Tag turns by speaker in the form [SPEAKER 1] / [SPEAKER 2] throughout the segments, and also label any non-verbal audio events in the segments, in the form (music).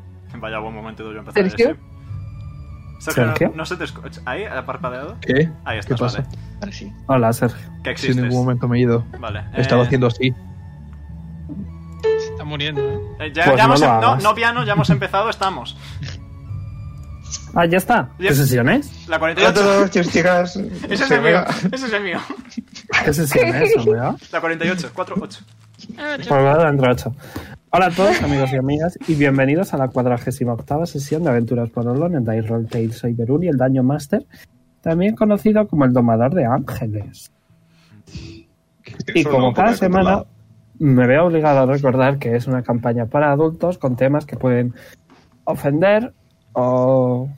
[SPEAKER 1] (laughs) Vaya buen momento de yo empezar.
[SPEAKER 2] ¿Sergio?
[SPEAKER 1] ese. Sergio, no-
[SPEAKER 3] ¿Sergio?
[SPEAKER 1] no, se te escucha. ¿Ahí? ¿Ha parpadeado?
[SPEAKER 3] ¿Qué?
[SPEAKER 1] Ahí
[SPEAKER 3] ¿Qué
[SPEAKER 1] estás,
[SPEAKER 3] pasa?
[SPEAKER 1] vale.
[SPEAKER 4] Ahora sí.
[SPEAKER 3] Hola, Sergio.
[SPEAKER 1] Que
[SPEAKER 3] Si en
[SPEAKER 1] existes.
[SPEAKER 3] ningún momento me he ido.
[SPEAKER 1] Vale.
[SPEAKER 3] He estado
[SPEAKER 1] eh,
[SPEAKER 3] haciendo así.
[SPEAKER 4] Se está muriendo, ¿eh?
[SPEAKER 1] eh, ya,
[SPEAKER 3] Pues
[SPEAKER 1] ya
[SPEAKER 3] no
[SPEAKER 1] hemos,
[SPEAKER 3] lo
[SPEAKER 1] no,
[SPEAKER 3] hagas.
[SPEAKER 1] no piano, ya hemos empezado, estamos.
[SPEAKER 3] Ah, ya está.
[SPEAKER 1] Ya-
[SPEAKER 3] ¿Qué sesión es?
[SPEAKER 1] La
[SPEAKER 4] Ya
[SPEAKER 1] 48.
[SPEAKER 4] todos, tíos,
[SPEAKER 1] (laughs)
[SPEAKER 4] chicas.
[SPEAKER 1] Ese es
[SPEAKER 4] se
[SPEAKER 1] el mío.
[SPEAKER 5] (laughs)
[SPEAKER 4] vea.
[SPEAKER 1] (laughs) Ese es el mío.
[SPEAKER 3] ¿Qué sesión es, amiga?
[SPEAKER 1] La 48, 4, 8.
[SPEAKER 3] Pues nada, dentro de ocho. Hola a todos, amigos y amigas, y bienvenidos a la 48 sesión de Aventuras por Olon en Dice Roll Tales. Soy Beruni, el Daño Master, también conocido como el Domador de Ángeles. Y
[SPEAKER 6] Eso no
[SPEAKER 3] como
[SPEAKER 6] lo
[SPEAKER 3] cada
[SPEAKER 6] pongas en tu
[SPEAKER 3] semana,
[SPEAKER 6] lado.
[SPEAKER 3] me veo obligado a recordar que es una campaña para adultos con temas que pueden ofender o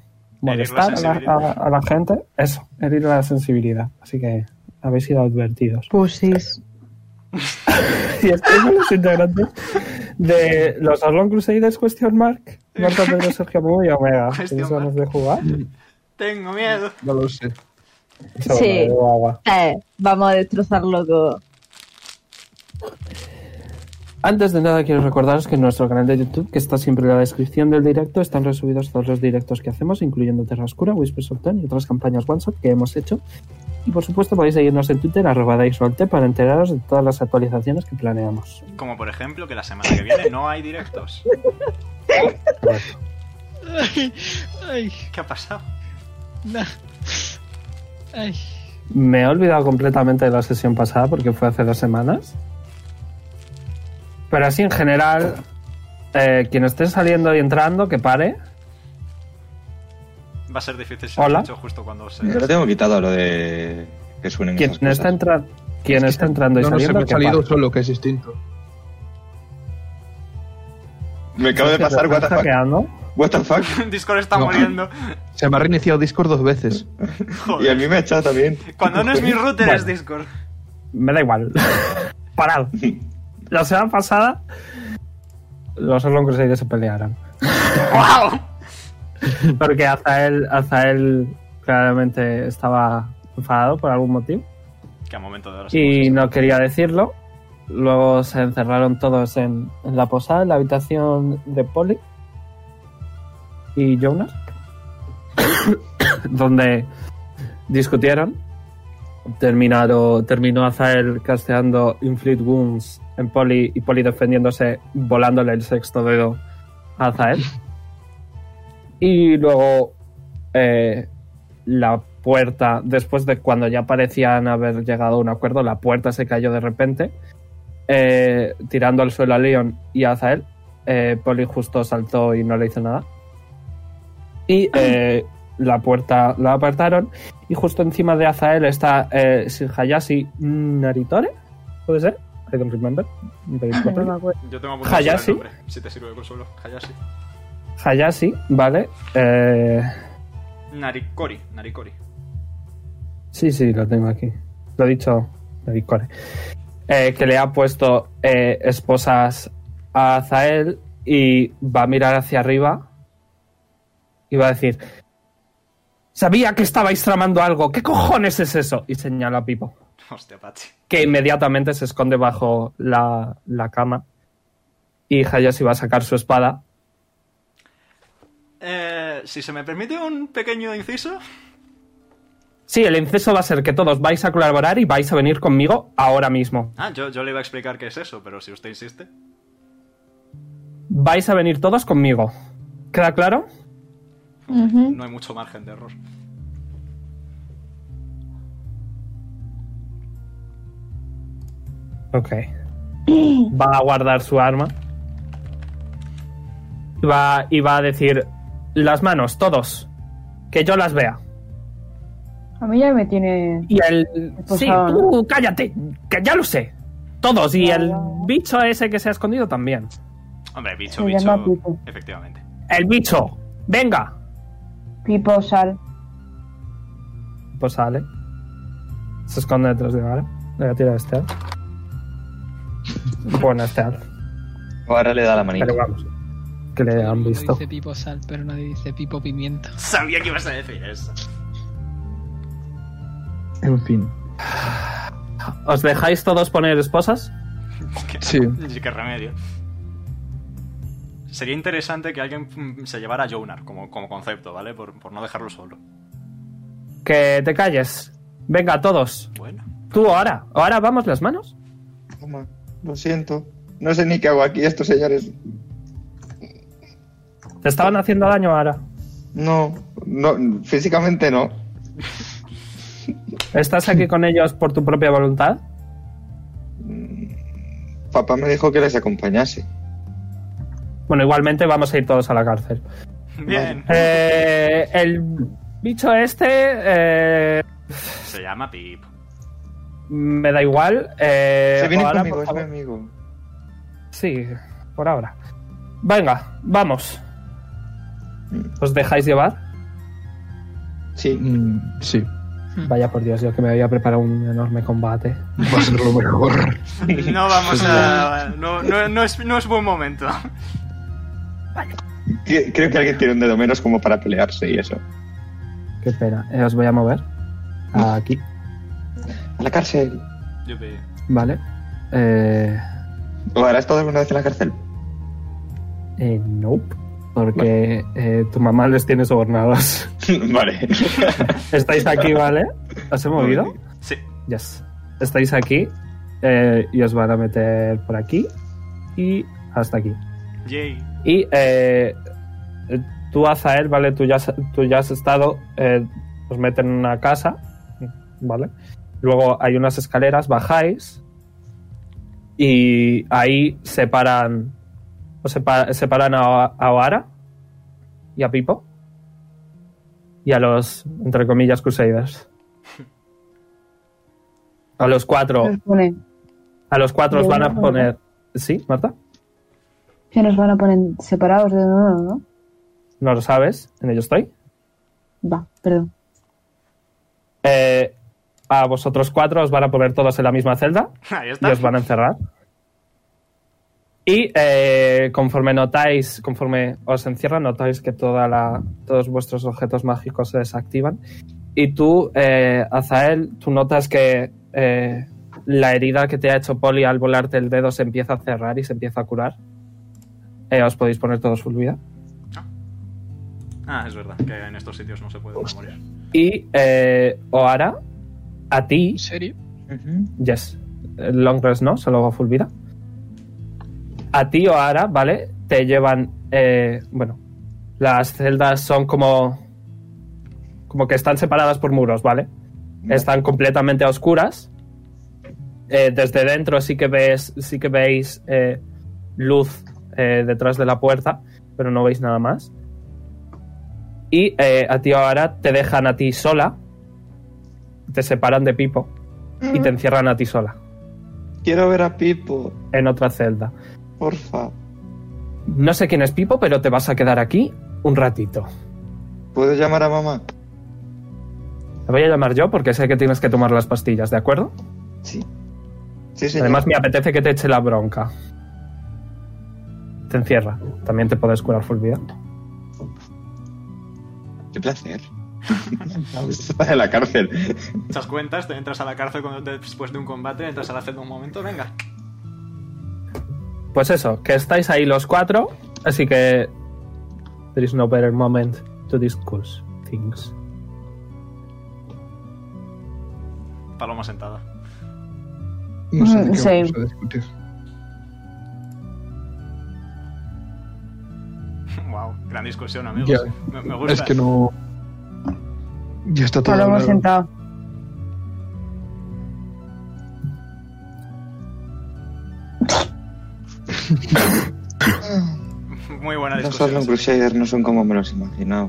[SPEAKER 1] Herir la
[SPEAKER 3] molestar a la,
[SPEAKER 1] sensibilidad.
[SPEAKER 3] a- a la gente. Eso, herir la sensibilidad. Así que habéis sido advertidos.
[SPEAKER 2] Pusis.
[SPEAKER 3] Y estoy con los integrantes de los Arlon Crusaders, question mark. Marta Pedro, Sergio Mugo y Omega.
[SPEAKER 1] Question
[SPEAKER 3] ¿Tienes ganas de jugar?
[SPEAKER 1] Tengo miedo.
[SPEAKER 6] No lo sé.
[SPEAKER 3] Eso,
[SPEAKER 2] Sí.
[SPEAKER 3] me bebo agua.
[SPEAKER 2] Eh, vamos a destrozarlo todo.
[SPEAKER 3] Antes de nada, quiero recordaros que en nuestro canal de YouTube, que está siempre en la descripción del directo, están resubidos todos los directos que hacemos, incluyendo Terra Oscura, Whispers of Dawn y otras campañas One Shot que hemos hecho. Y por supuesto, podéis seguirnos en Twitter, arroba DiceRollT, para enteraros de todas las actualizaciones que planeamos.
[SPEAKER 1] Como por ejemplo que la semana que viene no hay directos.
[SPEAKER 4] Ay, ay,
[SPEAKER 1] ¿Qué ha pasado?
[SPEAKER 4] na. Ay.
[SPEAKER 3] Me he olvidado completamente de la sesión pasada porque fue hace dos semanas. Pero así en general, eh, quien esté saliendo y entrando, que pare.
[SPEAKER 1] Va a ser difícil si lo
[SPEAKER 3] Hola.
[SPEAKER 1] has hecho justo cuando se.
[SPEAKER 6] Yo lo tengo quitado lo de que suenen
[SPEAKER 3] Quien
[SPEAKER 6] esas
[SPEAKER 3] está,
[SPEAKER 6] cosas.
[SPEAKER 3] entra- quien está entrando y
[SPEAKER 5] No, no se
[SPEAKER 3] saliendo,
[SPEAKER 5] me ha
[SPEAKER 3] que
[SPEAKER 5] salido
[SPEAKER 3] pare.
[SPEAKER 5] solo, que es distinto.
[SPEAKER 6] Me acaba de pasar, what the
[SPEAKER 3] ¿Estás
[SPEAKER 6] fuck.
[SPEAKER 3] hackeando?
[SPEAKER 6] What the fuck.
[SPEAKER 1] (laughs) Discord está
[SPEAKER 5] No.
[SPEAKER 1] muriendo.
[SPEAKER 5] Se me ha reiniciado Discord dos veces.
[SPEAKER 6] Y a
[SPEAKER 1] Joder.
[SPEAKER 6] mí me ha echado también.
[SPEAKER 1] Cuando no es mi router
[SPEAKER 3] Bueno.
[SPEAKER 1] es Discord.
[SPEAKER 3] Me da
[SPEAKER 6] (laughs)
[SPEAKER 3] igual. Parad. La semana pasada, los Arlong Crusaders se pelearon.
[SPEAKER 1] ¡Wow!
[SPEAKER 3] Porque Azael, Azael claramente estaba enfadado por algún motivo.
[SPEAKER 1] Que a momento de ahora se
[SPEAKER 3] y
[SPEAKER 1] puede
[SPEAKER 3] no quería decirlo. Luego se encerraron todos en, en la posada, en la habitación de Polly y Jonas, (coughs) donde discutieron. Terminado, terminó Azael casteando Inflict Wounds en Polly y Polly defendiéndose, volándole el sexto dedo
[SPEAKER 1] (laughs)
[SPEAKER 3] a Azael. Y luego eh, la puerta, después de cuando ya parecían haber llegado a un acuerdo, la puerta se cayó de repente, eh, tirando al suelo a Leon y a Azael. Eh, Polly justo saltó y no le hizo nada. Y eh, la puerta la apartaron. Y justo encima de Azael está eh, Hayashi Naritore. ¿Puede ser? I don't remember.
[SPEAKER 2] No me acuerdo.
[SPEAKER 1] decir. Yo tengo apuntado solo el
[SPEAKER 3] Hayashi.
[SPEAKER 1] nombre, Si te sirve de consuelo. Hayashi.
[SPEAKER 3] Hayashi, ¿vale? Eh,
[SPEAKER 1] Narikori. Narikori.
[SPEAKER 3] Sí, sí, lo tengo aquí. Lo he dicho, lo digo, vale. Eh, que le ha puesto eh, esposas a Azael y va a mirar hacia arriba y va a decir: Sabía que estabais tramando algo, ¿qué cojones es eso? Y señala a Pipo,
[SPEAKER 1] (laughs) Hostia, Pachi.
[SPEAKER 3] que inmediatamente se esconde bajo la, la cama. Y Hayashi va a sacar su espada.
[SPEAKER 1] Eh, si se me permite un pequeño inciso.
[SPEAKER 3] Sí, el inceso va a ser que todos vais a colaborar y vais a venir conmigo ahora mismo.
[SPEAKER 1] Ah, yo, yo le iba a explicar qué es eso, pero si usted insiste.
[SPEAKER 3] Vais a venir todos conmigo. ¿Queda claro?
[SPEAKER 1] No hay mucho margen de error.
[SPEAKER 3] Ok. Va a guardar su arma. Y va, y va a decir: Las manos, todos. Que yo las vea.
[SPEAKER 7] A mí ya me tiene.
[SPEAKER 3] Y el.
[SPEAKER 7] Pues
[SPEAKER 3] sí,
[SPEAKER 7] ahora.
[SPEAKER 3] tú cállate. Que ya lo sé. Todos. Y
[SPEAKER 7] Ya, ya,
[SPEAKER 3] el
[SPEAKER 7] ya.
[SPEAKER 3] bicho ese que se ha escondido también.
[SPEAKER 1] Hombre, bicho,
[SPEAKER 7] Se
[SPEAKER 1] bicho.
[SPEAKER 7] llama Pipo.
[SPEAKER 1] Efectivamente.
[SPEAKER 3] El bicho. Venga.
[SPEAKER 7] Pipo, sal.
[SPEAKER 3] Pues sale. Se esconde detrás de Gara. Le voy a tirar este alf. Bueno, este alf.
[SPEAKER 6] Ahora le da la manita.
[SPEAKER 3] Pero vamos. Que le han
[SPEAKER 4] Lo
[SPEAKER 3] visto.
[SPEAKER 4] dice Pipo Sal, pero nadie dice Pipo Pimiento.
[SPEAKER 1] Sabía que ibas a decir eso. (laughs)
[SPEAKER 5] En fin.
[SPEAKER 3] ¿Os dejáis todos poner esposas?
[SPEAKER 1] Qué-
[SPEAKER 5] Sí.
[SPEAKER 1] qué remedio. Sería interesante que alguien mm, se llevara a Jonar como, como concepto, ¿vale? Por, por no dejarlo solo.
[SPEAKER 3] Que te calles. Venga, todos.
[SPEAKER 1] Bueno.
[SPEAKER 3] Tú ahora. Ahora vamos las manos.
[SPEAKER 6] Toma, lo siento. No sé ni qué hago aquí estos señores.
[SPEAKER 3] Te estaban haciendo daño ahora.
[SPEAKER 6] No, no, físicamente no.
[SPEAKER 3] ¿Estás aquí con ellos por tu propia voluntad?
[SPEAKER 6] Papá me dijo que les acompañase.
[SPEAKER 3] Bueno, igualmente vamos a ir todos a la cárcel.
[SPEAKER 1] Bien.
[SPEAKER 3] Eh, el bicho este eh,
[SPEAKER 1] (laughs) Se llama Pip.
[SPEAKER 3] me da igual. eh,
[SPEAKER 6] Se viene
[SPEAKER 3] ahora,
[SPEAKER 6] conmigo,
[SPEAKER 3] por
[SPEAKER 6] es mi
[SPEAKER 3] favor.
[SPEAKER 6] amigo.
[SPEAKER 3] Sí, por ahora. Venga, vamos. ¿Os dejáis llevar?
[SPEAKER 6] Sí.
[SPEAKER 5] Mm, sí,
[SPEAKER 3] Vaya por Dios, yo que me había preparado un enorme combate.
[SPEAKER 5] va a ser lo mejor.
[SPEAKER 1] No
[SPEAKER 7] Pues
[SPEAKER 1] vamos a. No, no, no es, no es buen momento.
[SPEAKER 6] Que- Creo que alguien tiene un dedo menos como para pelearse y eso.
[SPEAKER 3] Qué pena. Eh, os voy a mover. Aquí,
[SPEAKER 6] A la cárcel.
[SPEAKER 1] Yo pedí.
[SPEAKER 3] ¿vale? Eh,
[SPEAKER 6] ¿Lo hará estado alguna vez en la (laughs) cárcel?
[SPEAKER 3] eh, nope. Porque eh, tu mamá les tiene sobornados. (laughs)
[SPEAKER 6] vale.
[SPEAKER 3] Estáis aquí, ¿vale? ¿Os he movido?
[SPEAKER 1] Sí.
[SPEAKER 3] Yes. Estáis aquí eh, y os van a meter por aquí y hasta aquí.
[SPEAKER 1] Yay.
[SPEAKER 3] Y eh, eh, tú, Azael, ¿vale? Tú ya, has- tú ya has estado, eh, os meten en una casa, ¿vale? Luego hay unas escaleras, bajáis y ahí separan, os sepa- separan a, a Oara y a Pipo y a los, entre comillas, Crusaders. A los cuatro,
[SPEAKER 2] Nos pone-
[SPEAKER 3] a los cuatro os van a
[SPEAKER 2] Bueno,
[SPEAKER 3] poner... ¿Sí, Marta?
[SPEAKER 2] que nos van a poner separados de nuevo, ¿no?
[SPEAKER 3] No lo sabes, en ello estoy.
[SPEAKER 2] Va, perdón.
[SPEAKER 3] Eh, a vosotros cuatro os van a poner todos en la misma celda
[SPEAKER 1] Ahí
[SPEAKER 3] y
[SPEAKER 1] Ah, está.
[SPEAKER 3] os van a encerrar. Y eh, conforme notáis, conforme os encierran, notáis que toda la- todos vuestros objetos mágicos se desactivan. Y tú, eh, Azael, tú notas que eh, la herida que te ha hecho Poli al volarte el dedo se empieza a cerrar y se empieza a curar. Eh, os podéis poner todos full vida.
[SPEAKER 1] Ah, es verdad, que en estos sitios no se puede morir.
[SPEAKER 3] Y eh, Oara, a ti,
[SPEAKER 4] ¿En serio?
[SPEAKER 3] Yes. Eh, Long rest no, solo va full vida. A ti o a Ara, ¿vale? Te llevan. eh, bueno, las celdas son como. Como que están separadas por muros, ¿vale? Están completamente a oscuras. Eh, desde dentro sí que ves, sí que veis eh, luz eh, detrás de la puerta, pero no veis nada más. Y eh, a ti o a Ara te dejan a ti sola. Te separan de Pipo y te encierran a ti sola,
[SPEAKER 6] Quiero ver a Pipo,
[SPEAKER 3] en otra celda.
[SPEAKER 6] porfa.
[SPEAKER 3] No sé quién es Pipo, pero te vas a quedar aquí un ratito.
[SPEAKER 6] ¿Puedo llamar a mamá?
[SPEAKER 3] Te voy a llamar yo porque sé que tienes que tomar las pastillas, ¿de acuerdo?
[SPEAKER 6] Sí. Sí, señor.
[SPEAKER 3] Además, me apetece que te eche la bronca. Te encierra. También te puedes curar full vida.
[SPEAKER 6] Qué placer. (laughs) Está de la cárcel.
[SPEAKER 1] ¿Te das cuentas? Te entras a la cárcel cuando- después de un combate, entras a la celda un momento, venga.
[SPEAKER 3] Pues eso, que estáis ahí los cuatro, así que. There is no better moment to discuss things.
[SPEAKER 1] Paloma sentada. (laughs)
[SPEAKER 5] No sé de
[SPEAKER 2] Mm,
[SPEAKER 5] qué
[SPEAKER 2] sí.
[SPEAKER 5] vamos a discutir.
[SPEAKER 1] Wow, gran discusión, amigos.
[SPEAKER 5] Ya.
[SPEAKER 1] Me, me gusta.
[SPEAKER 5] Es que no. Ya está todo.
[SPEAKER 2] Ahora hemos
[SPEAKER 5] hablado.
[SPEAKER 2] sentado.
[SPEAKER 1] Muy buena
[SPEAKER 6] Los
[SPEAKER 1] discusión.
[SPEAKER 6] Harlem Crusaders no son como me los imaginaba.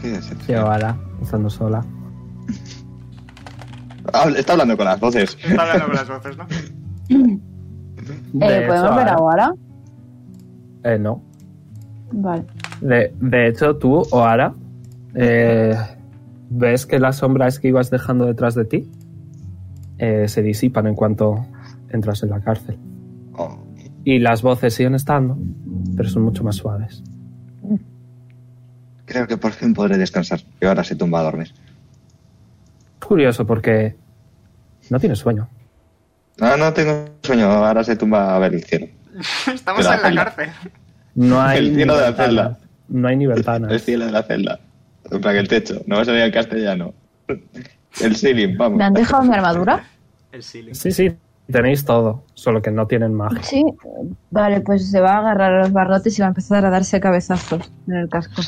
[SPEAKER 6] Qué
[SPEAKER 3] Y
[SPEAKER 6] decepción.
[SPEAKER 3] ahora, estando sola.
[SPEAKER 6] Habla- Está hablando con las voces.
[SPEAKER 1] Está hablando con las voces,
[SPEAKER 3] (laughs)
[SPEAKER 1] ¿no?
[SPEAKER 2] Eh,
[SPEAKER 3] De
[SPEAKER 2] ¿Podemos
[SPEAKER 3] hecho,
[SPEAKER 2] ver ahora?
[SPEAKER 3] Eh, no.
[SPEAKER 2] Vale.
[SPEAKER 3] De, de hecho, tú, Oara, eh, ves que las sombras que ibas dejando detrás de ti eh, se disipan en cuanto entras en la cárcel.
[SPEAKER 6] Oh,
[SPEAKER 3] Y las voces siguen estando, pero son mucho más suaves.
[SPEAKER 6] creo que por fin podré descansar. Y ahora se tumba a dormir.
[SPEAKER 3] Curioso porque no tienes sueño.
[SPEAKER 6] No, no tengo sueño. Ahora se tumba a ver el cielo.
[SPEAKER 1] Estamos
[SPEAKER 6] Pero
[SPEAKER 1] en la
[SPEAKER 6] hazlo.
[SPEAKER 1] cárcel.
[SPEAKER 3] No hay
[SPEAKER 6] El
[SPEAKER 3] ni
[SPEAKER 6] cielo de la
[SPEAKER 3] ventanas.
[SPEAKER 6] celda.
[SPEAKER 3] No hay ni ventanas.
[SPEAKER 6] El cielo de la celda. En plan, el techo. No me salía el castellano. El ceiling, vamos.
[SPEAKER 8] ¿Me han dejado mi armadura?
[SPEAKER 9] El ceiling.
[SPEAKER 3] Sí, sí, tenéis todo, solo que no tienen magia.
[SPEAKER 8] Sí. Vale, pues se va a agarrar a los barrotes y va a empezar a darse cabezazos en el casco.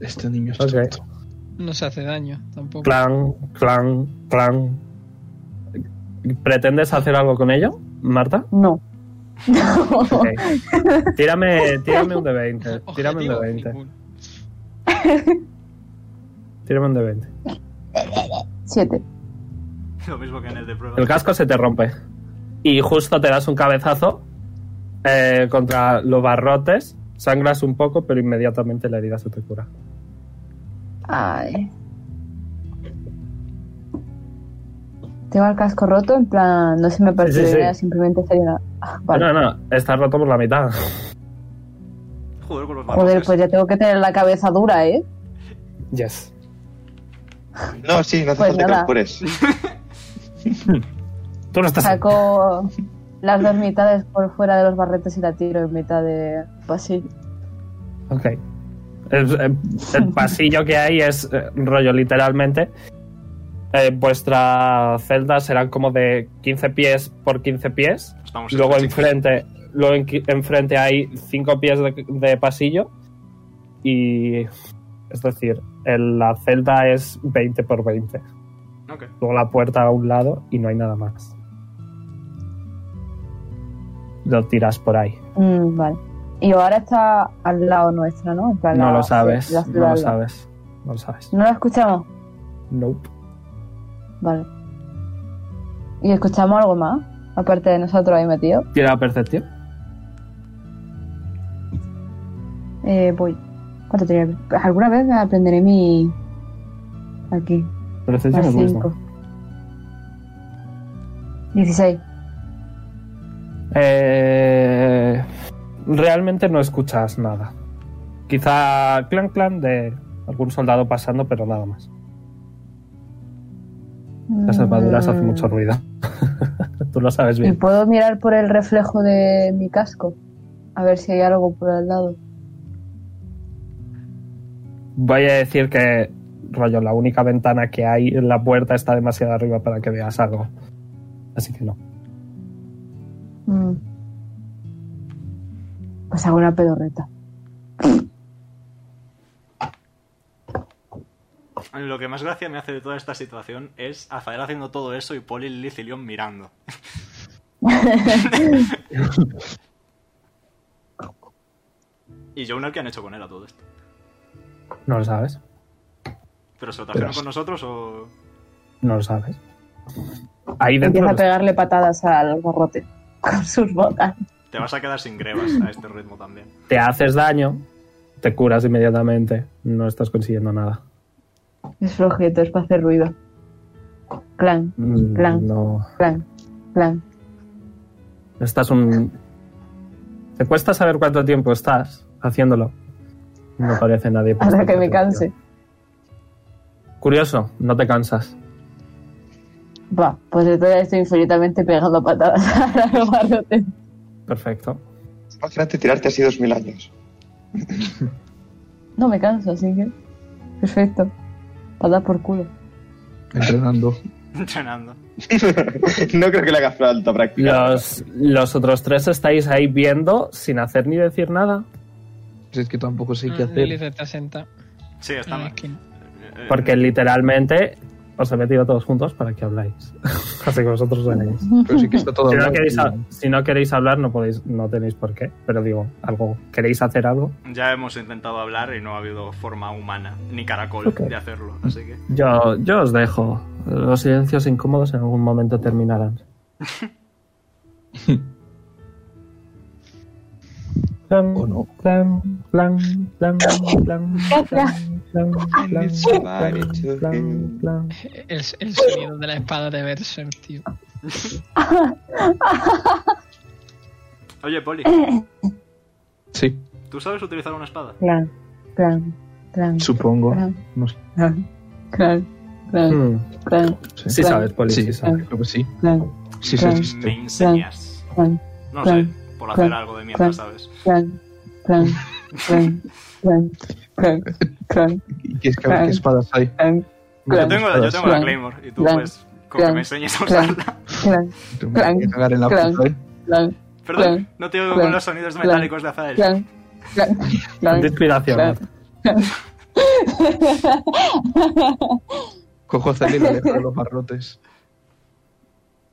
[SPEAKER 10] Este niño es
[SPEAKER 3] Ok.
[SPEAKER 10] tonto.
[SPEAKER 4] No se hace daño tampoco. (laughs)
[SPEAKER 3] Clan, clan, clan. ¿Pretendes hacer algo con ello, Marta?
[SPEAKER 8] No.
[SPEAKER 3] Ok. (laughs) Tírame, tírame un de 20. eh, Tírame un de
[SPEAKER 4] (laughs) Objetivo
[SPEAKER 3] 20.
[SPEAKER 4] ninguno.
[SPEAKER 3] Tírame un de 20.
[SPEAKER 8] (laughs) Siete.
[SPEAKER 9] Lo mismo que en el de prueba.
[SPEAKER 3] El casco se te rompe. Y justo te das un cabezazo eh, contra los barrotes. Sangras un poco, pero inmediatamente la herida se te cura.
[SPEAKER 8] Ay. Tengo el casco roto, en plan, no se me partió
[SPEAKER 3] Sí, sí, sí.
[SPEAKER 8] idea, simplemente sería una... Ah, vale.
[SPEAKER 3] No, no, está roto por la mitad.
[SPEAKER 9] Joder, con los
[SPEAKER 8] Joder,
[SPEAKER 9] barrotes.
[SPEAKER 8] pues ya tengo que tener la cabeza
[SPEAKER 3] (laughs)
[SPEAKER 8] dura, ¿eh?
[SPEAKER 3] Yes.
[SPEAKER 6] No, sí, no hace
[SPEAKER 8] Pues
[SPEAKER 6] falta que
[SPEAKER 8] nada.
[SPEAKER 6] lo cures.
[SPEAKER 3] Tú no estás.
[SPEAKER 8] Ah, Saco las dos mitades por fuera de los barretes y la tiro en mitad de pues pasillo.
[SPEAKER 3] Ok. El, el- el pasillo que hay es eh, rollo, literalmente. eh, vuestra celda serán como de 15 pies por 15 pies.
[SPEAKER 9] Estamos
[SPEAKER 3] Luego
[SPEAKER 9] hechos, chicos.
[SPEAKER 3] enfrente, luego en- enfrente hay 5 pies de, de pasillo. Y. Es decir, el- la celda es 20 por 20.
[SPEAKER 9] Ok.
[SPEAKER 3] Luego la puerta a un lado y no hay nada más. Lo tiras por ahí.
[SPEAKER 8] Mm, vale. Y ahora está al lado nuestro, ¿no? En plan,
[SPEAKER 3] No
[SPEAKER 8] la-
[SPEAKER 3] lo sabes.
[SPEAKER 8] la
[SPEAKER 3] No
[SPEAKER 8] ciudad
[SPEAKER 3] lo
[SPEAKER 8] al lado.
[SPEAKER 3] sabes. No lo sabes.
[SPEAKER 8] ¿No la escuchamos?
[SPEAKER 3] Nope.
[SPEAKER 8] Vale. ¿Y escuchamos algo más? Aparte de nosotros ahí metidos.
[SPEAKER 3] Tira percepción.
[SPEAKER 8] Eh, voy. ¿Cuánto tenía? ¿Alguna vez aprenderé mi... Aquí.
[SPEAKER 3] Percepción
[SPEAKER 8] Más
[SPEAKER 3] es
[SPEAKER 8] cinco.
[SPEAKER 3] wisdom.
[SPEAKER 8] 16.
[SPEAKER 3] Eh, realmente no escuchas nada. Quizá clan clan de algún soldado pasando, pero nada más. Las armaduras hacen mucho
[SPEAKER 8] Mm.
[SPEAKER 3] ruido. (laughs) Tú lo sabes
[SPEAKER 8] ¿Y
[SPEAKER 3] bien.
[SPEAKER 8] puedo mirar por el reflejo de mi casco? A ver si hay algo por al lado.
[SPEAKER 3] Voy a decir que, rollo, la única ventana que hay en la puerta está demasiado arriba para que veas algo. Así que no.
[SPEAKER 8] Mm. Pues hago una pedorreta.
[SPEAKER 9] Lo que más gracia me hace de toda esta situación es Azael haciendo todo eso y Poli, Lilith y Leon mirando. y Jonar, ¿qué han hecho con él a todo esto?
[SPEAKER 3] No lo sabes.
[SPEAKER 9] ¿Pero se lo trajeron
[SPEAKER 10] Pero-
[SPEAKER 9] con nosotros o...?
[SPEAKER 3] No lo sabes. Ahí dentro.
[SPEAKER 8] Empieza a
[SPEAKER 3] lo-
[SPEAKER 8] pegarle patadas al gorrote (laughs) con sus botas.
[SPEAKER 9] Te vas a quedar sin grebas a este ritmo también. (laughs)
[SPEAKER 3] te haces daño, te curas inmediatamente, no estás consiguiendo nada.
[SPEAKER 8] Es flojito, es para hacer ruido. Clan,
[SPEAKER 3] Mm,
[SPEAKER 8] Plan.
[SPEAKER 3] No.
[SPEAKER 8] clan, clan.
[SPEAKER 3] Estás un. Te cuesta saber cuánto tiempo estás haciéndolo. No parece nadie.
[SPEAKER 8] Hasta
[SPEAKER 3] prestando
[SPEAKER 8] que me
[SPEAKER 3] atención.
[SPEAKER 8] canse.
[SPEAKER 3] Curioso, no te cansas.
[SPEAKER 8] Va, pues de todo esto infinitamente pegando patadas (laughs) al gorrote.
[SPEAKER 3] Perfecto.
[SPEAKER 6] Imagínate tirarte así dos mil años. (laughs)
[SPEAKER 8] No me canso, así que. Perfecto. Patada por culo.
[SPEAKER 10] Entrenando.
[SPEAKER 9] Entrenando.
[SPEAKER 6] no creo que le haga falta practicar.
[SPEAKER 3] Los, los otros tres estáis ahí viendo sin hacer ni decir nada.
[SPEAKER 10] Si es que tampoco sé qué
[SPEAKER 4] Ah,
[SPEAKER 10] hacer.
[SPEAKER 4] Lilith está sentada Ah,
[SPEAKER 9] Sí,
[SPEAKER 4] en la
[SPEAKER 9] estamos.
[SPEAKER 4] esquina.
[SPEAKER 9] eh,
[SPEAKER 3] Porque literalmente os he metido todos juntos para que habláis. (laughs) Así que vosotros venéis.
[SPEAKER 10] Pero sí que está
[SPEAKER 1] (laughs)
[SPEAKER 10] todo
[SPEAKER 3] Si no,
[SPEAKER 10] hablado.
[SPEAKER 3] queréis, ha- si no queréis hablar, no podéis, no tenéis por qué. Pero digo, algo. ¿Queréis hacer algo?
[SPEAKER 9] Ya hemos intentado hablar y no ha habido forma humana ni caracol
[SPEAKER 3] Ok.
[SPEAKER 9] de hacerlo, así que
[SPEAKER 3] Yo, yo os dejo. Los silencios incómodos en algún momento terminarán. Plan,
[SPEAKER 10] O no.
[SPEAKER 3] plan, plan, plan, plan, plan, plan, plan,
[SPEAKER 6] Somebody
[SPEAKER 3] plan,
[SPEAKER 6] to
[SPEAKER 3] plan,
[SPEAKER 6] him.
[SPEAKER 3] plan.
[SPEAKER 4] El, el sonido de la espada de Berserk, tío.
[SPEAKER 9] Oye, Poli,
[SPEAKER 10] Sí,
[SPEAKER 9] ¿tú sabes utilizar una espada?
[SPEAKER 8] Clan, clan, clan.
[SPEAKER 10] supongo.
[SPEAKER 8] Clan,
[SPEAKER 10] No sé.
[SPEAKER 8] clan, clan, clan,
[SPEAKER 3] Hmm,
[SPEAKER 8] clan,
[SPEAKER 3] Sí
[SPEAKER 8] Plan.
[SPEAKER 3] sabes, Poli, sí
[SPEAKER 10] Sí.
[SPEAKER 3] sabes.
[SPEAKER 10] Creo que sí.
[SPEAKER 8] clan,
[SPEAKER 10] Sí, sí,
[SPEAKER 5] Este.
[SPEAKER 8] Plan.
[SPEAKER 10] sí.
[SPEAKER 9] Me
[SPEAKER 10] sí.
[SPEAKER 9] enseñas.
[SPEAKER 8] clan,
[SPEAKER 9] No
[SPEAKER 8] Plan.
[SPEAKER 9] sé, por hacer
[SPEAKER 8] Plan.
[SPEAKER 9] algo de mierda,
[SPEAKER 8] Plan.
[SPEAKER 9] ¿sabes?
[SPEAKER 8] clan, clan, clan, clan, clan, clan,
[SPEAKER 5] ¿Y qué, es- qué espadas hay?
[SPEAKER 8] clan,
[SPEAKER 1] Yo
[SPEAKER 8] clan,
[SPEAKER 1] tengo, la- yo tengo la
[SPEAKER 8] Clan.
[SPEAKER 1] Claymore y tú
[SPEAKER 8] Clan.
[SPEAKER 1] pues con que
[SPEAKER 8] Clan.
[SPEAKER 1] me enseñes a
[SPEAKER 8] Clan.
[SPEAKER 1] usarla.
[SPEAKER 8] clan,
[SPEAKER 5] Te voy a
[SPEAKER 8] Clan,
[SPEAKER 5] cagar en la
[SPEAKER 8] clan.
[SPEAKER 5] puta, ¿eh?
[SPEAKER 8] clan,
[SPEAKER 1] (laughs) Perdón,
[SPEAKER 8] Clan.
[SPEAKER 1] no te oigo con
[SPEAKER 8] Clan.
[SPEAKER 1] los sonidos
[SPEAKER 8] Clan.
[SPEAKER 1] metálicos de Azael.
[SPEAKER 8] clan, clan, clan.
[SPEAKER 3] Inspiración.
[SPEAKER 8] (laughs) Clan.
[SPEAKER 5] Cojo a Zali y le dejo en los
[SPEAKER 8] (laughs)
[SPEAKER 5] barrotes.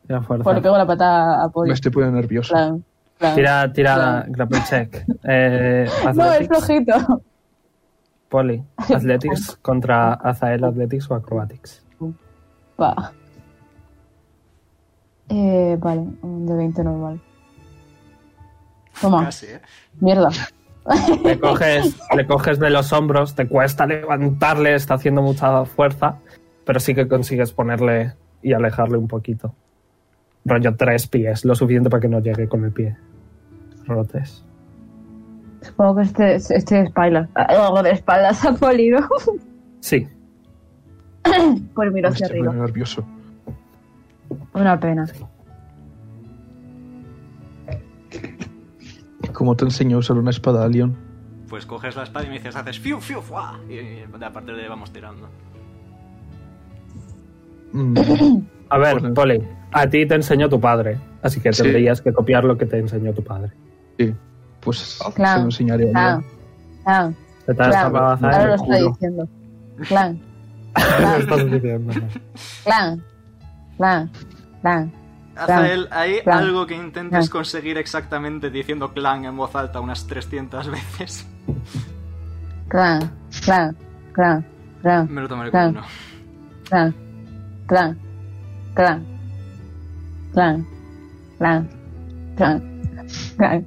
[SPEAKER 3] Tira
[SPEAKER 8] Pues le
[SPEAKER 3] fuerza.
[SPEAKER 8] pego la pata a Poli.
[SPEAKER 5] Me estoy poniendo nervioso.
[SPEAKER 8] Clan, clan.
[SPEAKER 3] Tira, tira
[SPEAKER 8] Clan.
[SPEAKER 3] grapple check. Eh,
[SPEAKER 8] No, es
[SPEAKER 3] athletics,
[SPEAKER 8] flojito. (laughs)
[SPEAKER 3] Poli. Athletics contra Azael Athletics o Acrobatics.
[SPEAKER 8] Va. Eh, vale, un de 20 normal. Toma,
[SPEAKER 1] Casi, ¿eh?
[SPEAKER 8] mierda.
[SPEAKER 3] Le coges, le coges de los hombros, te cuesta levantarle, está haciendo mucha fuerza, pero sí que consigues ponerle y alejarle un poquito. Rollo tres pies, lo suficiente para que no llegue con el pie. Rotes.
[SPEAKER 8] Supongo que este, este de espaldas. Algo de espaldas a Poli, (laughs) ¿no?
[SPEAKER 3] Sí,
[SPEAKER 8] Pues
[SPEAKER 5] Me
[SPEAKER 8] miro hacia
[SPEAKER 5] estoy
[SPEAKER 8] arriba.
[SPEAKER 5] poniendo nervioso.
[SPEAKER 8] Una pena.
[SPEAKER 5] Como te enseño a usar una espada, Leon.
[SPEAKER 1] Pues coges la espada y me dices, haces fiu, fiu, fuá. Y, y a partir de ahí vamos tirando.
[SPEAKER 8] (coughs)
[SPEAKER 5] Mm,
[SPEAKER 3] A ver,
[SPEAKER 5] Pues-
[SPEAKER 3] Poli, a ti te enseñó tu padre, así que
[SPEAKER 5] Sí.
[SPEAKER 3] tendrías que copiar lo que te enseñó tu padre.
[SPEAKER 5] sí, pues
[SPEAKER 8] Clan.
[SPEAKER 5] se lo enseñaré a
[SPEAKER 8] Clan,
[SPEAKER 5] Leon.
[SPEAKER 8] clan,
[SPEAKER 3] Se te ha
[SPEAKER 8] Claro,
[SPEAKER 3] escapado Azael,
[SPEAKER 8] ahora lo
[SPEAKER 5] me
[SPEAKER 8] estoy
[SPEAKER 5] juro.
[SPEAKER 8] diciendo. Clan,
[SPEAKER 3] lo estás diciendo.
[SPEAKER 8] clan, clan, clan.
[SPEAKER 1] Azael, ¿hay
[SPEAKER 8] Clan.
[SPEAKER 1] algo que intentes
[SPEAKER 8] Clan.
[SPEAKER 1] conseguir exactamente diciendo clan en voz alta unas 300 veces?
[SPEAKER 8] Clan, clan, clan, clan,
[SPEAKER 1] (laughs) Me lo tomaré
[SPEAKER 8] Clan.
[SPEAKER 1] como uno.
[SPEAKER 8] clan, clan, clan, clan, clan, clan, clan,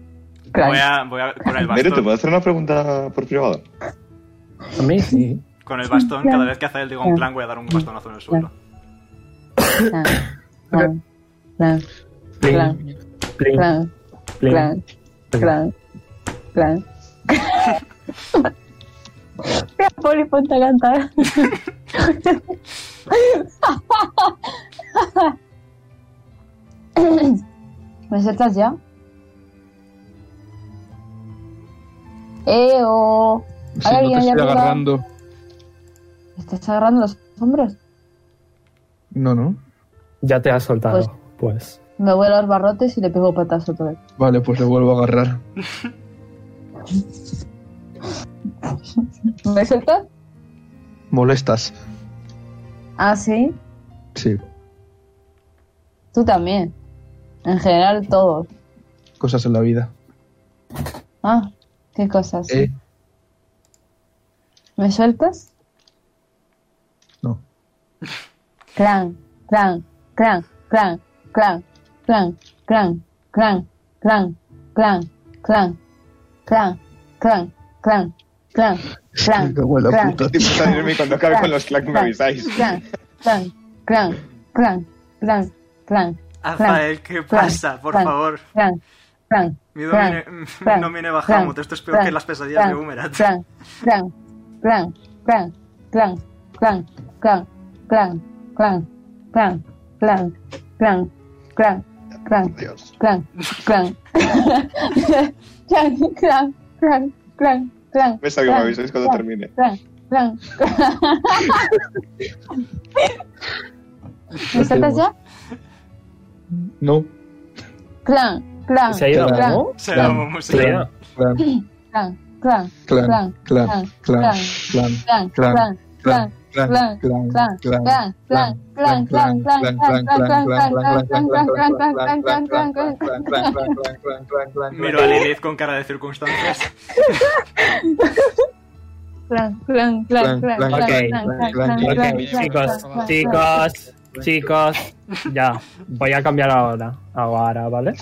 [SPEAKER 8] clan.
[SPEAKER 1] Voy a, voy a- con
[SPEAKER 8] (laughs)
[SPEAKER 1] el
[SPEAKER 6] Nero, ¿te
[SPEAKER 1] bastón.
[SPEAKER 6] puedo hacer una pregunta por (laughs) privado?
[SPEAKER 3] A mí sí.
[SPEAKER 1] Con el bastón, cada vez que Azael diga un
[SPEAKER 8] Clan.
[SPEAKER 1] clan, voy a dar un bastonazo en el suelo.
[SPEAKER 8] Clan, clan, clan,
[SPEAKER 3] Plin,
[SPEAKER 8] Clan.
[SPEAKER 3] plin,
[SPEAKER 8] clan,
[SPEAKER 3] plin.
[SPEAKER 8] clan, clan, clan. Mira, Poli, ponte a cantar. ¿Me aceptas ya? Eh, ¡Eo!
[SPEAKER 5] Sí,
[SPEAKER 8] Ahora
[SPEAKER 5] no te
[SPEAKER 8] ya, ya
[SPEAKER 5] estoy
[SPEAKER 8] pega.
[SPEAKER 5] agarrando.
[SPEAKER 8] ¿Estás agarrando los hombros?
[SPEAKER 5] No, no.
[SPEAKER 3] Ya te has soltado,
[SPEAKER 8] Pues-
[SPEAKER 3] pues.
[SPEAKER 8] Me voy a los barrotes y le pego patas otra vez.
[SPEAKER 5] Vale, pues le vuelvo a agarrar.
[SPEAKER 8] ¿Me sueltas?
[SPEAKER 5] Molestas.
[SPEAKER 8] Ah, sí.
[SPEAKER 5] Sí,
[SPEAKER 8] Tú también. En general, todos.
[SPEAKER 5] cosas en la vida.
[SPEAKER 8] Ah, qué cosas.
[SPEAKER 5] Eh,
[SPEAKER 8] ¿Me sueltas?
[SPEAKER 5] no.
[SPEAKER 8] Clan, clan, clan, clan, clan, clan, clan, clan, clan, clan, clan, clan, clan, clan, clan,
[SPEAKER 5] (laughs)
[SPEAKER 8] clan,
[SPEAKER 6] (laughs)
[SPEAKER 5] cago en la
[SPEAKER 8] clan,
[SPEAKER 5] puta.
[SPEAKER 6] Tipo, salirme cuando acabe con los clans me avisáis.
[SPEAKER 8] clan, clan, clan, clan, clan, clan,
[SPEAKER 1] Azael, ¿qué pasa? Por
[SPEAKER 8] Clan.
[SPEAKER 1] favor.
[SPEAKER 8] clan, clan,
[SPEAKER 1] (laughs) Mi
[SPEAKER 8] Clan.
[SPEAKER 1] domine,
[SPEAKER 8] Clan.
[SPEAKER 1] no viene bajamos.
[SPEAKER 8] Clan.
[SPEAKER 1] Esto es peor
[SPEAKER 8] Clan.
[SPEAKER 1] que las pesadillas de
[SPEAKER 8] clan,
[SPEAKER 1] Humerat.
[SPEAKER 8] clan, clan, clan, clan, clan, clan, clan, clan, clan, clan, clan, clan, clan, clan.
[SPEAKER 6] Dios.
[SPEAKER 8] clan, clan. clan, clan, clan, clan, clan.
[SPEAKER 6] Me salgo, me avisáis cuando termine. (laughs)
[SPEAKER 8] Clan,
[SPEAKER 3] (laughs)
[SPEAKER 8] clan, clan. ¿Me saltas ya?
[SPEAKER 5] No.
[SPEAKER 8] Clan, clan,
[SPEAKER 3] ¿Se ha ido
[SPEAKER 8] clan,
[SPEAKER 3] algo?
[SPEAKER 1] (laughs) Se
[SPEAKER 5] Clan.
[SPEAKER 1] llama música.
[SPEAKER 3] Se ha ido.
[SPEAKER 5] Clan,
[SPEAKER 8] clan, clan,
[SPEAKER 5] clan, clan, clan, clan,
[SPEAKER 8] clan,
[SPEAKER 5] clan,
[SPEAKER 8] clan, clan.
[SPEAKER 5] clan, clan, clan, clan, clan, clan, clan, clan, clan,
[SPEAKER 1] Miro a Lilith con cara de circunstancias.
[SPEAKER 8] Clan, clan, clan, clan, clan, clan, clan,
[SPEAKER 3] Ok,
[SPEAKER 8] clan,
[SPEAKER 3] chicos,
[SPEAKER 8] clan,
[SPEAKER 3] chicos, chicos, ya, voy a cambiar ahora, ahora, ¿vale?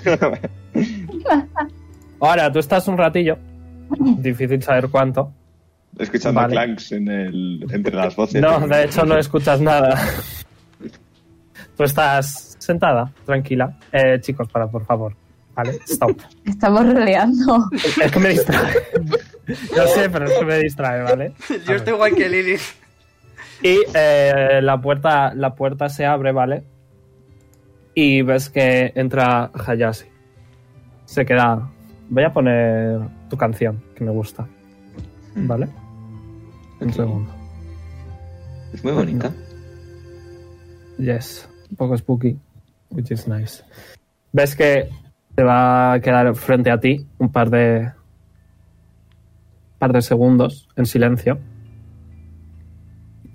[SPEAKER 3] Ahora, tú estás un ratillo, difícil saber cuánto.
[SPEAKER 6] Escuchando
[SPEAKER 3] Vale.
[SPEAKER 6] clanks en el, entre las voces.
[SPEAKER 3] No, de hecho no escuchas nada. Tú estás sentada, tranquila. Eh, chicos, para, por favor, ¿vale? Stop.
[SPEAKER 8] Estamos roleando.
[SPEAKER 3] Es que me distrae. (laughs) No sé, pero es que me distrae, ¿vale?
[SPEAKER 1] (laughs)
[SPEAKER 3] A
[SPEAKER 1] Yo
[SPEAKER 3] ver.
[SPEAKER 1] estoy igual que Lilith.
[SPEAKER 3] Y eh, la, puerta, la puerta se abre, ¿vale? Y ves que entra Hayashi. Se queda. Voy a poner tu canción, que me gusta. ¿Vale? Un
[SPEAKER 6] Ok.
[SPEAKER 3] segundo.
[SPEAKER 6] Es muy bonita.
[SPEAKER 3] Yes, un poco spooky, which is nice. Ves que te va a quedar frente a ti un par de par de segundos en silencio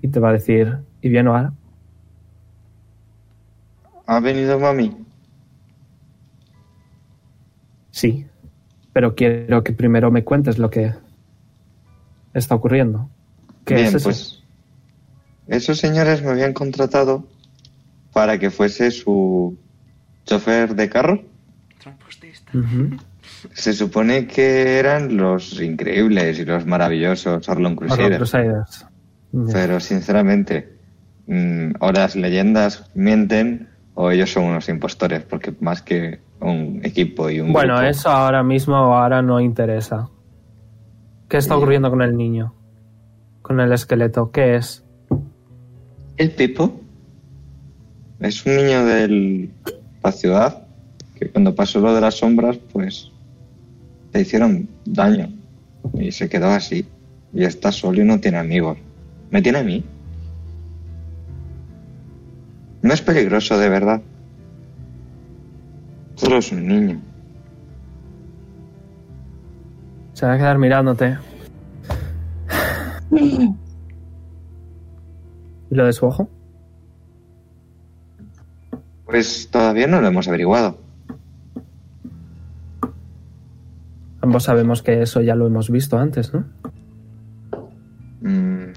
[SPEAKER 3] y te va a decir, ¿y bien o ahora?
[SPEAKER 6] ¿Ha venido mami?
[SPEAKER 3] Sí, pero quiero que primero me cuentes lo que está ocurriendo. ¿Qué
[SPEAKER 6] Bien,
[SPEAKER 3] es eso?
[SPEAKER 6] pues esos señores me habían contratado para que fuese su chofer de carro.
[SPEAKER 1] (laughs)
[SPEAKER 9] Transportista.
[SPEAKER 3] Ujú.
[SPEAKER 6] Se supone que eran los increíbles y los maravillosos Orlon
[SPEAKER 3] Orlando
[SPEAKER 6] Crusader.
[SPEAKER 3] Crusaders. Ya.
[SPEAKER 6] Pero sinceramente, mm, o las leyendas mienten o ellos son unos impostores, porque más que un equipo y un
[SPEAKER 3] Bueno,
[SPEAKER 6] grupo-
[SPEAKER 3] eso ahora mismo ahora no interesa. ¿Qué está
[SPEAKER 6] Eh.
[SPEAKER 3] ocurriendo con el niño? Con el esqueleto, ¿qué es?
[SPEAKER 6] El Pipo es un niño de la ciudad que cuando pasó lo de las sombras, pues le hicieron daño y se quedó así. Y está solo y no tiene amigos. ¿Me tiene a mí? No es peligroso, de verdad. Solo es un niño.
[SPEAKER 3] Se va a quedar
[SPEAKER 6] (laughs)
[SPEAKER 3] mirándote. ¿Y lo de su ojo?
[SPEAKER 6] Pues todavía no lo hemos averiguado.
[SPEAKER 3] Ambos sabemos que eso ya lo hemos visto antes,
[SPEAKER 6] (laughs)
[SPEAKER 3] ¿no?
[SPEAKER 6] Mm,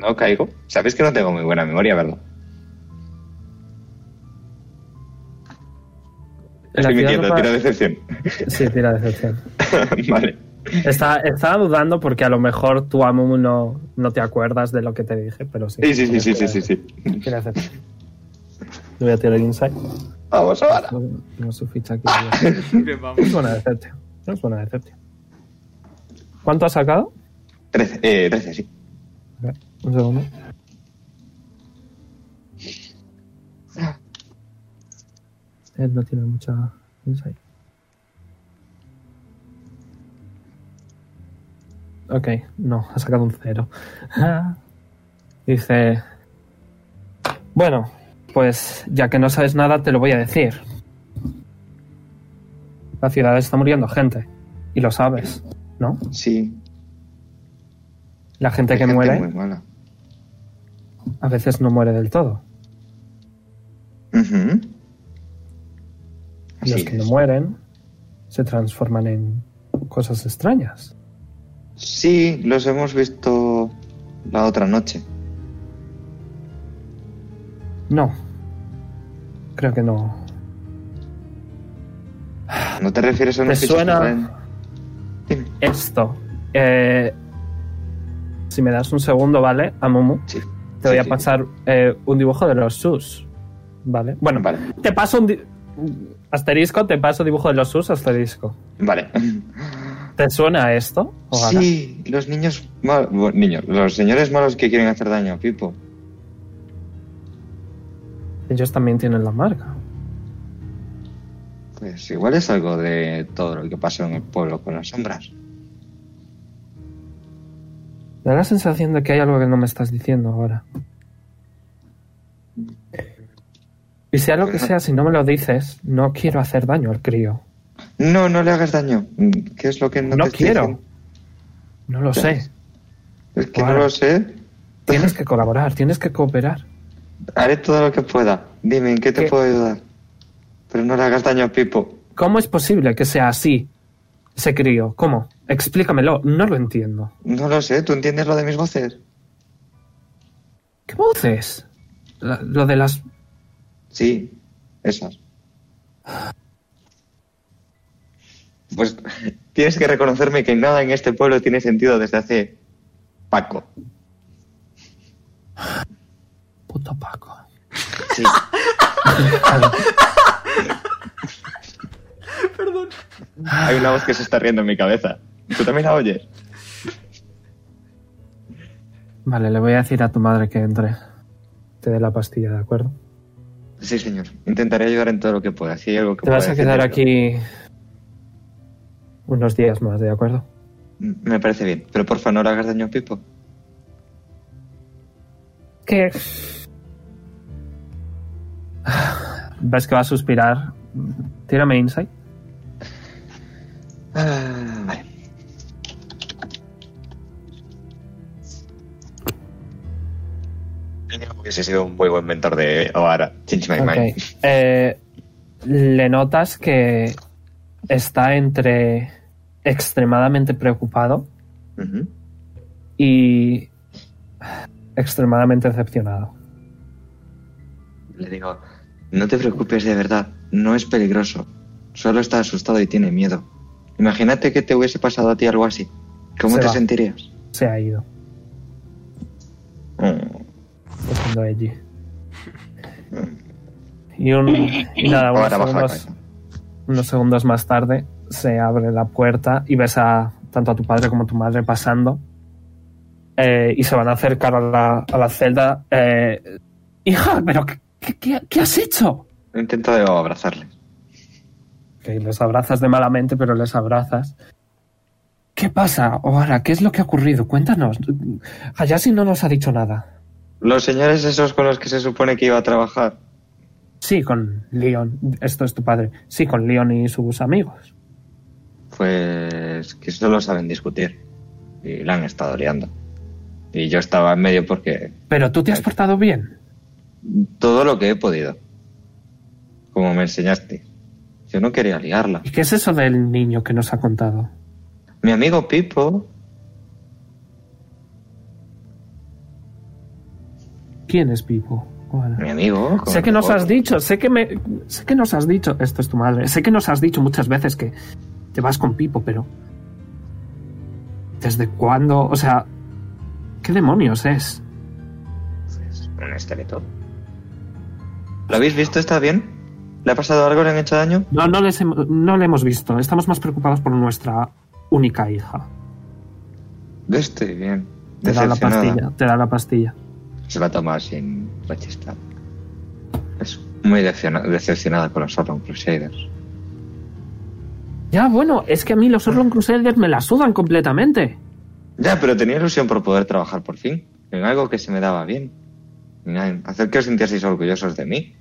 [SPEAKER 6] no caigo. Sabéis que no tengo muy buena memoria, ¿verdad?
[SPEAKER 3] La
[SPEAKER 6] Estoy
[SPEAKER 3] ciudad
[SPEAKER 6] mintiendo,
[SPEAKER 3] no pa-
[SPEAKER 6] tiro decepción. (laughs)
[SPEAKER 3] Sí, tira decepción.
[SPEAKER 6] vale.
[SPEAKER 3] Está, estaba dudando porque a lo mejor tu amo no, no te acuerdas de lo que te dije, pero sí.
[SPEAKER 6] Sí, sí, sí, sí, sí, sí, sí.
[SPEAKER 3] Tira decepción. Le voy a tirar insight.
[SPEAKER 6] Vamos ahora.
[SPEAKER 3] Tengo su ficha
[SPEAKER 6] (laughs)
[SPEAKER 3] aquí.
[SPEAKER 9] Bien, vamos.
[SPEAKER 3] Es buena Deception. Es buena Deception. ¿Cuánto has sacado?
[SPEAKER 6] Trece, eh, trece, sí.
[SPEAKER 3] Ok, Un segundo. Ed no tiene mucha insight. Ok, no, ha sacado un cero. (laughs) Dice... Bueno, pues ya que no sabes nada te lo voy a decir. La ciudad está muriendo gente. Y lo sabes, ¿no?
[SPEAKER 6] Sí.
[SPEAKER 3] La gente
[SPEAKER 6] hay
[SPEAKER 3] que
[SPEAKER 6] gente
[SPEAKER 3] muere
[SPEAKER 6] Muy mala.
[SPEAKER 3] a veces no muere del todo.
[SPEAKER 6] Ujú.
[SPEAKER 3] Y los
[SPEAKER 6] Así
[SPEAKER 3] que no
[SPEAKER 6] es.
[SPEAKER 3] mueren se transforman en cosas extrañas.
[SPEAKER 6] Sí, los hemos visto la otra noche.
[SPEAKER 3] No. Creo que no.
[SPEAKER 6] ¿No te refieres
[SPEAKER 3] ¿Te
[SPEAKER 6] a unos bichos que
[SPEAKER 3] suena?
[SPEAKER 6] traen? Dime.
[SPEAKER 3] Esto. eh, si me das un segundo, ¿vale? A Momu,
[SPEAKER 6] Sí.
[SPEAKER 3] te voy a pasar eh, un dibujo de los sus. ¿Vale? Bueno,
[SPEAKER 6] Vale.
[SPEAKER 3] te paso un... di- Asterisco, te paso dibujo de los sus, asterisco.
[SPEAKER 6] Vale.
[SPEAKER 3] ¿Te suena esto? Ogata?
[SPEAKER 6] Sí, los niños malos. niños, los señores malos que quieren hacer daño a Pipo.
[SPEAKER 3] Ellos también tienen la marca.
[SPEAKER 6] Pues igual es algo de todo lo que pasó en el pueblo con las sombras.
[SPEAKER 3] Me da la sensación de que hay algo que no me estás diciendo ahora. Y sea lo que sea, si no me lo dices, no quiero hacer daño al crío.
[SPEAKER 6] No, no le hagas daño. Mm, ¿Qué es lo que no,
[SPEAKER 3] No
[SPEAKER 6] te estoy
[SPEAKER 3] quiero.
[SPEAKER 6] diciendo?
[SPEAKER 3] No lo sé.
[SPEAKER 6] Es que
[SPEAKER 3] Claro.
[SPEAKER 6] no lo sé.
[SPEAKER 3] Tienes que colaborar, tienes que cooperar.
[SPEAKER 6] Haré todo lo que pueda. Dime, ¿en qué te
[SPEAKER 3] ¿Qué?
[SPEAKER 6] puedo ayudar? Pero no le hagas daño a Pipo.
[SPEAKER 3] ¿Cómo es posible que sea así ese crío? ¿Cómo? Explícamelo. No lo entiendo.
[SPEAKER 6] No lo sé, ¿tú entiendes lo de mis voces?
[SPEAKER 3] ¿Qué voces? La- lo de las...
[SPEAKER 6] Sí, esas. Pues (laughs) tienes que reconocerme que nada en este pueblo tiene sentido desde hace Paco.
[SPEAKER 3] Puto Paco.
[SPEAKER 6] Sí.
[SPEAKER 9] Perdón.
[SPEAKER 6] Hay una voz que se está riendo en mi cabeza. ¿Tú también la oyes?
[SPEAKER 3] Vale, le voy a decir a tu madre que entre. Te dé la pastilla, ¿de acuerdo?
[SPEAKER 6] Sí, señor. Intentaré ayudar en todo lo que pueda. Si hay algo que
[SPEAKER 3] Te vas
[SPEAKER 6] pueda
[SPEAKER 3] a quedar
[SPEAKER 6] decirle,
[SPEAKER 3] aquí unos días más, ¿de acuerdo?
[SPEAKER 6] Mm, Me parece bien. Pero porfa, no le hagas daño a Pipo.
[SPEAKER 3] que ves que va a suspirar tírame insight
[SPEAKER 6] Ah, vale. El niño Hubiese sido un muy buen mentor de Oara. Change my
[SPEAKER 3] Ok.
[SPEAKER 6] mind.
[SPEAKER 3] Eh, le notas que está entre extremadamente preocupado
[SPEAKER 6] Ujú.
[SPEAKER 3] y extremadamente decepcionado
[SPEAKER 6] Le digo, no te preocupes de verdad, no es peligroso. Solo está asustado y tiene miedo. Imagínate que te hubiese pasado a ti algo así. ¿Cómo
[SPEAKER 3] Se
[SPEAKER 6] te
[SPEAKER 3] va.
[SPEAKER 6] sentirías?
[SPEAKER 3] se ha ido
[SPEAKER 6] Mm.
[SPEAKER 3] diciendo
[SPEAKER 6] (laughs)
[SPEAKER 3] allí y un y nada unos
[SPEAKER 6] Ahora baja la
[SPEAKER 3] segundos-
[SPEAKER 6] cabeza.
[SPEAKER 3] unos segundos más tarde se abre la puerta y ves a tanto a tu padre como a tu madre pasando Eh, y se van a acercar a la, a la celda. Eh, Hija, pero ¿qué- qué, qué- qué has hecho?
[SPEAKER 6] Intento de abrazarle.
[SPEAKER 3] Que les abrazas de malamente, pero les abrazas. ¿Qué pasa, Ohara? ¿Qué es lo que ha ocurrido? Cuéntanos. Hayashi no nos ha dicho nada.
[SPEAKER 6] Los señores esos con los que se supone que iba a trabajar.
[SPEAKER 3] Sí, con Leon. Esto es tu padre. Sí, con Leon y sus amigos.
[SPEAKER 6] Pues que solo saben discutir. Y la han estado liando. Y yo estaba en medio porque
[SPEAKER 3] Pero tú te has portado bien.
[SPEAKER 6] todo lo que he podido. Como me enseñaste. Yo no quería liarla.
[SPEAKER 3] ¿Y qué es eso del niño que nos ha contado?
[SPEAKER 6] Mi amigo Pipo,
[SPEAKER 3] ¿Quién es Pipo? Ohara?
[SPEAKER 6] mi amigo. con
[SPEAKER 3] Sé
[SPEAKER 6] el
[SPEAKER 3] que nos
[SPEAKER 6] gorro.
[SPEAKER 3] has dicho, sé que me, sé que nos has dicho, esto es tu madre, sé que nos has dicho muchas veces que te vas con Pipo, pero ¿desde cuándo? O sea, ¿qué demonios es?
[SPEAKER 6] Es Un esqueleto. ¿Lo habéis visto? ¿Está bien? ¿Le ha pasado algo? ¿Le han hecho daño?
[SPEAKER 3] No, no les hemo- no le hemos visto. Estamos más preocupados por nuestra única hija.
[SPEAKER 6] Yo estoy bien.
[SPEAKER 3] Te da la
[SPEAKER 6] Decepcionada.
[SPEAKER 3] pastilla, te da la pastilla.
[SPEAKER 6] Se la toma sin rechistar. Es muy decepciona- decepcionada con los Orlon Crusaders.
[SPEAKER 3] Ya, bueno, es que a mí los Orlon Crusaders me la sudan completamente.
[SPEAKER 6] Ya, pero tenía ilusión por poder trabajar por fin, en algo que se me daba bien. En hacer que os sintieseis orgullosos de mí.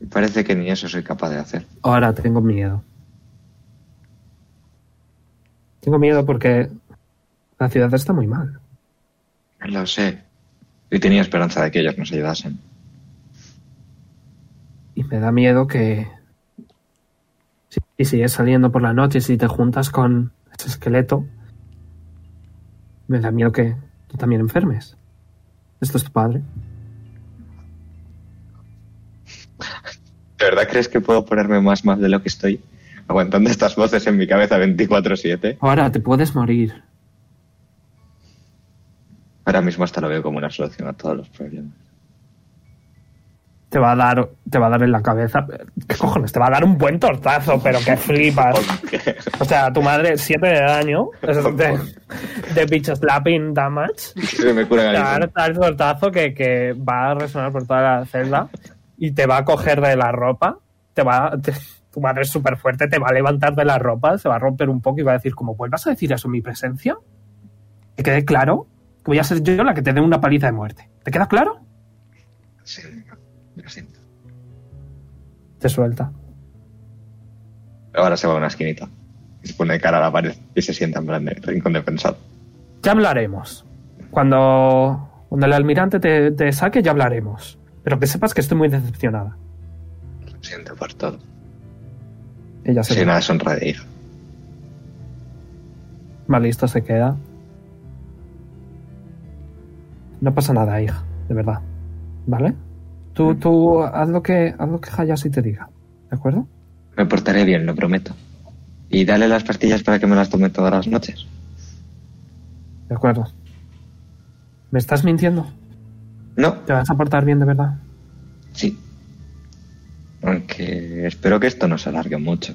[SPEAKER 6] Y Parece que ni eso soy capaz de hacer.
[SPEAKER 3] Ahora tengo miedo. Tengo miedo porque la ciudad está muy mal.
[SPEAKER 6] Lo sé. Y tenía esperanza de que ellos nos ayudasen.
[SPEAKER 3] Y me da miedo que. Si, si sigues saliendo por la noche, si te juntas con ese esqueleto, me da miedo que tú también enfermes. Esto es tu padre.
[SPEAKER 6] ¿De verdad crees que puedo ponerme más mal de lo que estoy? Aguantando estas voces en mi cabeza 24-7.
[SPEAKER 3] Ahora te puedes morir.
[SPEAKER 6] Ahora mismo hasta lo veo como una solución a todos los problemas. (laughs)
[SPEAKER 3] Te va a dar, te va a dar en la cabeza. ¿Qué cojones? Te va a dar un buen tortazo, pero que flipas. O sea, tu madre, 7 de daño. es De, de bitch slapping damage.
[SPEAKER 6] Se me curan
[SPEAKER 3] Te va a dar
[SPEAKER 6] algunos.
[SPEAKER 3] tal tortazo que, que va a resonar por toda la celda y te va a coger de la ropa. Te va, te- tu madre es súper fuerte, te va a levantar de la ropa, se va a romper un poco y va a decir, como vuelvas a decir eso en mi presencia, que quede claro que voy a ser yo la que te dé una paliza de muerte. ¿Te queda claro?
[SPEAKER 6] Sí, lo siento.
[SPEAKER 3] Te suelta.
[SPEAKER 6] Ahora se va a una esquinita. y Se pone de cara a la pared y se sienta en plan de rincón de pensar.
[SPEAKER 3] Ya hablaremos. Cuando, cuando el almirante te, te saque, ya hablaremos. Pero que sepas que estoy muy decepcionada.
[SPEAKER 6] Lo siento por todo.
[SPEAKER 3] Ella se
[SPEAKER 6] Soy
[SPEAKER 3] va.
[SPEAKER 6] una deshonra de hija.
[SPEAKER 3] Vale, esto se queda. No pasa nada, hija, de verdad. ¿Vale? Tú, tú haz lo que haz lo que Hayashi te diga, ¿de acuerdo?
[SPEAKER 6] Me portaré bien, lo prometo. Y dale las pastillas para que me las tome todas las noches.
[SPEAKER 3] De acuerdo. ¿Me estás mintiendo?
[SPEAKER 6] No,
[SPEAKER 3] ¿Te vas a portar bien de verdad?
[SPEAKER 6] sí. Aunque espero que esto no se alargue mucho.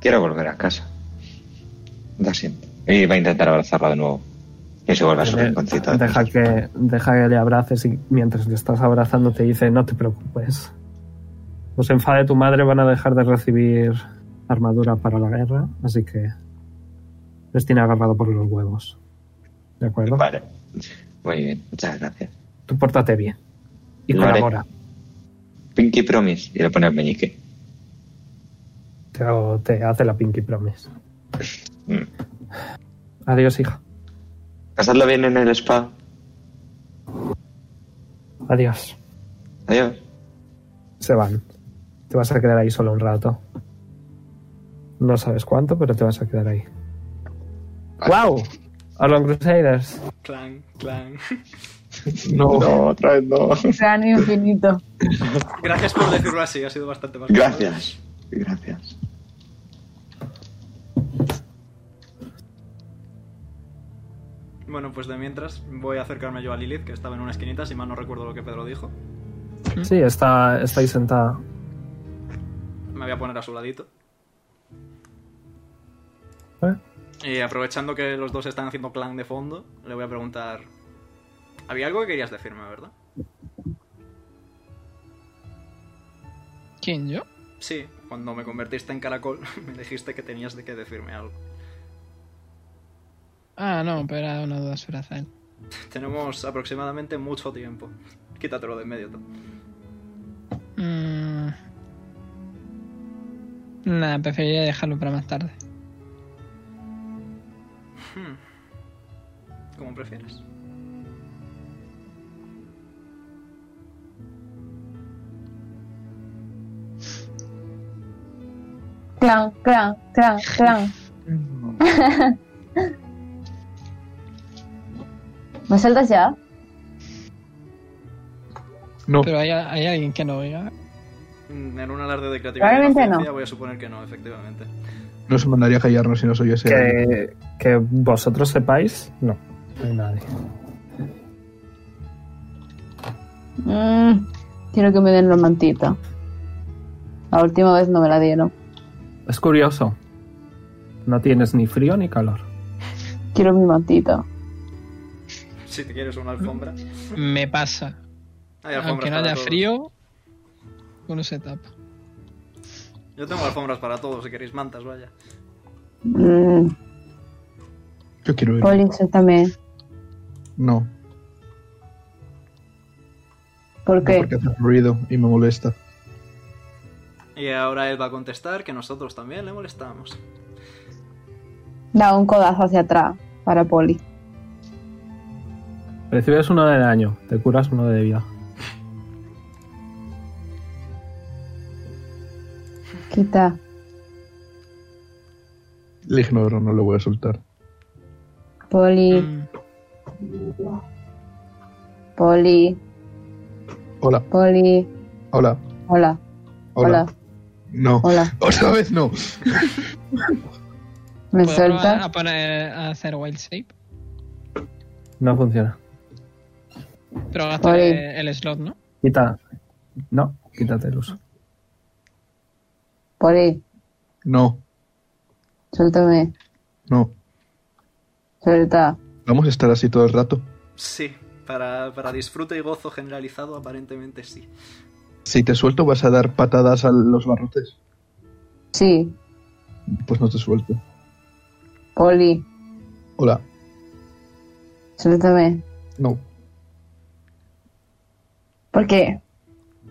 [SPEAKER 6] Quiero volver a casa. Lo siento. Y va a intentar abrazarla de nuevo. Y se vuelve a su rinconcito.
[SPEAKER 3] Eh, Deja que, deja que le abraces y mientras le estás abrazando te dice no te preocupes. Cuando se enfade tu madre van a dejar de recibir armadura para la guerra, así que les tiene agarrado por los huevos. ¿De acuerdo?
[SPEAKER 6] Vale. Muy bien, muchas gracias.
[SPEAKER 3] Tú pórtate bien. Y
[SPEAKER 6] Lo haré.
[SPEAKER 3] colabora.
[SPEAKER 6] Pinky Promise. Y le pone el meñique.
[SPEAKER 3] Te, te hace la pinky promise.
[SPEAKER 6] Mm.
[SPEAKER 3] Adiós, hija.
[SPEAKER 6] Pasadlo bien en el spa.
[SPEAKER 3] Adiós.
[SPEAKER 6] Adiós.
[SPEAKER 3] Se van. Te vas a quedar ahí solo un rato. No sabes cuánto, pero te vas a quedar ahí. ¡Wow! Alon Crusaders.
[SPEAKER 1] Clan, clan.
[SPEAKER 6] No, otra vez no.
[SPEAKER 8] Gran infinito.
[SPEAKER 1] Gracias por decirlo así, ha sido bastante más.
[SPEAKER 6] Gracias. Gracias.
[SPEAKER 1] Bueno, pues de mientras voy a acercarme yo a Lilith, que estaba en una esquinita, si mal no recuerdo lo que Pedro dijo.
[SPEAKER 3] Sí, está, está ahí sentada.
[SPEAKER 1] Me voy a poner a su ladito.
[SPEAKER 3] ¿Eh?
[SPEAKER 1] Y aprovechando que los dos están haciendo clan de fondo, le voy a preguntar... Había algo que querías decirme, ¿verdad?
[SPEAKER 4] ¿Quién yo?
[SPEAKER 1] Sí, cuando me convertiste en caracol (laughs) me dijiste que tenías de que decirme algo.
[SPEAKER 4] Ah, no, pero era una duda sobre Azael.
[SPEAKER 1] Tenemos aproximadamente mucho tiempo. Quítatelo de en medio. Tom.
[SPEAKER 4] Mm. Nada, preferiría dejarlo para más tarde.
[SPEAKER 1] Hmm. Como prefieras.
[SPEAKER 11] Clan, clan, clan, clan.
[SPEAKER 8] ¿Me saltas ya?
[SPEAKER 3] No.
[SPEAKER 4] Pero hay, hay alguien que no oiga.
[SPEAKER 1] Mm, En un alarde de creatividad y
[SPEAKER 8] Probablemente no.
[SPEAKER 1] inocencia, voy a suponer que no, efectivamente.
[SPEAKER 5] No se mandaría a callarnos si no soy ese.
[SPEAKER 3] Que, que vosotros sepáis, no. No hay nadie.
[SPEAKER 8] Mm, quiero que me den la mantita. La última vez no me la dieron.
[SPEAKER 3] Es curioso. No tienes ni frío ni calor.
[SPEAKER 8] Quiero mi mantita.
[SPEAKER 1] Si te quieres una alfombra.
[SPEAKER 4] Me pasa.
[SPEAKER 1] Hay alfombras
[SPEAKER 4] Aunque Ah, no
[SPEAKER 1] para
[SPEAKER 4] haya
[SPEAKER 1] todos.
[SPEAKER 4] frío, uno se tapa.
[SPEAKER 1] Yo tengo alfombras para todos, si queréis mantas, vaya.
[SPEAKER 8] Mm,
[SPEAKER 5] Yo quiero ir.
[SPEAKER 8] Poli, yo también.
[SPEAKER 5] No,
[SPEAKER 8] ¿Por
[SPEAKER 5] no,
[SPEAKER 8] qué?
[SPEAKER 5] porque hace ruido y me molesta.
[SPEAKER 1] Y ahora él va a contestar que nosotros también le molestamos.
[SPEAKER 8] Da un codazo hacia atrás para Poli.
[SPEAKER 3] Recibes uno de daño, te curas uno de vida.
[SPEAKER 8] Quita.
[SPEAKER 5] Le ignoro, no lo voy a soltar.
[SPEAKER 8] Poli,
[SPEAKER 4] Mm.
[SPEAKER 8] Poli,
[SPEAKER 5] Hola,
[SPEAKER 8] Poli.
[SPEAKER 5] hola,
[SPEAKER 8] Hola,
[SPEAKER 5] hola.
[SPEAKER 8] hola,
[SPEAKER 5] No,
[SPEAKER 8] hola.
[SPEAKER 5] otra vez no.
[SPEAKER 8] ¿Me
[SPEAKER 4] ¿Puedo probar
[SPEAKER 8] sueltas?
[SPEAKER 4] a, poner- a hacer wild shape?
[SPEAKER 3] No funciona.
[SPEAKER 4] Pero gasto
[SPEAKER 8] Vale.
[SPEAKER 4] el, el slot, ¿no?
[SPEAKER 3] Quita. No, quítate el uso.
[SPEAKER 8] Poli,
[SPEAKER 5] No,
[SPEAKER 8] suéltame.
[SPEAKER 5] no.
[SPEAKER 8] Suelta.
[SPEAKER 5] Vamos a estar así todo el rato.
[SPEAKER 1] Sí, para, para disfrute y gozo generalizado, aparentemente sí.
[SPEAKER 5] Si te suelto, vas a dar patadas a los barrotes.
[SPEAKER 8] Sí,
[SPEAKER 5] Pues no te suelto.
[SPEAKER 8] Poli,
[SPEAKER 5] Hola,
[SPEAKER 8] suéltame.
[SPEAKER 5] no,
[SPEAKER 8] ¿Por qué?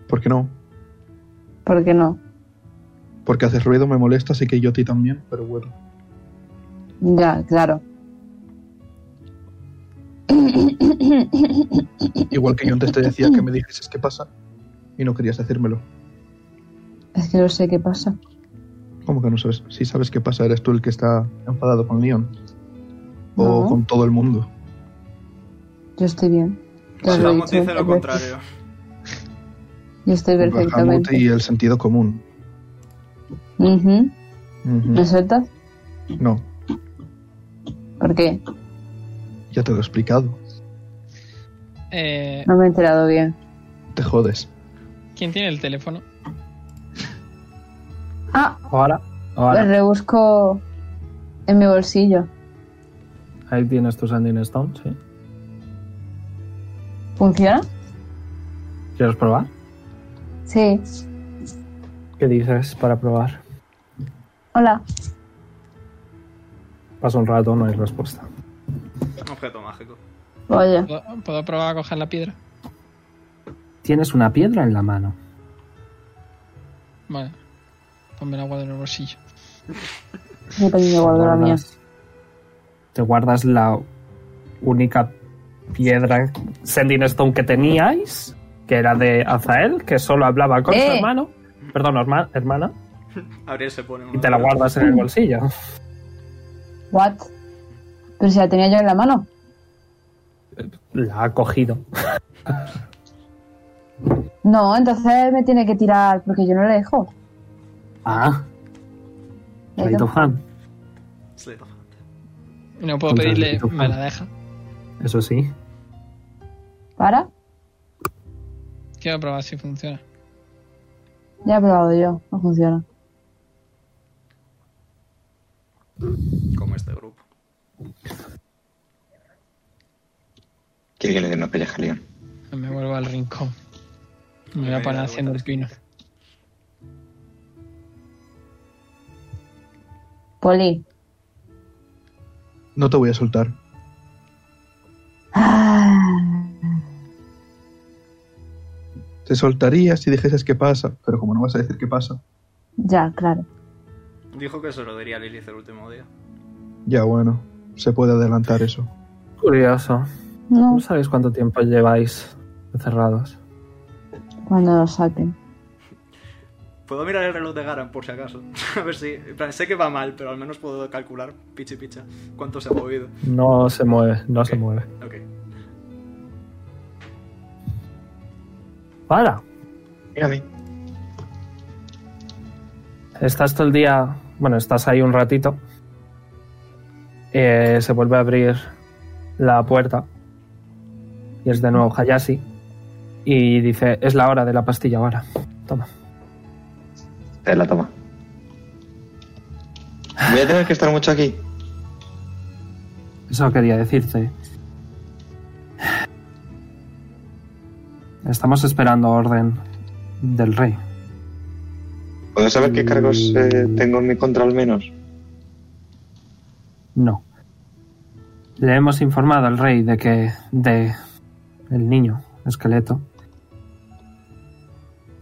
[SPEAKER 5] ¿por qué no?
[SPEAKER 8] ¿Por qué no?
[SPEAKER 5] Porque haces ruido, me molesta, así que yo a ti también, pero bueno.
[SPEAKER 8] Ya, claro.
[SPEAKER 5] Igual que yo antes te decía que me dijeses qué pasa y no querías decírmelo.
[SPEAKER 8] Es que no sé qué pasa.
[SPEAKER 5] ¿Cómo que no sabes? Si sabes qué pasa, eres tú el que está enfadado con Leon. O
[SPEAKER 8] No.
[SPEAKER 5] con todo el mundo.
[SPEAKER 8] Yo estoy bien. Ya os lo he
[SPEAKER 1] Bahamut
[SPEAKER 8] dicho
[SPEAKER 1] dice lo
[SPEAKER 8] muchas veces.
[SPEAKER 1] contrario.
[SPEAKER 8] Yo estoy
[SPEAKER 5] Pues Bahamut
[SPEAKER 8] perfectamente.
[SPEAKER 5] y el sentido común.
[SPEAKER 8] Ujú.
[SPEAKER 5] Ujú.
[SPEAKER 8] ¿Me sueltas?
[SPEAKER 5] No,
[SPEAKER 8] ¿Por qué?
[SPEAKER 5] ya te lo he explicado.
[SPEAKER 4] Eh,
[SPEAKER 8] No me he enterado bien.
[SPEAKER 5] Te jodes.
[SPEAKER 4] ¿Quién tiene el teléfono?
[SPEAKER 8] Ah,
[SPEAKER 3] Ahora,
[SPEAKER 8] lo
[SPEAKER 3] ahora.
[SPEAKER 8] rebusco en mi bolsillo.
[SPEAKER 3] Ahí tienes tu Sanding Stone, sí.
[SPEAKER 8] ¿Funciona?
[SPEAKER 3] ¿Quieres probar?
[SPEAKER 8] Sí.
[SPEAKER 3] ¿Qué dices para probar?
[SPEAKER 8] Hola.
[SPEAKER 3] Pasa un rato, no hay respuesta.
[SPEAKER 9] Un objeto mágico.
[SPEAKER 8] Vaya.
[SPEAKER 4] ¿Puedo, puedo probar a coger la piedra?
[SPEAKER 3] Tienes una piedra en la mano.
[SPEAKER 4] Vale. Ponme la guardo en el bolsillo.
[SPEAKER 8] Yo también me guardo la mía.
[SPEAKER 3] Guardas- Te guardas la única piedra Sending Stone que teníais, que era de Azael, que solo hablaba con su
[SPEAKER 8] ¡Eh!
[SPEAKER 3] hermano. Perdón, herma- hermana.
[SPEAKER 9] Ariel se pone una
[SPEAKER 3] Y te la
[SPEAKER 9] piedra.
[SPEAKER 3] guardas en el bolsillo.
[SPEAKER 8] What? Pero si la tenía yo en la mano.
[SPEAKER 3] La ha cogido.
[SPEAKER 8] No, entonces me tiene que tirar porque yo no le dejo.
[SPEAKER 3] Ah,
[SPEAKER 8] Le
[SPEAKER 3] Rito
[SPEAKER 8] digo,
[SPEAKER 3] Fan.
[SPEAKER 9] Slate of hand.
[SPEAKER 4] No puedo
[SPEAKER 3] Contra el
[SPEAKER 4] pedirle,
[SPEAKER 3] espíritu.
[SPEAKER 4] me la deja.
[SPEAKER 3] Eso sí.
[SPEAKER 8] ¿Para?
[SPEAKER 4] Quiero probar si funciona.
[SPEAKER 8] Ya he probado yo, no funciona.
[SPEAKER 9] Como este grupo.
[SPEAKER 6] Quiere que le dé una pelleja a León.
[SPEAKER 4] Me vuelvo al rincón. Me voy
[SPEAKER 9] Venga,
[SPEAKER 4] a poner
[SPEAKER 9] la
[SPEAKER 4] haciendo el
[SPEAKER 9] vuelta
[SPEAKER 4] pino.
[SPEAKER 8] Poli.
[SPEAKER 5] No te voy a soltar.
[SPEAKER 8] Ah,
[SPEAKER 5] Te soltaría si dijeses qué pasa, pero como no vas a decir qué pasa,
[SPEAKER 8] ya, claro.
[SPEAKER 9] Dijo que se lo diría a Lilith el último día.
[SPEAKER 5] ya bueno, se puede adelantar eso.
[SPEAKER 3] Curioso.
[SPEAKER 8] No,
[SPEAKER 3] No
[SPEAKER 4] Pues-
[SPEAKER 3] sabéis cuánto tiempo lleváis encerrados.
[SPEAKER 8] cuando lo saquen.
[SPEAKER 9] Puedo mirar el reloj de Garan por si acaso. (laughs) A ver si. en plan, sé que va mal, pero al menos puedo calcular, pichi picha, cuánto se ha movido.
[SPEAKER 3] No se mueve, no se
[SPEAKER 9] Ok.
[SPEAKER 3] mueve.
[SPEAKER 9] Ok.
[SPEAKER 3] Para.
[SPEAKER 6] Mírame.
[SPEAKER 3] Estás todo el día. Bueno, estás ahí un ratito. Eh, se vuelve a abrir la puerta. Y es de nuevo Hayashi. Y dice: Es la hora de la pastilla ahora. Toma.
[SPEAKER 6] Te Eh, la toma. Voy a tener que estar mucho aquí.
[SPEAKER 3] Eso quería decirte. Estamos esperando orden del rey.
[SPEAKER 6] ¿Puedo saber qué cargos eh, tengo en mi contra al menos?
[SPEAKER 3] No. Le hemos informado al rey de que. de. el niño, esqueleto.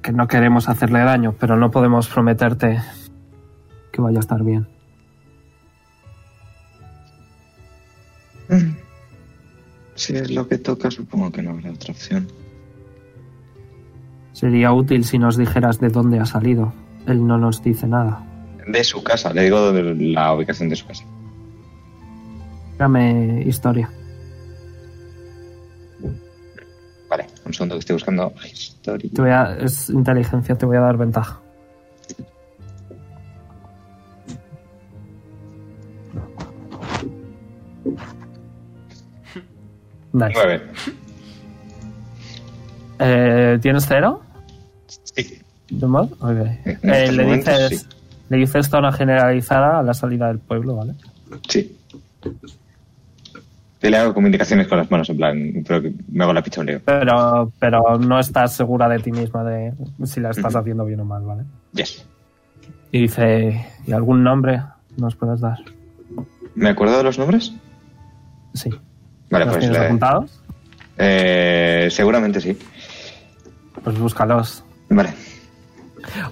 [SPEAKER 3] que no queremos hacerle daño, pero no podemos prometerte que vaya a estar bien.
[SPEAKER 6] Si es lo que toca, supongo que no habrá otra opción.
[SPEAKER 3] Sería útil si nos dijeras de dónde ha salido. Él no nos dice nada.
[SPEAKER 6] De su casa, le digo de la ubicación de su casa.
[SPEAKER 3] Dame historia.
[SPEAKER 6] Vale, un segundo que estoy buscando historia.
[SPEAKER 3] Te voy a- es inteligencia, te voy a dar ventaja. Nice.
[SPEAKER 6] Nueve.
[SPEAKER 3] Eh, ¿Tienes cero?
[SPEAKER 6] Sí.
[SPEAKER 3] ¿De mod? Ok. Eh,
[SPEAKER 6] estos
[SPEAKER 3] le,
[SPEAKER 6] momentos,
[SPEAKER 3] dices, le dices zona generalizada a la salida del pueblo, ¿vale?
[SPEAKER 6] Sí. Y le hago comunicaciones con las manos, en plan, creo que me hago la picha un lío.
[SPEAKER 3] Pero, pero no estás segura de ti misma de si la estás
[SPEAKER 6] Ujú.
[SPEAKER 3] haciendo bien o mal, ¿vale?
[SPEAKER 6] Yes.
[SPEAKER 3] Y dice, ¿y algún nombre nos puedes dar?
[SPEAKER 6] ¿Me acuerdo de los nombres?
[SPEAKER 3] Sí.
[SPEAKER 6] Vale,
[SPEAKER 3] ¿Los
[SPEAKER 6] pues
[SPEAKER 3] tienes
[SPEAKER 6] le,
[SPEAKER 3] apuntados?
[SPEAKER 6] eh, seguramente sí.
[SPEAKER 3] Pues búscalos.
[SPEAKER 6] Vale.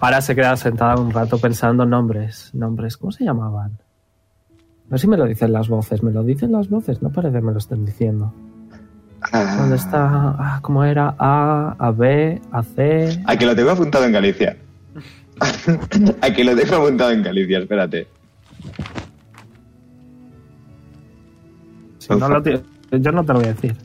[SPEAKER 3] Ahora se queda sentada un rato pensando nombres, nombres, ¿cómo se llamaban? A ver si me lo dicen las voces, me lo dicen las voces, no parece que me lo estén diciendo.
[SPEAKER 6] Ah.
[SPEAKER 3] ¿Dónde está? Ah, ¿Cómo era? A, A, B, A, C.
[SPEAKER 6] A que lo tengo apuntado en Galicia. (laughs) A que lo tengo apuntado en Galicia, espérate.
[SPEAKER 3] Si no lo ti- yo no te lo voy a decir.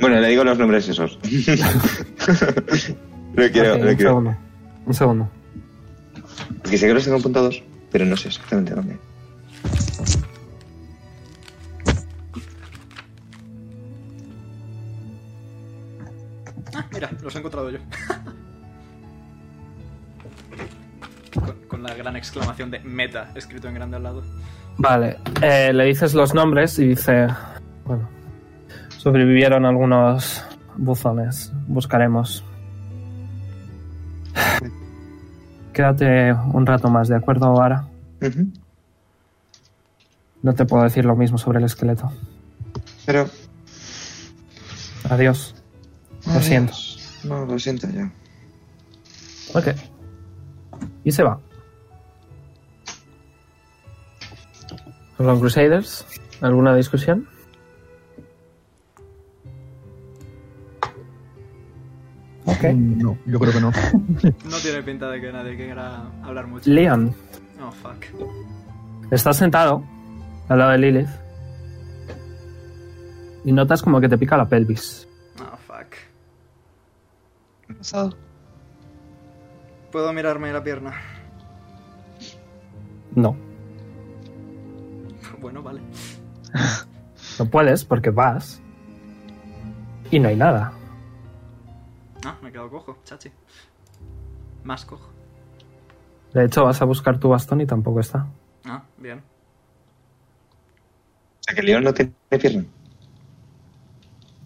[SPEAKER 6] Bueno, le digo los nombres esos. (laughs) no quiero,
[SPEAKER 3] Ok,
[SPEAKER 6] no
[SPEAKER 3] un
[SPEAKER 6] quiero.
[SPEAKER 3] segundo. Un segundo.
[SPEAKER 6] Es que sé que los tengo apuntados, pero no sé exactamente dónde.
[SPEAKER 9] Ah, mira, los he encontrado yo. (laughs) con, con la gran exclamación de meta escrito en grande al lado.
[SPEAKER 3] Vale, eh, le dices los nombres y dice, bueno, sobrevivieron algunos buzones. Buscaremos. Quédate un rato más, ¿de acuerdo, ahora
[SPEAKER 6] Ujú.
[SPEAKER 3] No te puedo decir lo mismo sobre el esqueleto.
[SPEAKER 6] Pero.
[SPEAKER 3] Adiós. Lo siento.
[SPEAKER 6] No, lo siento yo.
[SPEAKER 3] Ok. Y se va. Los Crusaders, ¿alguna discusión? Ok.
[SPEAKER 5] Mm, No, yo creo que no.
[SPEAKER 1] No tiene pinta de que nadie quiera hablar mucho.
[SPEAKER 3] Leon,
[SPEAKER 9] Oh,
[SPEAKER 1] No, fuck.
[SPEAKER 3] estás sentado al lado de Lilith y notas como que te pica la pelvis.
[SPEAKER 9] Oh,
[SPEAKER 1] No, fuck.
[SPEAKER 6] ¿Qué ha pasado?
[SPEAKER 1] Puedo mirarme la
[SPEAKER 9] (laughs)
[SPEAKER 1] pierna.
[SPEAKER 3] No,
[SPEAKER 1] Bueno, vale.
[SPEAKER 3] no puedes porque vas y no hay nada.
[SPEAKER 1] Ah, me he quedado cojo, chachi. Más cojo.
[SPEAKER 3] De hecho, vas a buscar tu bastón y tampoco está.
[SPEAKER 1] Ah, bien.
[SPEAKER 6] O sea, que León no tiene pierna.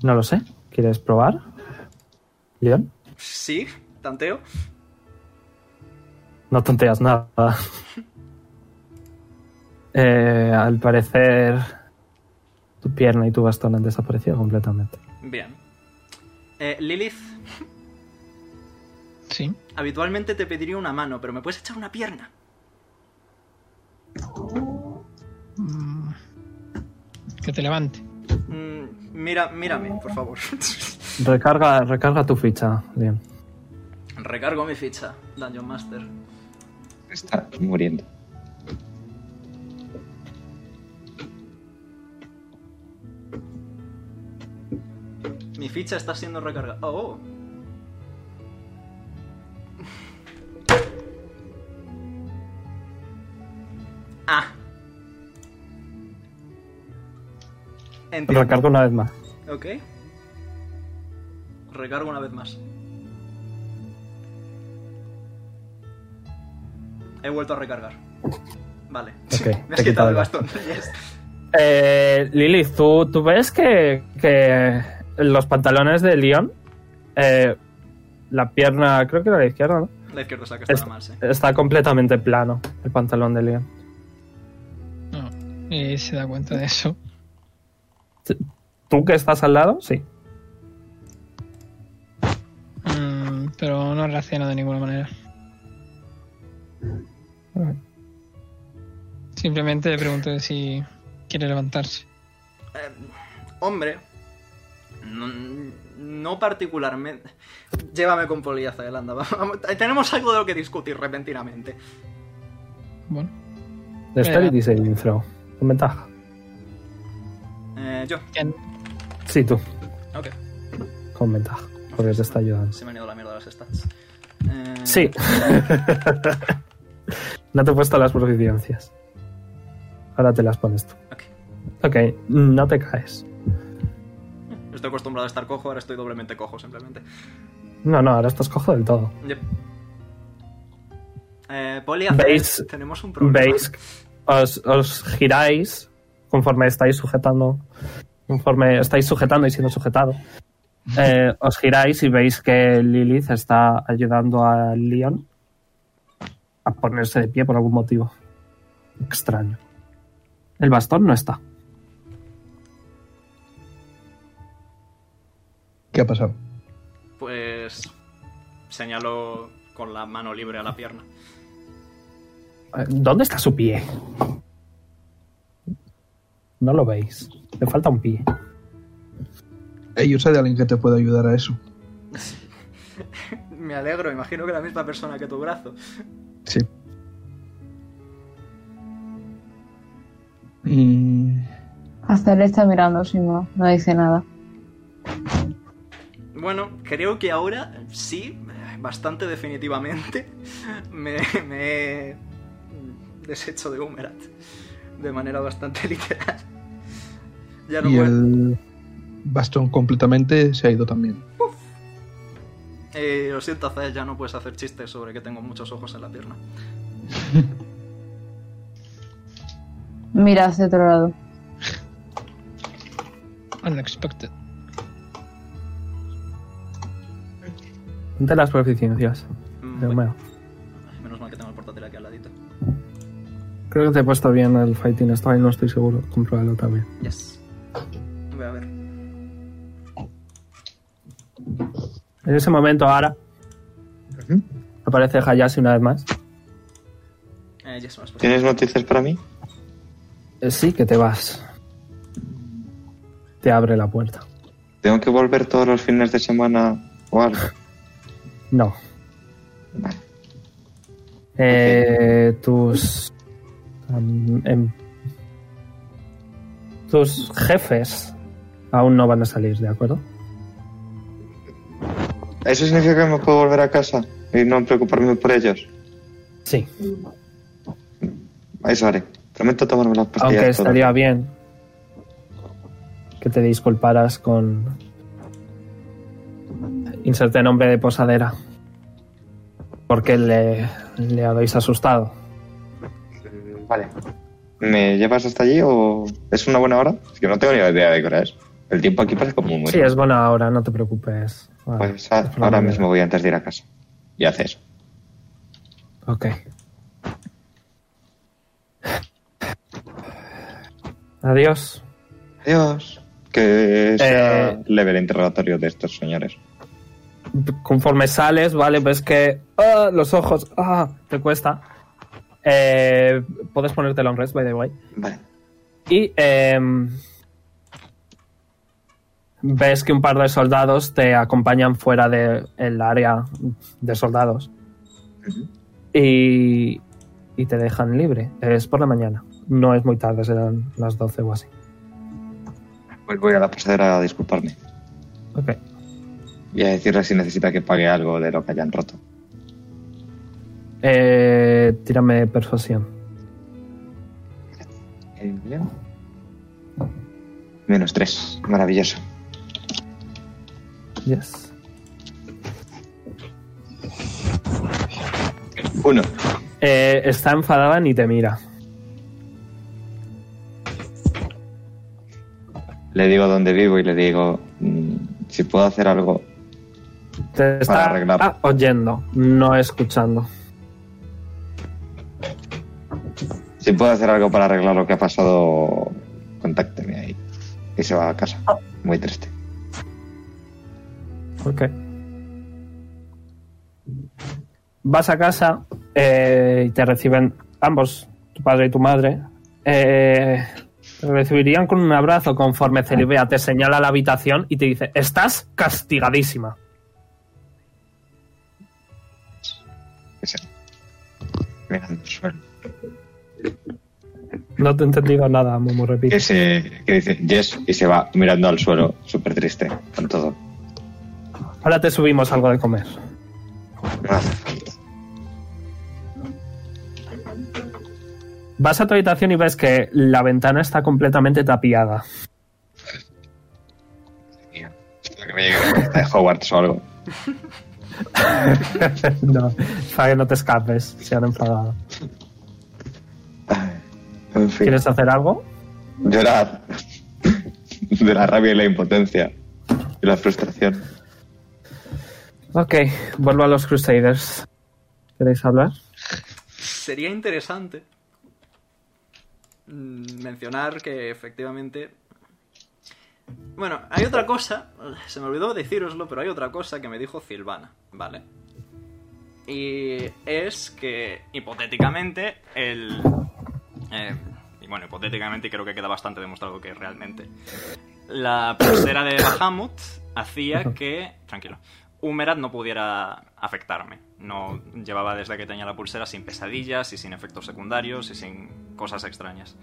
[SPEAKER 3] No lo sé. ¿Quieres probar? Leon,
[SPEAKER 1] Sí, tanteo.
[SPEAKER 3] no tonteas nada. (laughs) Eh, al parecer, tu pierna y tu bastón han desaparecido completamente.
[SPEAKER 1] Bien. Eh, Lilith,
[SPEAKER 4] Sí.
[SPEAKER 1] habitualmente te pediría una mano, pero me puedes echar una pierna.
[SPEAKER 4] Mm. Que te levante.
[SPEAKER 1] Mm, mira, mírame, por favor. (laughs)
[SPEAKER 3] Recarga, recarga tu ficha, Leon.
[SPEAKER 1] Recargo mi ficha, Dungeon Master.
[SPEAKER 6] Está muriendo.
[SPEAKER 1] Mi ficha está siendo recargada. Oh. Ah. Entiendo.
[SPEAKER 3] Recarga una vez más.
[SPEAKER 1] Ok. Recargo una vez más. He vuelto a recargar. Vale. (laughs) Me has
[SPEAKER 3] te he
[SPEAKER 1] quitado
[SPEAKER 3] quitado
[SPEAKER 1] el
[SPEAKER 3] el
[SPEAKER 1] bastón. (laughs) Yes.
[SPEAKER 3] Eh, Lilith, ¿tú, tú ves que, que los pantalones de Leon, eh, la pierna, creo que era la izquierda, ¿no?
[SPEAKER 1] La izquierda saca está mal, sí.
[SPEAKER 3] está completamente plano, el pantalón de Leon.
[SPEAKER 4] No. Eh, se da cuenta de eso.
[SPEAKER 3] ¿Tú que estás al lado? Sí.
[SPEAKER 4] Mm, pero no reacciona de ninguna manera. Simplemente le pregunto si quiere levantarse.
[SPEAKER 1] Eh, hombre. No, no particularmente. Llévame con Poliaza, Yolanda. (laughs) Vamos, tenemos algo de lo que discutir repentinamente.
[SPEAKER 4] Bueno,
[SPEAKER 3] Dexterity saving throw. Con ventaja.
[SPEAKER 1] Eh, yo.
[SPEAKER 4] ¿quién?
[SPEAKER 3] Sí, tú.
[SPEAKER 1] Ok.
[SPEAKER 3] Con ventaja. Porque te está ayudando.
[SPEAKER 1] Se me han ido la mierda las stats. Eh,
[SPEAKER 3] Sí. (laughs) no te he puesto las proficiencias. Ahora te las pones tú.
[SPEAKER 1] Ok.
[SPEAKER 3] Ok, no te caes.
[SPEAKER 1] Estoy acostumbrado a estar cojo, ahora estoy doblemente cojo, simplemente.
[SPEAKER 3] No, no, ahora estás cojo del todo.
[SPEAKER 1] Yep. Eh, Poli,
[SPEAKER 3] ¿Veis-
[SPEAKER 1] hace- tenemos un problema.
[SPEAKER 3] Veis, os, os giráis conforme estáis sujetando, conforme estáis sujetando y siendo sujetado. Eh, os giráis y veis que Lilith está ayudando a Leon a ponerse de pie por algún motivo extraño. El bastón no está.
[SPEAKER 5] ¿Qué ha pasado?
[SPEAKER 1] Pues señalo con la mano libre a la pierna.
[SPEAKER 3] Eh, ¿Dónde está su pie? No lo veis. Le falta un pie.
[SPEAKER 5] Ey, usa de alguien que te pueda ayudar a eso.
[SPEAKER 1] Me alegro, imagino que la misma persona que tu brazo.
[SPEAKER 5] Sí. Y...
[SPEAKER 8] Hasta él está mirando, si no, no dice nada.
[SPEAKER 1] Bueno, creo que ahora sí, bastante definitivamente, (laughs) me, me he deshecho de Humerat. De manera bastante (laughs) literal. Ya no
[SPEAKER 5] y
[SPEAKER 1] puedo.
[SPEAKER 5] el bastón completamente se ha ido también.
[SPEAKER 1] Eh, lo siento, Zael, ya no puedes hacer chistes sobre que tengo muchos ojos en la pierna.
[SPEAKER 8] Mira hacia otro lado.
[SPEAKER 4] Unexpected.
[SPEAKER 3] Ponte las proficiencias.
[SPEAKER 1] Mm,
[SPEAKER 3] Dios
[SPEAKER 1] bueno,
[SPEAKER 3] mío.
[SPEAKER 1] menos mal que tengo el portátil aquí al ladito.
[SPEAKER 3] Creo que te he puesto bien el Fighting Style, no estoy seguro. Compruébalo también.
[SPEAKER 1] Yes. Voy a ver.
[SPEAKER 3] En ese momento, ahora aparece Hayashi una vez más.
[SPEAKER 1] Eh, yes, más por-
[SPEAKER 6] ¿Tienes noticias para mí?
[SPEAKER 3] Eh, Sí, que te vas. Te abre la puerta.
[SPEAKER 6] ¿Tengo que volver todos los fines de semana o algo?
[SPEAKER 3] No.
[SPEAKER 6] Vale.
[SPEAKER 3] Eh, tus. am- em- tus jefes aún no van a salir, ¿de acuerdo?
[SPEAKER 6] ¿Eso significa que me puedo volver a casa y no preocuparme por ellos?
[SPEAKER 3] Sí.
[SPEAKER 6] Eso haré. Prometo tomarme las pastillas.
[SPEAKER 3] Aunque
[SPEAKER 6] todas.
[SPEAKER 3] estaría bien que te disculparas con. Inserte nombre de posadera. Porque le, le habéis asustado.
[SPEAKER 6] Vale. ¿Me llevas hasta allí o es una buena hora? Es que no tengo ni idea de qué hora es. El tiempo aquí pasa como muy...
[SPEAKER 3] Sí, es buena hora, no te preocupes. Vale,
[SPEAKER 6] Pues a-
[SPEAKER 3] es buena
[SPEAKER 6] ahora
[SPEAKER 3] hora.
[SPEAKER 6] mismo voy antes de ir a casa. Y hace eso.
[SPEAKER 3] Ok. Adiós.
[SPEAKER 6] Adiós. Que sea
[SPEAKER 3] Eh.
[SPEAKER 6] leve el interrogatorio de estos señores.
[SPEAKER 3] Conforme sales, ¿vale? Ves que ah, los ojos ah, te cuesta. Eh, Puedes ponértelo en rest, by the way.
[SPEAKER 6] Vale.
[SPEAKER 3] Y em, ves que un par de soldados te acompañan fuera del área de soldados. Y, y te dejan libre. Es por la mañana. No es muy tarde, serán las 12 o así.
[SPEAKER 6] Pues voy a la posadera a disculparme.
[SPEAKER 3] Ok.
[SPEAKER 6] Y a decirle si necesita que pague algo de lo que hayan roto.
[SPEAKER 3] Eh, tírame persuasión.
[SPEAKER 6] Eh, bien. Menos tres. Maravilloso.
[SPEAKER 3] Yes.
[SPEAKER 6] Uno.
[SPEAKER 3] Eh, está enfadada ni te mira.
[SPEAKER 6] Le digo dónde vivo y le digo mm, si puedo hacer algo.
[SPEAKER 3] Te está
[SPEAKER 6] arreglar.
[SPEAKER 3] ah, oyendo, no escuchando.
[SPEAKER 6] Si puedo hacer algo para arreglar lo que ha pasado, contácteme ahí. Y se va a casa. Muy triste.
[SPEAKER 3] Ok. Vas a casa eh, y te reciben ambos, tu padre y tu madre. Eh, te recibirían con un abrazo conforme Celibea te señala la habitación y te dice, estás castigadísima.
[SPEAKER 6] Que sea. Mirando al suelo.
[SPEAKER 3] No te he entendido nada, Momo, repite.
[SPEAKER 6] Que, se, que dice yes y se va mirando al suelo, súper triste con todo.
[SPEAKER 3] Ahora te subimos algo de comer.
[SPEAKER 6] No hace falta.
[SPEAKER 3] Vas a tu habitación y ves que la ventana está completamente tapiada. (laughs)
[SPEAKER 6] Espero que me llegue la carta de Hogwarts o algo.
[SPEAKER 3] no, para que no te escapes, se han enfadado.
[SPEAKER 6] En fin.
[SPEAKER 3] ¿Quieres hacer algo?
[SPEAKER 6] Llorar. De la rabia y la impotencia. Y la frustración. (laughs)
[SPEAKER 3] Ok, vuelvo a los Crusaders. ¿Queréis hablar?
[SPEAKER 1] Sería interesante mm, mencionar que efectivamente... Bueno, hay otra cosa, (laughs) se me olvidó decíroslo, pero hay otra cosa que me dijo Silvana, ¿vale? Y es que hipotéticamente el... eh, y bueno, hipotéticamente y creo que queda bastante demostrado que realmente. La pulsera de Bahamut hacía que... Tranquilo. Humerat no pudiera afectarme. No llevaba desde que tenía la pulsera sin pesadillas y sin efectos secundarios y sin cosas extrañas.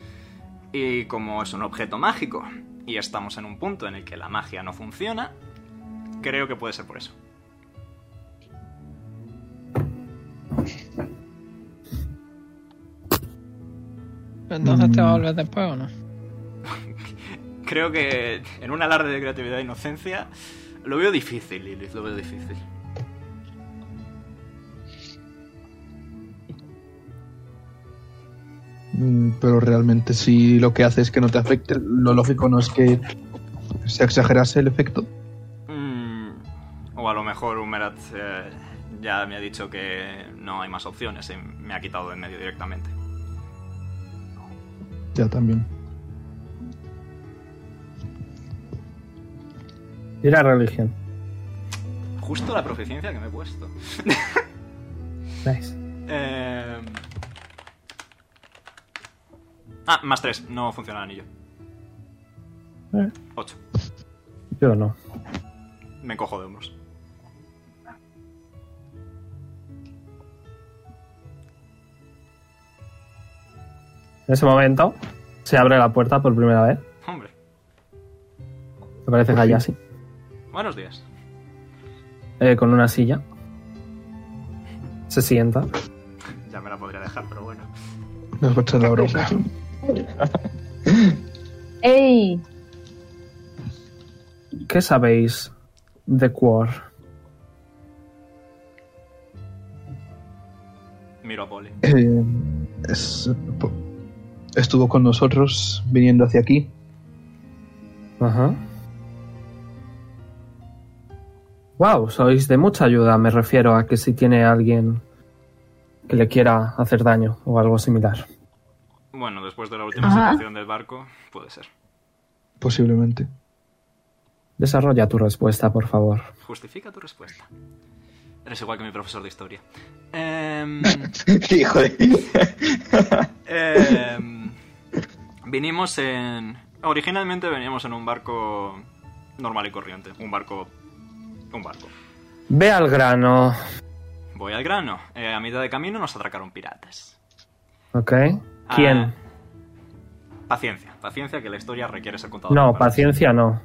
[SPEAKER 1] Y como es un objeto mágico y estamos en un punto en el que la magia no funciona, creo que puede ser por eso.
[SPEAKER 4] Pero Entonces
[SPEAKER 5] Mm.
[SPEAKER 4] te va a volver después o no?
[SPEAKER 1] Creo que en un alarde de creatividad e inocencia lo veo difícil, Lilith, lo veo difícil.
[SPEAKER 5] Mm, Pero realmente si lo que hace es que no te afecte, lo lógico no es que se exagerase el efecto.
[SPEAKER 1] Mm, o a lo mejor Humerat eh, ya me ha dicho que no hay más opciones y me ha quitado de en medio directamente.
[SPEAKER 5] Ya también.
[SPEAKER 3] Y la religión.
[SPEAKER 1] Justo la proficiencia que me he puesto.
[SPEAKER 3] Nice.
[SPEAKER 1] Eh, Ah, más tres. No funciona el anillo.
[SPEAKER 3] Eh.
[SPEAKER 1] Ocho.
[SPEAKER 3] Yo no.
[SPEAKER 1] Me cojo de hombros.
[SPEAKER 3] En ese momento se abre la puerta por primera vez.
[SPEAKER 1] Hombre.
[SPEAKER 3] Aparece Hayashi.
[SPEAKER 1] Buenos días.
[SPEAKER 3] eh, con una silla. Se sienta.
[SPEAKER 1] Ya me la podría dejar, pero bueno.
[SPEAKER 5] Nos va a echar la bronca.
[SPEAKER 8] ¡Ey!
[SPEAKER 3] ¿Qué sabéis de Quor?
[SPEAKER 1] Miro a Poli.
[SPEAKER 5] Eh, es- po- estuvo con nosotros viniendo hacia aquí.
[SPEAKER 3] Ajá. Wow, sois de mucha ayuda. Me refiero a que si tiene alguien que le quiera hacer daño o algo similar.
[SPEAKER 1] Bueno, después de la última
[SPEAKER 8] Ajá.
[SPEAKER 1] situación del barco, puede ser.
[SPEAKER 5] Posiblemente.
[SPEAKER 3] Desarrolla tu respuesta, por favor.
[SPEAKER 1] Justifica tu respuesta. Eres igual que mi profesor de historia. Em,
[SPEAKER 6] Hijo de...
[SPEAKER 1] em, vinimos en... Originalmente veníamos en un barco normal y corriente. Un barco... Un barco.
[SPEAKER 3] Ve al grano,
[SPEAKER 1] Voy al grano. Eh, a mitad de camino nos atracaron piratas.
[SPEAKER 3] ¿ok? ¿Quién?
[SPEAKER 1] Ah, paciencia. Paciencia que la historia requiere ser contada.
[SPEAKER 3] no,
[SPEAKER 1] Para-
[SPEAKER 3] paciencia no.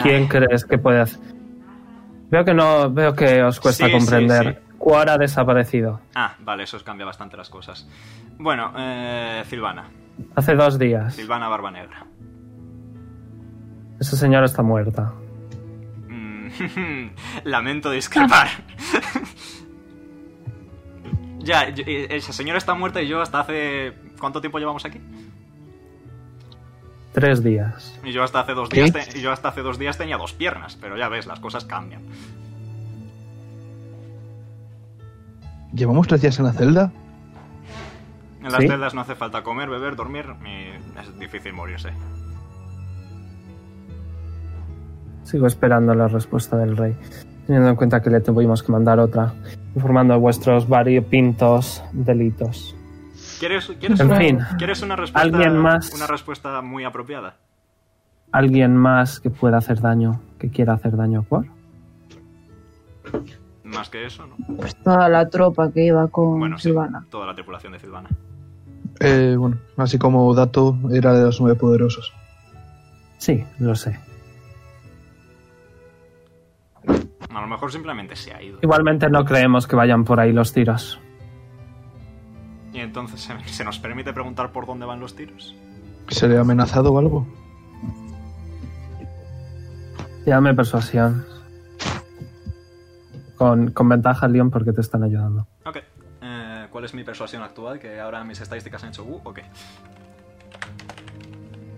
[SPEAKER 3] ¿Quién
[SPEAKER 1] Ay.
[SPEAKER 3] crees que puede hacer? Veo que no, veo que os cuesta
[SPEAKER 1] Sí, sí,
[SPEAKER 3] comprender. Quar ha desaparecido.
[SPEAKER 1] Ah, vale, eso os cambia bastante las cosas. Bueno, eh, Silvana.
[SPEAKER 3] Hace dos días.
[SPEAKER 1] Silvana Barba Negra.
[SPEAKER 3] Esa señora está muerta.
[SPEAKER 1] Mm, (laughs) Lamento discrepar. (laughs) ya, yo- eh, esa señora está muerta y yo hasta hace... ¿Cuánto tiempo llevamos aquí?
[SPEAKER 3] Tres días.
[SPEAKER 1] Y yo hasta hace dos días, te- y yo hasta hace dos días tenía dos piernas, pero ya ves, las cosas cambian.
[SPEAKER 5] ¿Llevamos tres días en la celda?
[SPEAKER 1] En las
[SPEAKER 3] ¿Sí?
[SPEAKER 1] celdas no hace falta comer, beber, dormir y es difícil morirse.
[SPEAKER 3] Sigo esperando la respuesta del rey, teniendo en cuenta que le tuvimos que mandar otra, informando de vuestros variopintos delitos.
[SPEAKER 1] ¿Quieres, quieres
[SPEAKER 3] En
[SPEAKER 1] una,
[SPEAKER 3] fin.
[SPEAKER 1] ¿quieres una respuesta,
[SPEAKER 3] ¿Alguien más?
[SPEAKER 1] una respuesta muy apropiada?
[SPEAKER 3] ¿Alguien más que pueda hacer daño, que quiera hacer daño a Quar?
[SPEAKER 1] Más que eso, ¿no?
[SPEAKER 2] Pues toda la tropa que iba con
[SPEAKER 1] Bueno, sí,
[SPEAKER 2] Silvana.
[SPEAKER 1] toda la tripulación de Silvana.
[SPEAKER 5] Eh, bueno, así como dato, era de los nueve poderosos.
[SPEAKER 3] Sí, lo sé.
[SPEAKER 1] A lo mejor simplemente se ha ido.
[SPEAKER 3] Igualmente no creemos que vayan por ahí los tiros.
[SPEAKER 1] Y entonces, ¿se, se nos permite preguntar por dónde van los tiros?
[SPEAKER 5] ¿Se le ha amenazado o algo?
[SPEAKER 3] Llame persuasión. Con, con ventaja, Leon, porque te están ayudando.
[SPEAKER 1] Ok. Eh, ¿Cuál es mi persuasión actual? Que ahora mis estadísticas han hecho uh, ok.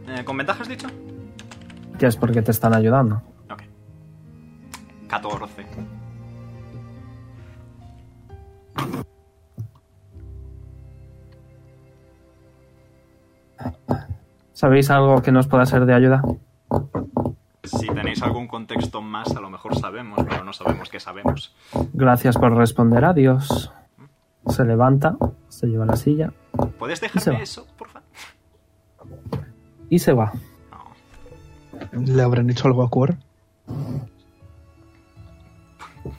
[SPEAKER 1] Eh, ¿Con ventajas dicho?
[SPEAKER 3] Que es porque te están ayudando.
[SPEAKER 1] Ok. 14.
[SPEAKER 3] ¿Sabéis algo que nos pueda ser de ayuda?
[SPEAKER 1] Si tenéis algún contexto más, a lo mejor sabemos, pero no sabemos qué sabemos.
[SPEAKER 3] Gracias por responder, adiós. Se levanta, se lleva la silla
[SPEAKER 1] ¿Puedes
[SPEAKER 3] Se va.
[SPEAKER 1] dejarme eso, por favor?
[SPEAKER 3] y se va.
[SPEAKER 1] No.
[SPEAKER 5] ¿Le habrán hecho algo a Quor?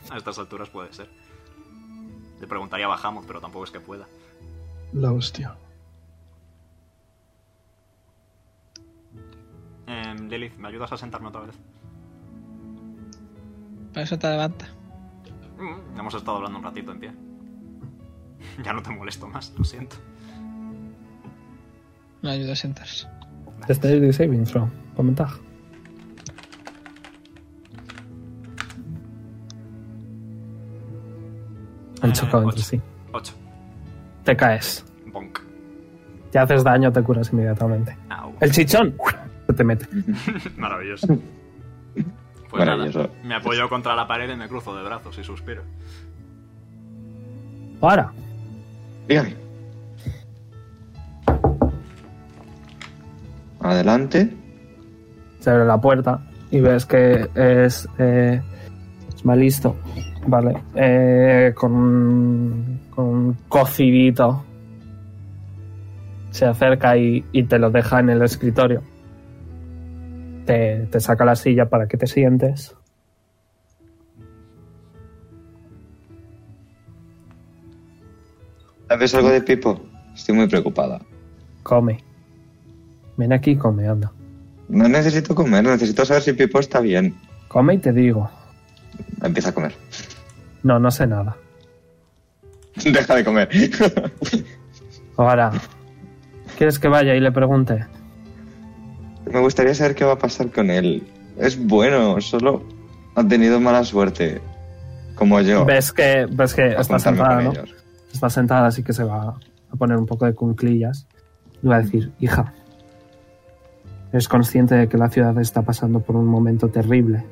[SPEAKER 1] A estas alturas puede ser. Le preguntaría a Bahamut, pero tampoco es que pueda.
[SPEAKER 5] La hostia.
[SPEAKER 1] Eh, Lilith, ¿me ayudas a sentarme otra vez?
[SPEAKER 4] Para eso te levanta.
[SPEAKER 1] Mm, Hemos estado hablando un ratito en pie. (laughs) Ya no te molesto más, lo siento.
[SPEAKER 4] Me ayuda a sentarse.
[SPEAKER 3] Este es de saving throw, con ventaja. Han chocado
[SPEAKER 1] Eh,
[SPEAKER 3] entre
[SPEAKER 1] ocho.
[SPEAKER 3] sí.
[SPEAKER 1] 8.
[SPEAKER 3] Te caes.
[SPEAKER 1] Bonk.
[SPEAKER 3] Te haces daño, te curas
[SPEAKER 1] (laughs)
[SPEAKER 3] inmediatamente.
[SPEAKER 1] Au.
[SPEAKER 3] El chichón se te mete.
[SPEAKER 1] Maravilloso. Pues
[SPEAKER 6] Bueno,
[SPEAKER 1] nada,
[SPEAKER 6] yo so-
[SPEAKER 1] me apoyo contra la pared y me cruzo de brazos y suspiro.
[SPEAKER 3] Ahora,
[SPEAKER 6] Dígame. Adelante.
[SPEAKER 3] se abre la puerta y ves que es, eh, es malisto, ¿vale? Eh, con, un- con un cocidito se acerca y, y te lo deja en el escritorio. Te, te saca la silla para que te sientes.
[SPEAKER 6] ¿Sabes algo de Pipo? Estoy muy preocupada.
[SPEAKER 3] Come. Ven aquí y come, anda.
[SPEAKER 6] No necesito comer, necesito saber si Pipo está bien.
[SPEAKER 3] Come y te digo.
[SPEAKER 6] Empieza a comer. (laughs)
[SPEAKER 3] No, no sé nada.
[SPEAKER 6] Deja de comer. (laughs)
[SPEAKER 3] Ahora, ¿quieres que vaya y le pregunte?
[SPEAKER 6] Me gustaría saber qué va a pasar con él. Es bueno, solo ha tenido mala suerte. Como yo.
[SPEAKER 3] Ves que, ves que
[SPEAKER 6] a
[SPEAKER 3] está
[SPEAKER 6] juntarme
[SPEAKER 3] sentada,
[SPEAKER 6] con
[SPEAKER 3] ¿no?
[SPEAKER 6] ellos.
[SPEAKER 3] Está sentada, así que se va a poner un poco de cunclillas. Y va a decir, hija, eres consciente de que la ciudad está pasando por un momento terrible.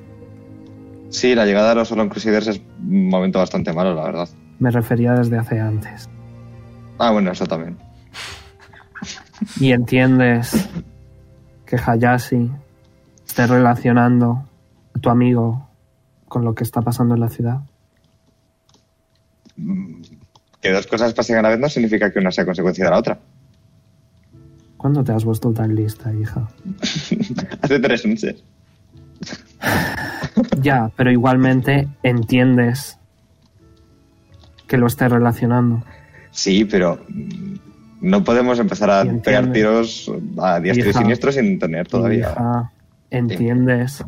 [SPEAKER 6] Sí, la llegada de los Solon Crusaders es un momento bastante malo, la verdad.
[SPEAKER 3] Me refería desde hace antes.
[SPEAKER 6] Ah, bueno, eso también.
[SPEAKER 3] Y entiendes que Hayashi esté relacionando a tu amigo con lo que está pasando en la ciudad.
[SPEAKER 6] Que dos cosas pasen a la vez no significa que una sea consecuencia de la otra. (laughs)
[SPEAKER 3] ¿Cuándo te has vuelto tan lista, hija?
[SPEAKER 6] Hace tres meses.
[SPEAKER 3] Ya, pero igualmente entiendes que lo esté relacionando.
[SPEAKER 6] Sí, pero mm, no podemos empezar a
[SPEAKER 3] Sí, entiendo.
[SPEAKER 6] pegar tiros a diestro y
[SPEAKER 3] Hija.
[SPEAKER 6] siniestro sin tener todavía.
[SPEAKER 3] Hija, entiendes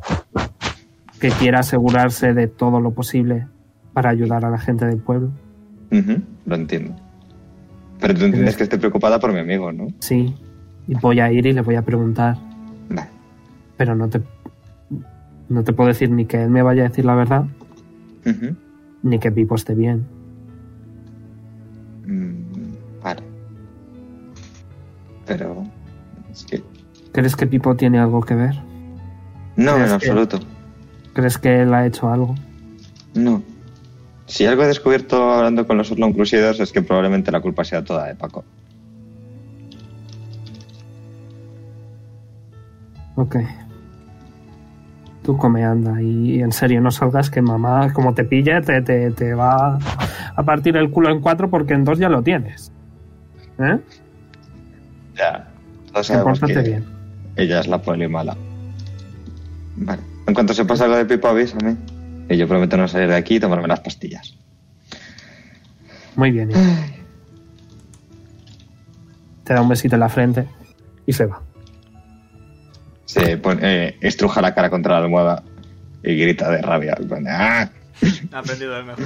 [SPEAKER 3] que quiere asegurarse de todo lo posible para ayudar a la gente del pueblo.
[SPEAKER 6] Ujú, lo entiendo. Pero tú entiendes que estoy preocupada por mi amigo, ¿no?
[SPEAKER 3] Sí, y voy a ir y le voy a preguntar,
[SPEAKER 6] Vale.
[SPEAKER 3] pero no te no te puedo decir ni que él me vaya a decir la verdad,
[SPEAKER 6] Ujú.
[SPEAKER 3] ni que Pipo esté bien.
[SPEAKER 6] Mm, vale. Pero. Es que.
[SPEAKER 3] ¿Crees que Pipo tiene algo que ver?
[SPEAKER 6] No,
[SPEAKER 3] Pero
[SPEAKER 6] en
[SPEAKER 3] es que-
[SPEAKER 6] absoluto.
[SPEAKER 3] ¿Crees que él ha hecho algo?
[SPEAKER 6] No. Si algo he descubierto hablando con los Orlon Crusaders es que probablemente la culpa sea toda de Paco.
[SPEAKER 3] Ok. Tú come, anda. Y en serio, no salgas que mamá, como te pille, te, te, te va a partir el culo en cuatro porque en dos ya lo tienes. ¿Eh?
[SPEAKER 6] Ya. Todos sabemos
[SPEAKER 3] Compórtate
[SPEAKER 6] que
[SPEAKER 3] bien.
[SPEAKER 6] ella es la poli mala. Vale. En cuanto sepas algo de Pipo, avísame. Y yo prometo no salir de aquí y tomarme las pastillas.
[SPEAKER 3] Muy bien. hijo. Te da un besito en la frente y se va.
[SPEAKER 6] Se pone, eh, estruja la cara contra la almohada y grita de rabia. En plan de, "¡Ah!".
[SPEAKER 1] Ha aprendido el mejor.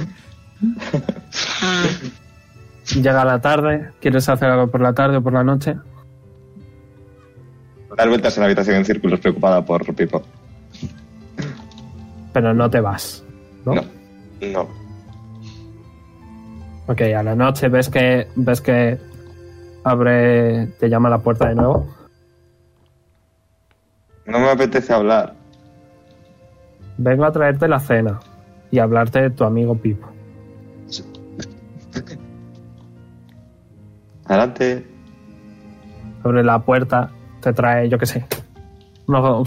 [SPEAKER 1] (laughs)
[SPEAKER 3] Llega la tarde. ¿Quieres hacer algo por la tarde o por la noche?
[SPEAKER 6] Dar vueltas en la habitación en círculos preocupada por Pipo.
[SPEAKER 3] Pero no te vas. ¿no?
[SPEAKER 6] No. No.
[SPEAKER 3] Ok, a la noche ves que ves que abre, te llama a la puerta de nuevo.
[SPEAKER 6] No me apetece hablar.
[SPEAKER 3] Vengo a traerte la cena y hablarte de tu amigo Pipo.
[SPEAKER 6] Adelante.
[SPEAKER 3] Abre la puerta, te trae, yo qué sé. No,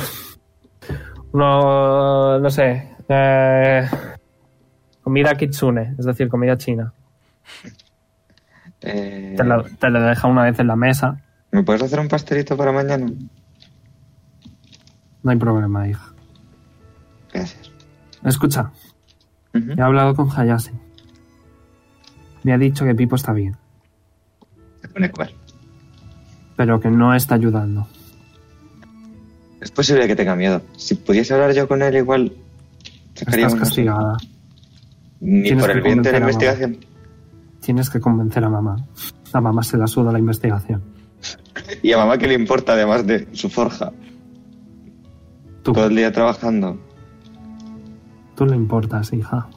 [SPEAKER 3] no, no sé. eh, comida kitsune, es decir, comida china.
[SPEAKER 6] Eh,
[SPEAKER 3] Te lo, te lo deja una vez en la mesa.
[SPEAKER 6] ¿Me puedes hacer un pastelito para mañana?
[SPEAKER 3] No hay problema, hija.
[SPEAKER 6] Gracias.
[SPEAKER 3] Escucha,
[SPEAKER 6] Ujú.
[SPEAKER 3] he hablado con Hayashi. Me ha dicho que Pipo está bien,
[SPEAKER 6] Se pone a comer.
[SPEAKER 3] pero que no está ayudando.
[SPEAKER 6] Es posible que tenga miedo. Si pudiese hablar yo con él, igual. sacaría
[SPEAKER 3] Estás
[SPEAKER 6] unos-
[SPEAKER 3] castigada.
[SPEAKER 6] Ni
[SPEAKER 3] Tienes
[SPEAKER 6] por
[SPEAKER 3] que
[SPEAKER 6] el bien de la
[SPEAKER 3] convencer a mamá.
[SPEAKER 6] investigación.
[SPEAKER 3] Tienes que convencer a mamá. A mamá se la suda la investigación.
[SPEAKER 6] Y a mamá, que le importa además de su forja?
[SPEAKER 3] Tú,
[SPEAKER 6] Todo el día trabajando.
[SPEAKER 3] tú le importas, hija.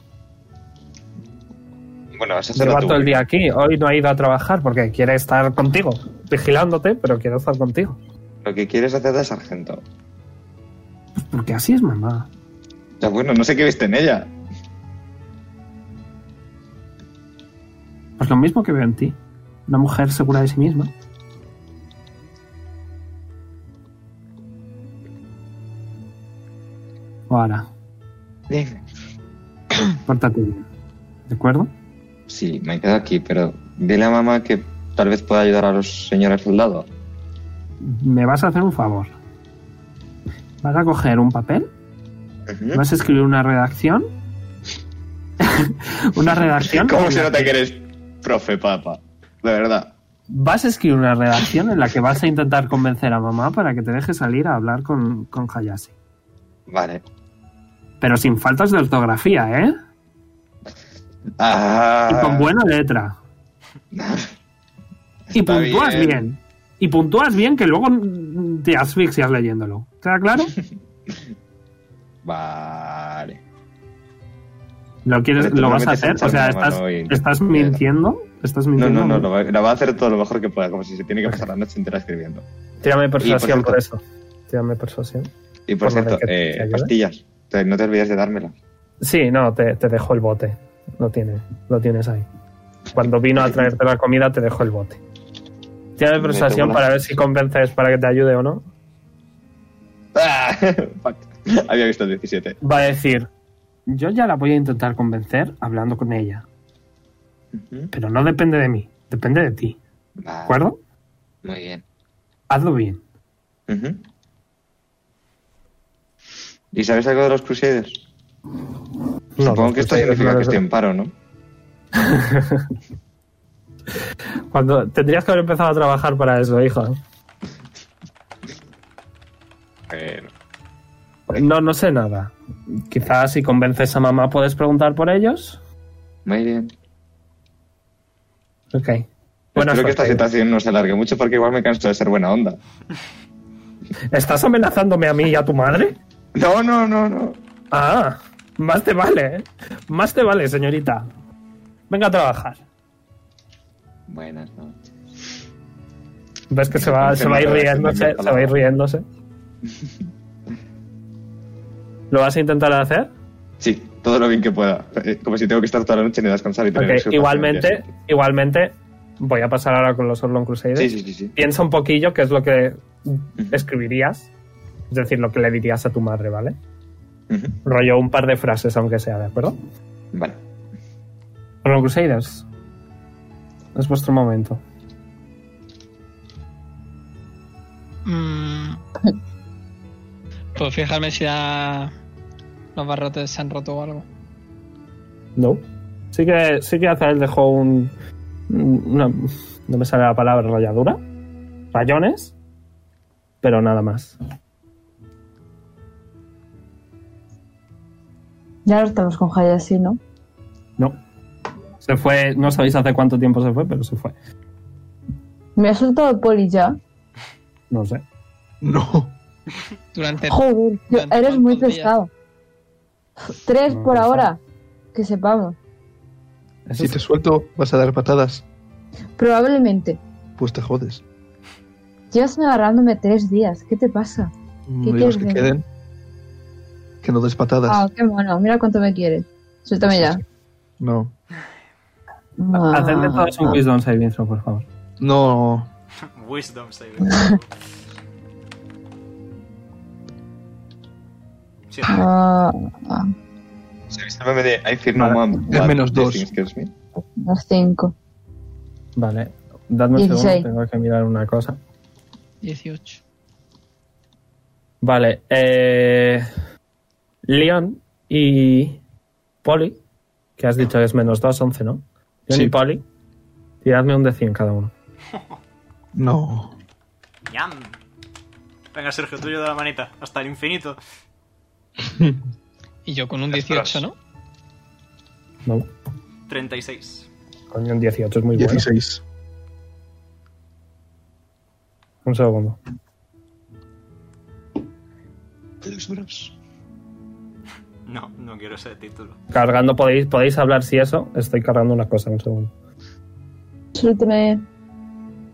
[SPEAKER 6] Bueno, vas a hacerlo
[SPEAKER 3] Lleva
[SPEAKER 6] tú.
[SPEAKER 3] todo el día aquí. Hoy no ha ido a trabajar porque quiere estar contigo. Vigilándote, pero quiere estar contigo.
[SPEAKER 6] Lo que quieres hacer de sargento.
[SPEAKER 3] Porque así es mamá.
[SPEAKER 6] Ya bueno, no sé qué viste en ella.
[SPEAKER 3] Pues lo mismo que veo en ti. Una mujer segura de sí misma. Ahora,
[SPEAKER 6] Bien.
[SPEAKER 3] pórtate bien. ¿De acuerdo?
[SPEAKER 6] Sí, me quedo aquí, pero dile a mamá que tal vez pueda ayudar a los señores soldados.
[SPEAKER 3] Me vas a hacer un favor. Vas a coger un papel, vas a escribir una redacción. (laughs) una redacción.
[SPEAKER 6] ¿Cómo
[SPEAKER 3] en
[SPEAKER 6] se
[SPEAKER 3] la
[SPEAKER 6] nota
[SPEAKER 3] que-
[SPEAKER 6] que eres profe, papá? De verdad.
[SPEAKER 3] Vas a escribir una redacción en la que vas a intentar convencer a mamá para que te deje salir a hablar con, con Hayashi.
[SPEAKER 6] Vale.
[SPEAKER 3] Pero sin faltas de ortografía, ¿eh?
[SPEAKER 6] Ah,
[SPEAKER 3] Y con buena
[SPEAKER 6] (laughs)
[SPEAKER 3] letra. Y
[SPEAKER 6] Está
[SPEAKER 3] puntúas bien.
[SPEAKER 6] bien.
[SPEAKER 3] Y puntúas bien que luego mm, te asfixias leyéndolo. ¿Queda claro?
[SPEAKER 6] Vale.
[SPEAKER 3] ¿Lo, quieres,
[SPEAKER 6] Pero tú
[SPEAKER 3] lo
[SPEAKER 6] no
[SPEAKER 3] vas a
[SPEAKER 6] metes
[SPEAKER 3] hacer?
[SPEAKER 6] mucho
[SPEAKER 3] O sea,
[SPEAKER 6] la mano
[SPEAKER 3] ¿estás,
[SPEAKER 6] hoy.
[SPEAKER 3] estás mintiendo? ¿Estás
[SPEAKER 6] No,
[SPEAKER 3] mintiendo?
[SPEAKER 6] no, no, lo va, lo va a hacer todo lo mejor que pueda, como si se tiene que pasar la noche entera escribiendo.
[SPEAKER 3] Tírame
[SPEAKER 6] persuasión, Y, por
[SPEAKER 3] eso. Tírame persuasión.
[SPEAKER 6] Y por
[SPEAKER 3] Por lo de
[SPEAKER 6] cierto,
[SPEAKER 3] que te
[SPEAKER 6] eh,
[SPEAKER 3] ayude.
[SPEAKER 6] pastillas. Te- No te olvides de dármela.
[SPEAKER 3] Sí, no, te, te dejó el bote. Lo, tiene, lo tienes ahí. Cuando vino a traerte la comida, te dejó el bote. Tírame
[SPEAKER 6] persuasión para ver si
[SPEAKER 3] convences para que te ayude o no.
[SPEAKER 6] Ah, (laughs) fuck. Había visto el 17.
[SPEAKER 3] Va a decir, yo ya la voy a intentar convencer hablando con ella.
[SPEAKER 6] Ujú.
[SPEAKER 3] Pero no depende de mí, depende de ti. ¿De
[SPEAKER 6] Vale,
[SPEAKER 3] acuerdo?
[SPEAKER 6] Muy bien.
[SPEAKER 3] Hazlo bien.
[SPEAKER 6] Ujú. ¿Y sabes algo de los Crusaders? Supongo que esto significa que estoy en paro, ¿no?
[SPEAKER 3] Cuando tendrías que haber empezado a trabajar para eso, hija.
[SPEAKER 6] Pero-
[SPEAKER 3] No, no sé nada. Quizás si convences a mamá puedes preguntar por ellos.
[SPEAKER 6] Muy bien.
[SPEAKER 3] Ok.
[SPEAKER 6] Espero Pues que esta
[SPEAKER 3] suerte.
[SPEAKER 6] situación no se alargue mucho porque igual me canso de ser buena onda.
[SPEAKER 3] ¿Estás amenazándome a mí y a tu madre?
[SPEAKER 6] No, no, no, no.
[SPEAKER 3] Ah, más te vale, ¿eh? Más te vale, señorita. Venga a trabajar.
[SPEAKER 6] Buenas noches.
[SPEAKER 3] Ves que se va, se va a ir riéndose, se va a ir riéndose. ¿Lo vas a intentar hacer?
[SPEAKER 6] Sí, todo lo bien que pueda. Eh, Como si tengo que estar toda la noche ni descansar y tener
[SPEAKER 3] Ok,
[SPEAKER 6] eso para el
[SPEAKER 3] igualmente,
[SPEAKER 6] día
[SPEAKER 3] igualmente, voy a pasar ahora con los Orlon Crusaders.
[SPEAKER 6] siguiente. Sí, sí, sí, sí.
[SPEAKER 3] Piensa un poquillo qué es lo que escribirías, es decir, lo que le dirías a tu madre, ¿vale?
[SPEAKER 6] Ujú.
[SPEAKER 3] Rollo un par de frases, aunque sea, ¿de acuerdo?
[SPEAKER 6] Vale.
[SPEAKER 3] Orlon Crusaders, es vuestro momento.
[SPEAKER 4] Mm. Puedo fijarme Pues si la- los barrotes se han roto o algo.
[SPEAKER 3] No. Sí que, sí que Azael dejó un. Una, no me sale la palabra, rayadura. Rayones. Pero nada más.
[SPEAKER 8] Ya lo estamos con Hayashi, ¿no?
[SPEAKER 3] No. Se fue, no sabéis hace cuánto tiempo se fue, pero se fue.
[SPEAKER 8] Me ha soltado el poli ya.
[SPEAKER 3] No sé.
[SPEAKER 5] No.
[SPEAKER 4] Durante
[SPEAKER 8] Joder, tío,
[SPEAKER 4] Eh, Durante
[SPEAKER 8] eres muy
[SPEAKER 4] cuántos días.
[SPEAKER 8] pesado. Tres
[SPEAKER 3] No,
[SPEAKER 8] por
[SPEAKER 3] no sé.
[SPEAKER 8] ahora. Que sepamos.
[SPEAKER 3] Eso
[SPEAKER 5] Si
[SPEAKER 3] es-
[SPEAKER 5] te suelto, vas a dar patadas.
[SPEAKER 8] Probablemente.
[SPEAKER 5] Pues te jodes.
[SPEAKER 8] Llevas agarrándome tres días. ¿Qué te pasa?
[SPEAKER 5] No digas
[SPEAKER 8] quieres
[SPEAKER 5] que
[SPEAKER 8] de mí?
[SPEAKER 5] queden. Que no des patadas.
[SPEAKER 8] Ah, qué mono. Mira cuánto me quieres. Suéltame ya.
[SPEAKER 5] No.
[SPEAKER 8] Ah.
[SPEAKER 3] Hacedme todos un wisdom saving throw, por favor.
[SPEAKER 5] No.
[SPEAKER 1] Wisdom saving. Siete.
[SPEAKER 8] Ah,
[SPEAKER 6] Se viste el meme de I fear no
[SPEAKER 3] Vale.
[SPEAKER 6] one.
[SPEAKER 5] Es
[SPEAKER 6] but
[SPEAKER 5] menos dos.
[SPEAKER 6] this scares me.
[SPEAKER 8] los cinco.
[SPEAKER 3] Vale. Dadme un segundo,
[SPEAKER 8] 16.
[SPEAKER 3] tengo que mirar una cosa.
[SPEAKER 4] 18.
[SPEAKER 3] Vale. Eh, Leon y Polly, que has dicho que es menos 2, 11, ¿no? Leon
[SPEAKER 5] Sí.
[SPEAKER 3] y Polly, tiradme un de 100 cada uno.
[SPEAKER 5] No.
[SPEAKER 1] Yam. Venga, Sergio, tuyo de la manita. Hasta el infinito.
[SPEAKER 4] Y yo con un 18, ¿no?
[SPEAKER 3] No,
[SPEAKER 1] 36.
[SPEAKER 3] coño, un 18 es muy bueno.
[SPEAKER 5] 16.
[SPEAKER 3] Un segundo.
[SPEAKER 1] No, no quiero ese título.
[SPEAKER 3] Cargando, podéis, podéis hablar si eso. Estoy cargando una cosa, un segundo.
[SPEAKER 8] Suéltame.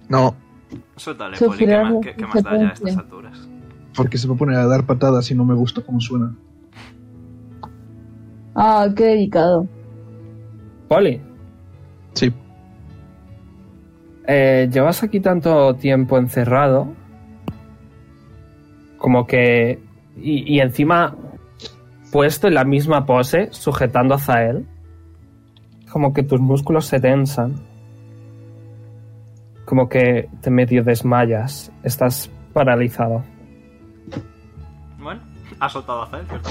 [SPEAKER 5] No.
[SPEAKER 1] Suéltale,
[SPEAKER 8] Qué
[SPEAKER 1] Poli, que
[SPEAKER 8] fiero,
[SPEAKER 1] más, que, que más da ya a estas
[SPEAKER 8] qué
[SPEAKER 1] alturas.
[SPEAKER 5] Porque se va a poner a dar patadas y no me gusta cómo suena.
[SPEAKER 8] Ah, qué delicado.
[SPEAKER 3] Poli,
[SPEAKER 5] Sí.
[SPEAKER 3] eh, llevas aquí tanto tiempo encerrado como que... Y, y encima puesto en la misma pose, sujetando a Zael, como que tus músculos se tensan. Como que te medio desmayas. Estás paralizado.
[SPEAKER 1] Bueno, ha soltado a Zael, ¿cierto?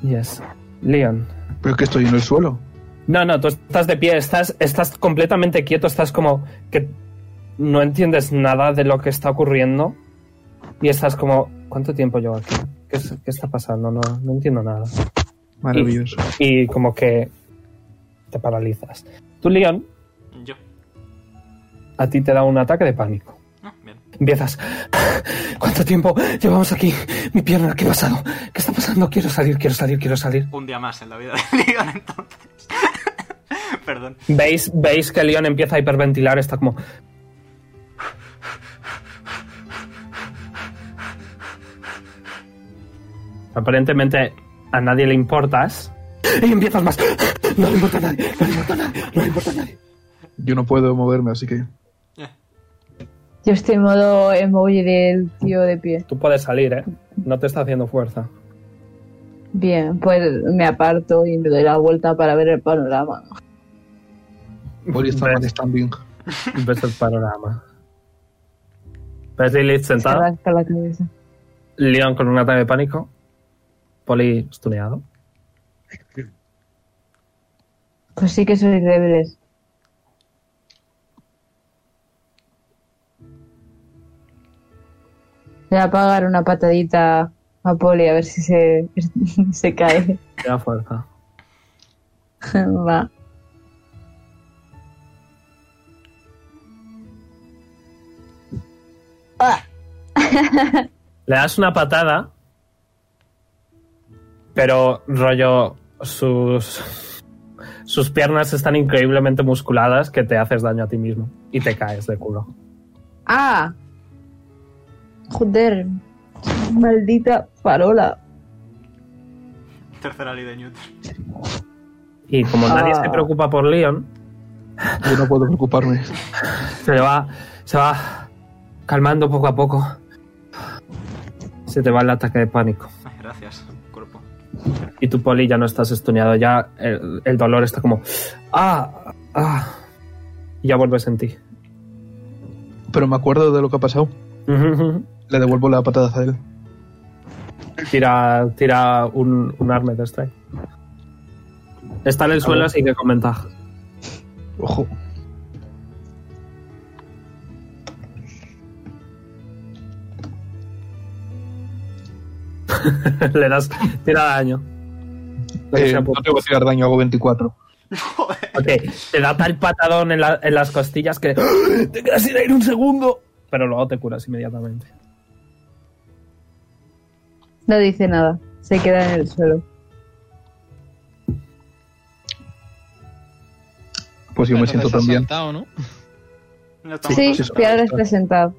[SPEAKER 3] Yes. Leon.
[SPEAKER 5] Pero es que estoy en el suelo.
[SPEAKER 3] No, no, tú estás de pie, estás, estás completamente quieto, estás como que no entiendes nada de lo que está ocurriendo y estás como, ¿cuánto tiempo llevo aquí? ¿Qué, es- qué está pasando? No, no entiendo nada.
[SPEAKER 5] Maravilloso.
[SPEAKER 3] Y como que te paralizas. Tú, Leon,
[SPEAKER 1] Yo.
[SPEAKER 3] a ti te da un ataque de pánico.
[SPEAKER 1] Ah, bien.
[SPEAKER 3] Empiezas, (laughs) ¿cuánto tiempo llevamos aquí? Mi pierna, ¿qué ha pasado? ¿Qué está pasando? Quiero salir, quiero salir, quiero salir.
[SPEAKER 1] Un día más en la vida (laughs) de Leon, entonces. (laughs) Perdón.
[SPEAKER 3] ¿Veis, veis que Leon empieza a hiperventilar, está como, aparentemente a nadie le importas. Y empiezas más. No le importa a nadie, no le importa a nadie, no le importa a nadie.
[SPEAKER 5] Yo no puedo moverme, así que.
[SPEAKER 8] Yo estoy en modo emoji del tío de pie.
[SPEAKER 3] Tú puedes salir, ¿eh? No te está haciendo fuerza.
[SPEAKER 8] Bien, pues me aparto y me doy la vuelta para ver el panorama.
[SPEAKER 5] Poli está
[SPEAKER 3] Ves.
[SPEAKER 5] mal standing.
[SPEAKER 3] Ves el panorama. Ves Lilith
[SPEAKER 8] Se
[SPEAKER 3] sentada,
[SPEAKER 8] rasca la cabeza.
[SPEAKER 3] Leon con un ataque de pánico, Poli stuneado.
[SPEAKER 8] Pues sí que sois débiles. Le voy a pagar una patadita a Poli a ver si se, (laughs) se cae. (laughs)
[SPEAKER 3] Te da fuerza.
[SPEAKER 8] Va.
[SPEAKER 3] Le das una patada, pero rollo sus sus piernas están increíblemente musculadas que te haces daño a ti mismo y te caes de culo.
[SPEAKER 8] ¡Ah! Joder. Maldita farola.
[SPEAKER 1] Tercera ley de Newton.
[SPEAKER 3] Y como nadie
[SPEAKER 8] Ah.
[SPEAKER 3] se preocupa por Leon,
[SPEAKER 5] Yo no puedo preocuparme.
[SPEAKER 3] se va se va calmando poco a poco. Se te va el ataque de pánico.
[SPEAKER 1] Ay, gracias, cuerpo.
[SPEAKER 3] Y tu poli ya no estás estuneado, ya el, el dolor está como... ¡Ah! ¡Ah! Y ya vuelves en ti.
[SPEAKER 5] Pero me acuerdo de lo que ha pasado. Le devuelvo la patada a él.
[SPEAKER 3] Tira, tira un, un arma de strike. Está en el suelo, así que con ventaja.
[SPEAKER 5] Ojo.
[SPEAKER 3] (laughs) Le das, tira daño. Lo que
[SPEAKER 5] Eh,
[SPEAKER 3] sea,
[SPEAKER 5] no
[SPEAKER 3] pues.
[SPEAKER 5] tengo que tirar daño, hago 24.
[SPEAKER 3] Ok, te da tal patadón en, la- en las costillas que ¡Ah! te quedas sin aire un segundo. Pero luego te curas inmediatamente.
[SPEAKER 8] No dice nada. Se queda en el suelo.
[SPEAKER 5] Pues yo me
[SPEAKER 4] Entonces
[SPEAKER 5] siento
[SPEAKER 4] has
[SPEAKER 5] también.
[SPEAKER 4] saltado, ¿no?
[SPEAKER 1] No estamos
[SPEAKER 8] Sí,
[SPEAKER 5] sí, sí.
[SPEAKER 8] y ahora está sentado.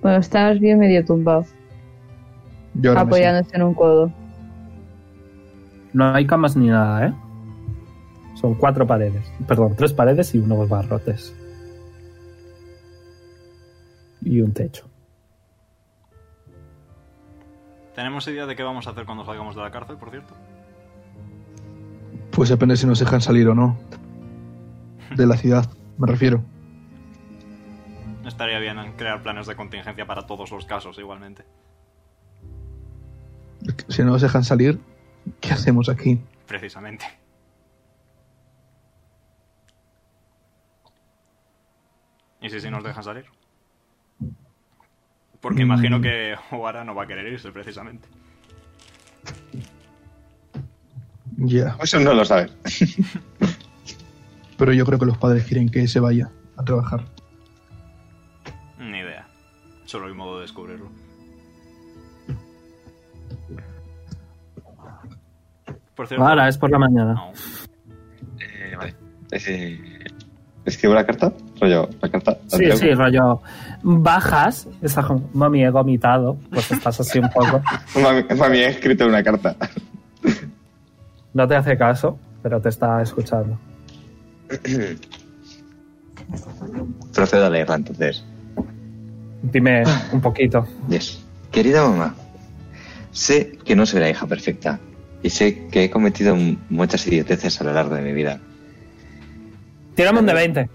[SPEAKER 8] Bueno, estabas bien medio tumbado,
[SPEAKER 5] Yo ahora me siento.
[SPEAKER 8] apoyándose en un codo.
[SPEAKER 3] No hay camas ni nada, ¿eh? Son cuatro paredes. Perdón, tres paredes y unos barrotes. Y un techo.
[SPEAKER 1] ¿Tenemos idea de qué vamos a hacer cuando salgamos de la cárcel, por cierto?
[SPEAKER 5] Pues depende si nos dejan salir o no. De la ciudad, me refiero.
[SPEAKER 1] Estaría bien en crear planes de contingencia para todos los casos, igualmente.
[SPEAKER 5] Si no nos dejan salir, ¿qué hacemos aquí?
[SPEAKER 1] Precisamente. ¿Y si, si nos dejan salir?
[SPEAKER 8] Mm.
[SPEAKER 1] Porque imagino que Wara no va a querer irse, precisamente.
[SPEAKER 5] Ya.
[SPEAKER 6] Eso no lo sabes.
[SPEAKER 5] Pero yo creo que los padres quieren que se vaya a trabajar.
[SPEAKER 1] Ni idea. Solo hay modo de descubrirlo. Por cierto,
[SPEAKER 3] Ahora es por la mañana.
[SPEAKER 1] no.
[SPEAKER 6] Eh, vale. Eh, ¿Escribo la carta? Rollo, la carta. la
[SPEAKER 3] Sí,
[SPEAKER 6] tengo.
[SPEAKER 3] sí, rollo. Bajas, estás como, mami, he vomitado. Pues estás así un poco.
[SPEAKER 6] Mami, mami, he escrito una carta.
[SPEAKER 3] No te hace caso, pero te está escuchando.
[SPEAKER 6] (laughs) Procedo a leerla entonces.
[SPEAKER 3] Dime un poquito.
[SPEAKER 6] Yes. Querida mamá, sé que no soy la hija perfecta y sé que he cometido m- muchas idioteces a lo largo de mi vida.
[SPEAKER 3] Tírame un de 20.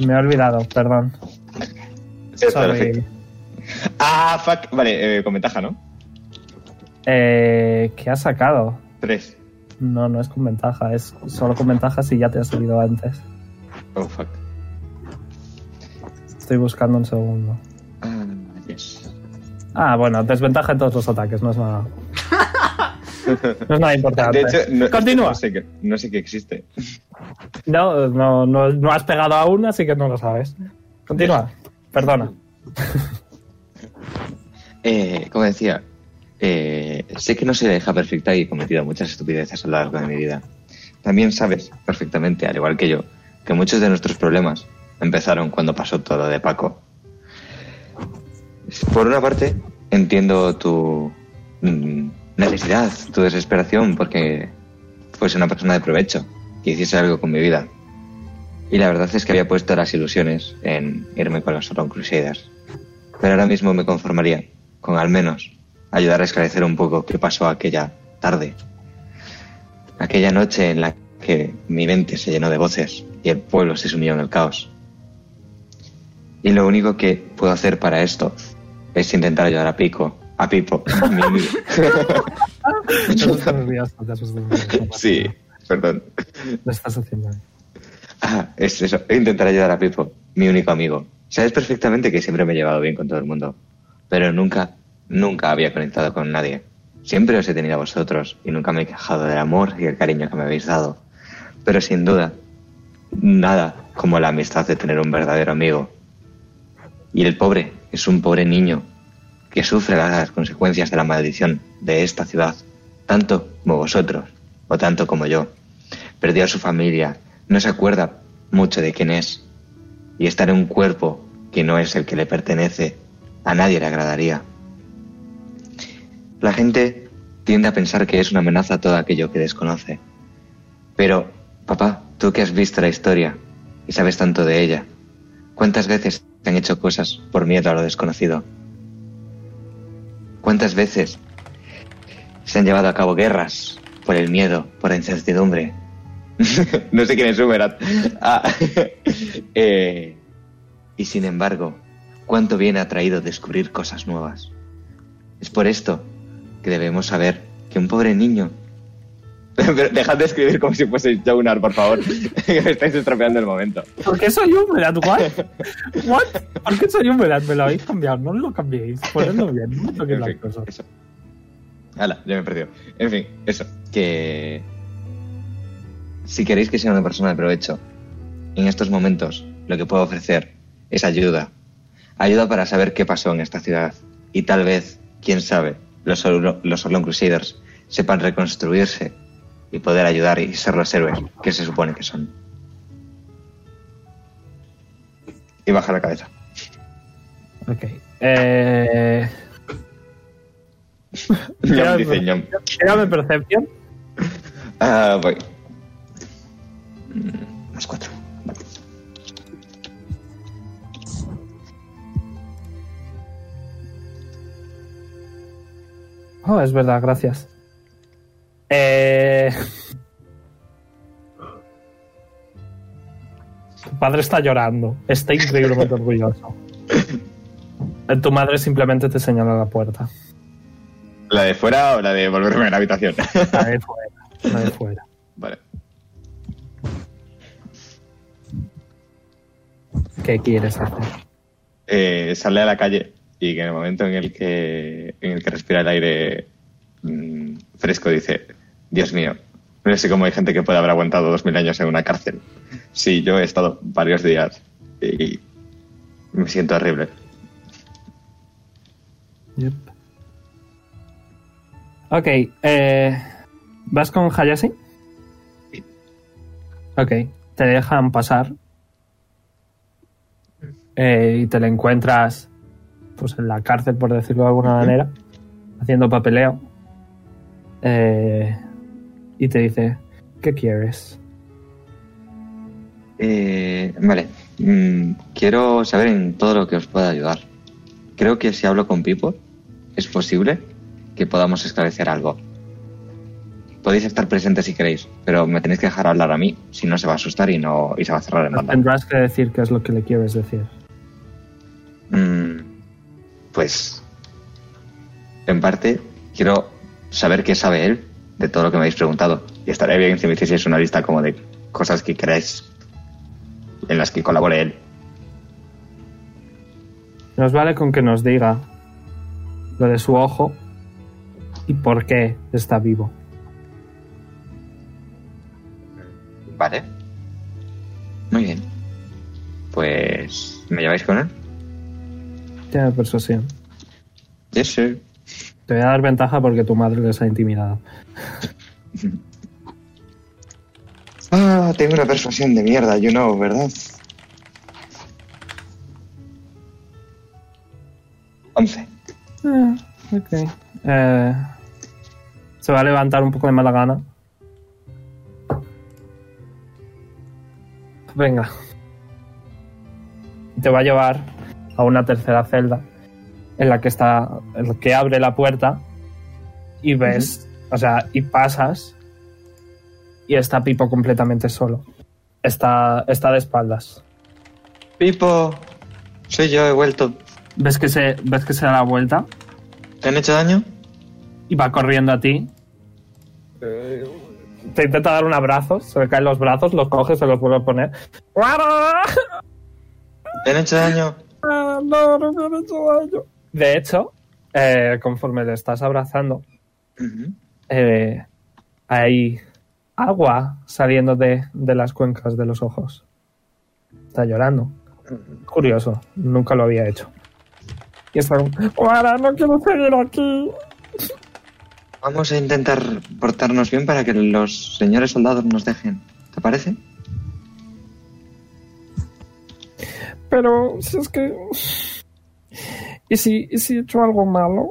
[SPEAKER 3] Me he olvidado, perdón. Sorry.
[SPEAKER 6] Perfecto. Ah, fuck. Vale, eh, con ventaja, ¿no?
[SPEAKER 3] Eh, ¿Qué has sacado?
[SPEAKER 6] Tres.
[SPEAKER 3] No, no es con ventaja, es solo con ventaja si ya te has salido antes.
[SPEAKER 6] Oh, fuck.
[SPEAKER 3] Estoy buscando un segundo.
[SPEAKER 6] Ah, yes.
[SPEAKER 3] Ah, bueno, desventaja en todos los ataques, no es
[SPEAKER 6] (laughs)
[SPEAKER 3] nada. No es nada importante.
[SPEAKER 6] De hecho, no,
[SPEAKER 3] Continúa.
[SPEAKER 6] No sé, que, no sé que existe.
[SPEAKER 3] No, no, no, no has pegado aún, así que no lo sabes. Continúa. Perdona.
[SPEAKER 6] Eh, como decía, eh, sé que no soy la hija perfecta y he cometido muchas estupideces a lo largo de mi vida. También sabes perfectamente, al igual que yo, que muchos de nuestros problemas empezaron cuando pasó todo lo de Paco. Por una parte, entiendo tu mm, necesidad, tu desesperación, porque fuese una persona de provecho, que hiciese algo con mi vida. Y la verdad es que había puesto las ilusiones en irme con los Solon Crusaders pero ahora mismo me conformaría con al menos ayudar a esclarecer un poco qué pasó aquella tarde. Aquella noche en la que mi mente se llenó de voces y el pueblo se sumió en el caos. Y lo único que puedo hacer para esto es intentar ayudar a Pico, a Pipo, (laughs) mi amigo.
[SPEAKER 3] Te has puesto nervioso, te has puesto nervioso.
[SPEAKER 6] sí, perdón.
[SPEAKER 3] Lo estás haciendo bien.
[SPEAKER 6] Ah, es eso, intentar ayudar a Pipo, mi único amigo. Sabes perfectamente que siempre me he llevado bien con todo el mundo, pero nunca, nunca había conectado con nadie. Siempre os he tenido a vosotros y nunca me he quejado del amor y el cariño que me habéis dado. Pero sin duda, nada como la amistad de tener un verdadero amigo. Y el pobre es un pobre niño que sufre las consecuencias de la maldición de esta ciudad, tanto como vosotros, o tanto como yo perdió a su familia, no se acuerda mucho de quién es y estar en un cuerpo que no es el que le pertenece a nadie le agradaría. La gente tiende a pensar que es una amenaza todo aquello que desconoce. Pero, papá, tú que has visto la historia y sabes tanto de ella, ¿cuántas veces te han hecho cosas por miedo a lo desconocido? ¿Cuántas veces se han llevado a cabo guerras por el miedo, por la incertidumbre, (laughs) no sé quién es Uberat. Ah, (laughs) eh, y sin embargo, cuánto bien ha traído descubrir cosas nuevas. Es por esto que debemos saber que un pobre niño. (laughs) Pero dejad de escribir como si fuese Jonar, por favor. (laughs) que me estáis estropeando el momento.
[SPEAKER 3] ¿Por qué soy un Melad? ¿What? ¿What? ¿Por qué soy un Melad? Me lo habéis cambiado, no lo cambiéis. Ponedlo bien, no toquéis
[SPEAKER 6] En
[SPEAKER 3] las
[SPEAKER 6] fin,
[SPEAKER 3] cosas.
[SPEAKER 6] eso. Hala, ya me he perdido. En fin, eso. Que. Si queréis que sea una persona de provecho, en estos momentos lo que puedo ofrecer es ayuda. Ayuda para saber qué pasó en esta ciudad. Y tal vez, quién sabe, los, Sol- los Orlon Crusaders sepan reconstruirse y poder ayudar y ser los héroes que se supone que son. Y baja la cabeza.
[SPEAKER 3] Ok. Eh,
[SPEAKER 6] Ñam dice ñam.
[SPEAKER 3] tírame Perception.
[SPEAKER 6] Ah, voy. Mm, Más cuatro. Vale.
[SPEAKER 3] Oh, es verdad, gracias. Eh... Tu padre está llorando. Está increíblemente orgulloso. Eh, Tu madre simplemente te señala la puerta.
[SPEAKER 6] ¿La de fuera o la de volverme a la habitación? (laughs)
[SPEAKER 3] La de fuera. La de fuera.
[SPEAKER 6] vale.
[SPEAKER 3] ¿Qué quieres hacer?
[SPEAKER 6] Eh, sale a la calle y que en el momento en el que, en el que respira el aire mm, fresco dice, Dios mío, no sé cómo hay gente que puede haber aguantado dos mil años en una cárcel. Sí, yo he estado varios días y me siento horrible.
[SPEAKER 3] Yep. Ok, eh, ¿vas con Hayashi? Ok, te dejan pasar Eh, y te la encuentras pues en la cárcel, por decirlo de alguna manera, haciendo papeleo. Eh, y te dice, ¿qué quieres?
[SPEAKER 6] Eh, vale. Mm, quiero saber en todo lo que os pueda ayudar. Creo que si hablo con Pipo, es posible que podamos esclarecer algo. Podéis estar presentes si queréis, pero me tenéis que dejar hablar a mí, si no se va a asustar y no y se va a cerrar el mandato.
[SPEAKER 3] Tendrás que decir qué es lo que le quieres decir.
[SPEAKER 6] Mm, pues, en parte, quiero saber qué sabe él de todo lo que me habéis preguntado. Y estaría bien si me hicieseis una lista como de cosas que queráis en las que colabore él.
[SPEAKER 3] Nos vale con que nos diga lo de su ojo y por qué está vivo.
[SPEAKER 6] Vale. Muy bien. Pues, ¿me lleváis con él?
[SPEAKER 3] Tiene persuasión.
[SPEAKER 6] Yes, sir.
[SPEAKER 3] Te voy a dar ventaja porque tu madre les ha intimidado.
[SPEAKER 6] Ah, tengo una persuasión de mierda, yo no, ¿verdad? 11.
[SPEAKER 3] Ah, ok. Eh, se va a levantar un poco de mala gana. Venga. Te va a llevar a una tercera celda en la que está. en la que abre la puerta y ves. O sea, y pasas. Y está Pipo completamente solo. Está, está de espaldas.
[SPEAKER 6] Pipo, soy yo, he vuelto.
[SPEAKER 3] ¿Ves que, se, ves que se da la vuelta
[SPEAKER 6] ¿Te han hecho daño?
[SPEAKER 3] y va corriendo a ti. Eh, Te intenta dar un abrazo, se le caen los brazos, los coges, se los vuelve a poner.
[SPEAKER 6] ¿Te han hecho daño?
[SPEAKER 3] Ah, no, no me han hecho daño. De hecho, eh, conforme le estás abrazando,
[SPEAKER 6] Ujú.
[SPEAKER 3] eh, hay agua saliendo de, de las cuencas de los ojos. Está llorando. Curioso, nunca lo había hecho. Y está como, "Guara, no quiero seguir aquí!
[SPEAKER 6] Vamos a intentar portarnos bien para que los señores soldados nos dejen. ¿Te parece?
[SPEAKER 3] Pero si es que. ¿Y si, y si he hecho algo malo?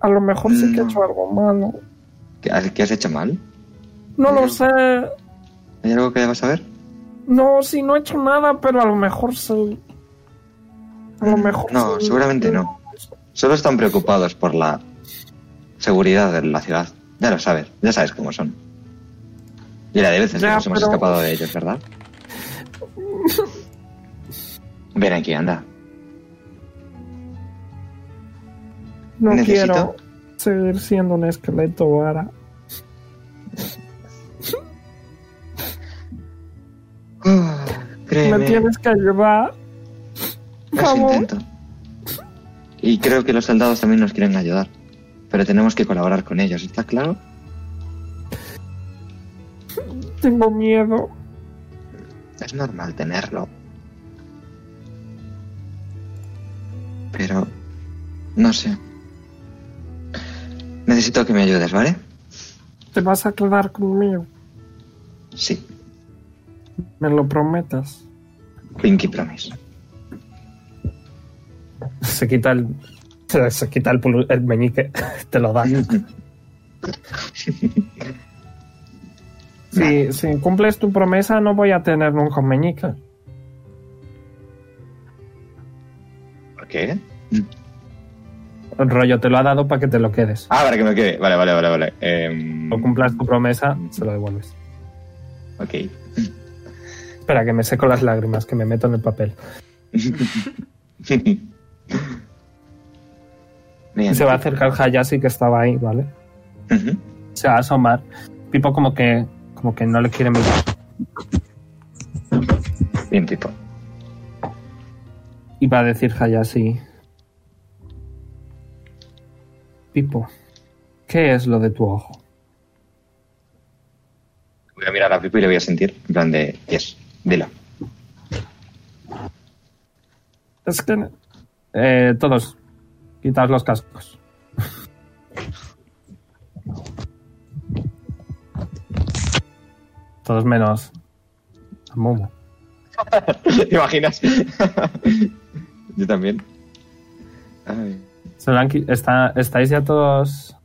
[SPEAKER 3] A lo mejor sí que he
[SPEAKER 6] No.
[SPEAKER 3] hecho algo malo.
[SPEAKER 6] ¿Qué has, qué has hecho mal?
[SPEAKER 3] No lo
[SPEAKER 6] No.
[SPEAKER 3] sé.
[SPEAKER 6] ¿Hay algo que debas saber?
[SPEAKER 3] Eh, No, si no he hecho nada, pero a lo mejor sí. A lo mejor
[SPEAKER 6] No,
[SPEAKER 3] sí.
[SPEAKER 6] seguramente no. Solo están preocupados por la seguridad de la ciudad. Ya lo sabes, ya sabes cómo son. Y la de veces
[SPEAKER 3] Ya,
[SPEAKER 6] que nos hemos
[SPEAKER 3] pero-
[SPEAKER 6] escapado de
[SPEAKER 3] (laughs)
[SPEAKER 6] ellos, ¿verdad? Ven aquí, anda.
[SPEAKER 3] No
[SPEAKER 6] Necesito-
[SPEAKER 3] quiero seguir siendo un esqueleto ahora. Me
[SPEAKER 6] Ah, Créeme,
[SPEAKER 3] tienes que ayudar. Por
[SPEAKER 6] los
[SPEAKER 3] favor.
[SPEAKER 6] intento. Y creo que los soldados también nos quieren ayudar. Pero tenemos que colaborar con ellos, ¿está claro?
[SPEAKER 3] Tengo miedo.
[SPEAKER 6] Es normal tenerlo. Pero... No sé. Necesito que me ayudes, ¿vale?
[SPEAKER 3] Te vas a quedar conmigo.
[SPEAKER 6] Sí.
[SPEAKER 3] Me lo prometas.
[SPEAKER 6] Pinky Promise.
[SPEAKER 3] Se quita el. Se, se quita el, pulgar- el meñique. (laughs) Te lo dan. Si, si cumples tu promesa, no voy a tener nunca un meñique.
[SPEAKER 6] ¿Por qué?
[SPEAKER 3] El rollo te lo ha dado para que te lo quedes.
[SPEAKER 6] Ah, para que me quede. Vale, vale, vale, vale. Em,
[SPEAKER 3] O cumplas tu promesa, se lo devuelves.
[SPEAKER 6] ok. (laughs)
[SPEAKER 3] Espera, que me seco las lágrimas, que me meto en el papel.
[SPEAKER 6] Bien.
[SPEAKER 3] Y se va a acercar Hayashi, que estaba ahí, ¿vale?
[SPEAKER 6] Ujú.
[SPEAKER 3] Se va a asomar. Pipo como que, como que no le quiere mirar.
[SPEAKER 6] Bien, tipo.
[SPEAKER 3] Y va a decir Hayashi... Pipo, ¿qué es lo de tu ojo?
[SPEAKER 6] Voy a mirar a Pipo y le voy a sentir. En plan de... Yes. Dilo. (laughs)
[SPEAKER 3] Es que... Eh, todos, quitad los cascos. (laughs) Todos menos... a Momo.
[SPEAKER 6] ¿Te imaginas? (laughs) Yo también. Ay.
[SPEAKER 3] Se lo han qui- está- ¿Estáis ya todos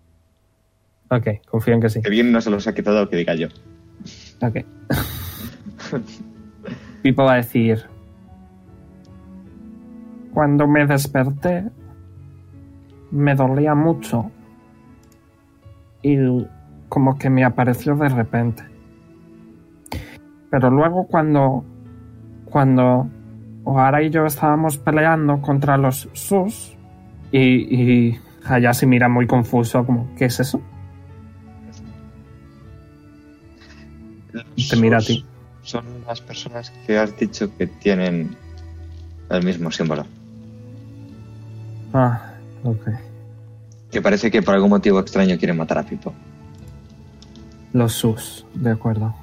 [SPEAKER 3] Ok, confío en que sí.
[SPEAKER 6] Que bien no se los ha quitado lo que diga yo.
[SPEAKER 3] Ok. Pipo va a decir... Cuando me desperté, me dolía mucho. Y como que me apareció de repente. Pero luego cuando... Cuando Ohara y yo estábamos peleando contra los sus y, y allá se mira muy confuso como, ¿qué es eso? Te mira a
[SPEAKER 6] Sus
[SPEAKER 3] ti.
[SPEAKER 6] Son las personas que has dicho que tienen el mismo símbolo.
[SPEAKER 3] Ah, ok.
[SPEAKER 6] Que parece que por algún motivo extraño quieren matar a Pipo.
[SPEAKER 3] Los sus, de acuerdo.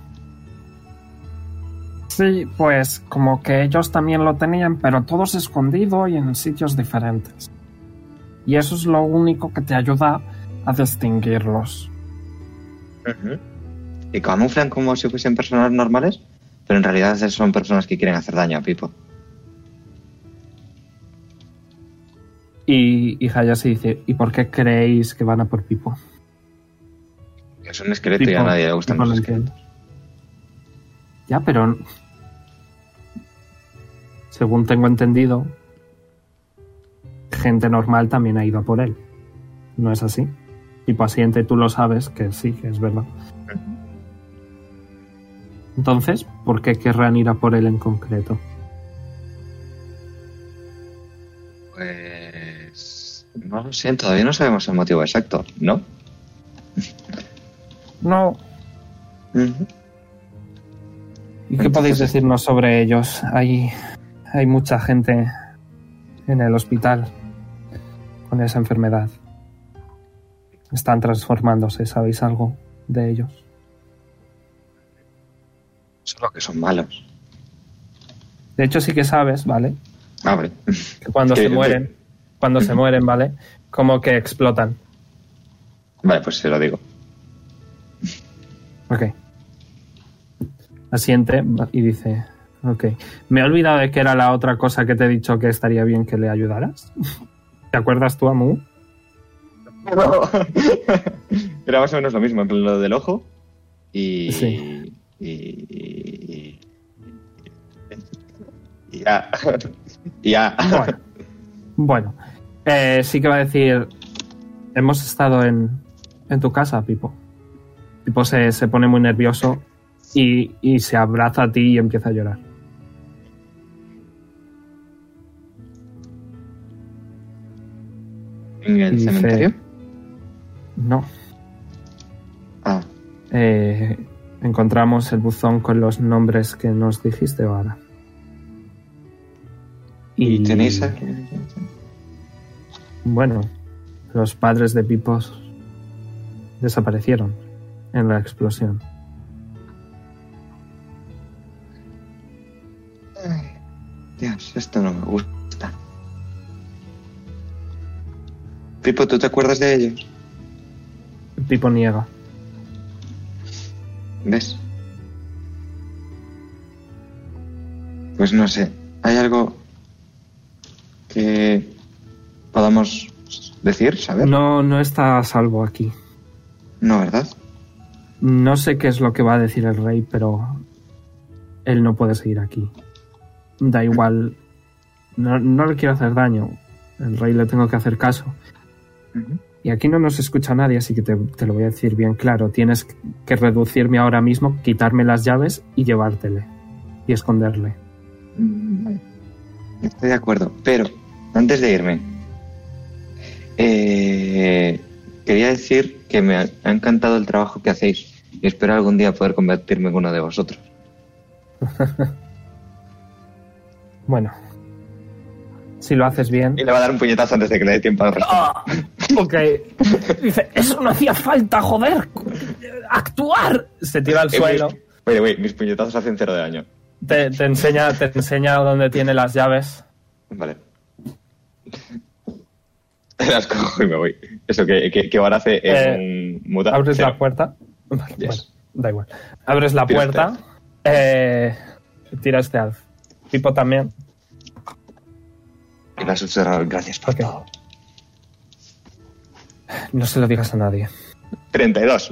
[SPEAKER 3] Sí, pues como que ellos también lo tenían, pero todos escondido y en sitios diferentes. Y eso es lo único que te ayuda a distinguirlos.
[SPEAKER 6] Y camuflan como si fuesen personas normales, pero en realidad son personas que quieren hacer daño a Pipo.
[SPEAKER 3] Y, y Hayashi dice, ¿y por qué creéis que van a por Pipo?
[SPEAKER 6] Es un esqueleto y a
[SPEAKER 3] Pipo-
[SPEAKER 6] nadie le gustan
[SPEAKER 3] Pipo
[SPEAKER 6] los
[SPEAKER 3] lo
[SPEAKER 6] esqueletos.
[SPEAKER 3] entiende. Ya, pero... Según tengo entendido, gente normal también ha ido a por él. ¿No es así? Y paciente, tú lo sabes, que sí, que es verdad. Entonces, ¿por qué querrán ir a por él en concreto?
[SPEAKER 6] Pues. No lo sé, todavía no sabemos el motivo exacto, ¿no?
[SPEAKER 3] No. ¿Y qué
[SPEAKER 6] Entonces-
[SPEAKER 3] podéis decirnos sobre ellos? Hay, hay mucha gente en el hospital con esa enfermedad. Están transformándose, ¿sabéis algo de ellos?
[SPEAKER 6] Solo que son malos.
[SPEAKER 3] De hecho, sí que sabes, ¿vale?
[SPEAKER 6] Abre.
[SPEAKER 3] Que cuando
[SPEAKER 6] Sí,
[SPEAKER 3] se
[SPEAKER 6] sí.
[SPEAKER 3] mueren, cuando se mueren, ¿vale? Como que explotan.
[SPEAKER 6] Vale, pues se lo digo.
[SPEAKER 3] Ok. Asiente y dice, ok. Me he olvidado de que era la otra cosa que te he dicho que estaría bien que le ayudaras. (laughs) ¿Te acuerdas tú, Amu?
[SPEAKER 6] Era más o menos lo mismo, pero lo del ojo y.
[SPEAKER 3] Sí.
[SPEAKER 6] Y. y- y ya. Y ya.
[SPEAKER 3] Bueno, bueno. Eh, sí que va a decir, hemos estado en, en tu casa, Pipo. Pipo se, se pone muy nervioso y, y se abraza a ti y empieza a llorar.
[SPEAKER 6] ¿En el
[SPEAKER 3] Y dice-
[SPEAKER 6] cementerio?
[SPEAKER 3] No.
[SPEAKER 6] Ah,
[SPEAKER 3] Eh, encontramos el buzón con los nombres que nos dijiste ahora.
[SPEAKER 6] ¿y tenéis.? a-
[SPEAKER 3] Bueno, los padres de Pipos desaparecieron en la explosión.
[SPEAKER 6] Dios, esto no me gusta. Pipo, ¿tú te acuerdas de ellos?
[SPEAKER 3] Pipo niega.
[SPEAKER 6] ¿Ves? Pues no sé. ¿Hay algo que podamos decir, saber?
[SPEAKER 3] No, no está a salvo aquí.
[SPEAKER 6] No, ¿verdad?
[SPEAKER 3] No sé qué es lo que va a decir el rey, pero él no puede seguir aquí. Da igual. No, no le quiero hacer daño. El rey le tengo que hacer caso.
[SPEAKER 6] Ujú.
[SPEAKER 3] Y aquí no nos escucha nadie, así que te, te lo voy a decir bien claro. Tienes que reducirme ahora mismo, quitarme las llaves y llevártele. Y esconderle.
[SPEAKER 6] Mm, Estoy de acuerdo, pero antes de irme, eh, quería decir que me ha ha encantado el trabajo que hacéis y espero algún día poder convertirme en uno de vosotros.
[SPEAKER 3] Bueno. Si lo haces bien.
[SPEAKER 6] Y le va a dar un puñetazo antes de que le dé tiempo a
[SPEAKER 3] ¡Ah! Ok. Dice, eso no hacía falta, joder. Actuar. Se tira al suelo.
[SPEAKER 6] Oye, güey, Eh, mis puñetazos hacen cero de daño.
[SPEAKER 3] Te, te enseña, te enseña dónde tiene las llaves.
[SPEAKER 6] Vale. (laughs) Las cojo y (laughs) me voy. Eso que, que, que ahora hace en muta.
[SPEAKER 3] Eh, Abres
[SPEAKER 6] cero.
[SPEAKER 3] la puerta. Vale,
[SPEAKER 6] Ah, Yes.
[SPEAKER 3] bueno, da igual. Abres la
[SPEAKER 6] Tira
[SPEAKER 3] puerta. Eh, tira este alf. Pipo también.
[SPEAKER 6] Y la susurro, gracias por
[SPEAKER 3] Ok. No se lo digas a nadie. (laughs)
[SPEAKER 6] 32.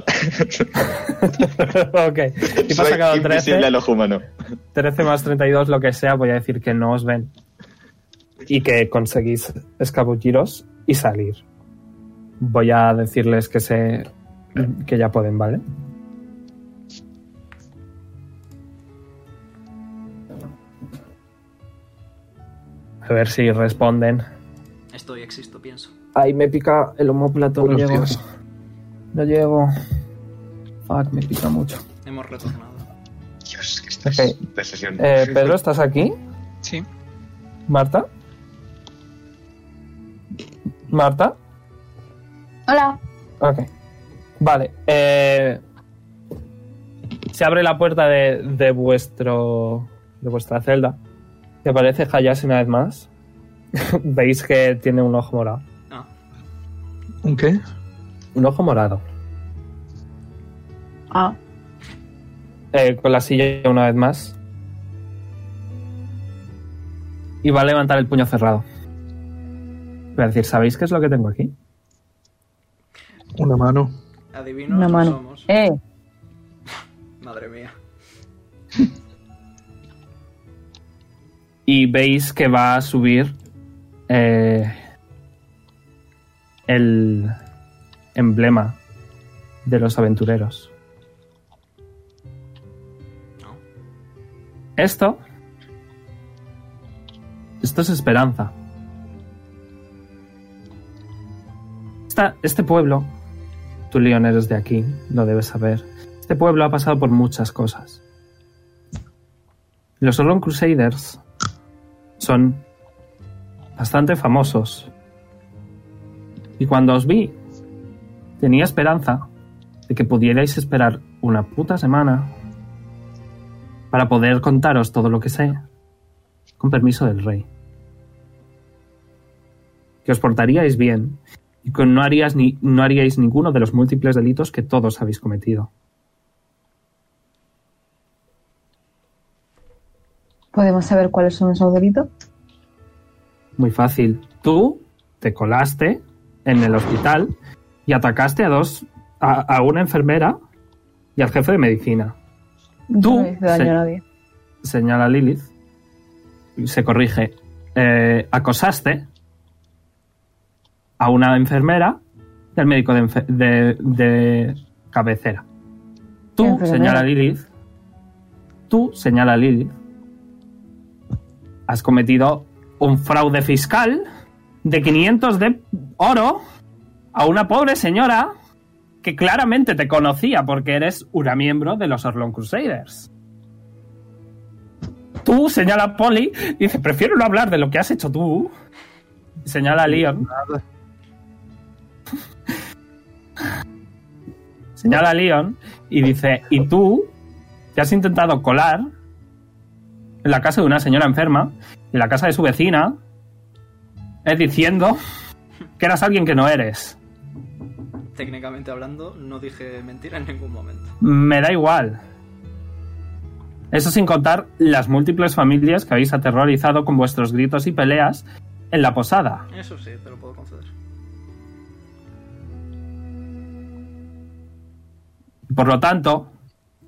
[SPEAKER 3] ok. (laughs) Y pasa
[SPEAKER 6] Soy
[SPEAKER 3] cada ¿eh?
[SPEAKER 6] invisible
[SPEAKER 3] 13.
[SPEAKER 6] al ojo humano.
[SPEAKER 3] 13 más 32, lo que sea, voy a decir que no os ven. Y que conseguís escabulliros y salir. Voy a decirles que se. que ya pueden, ¿vale? A ver si responden.
[SPEAKER 9] Estoy, existo, pienso.
[SPEAKER 3] Ahí me pica el homóplato, no
[SPEAKER 5] Buenos
[SPEAKER 3] llego.
[SPEAKER 5] días.
[SPEAKER 3] No llego. Fuck, me pica mucho.
[SPEAKER 9] Hemos retornado.
[SPEAKER 6] Dios, que estás
[SPEAKER 3] Ok.
[SPEAKER 6] de sesión.
[SPEAKER 3] Eh,
[SPEAKER 6] (laughs)
[SPEAKER 3] Pedro, ¿estás aquí?
[SPEAKER 4] Sí.
[SPEAKER 3] ¿Marta? ¿Marta?
[SPEAKER 8] Hola.
[SPEAKER 3] Ok. Vale. eh, se abre la puerta de, de vuestro. de vuestra celda. Que aparece Hayashi una vez más. (laughs) Veis que tiene un ojo morado.
[SPEAKER 9] Ah,
[SPEAKER 5] ¿Un qué?
[SPEAKER 3] Un ojo morado.
[SPEAKER 8] Ah,
[SPEAKER 3] Eh, con la silla una vez más. Y va a levantar el puño cerrado. Va a decir, ¿sabéis qué es lo que tengo aquí?
[SPEAKER 5] Una mano.
[SPEAKER 9] adivino,
[SPEAKER 8] una
[SPEAKER 9] no
[SPEAKER 8] mano.
[SPEAKER 9] somos.
[SPEAKER 8] Eh,
[SPEAKER 9] Madre mía.
[SPEAKER 3] y veis que va a subir eh, el emblema de los aventureros. Esto, esto es esperanza. Esta- este pueblo, tú Leon eres de aquí, lo debes saber. Este pueblo ha pasado por muchas cosas. Los Orlon Crusaders son bastante famosos. Y cuando os vi, tenía esperanza de que pudierais esperar una puta semana para poder contaros todo lo que sé, con permiso del rey. Que os portaríais bien y que no, harías ni, no haríais ninguno de los múltiples delitos que todos habéis cometido.
[SPEAKER 8] ¿podemos saber cuáles son esos delitos?
[SPEAKER 3] Muy fácil. Tú te colaste en el hospital y atacaste a dos, a, a una enfermera y al jefe de medicina. Tú,
[SPEAKER 8] No le hice daño
[SPEAKER 3] sí.
[SPEAKER 8] a nadie.
[SPEAKER 3] Señala Lilith. Se corrige. Eh, acosaste a una enfermera y al médico de, enfe- de- de cabecera. Tú,
[SPEAKER 8] Enfermera.
[SPEAKER 3] señala Lilith. Tú, señala Lilith. Has cometido un fraude fiscal de 500 de oro a una pobre señora que claramente te conocía porque eres una miembro de los Orlon Crusaders. Tú señala a Polly y dice, prefiero no hablar de lo que has hecho tú. Señala a Leon. señala a Leon y dice, y tú te has intentado colar en la casa de una señora enferma, en la casa de su vecina, eh, diciendo que eras alguien que no eres.
[SPEAKER 9] Técnicamente hablando, no dije mentira en ningún momento.
[SPEAKER 3] Me da igual. Eso sin contar las múltiples familias que habéis aterrorizado con vuestros gritos y peleas en la posada.
[SPEAKER 9] Eso sí, te lo puedo conceder.
[SPEAKER 3] Por lo tanto,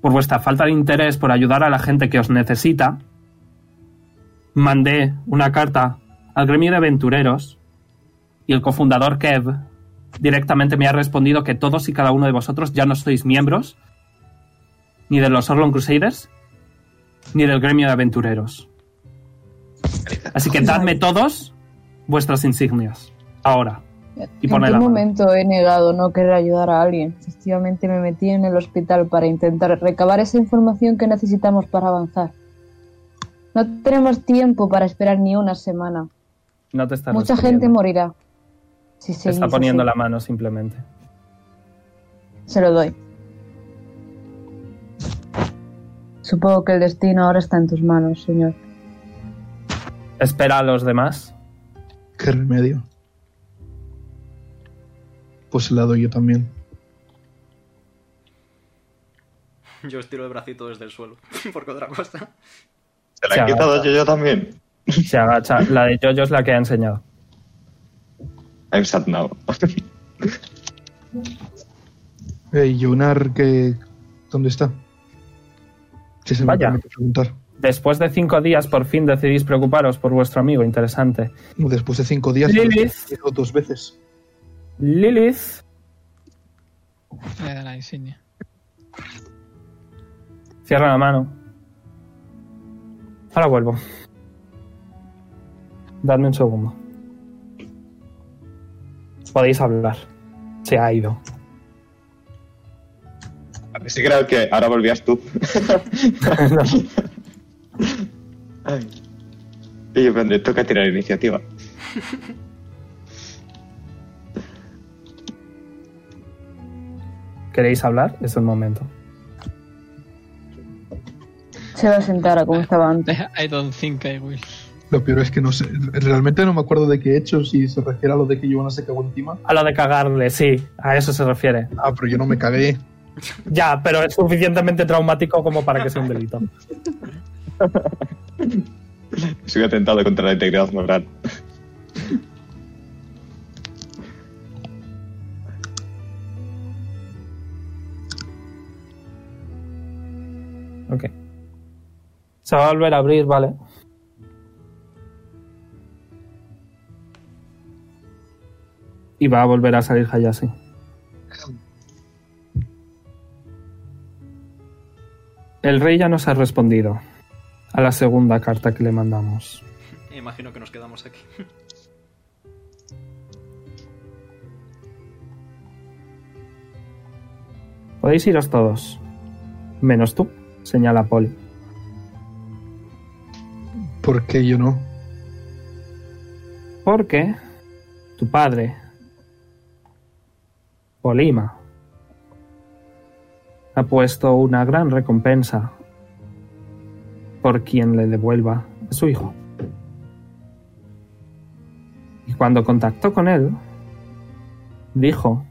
[SPEAKER 3] por vuestra falta de interés por ayudar a la gente que os necesita, mandé una carta al gremio de aventureros y el cofundador Kev directamente me ha respondido que todos y cada uno de vosotros ya no sois miembros ni de los Orlon Crusaders ni del gremio de aventureros. Así que dadme todos vuestras insignias. Ahora. Y
[SPEAKER 8] ¿En
[SPEAKER 3] poned
[SPEAKER 8] qué
[SPEAKER 3] la mano.
[SPEAKER 8] momento he negado no querer ayudar a alguien? Efectivamente me metí en el hospital para intentar recabar esa información que necesitamos para avanzar. No tenemos tiempo para esperar ni una semana.
[SPEAKER 3] No te está
[SPEAKER 8] Mucha
[SPEAKER 3] respondiendo.
[SPEAKER 8] gente morirá.
[SPEAKER 3] Te
[SPEAKER 8] Si
[SPEAKER 3] está
[SPEAKER 8] seguís
[SPEAKER 3] poniendo
[SPEAKER 8] así.
[SPEAKER 3] la mano simplemente.
[SPEAKER 8] Se lo doy. Supongo que el destino ahora está en tus manos, señor.
[SPEAKER 3] Espera a los demás.
[SPEAKER 5] ¿Qué remedio? Pues se la doy yo también.
[SPEAKER 9] Yo estiro el bracito desde el suelo, (laughs) porque otra cosa.
[SPEAKER 6] Te la
[SPEAKER 3] Se
[SPEAKER 6] he quitado
[SPEAKER 3] agacha.
[SPEAKER 6] yo, yo también.
[SPEAKER 3] Se agacha. La de Jojo es la que ha enseñado.
[SPEAKER 6] (laughs) I'm sad now.
[SPEAKER 5] Eh, Jonar, que... ¿dónde está? Si se
[SPEAKER 3] Vaya.
[SPEAKER 5] me permite preguntar.
[SPEAKER 3] Después de cinco días, por fin decidís preocuparos por vuestro amigo. Interesante.
[SPEAKER 5] Después de cinco días,
[SPEAKER 3] Lilith.
[SPEAKER 5] he ido dos veces.
[SPEAKER 3] Lilith
[SPEAKER 4] Le da la insignia.
[SPEAKER 3] cierra la mano. Ahora vuelvo. Dadme un segundo. Podéis hablar. Se ha ido.
[SPEAKER 6] Sí creo que ahora volvías tú.
[SPEAKER 3] (laughs) No.
[SPEAKER 6] Ay. Y yo vendré, toca tirar iniciativa.
[SPEAKER 3] ¿Queréis hablar? Es el momento.
[SPEAKER 8] Se va a sentar a como estaba antes.
[SPEAKER 4] I don't think I will.
[SPEAKER 5] Lo peor es que no sé, realmente no me acuerdo de qué he hecho, si se refiere a lo de que Jonar se cagó encima.
[SPEAKER 3] A lo de cagarle, sí. A eso se refiere.
[SPEAKER 5] Ah, pero yo no me cagué.
[SPEAKER 3] Ya, pero es suficientemente traumático como para que sea un delito.
[SPEAKER 6] Es un atentado contra la integridad moral.
[SPEAKER 3] Ok. Se va a volver a abrir, vale. Y va a volver a salir Hayashi. El rey ya nos ha respondido a la segunda carta que le mandamos.
[SPEAKER 9] Imagino que nos quedamos aquí.
[SPEAKER 3] Podéis iros todos. Menos tú, señala Poli.
[SPEAKER 5] ¿Por qué yo no?
[SPEAKER 3] Porque tu padre, Polima, ha puesto una gran recompensa por quien le devuelva a su hijo. Y cuando contactó con él, dijo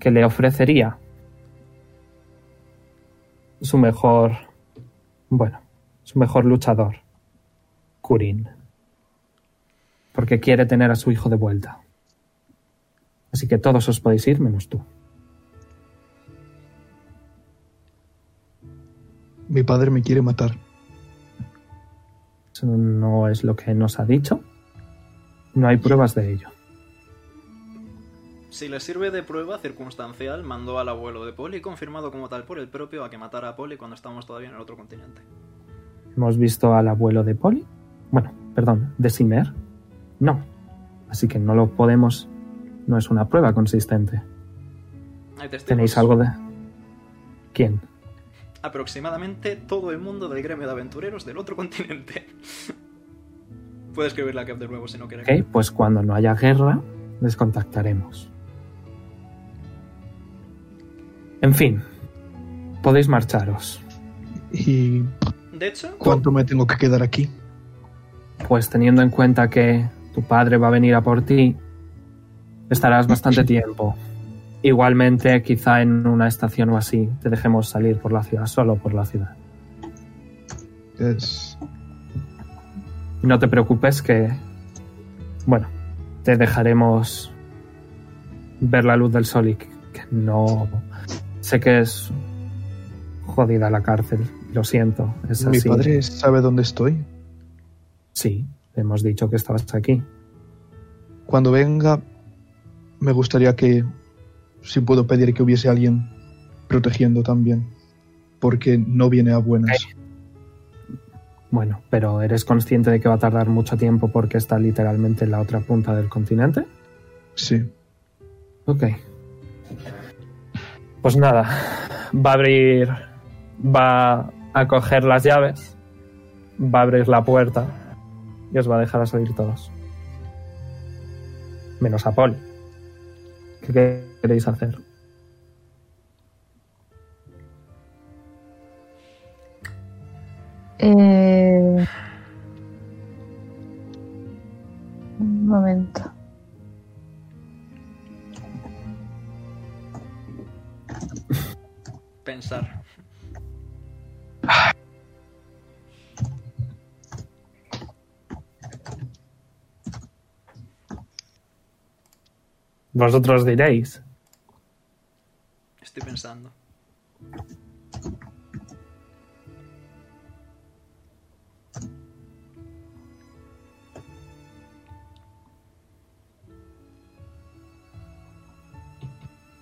[SPEAKER 3] que le ofrecería su mejor, bueno, su mejor luchador, Kurin porque quiere tener a su hijo de vuelta. Así que todos os podéis ir menos tú.
[SPEAKER 5] Mi padre me quiere matar.
[SPEAKER 3] Eso no es lo que nos ha dicho. No hay pruebas de ello.
[SPEAKER 9] Si le sirve de prueba circunstancial, mandó al abuelo de Polly, confirmado como tal por el propio, a que matara a Polly cuando estábamos todavía en el otro continente.
[SPEAKER 3] Hemos visto al abuelo de Polly. Bueno, perdón, de Simer. No. Así que no lo podemos... No es una prueba consistente.
[SPEAKER 9] Hay testigos.
[SPEAKER 3] ¿Tenéis algo de...? ¿Quién?
[SPEAKER 9] Aproximadamente todo el mundo del gremio de aventureros del otro continente. (laughs) Puedes escribir la cap de nuevo si no quieres.
[SPEAKER 3] Ok, pues cuando no haya guerra, les contactaremos. En fin, podéis marcharos.
[SPEAKER 5] ¿Y
[SPEAKER 9] De hecho,
[SPEAKER 5] cuánto me tengo que quedar aquí?
[SPEAKER 3] Pues teniendo en cuenta que tu padre va a venir a por ti, estarás bastante tiempo. Igualmente, quizá en una estación o así, te dejemos salir por la ciudad, solo por la ciudad.
[SPEAKER 5] Es...
[SPEAKER 3] Y no te preocupes que, bueno, te dejaremos ver la luz del sol y que que no... Sé que es jodida la cárcel, lo siento. Es
[SPEAKER 5] Mi
[SPEAKER 3] así.
[SPEAKER 5] padre sabe dónde estoy.
[SPEAKER 3] Sí, te hemos dicho que estabas aquí.
[SPEAKER 5] Cuando venga, me gustaría que, si puedo pedir que hubiese alguien protegiendo también, porque no viene a buenas.
[SPEAKER 3] Bueno, pero ¿eres consciente de que va a tardar mucho tiempo porque está literalmente en la otra punta del continente?
[SPEAKER 5] Sí.
[SPEAKER 3] Ok. Pues nada, va a abrir, va a coger las llaves, va a abrir la puerta y os va a dejar a salir todos. Menos a Poli. ¿Qué queréis hacer?
[SPEAKER 8] Eh... Un momento.
[SPEAKER 9] pensar.
[SPEAKER 3] Vosotros diréis.
[SPEAKER 9] pensando.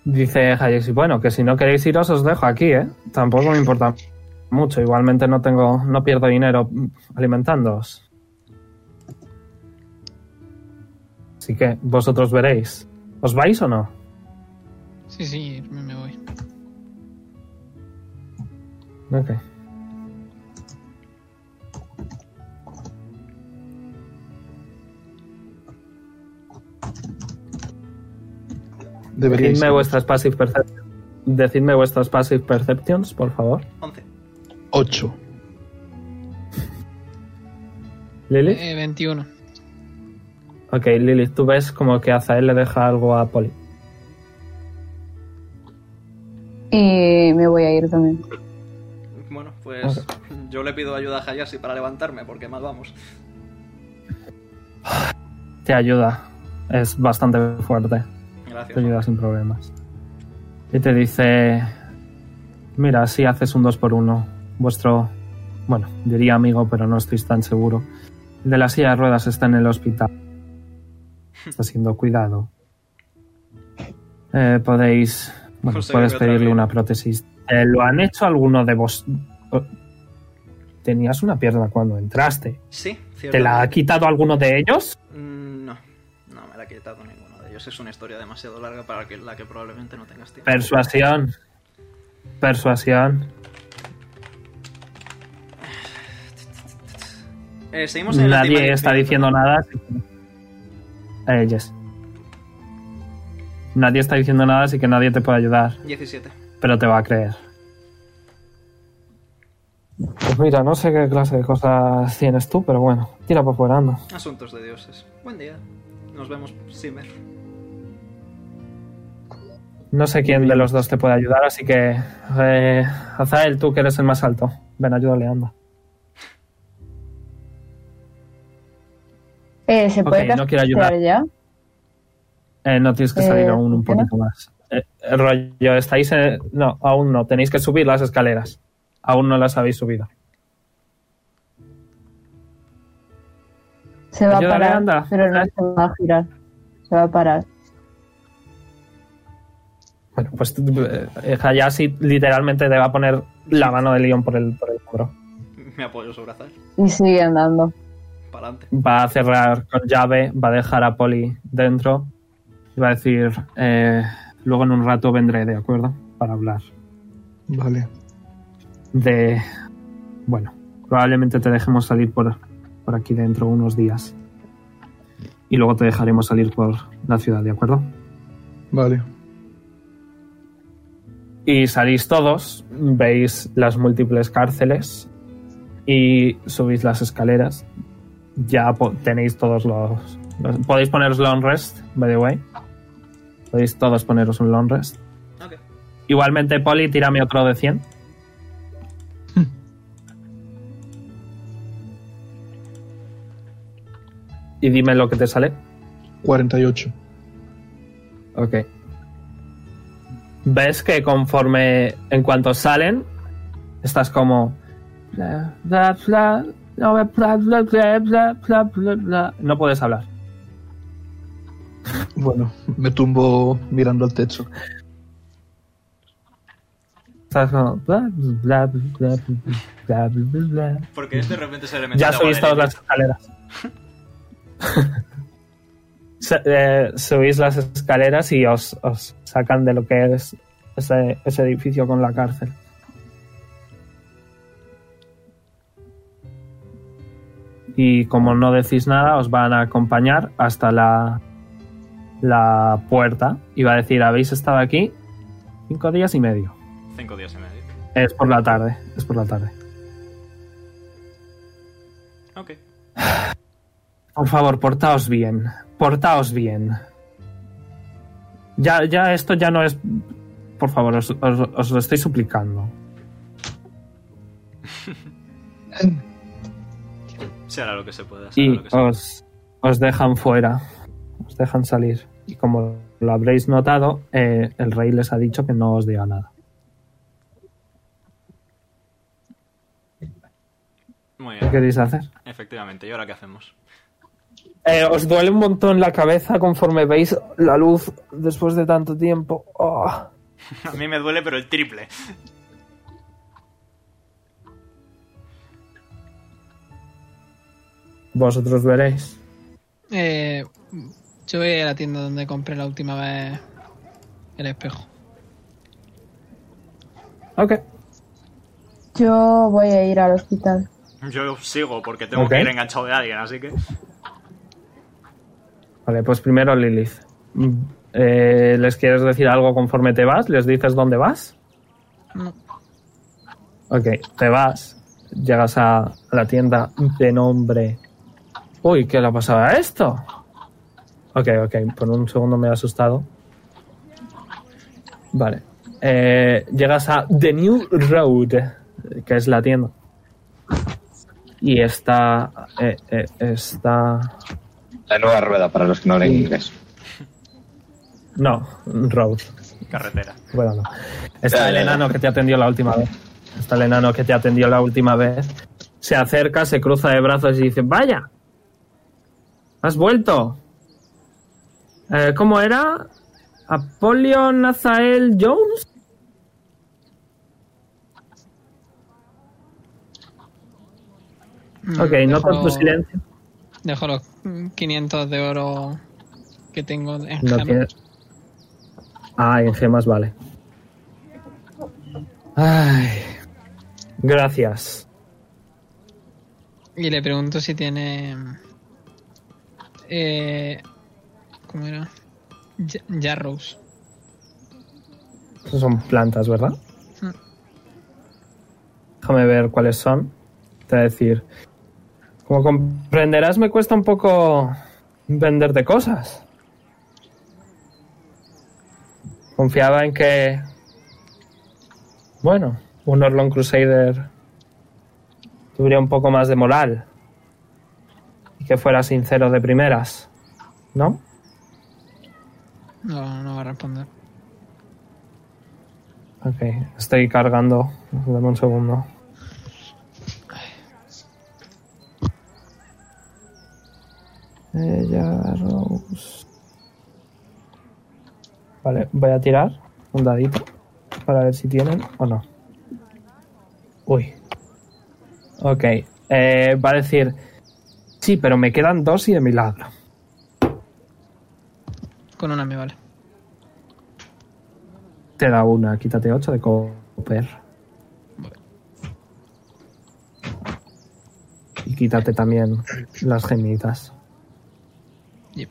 [SPEAKER 3] Dice Hayek, bueno, que si no queréis iros os dejo aquí, ¿eh? Tampoco me importa mucho, igualmente no tengo, no pierdo dinero alimentándoos. Así que vosotros veréis. ¿Os vais o no?
[SPEAKER 4] Sí, sí, irme, me voy.
[SPEAKER 3] Ok.
[SPEAKER 5] Deberíais.
[SPEAKER 3] Decidme vuestras passive perceptions. Decidme vuestras passive perceptions, por favor.
[SPEAKER 9] 11.
[SPEAKER 5] 8.
[SPEAKER 3] Lilith.
[SPEAKER 4] Eh, 21.
[SPEAKER 3] Ok, Lilith, tú ves como que Azael le deja algo a Poli.
[SPEAKER 8] Y me voy a ir también.
[SPEAKER 9] Bueno, pues yo le pido ayuda a Hayashi para levantarme, porque mal vamos.
[SPEAKER 3] Te ayuda. Es bastante fuerte.
[SPEAKER 9] Gracias.
[SPEAKER 3] Te ayuda sin problemas. Y te dice... Mira, si haces un 2 por 1 vuestro... Bueno, diría amigo, pero no estoy tan seguro. El de la silla de ruedas está en el hospital. Está siendo cuidado. Eh, podéis... Bueno,
[SPEAKER 9] Conseguirme
[SPEAKER 3] puedes
[SPEAKER 9] otra
[SPEAKER 3] pedirle
[SPEAKER 9] vida.
[SPEAKER 3] una prótesis. Eh, ¿Lo han hecho alguno de vos? o- Tenías una pierna cuando entraste.
[SPEAKER 9] Sí, cierto.
[SPEAKER 3] ¿Te la ha quitado alguno de ellos?
[SPEAKER 9] Mm, No, no me la ha quitado ninguno de ellos. Es una historia demasiado larga para que, la que probablemente no tengas tiempo.
[SPEAKER 3] Persuasión. Persuasión.
[SPEAKER 9] Eh, seguimos en la
[SPEAKER 3] Nadie
[SPEAKER 9] timeline
[SPEAKER 3] está
[SPEAKER 9] infinita.
[SPEAKER 3] diciendo nada. así que- Eh, yes. Nadie está diciendo nada, así que nadie te puede ayudar,
[SPEAKER 9] 17.
[SPEAKER 3] pero te va a creer. Pues mira, no sé qué clase de cosas tienes tú, pero bueno, tira por fuera, anda.
[SPEAKER 9] Asuntos de dioses. Buen día. Nos vemos, Simmer.
[SPEAKER 3] No sé quién de los dos te puede ayudar, así que... Eh, Azael, tú que eres el más alto. Ven, ayúdale, anda.
[SPEAKER 8] Eh, ¿Se
[SPEAKER 3] Ok,
[SPEAKER 8] puede
[SPEAKER 3] no quiero
[SPEAKER 8] castear
[SPEAKER 3] ayudar.
[SPEAKER 8] ya?
[SPEAKER 3] Eh, no tienes que salir
[SPEAKER 8] Eh,
[SPEAKER 3] aún un
[SPEAKER 8] ¿funciona?
[SPEAKER 3] poquito más. Eh, eh, rollo, estáis... en- no, aún no. Tenéis que subir las escaleras. Aún no las habéis subido.
[SPEAKER 8] Se va a
[SPEAKER 3] Ayúdale,
[SPEAKER 8] parar,
[SPEAKER 3] anda.
[SPEAKER 8] pero no se va a girar. Se va a parar.
[SPEAKER 3] Bueno, pues eh, Hayashi literalmente te va a poner la mano de Leon por el, por el hombro.
[SPEAKER 9] Me apoyo sobre Azar.
[SPEAKER 8] Y sigue andando.
[SPEAKER 9] Para adelante.
[SPEAKER 3] Va a cerrar con llave, va a dejar a Polly dentro y va a decir, eh, luego en un rato vendré, ¿de acuerdo? Para hablar
[SPEAKER 5] Vale.
[SPEAKER 3] de... Bueno, probablemente te dejemos salir por, por aquí dentro unos días. Y luego te dejaremos salir por la ciudad, ¿de acuerdo?
[SPEAKER 5] Vale.
[SPEAKER 3] Y salís todos, veis las múltiples cárceles y subís las escaleras. Ya po- tenéis todos los, los- Podéis poneros long rest, by the way. Podéis todos poneros un long rest.
[SPEAKER 9] Ok.
[SPEAKER 3] Igualmente, Poli, tírame otro de 100. y dime lo que te sale.
[SPEAKER 5] 48.
[SPEAKER 3] Ok. Ves que conforme en cuanto salen, estás como... bla, bla, bla, no me- bla, bla, bla, bla, bla, bla, bla. No puedes hablar.
[SPEAKER 5] Bueno, me tumbo mirando al techo.
[SPEAKER 3] Estás como... bla, bla, bla, bla, bla, bla, bla.
[SPEAKER 9] Porque es de repente ese elemento.
[SPEAKER 3] Ya
[SPEAKER 9] de agua
[SPEAKER 3] subís
[SPEAKER 9] de
[SPEAKER 3] todas las
[SPEAKER 9] Lilith.
[SPEAKER 3] escaleras. (laughs) Se- eh, subís las escaleras y os, os sacan de lo que es ese, ese edificio con la cárcel. Y como no decís nada, os van a acompañar hasta la, la puerta. Y va a decir, habéis estado aquí cinco días y medio.
[SPEAKER 1] Cinco días y medio.
[SPEAKER 3] Es por la tarde, es por la tarde.
[SPEAKER 1] Ok.
[SPEAKER 3] Por favor, portaos bien. Portaos bien. Ya, ya, esto ya no es. Por favor, os, os- os lo estoy suplicando.
[SPEAKER 1] Se hará lo que se pueda. se hará
[SPEAKER 3] Y oh,
[SPEAKER 1] lo que se pueda.
[SPEAKER 3] os, os dejan fuera. Os dejan salir. Y como lo habréis notado, eh, el rey les ha dicho que no os diga nada.
[SPEAKER 1] Muy
[SPEAKER 3] ¿Qué
[SPEAKER 1] bien.
[SPEAKER 3] queréis hacer?
[SPEAKER 1] Efectivamente, ¿y ahora qué hacemos? (laughs)
[SPEAKER 3] Eh, os duele un montón la cabeza conforme veis la luz después de tanto tiempo. Oh.
[SPEAKER 1] A mí me duele, pero el triple.
[SPEAKER 3] Vosotros veréis.
[SPEAKER 4] Eh, yo voy a la tienda donde compré la última vez el espejo.
[SPEAKER 3] Ok.
[SPEAKER 8] Yo voy a ir al hospital.
[SPEAKER 1] Yo sigo porque tengo
[SPEAKER 3] Ok.
[SPEAKER 1] que ir enganchado de alguien, así que.
[SPEAKER 3] Vale, pues primero Lilith. Mm, eh, ¿Les quieres decir algo conforme te vas? ¿Les dices dónde vas?
[SPEAKER 4] No.
[SPEAKER 3] Ok, te vas. Llegas a a la tienda de nombre. Uy, ¿qué le ha pasado a esto? Ok, ok, por un segundo me he asustado. Vale. Eh, llegas a The New Road, eh, que es la tienda. Y está. eh, eh, está.
[SPEAKER 6] La nueva rueda para los que no hablen inglés.
[SPEAKER 3] No, Road.
[SPEAKER 1] Carretera.
[SPEAKER 3] Bueno, no. Está
[SPEAKER 6] Ya,
[SPEAKER 3] el
[SPEAKER 6] ya, ya.
[SPEAKER 3] enano que te atendió la última vez. Está el enano que te atendió la última vez. Se acerca, se cruza de brazos y dice, vaya, has vuelto. Eh, ¿Cómo era? ¿Apolio Nazael Jones?
[SPEAKER 4] Mm,
[SPEAKER 3] Ok, notas
[SPEAKER 4] Mm, dejo-
[SPEAKER 3] tu silencio.
[SPEAKER 4] Dejo los 500 de oro que tengo en
[SPEAKER 3] No
[SPEAKER 4] gemas.
[SPEAKER 3] tiene- Ah, en gemas, vale. Ay, gracias.
[SPEAKER 4] Y le pregunto si tiene. Eh, ¿Cómo era? Ya- Yarrows.
[SPEAKER 3] Esas son plantas, ¿verdad?
[SPEAKER 4] Mm.
[SPEAKER 3] Déjame ver cuáles son. Te voy a decir. Como comprenderás, me cuesta un poco venderte cosas. Confiaba en que. Bueno, un Orlon Crusader tuviera un poco más de moral. Y que fuera sincero de primeras. ¿No?
[SPEAKER 4] No, no va a responder.
[SPEAKER 3] Ok, estoy cargando. Dame un segundo. Ella, Rose. Vale, voy a tirar un dadito para ver si tienen o no. Uy. Ok, eh, va a decir... Sí, pero me quedan dos y de milagro.
[SPEAKER 4] Con una me vale.
[SPEAKER 3] Te da una, quítate ocho de cooper. Y quítate también las gemitas.
[SPEAKER 4] Yep.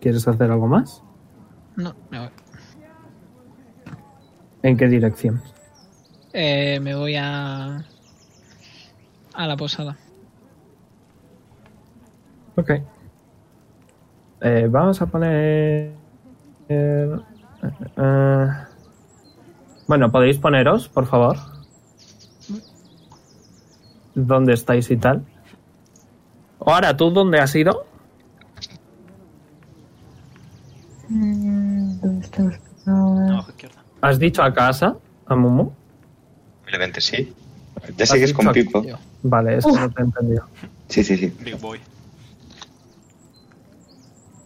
[SPEAKER 3] ¿Quieres hacer algo más?
[SPEAKER 4] No, me voy.
[SPEAKER 3] ¿En qué dirección?
[SPEAKER 4] Eh, me voy a. a la posada.
[SPEAKER 3] Ok. Eh, vamos a poner... eh, eh, bueno, podéis poneros, por favor. ¿Dónde estáis y tal? Ahora, ¿tú dónde has ido?
[SPEAKER 8] Mm, ¿Dónde está el hospital?
[SPEAKER 1] Abajo izquierda.
[SPEAKER 3] ¿Has dicho a casa? ¿A Mumu?
[SPEAKER 6] Obviamente sí. Ya sigues
[SPEAKER 3] dicho
[SPEAKER 6] con
[SPEAKER 3] que-
[SPEAKER 6] Pipo.
[SPEAKER 4] Yo.
[SPEAKER 3] Vale, eso no te he entendido.
[SPEAKER 6] Sí, sí, sí.
[SPEAKER 1] Big boy.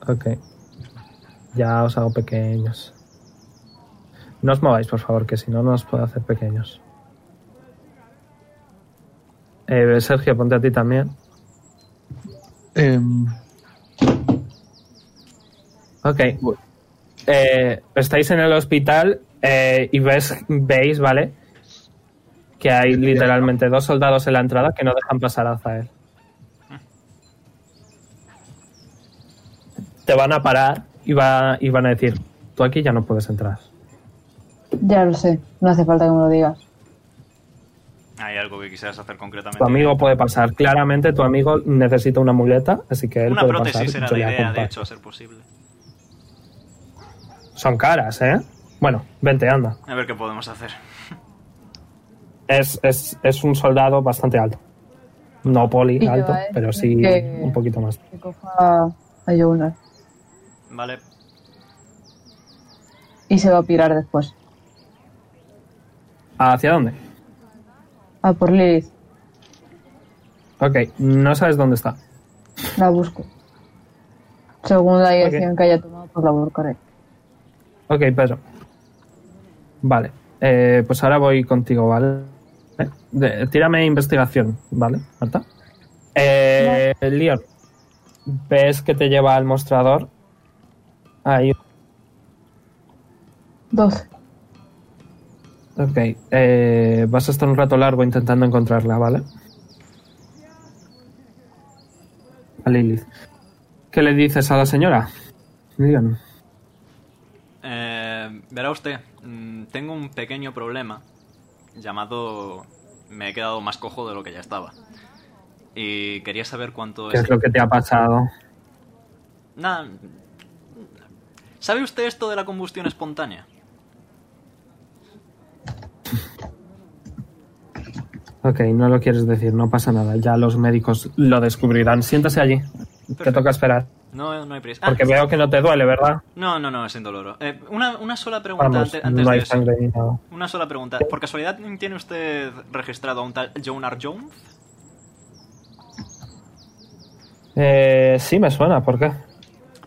[SPEAKER 3] Ok. Ya os hago pequeños. No os mováis, por favor, que si no, no os puedo hacer pequeños. Eh, Sergio, ponte a ti también.
[SPEAKER 5] Em,
[SPEAKER 3] Ok. Eh, estáis en el hospital eh, y ves, veis, ¿vale? Que hay literalmente dos soldados en la entrada que no dejan pasar a Zael. Te van a parar y, va, y van a decir, tú aquí ya no puedes entrar.
[SPEAKER 8] Ya lo sé, no hace falta que me lo digas.
[SPEAKER 1] Hay algo que quisieras hacer concretamente.
[SPEAKER 3] Tu amigo puede pasar. Claramente tu amigo necesita una muleta, así que él
[SPEAKER 1] Una
[SPEAKER 3] puede
[SPEAKER 1] prótesis
[SPEAKER 3] pasar.
[SPEAKER 1] era la
[SPEAKER 3] Yo le
[SPEAKER 1] idea, de
[SPEAKER 3] acompaño.
[SPEAKER 1] hecho, a ser posible.
[SPEAKER 3] Son caras, ¿eh? Bueno, vente, anda.
[SPEAKER 1] A ver qué podemos hacer.
[SPEAKER 3] es, es, es un soldado bastante alto. No
[SPEAKER 8] Y
[SPEAKER 3] poli
[SPEAKER 8] yo a
[SPEAKER 3] alto,
[SPEAKER 8] él,
[SPEAKER 3] pero sí
[SPEAKER 8] que-
[SPEAKER 3] un poquito más.
[SPEAKER 8] Que coja a Jonas.
[SPEAKER 1] Vale.
[SPEAKER 8] Y se va a pirar después.
[SPEAKER 3] ¿Hacia dónde?
[SPEAKER 8] A por Lilith.
[SPEAKER 3] Ok, no sabes dónde está.
[SPEAKER 8] La busco. Según la dirección que haya tomado, pues la buscaré.
[SPEAKER 3] Ok, pero. Vale. Eh, pues ahora voy contigo, ¿vale? Eh, de- tírame investigación, ¿vale, Marta? Eh, Leon, ves que te lleva al mostrador. Ahí.
[SPEAKER 8] 12.
[SPEAKER 3] Ok. eh, vas a estar un rato largo intentando encontrarla, ¿vale? A Lilith. ¿Qué le dices a la señora? Leon.
[SPEAKER 1] Eh, verá usted, mm, tengo un pequeño problema llamado me he quedado más cojo de lo que ya estaba. Y quería saber cuánto
[SPEAKER 3] ¿Qué
[SPEAKER 1] es...
[SPEAKER 3] es lo que te ha pasado?
[SPEAKER 1] Nada. ¿Sabe usted esto de la combustión espontánea?
[SPEAKER 3] Ok, no lo quieres decir, no pasa nada. Ya los médicos lo descubrirán. Siéntase allí. Te toca esperar.
[SPEAKER 1] No, no hay prisa. Ah,
[SPEAKER 3] Porque veo que no te duele, ¿verdad?
[SPEAKER 1] No, no, no, es indoloro. Eh, una, una sola pregunta
[SPEAKER 3] Vamos,
[SPEAKER 1] ante- antes,
[SPEAKER 3] no
[SPEAKER 1] de
[SPEAKER 3] hay
[SPEAKER 1] eso.
[SPEAKER 3] sangre ni nada.
[SPEAKER 1] Una sola pregunta. ¿Por casualidad tiene usted registrado a un tal Jonar Jones?
[SPEAKER 3] Eh, sí, me suena, ¿por qué?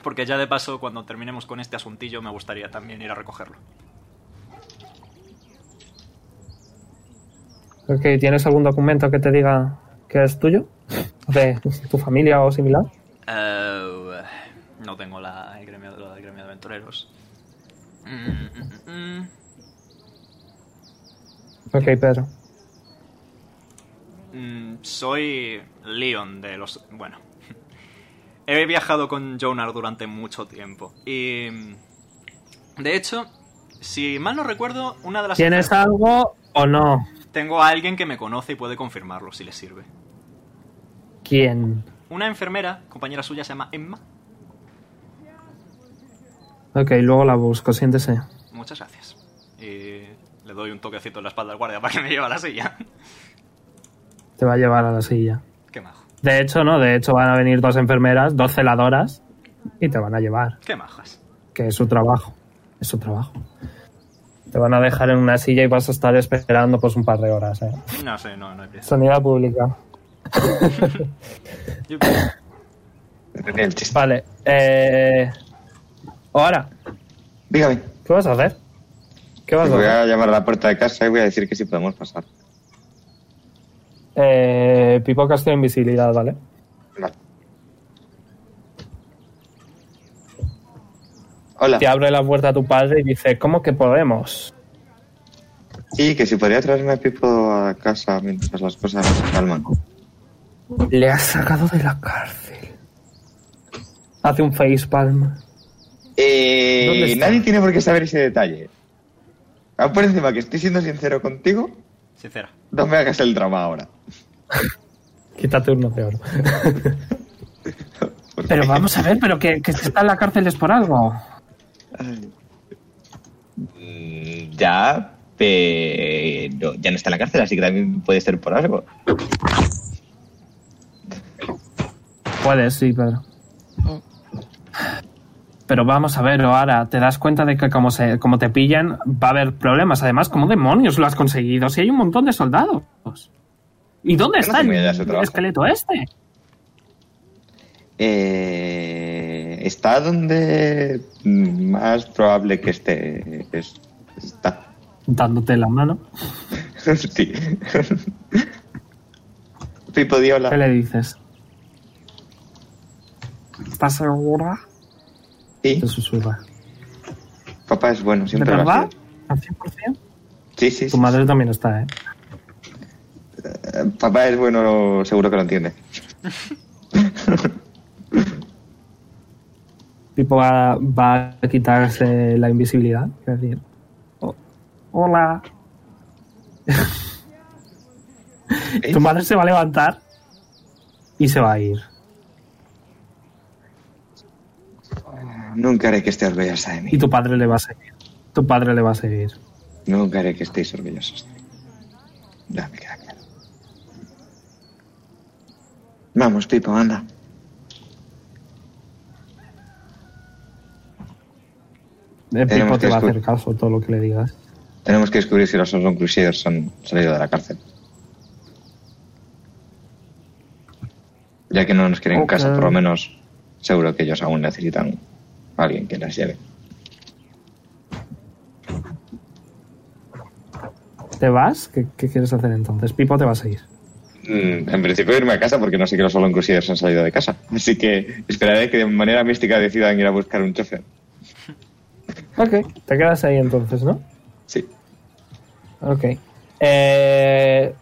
[SPEAKER 1] Porque ya de paso, cuando terminemos con este asuntillo, me gustaría también ir a recogerlo.
[SPEAKER 3] Ok, ¿tienes algún documento que te diga que es tuyo? ¿De tu familia o similar?
[SPEAKER 1] Eh, no tengo la el gremio, lo del gremio de aventureros. Mm, mm, mm, mm.
[SPEAKER 3] Ok, Pedro.
[SPEAKER 1] Mm, soy Leon de los... Bueno. (laughs) He viajado con Jonar durante mucho tiempo. Y... mm, De hecho, si mal no recuerdo, una de las...
[SPEAKER 3] ¿Tienes algo o no?
[SPEAKER 1] Tengo a alguien que me conoce y puede confirmarlo si le sirve.
[SPEAKER 3] ¿Quién?
[SPEAKER 1] Una enfermera, compañera suya, se llama Emma.
[SPEAKER 3] Ok, luego la busco, siéntese.
[SPEAKER 1] Muchas gracias. Y le doy un toquecito en la espalda al guardia para que me lleve a la silla.
[SPEAKER 3] Te va a llevar a la silla.
[SPEAKER 1] Qué majo.
[SPEAKER 3] De hecho, no, de hecho van a venir dos enfermeras, dos celadoras, y te van a llevar.
[SPEAKER 1] Qué majas.
[SPEAKER 3] que es su trabajo. Es su trabajo. Te van a dejar en una silla y vas a estar esperando pues un par de horas. ¿eh?
[SPEAKER 1] No sé, no, no hay prisa.
[SPEAKER 3] Sanidad pública.
[SPEAKER 1] Yo-
[SPEAKER 6] El chiste.
[SPEAKER 3] Vale. Eh... Ahora,
[SPEAKER 6] Dígame.
[SPEAKER 3] ¿qué vas a hacer? ¿Qué vas a
[SPEAKER 6] Voy
[SPEAKER 3] hacer?
[SPEAKER 6] a llamar a la puerta de casa y voy a decir que sí podemos pasar.
[SPEAKER 3] Eh, Pipo casteo invisibilidad, ¿vale?
[SPEAKER 6] Hola. Hola.
[SPEAKER 3] Te abre la puerta a tu padre y dice, ¿cómo que podemos?
[SPEAKER 6] Y que si podría traerme a Pipo a casa mientras las cosas se calman.
[SPEAKER 3] Le has sacado de la cárcel. Hace un facepalm.
[SPEAKER 6] Eh,
[SPEAKER 3] ¿Dónde está?
[SPEAKER 6] nadie tiene por qué saber ese detalle. Aún por encima que estoy siendo sincero contigo,
[SPEAKER 1] Sincera.
[SPEAKER 6] no me hagas el drama ahora.
[SPEAKER 3] Quítate uno de
[SPEAKER 6] (laughs)
[SPEAKER 3] oro.
[SPEAKER 6] Porque-
[SPEAKER 3] pero vamos a ver, pero que, que si está en la cárcel es por algo.
[SPEAKER 12] Mm, Ya, pero ya no está en la cárcel, así que también puede ser por algo.
[SPEAKER 3] Puedes, sí, Pedro. Pero vamos a ver, ahora te das cuenta de que como, se, como te pillan va a haber problemas. Además, ¿cómo demonios lo has conseguido? Si hay un montón de soldados. ¿Y dónde
[SPEAKER 6] Yo no
[SPEAKER 3] está el,
[SPEAKER 6] tengo idea de su trabajo.
[SPEAKER 3] esqueleto este?
[SPEAKER 6] Eh, está donde más probable que esté. es- está. (laughs)
[SPEAKER 3] Dándote la mano.
[SPEAKER 6] sí. Pipo, di
[SPEAKER 3] ¿Qué
[SPEAKER 6] hola.
[SPEAKER 3] le dices? ¿Estás segura?
[SPEAKER 6] Sí,
[SPEAKER 3] Te susurra.
[SPEAKER 6] papá es bueno,
[SPEAKER 3] Pues, ¿De
[SPEAKER 6] siempre lo ha
[SPEAKER 3] verdad?
[SPEAKER 6] sido.
[SPEAKER 3] ¿Al 100%?
[SPEAKER 6] Sí, sí.
[SPEAKER 3] Tu
[SPEAKER 6] sí.
[SPEAKER 3] madre también está, ¿eh?
[SPEAKER 6] Eh, Papá es bueno, seguro que lo entiende.
[SPEAKER 3] Tipo va, va a quitarse la invisibilidad. quiero decir. Oh, hola. (laughs) tu madre se va a levantar y se va a ir.
[SPEAKER 6] Nunca haré que esté orgullosa de mí.
[SPEAKER 3] Y tu padre le va a seguir. Tu padre le va a seguir.
[SPEAKER 6] Nunca haré que estéis orgullosos. de mí. Ya me queda claro. Vamos, Pipo, anda.
[SPEAKER 3] El
[SPEAKER 6] Tenemos
[SPEAKER 3] Eh, Pipo
[SPEAKER 6] que
[SPEAKER 3] te va a
[SPEAKER 6] escu-
[SPEAKER 3] hacer caso todo lo que le digas.
[SPEAKER 6] Tenemos que descubrir si los Orson Crusaders han salido de la cárcel. Ya que no nos quieren en
[SPEAKER 3] Ok.
[SPEAKER 6] casa, por lo menos seguro que ellos aún necesitan a alguien que las lleve.
[SPEAKER 3] ¿Te vas? ¿Qué, qué quieres hacer entonces? Pipo te va a seguir.
[SPEAKER 6] Mm, En principio irme a casa porque no sé que los Orson Crusaders han salido de casa. Así que esperaré que de manera mística decidan ir a buscar un chofer.
[SPEAKER 3] Ok, te quedas ahí entonces, ¿no?
[SPEAKER 6] Sí.
[SPEAKER 3] Ok. Eh,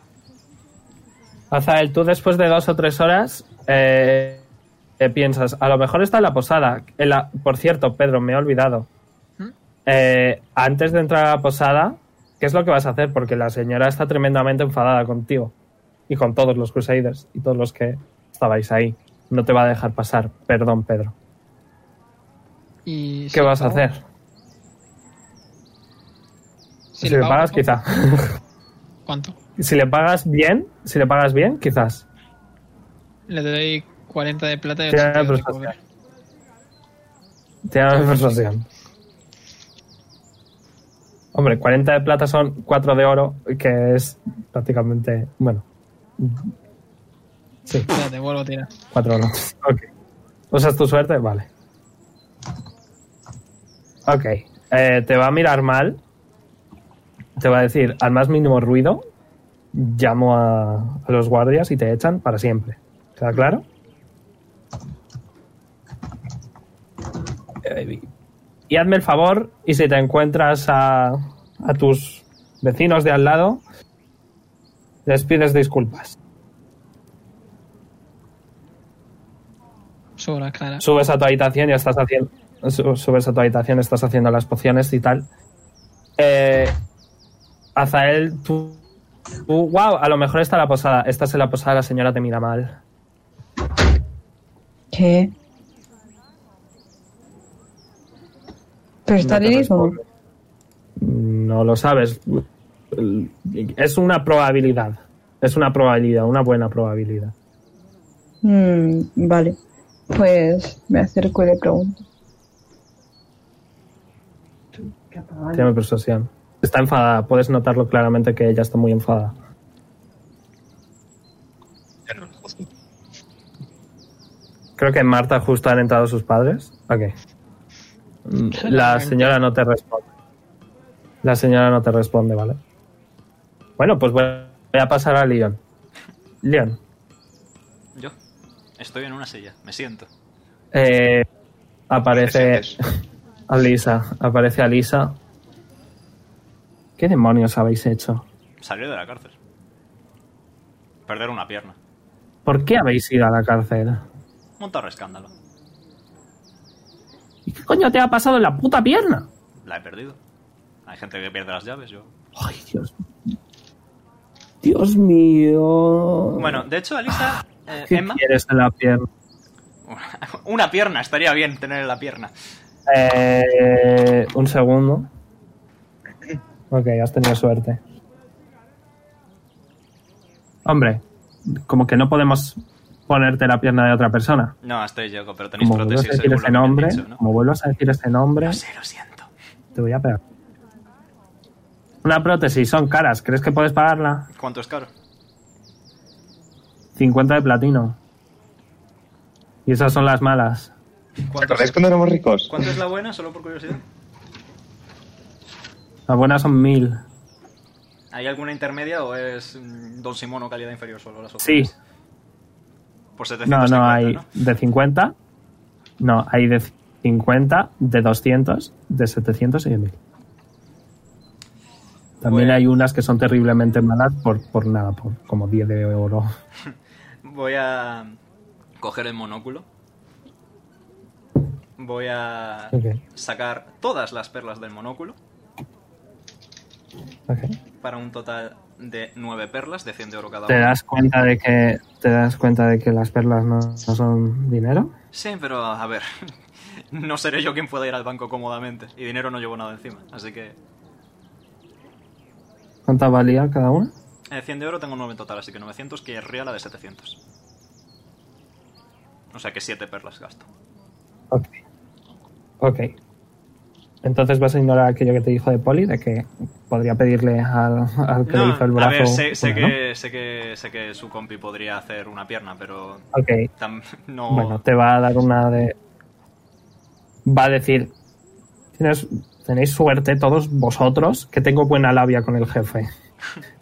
[SPEAKER 3] Azael, tú después de dos o tres horas eh, eh, piensas, a lo mejor está en la posada. En la- por cierto, Pedro, me he olvidado.
[SPEAKER 4] ¿Mm?
[SPEAKER 3] Eh, antes de entrar a la posada, ¿qué es lo que vas a hacer? Porque la señora está tremendamente enfadada contigo y con todos los Crusaders y todos los que estabais ahí. No te va a dejar pasar. Perdón, Pedro.
[SPEAKER 4] Y
[SPEAKER 3] ¿Qué vas a hacer?
[SPEAKER 4] Si
[SPEAKER 3] Si,
[SPEAKER 4] le
[SPEAKER 3] le
[SPEAKER 4] pago,
[SPEAKER 3] pagas,
[SPEAKER 4] ¿no?
[SPEAKER 3] quizá. (laughs)
[SPEAKER 4] ¿Cuánto?
[SPEAKER 3] si le pagas bien, si le pagas bien, quizás.
[SPEAKER 4] Le doy 40 de plata y
[SPEAKER 3] Tira de
[SPEAKER 4] 80 de
[SPEAKER 3] persuasión.
[SPEAKER 4] cobre.
[SPEAKER 3] Tírame persuasión. Hombre, 40 de plata son 4 de oro, que es prácticamente. Bueno. Sí,
[SPEAKER 4] Espérate, vuelvo a tirar.
[SPEAKER 3] 4 oro. Ok. ¿Usas tu suerte? Vale. Ok. Eh, te va a mirar mal. Te va a decir, al más mínimo ruido, llamo a, a los guardias y te echan para siempre. ¿Queda claro? Eh, Y hazme el favor, y si te encuentras a, a tus vecinos de al lado, les pides disculpas.
[SPEAKER 4] Subo la escalera.
[SPEAKER 3] Subes a tu habitación y estás haciendo. su- Subes a tu habitación, estás haciendo las pociones y tal. Eh, Azael, tú, Wow, a lo mejor está la posada. Estás en la posada, la señora te mira mal.
[SPEAKER 8] ¿Qué? Pero está
[SPEAKER 3] No te
[SPEAKER 8] lirísimo.
[SPEAKER 3] responde. No lo sabes. Es una probabilidad. Es una probabilidad, una buena probabilidad.
[SPEAKER 8] Mm, vale. Pues me acerco y le pregunto.
[SPEAKER 3] Tiene persuasión. Está enfadada. Puedes notarlo claramente que ella está muy enfadada. Creo que Marta justo han entrado sus padres. Ok. Mm, La señora no te responde. La señora no te responde, ¿vale? Bueno, pues voy voy a pasar a Leon. Leon,
[SPEAKER 1] Yo estoy en una silla, me siento.
[SPEAKER 3] eh, aparece Alisa. Aparece Alisa. ¿Qué demonios habéis hecho?
[SPEAKER 1] Salió de la cárcel. Perder una pierna.
[SPEAKER 3] ¿Por qué habéis ido a la cárcel?
[SPEAKER 1] Un torre escándalo.
[SPEAKER 3] ¿Y qué coño te ha pasado en la puta pierna?
[SPEAKER 1] La he perdido. Hay gente que pierde las llaves, yo.
[SPEAKER 3] Ay, Dios. Dios mío.
[SPEAKER 1] Bueno, de hecho, Alisa. eh,
[SPEAKER 3] ¿Qué
[SPEAKER 1] Emma.
[SPEAKER 3] quieres en la pierna?
[SPEAKER 1] Una pierna, estaría bien tener en la pierna.
[SPEAKER 3] Eh, un segundo. Ok, has tenido suerte. Hombre, como que no podemos ponerte la pierna de otra persona.
[SPEAKER 1] No, estoy loco, pero tenéis
[SPEAKER 3] Como vuelvas
[SPEAKER 1] prótesis
[SPEAKER 3] a decir
[SPEAKER 1] según lo
[SPEAKER 3] ese
[SPEAKER 1] que me han
[SPEAKER 3] nombre,
[SPEAKER 1] dicho, ¿no?
[SPEAKER 3] como vuelvas a decir ese nombre,
[SPEAKER 1] Lo sé, lo siento.
[SPEAKER 3] te voy a pegar. Una prótesis, son caras. ¿Crees que puedes pagarla?
[SPEAKER 1] ¿Cuánto es caro?
[SPEAKER 3] 50 de platino. Y esas son las malas.
[SPEAKER 6] ¿Te acordáis cuando éramos ricos?
[SPEAKER 1] ¿Cuánto es la buena, solo por curiosidad?
[SPEAKER 3] Las buenas son 1000.
[SPEAKER 1] ¿Hay alguna intermedia o es mm, Don Simón o calidad inferior solo las otras?
[SPEAKER 3] Sí.
[SPEAKER 1] Por
[SPEAKER 3] No,
[SPEAKER 1] 750,
[SPEAKER 3] no, hay de 50. No, hay de 50, de 200, de 700 y de 1000. También
[SPEAKER 1] Bueno.
[SPEAKER 3] hay unas que son terriblemente malas por, por nada, por como 10 de oro.
[SPEAKER 1] Voy a coger el monóculo. Voy a
[SPEAKER 3] Ok.
[SPEAKER 1] sacar todas las perlas del monóculo para un total de 9 perlas de 100 de oro cada
[SPEAKER 3] ¿Te
[SPEAKER 1] una.
[SPEAKER 3] das cuenta de que te das cuenta de que las perlas no, no son dinero?
[SPEAKER 1] Sí, pero a ver, (laughs) no seré yo quien pueda ir al banco cómodamente y dinero no llevo nada encima, así que
[SPEAKER 3] ¿Cuánta valía cada una?
[SPEAKER 1] eh, 100 de oro tengo 9 en total, así que 900 que la de 700. O sea que 7 perlas gasto.
[SPEAKER 3] Ok. Ok. Entonces vas a ignorar aquello que te dijo de Poli, de que podría pedirle al, al que
[SPEAKER 1] No,
[SPEAKER 3] le hizo el brazo.
[SPEAKER 1] a ver, sé, sé
[SPEAKER 3] una, ¿no?
[SPEAKER 1] que, sé, que, sé que su compi podría hacer una pierna, pero
[SPEAKER 3] Ok.
[SPEAKER 1] tam- (laughs) no...
[SPEAKER 3] Bueno, te va a dar una de. Va a decir. "Tienes- tenéis suerte todos vosotros que tengo buena labia con el
[SPEAKER 1] (laughs)
[SPEAKER 3] jefe.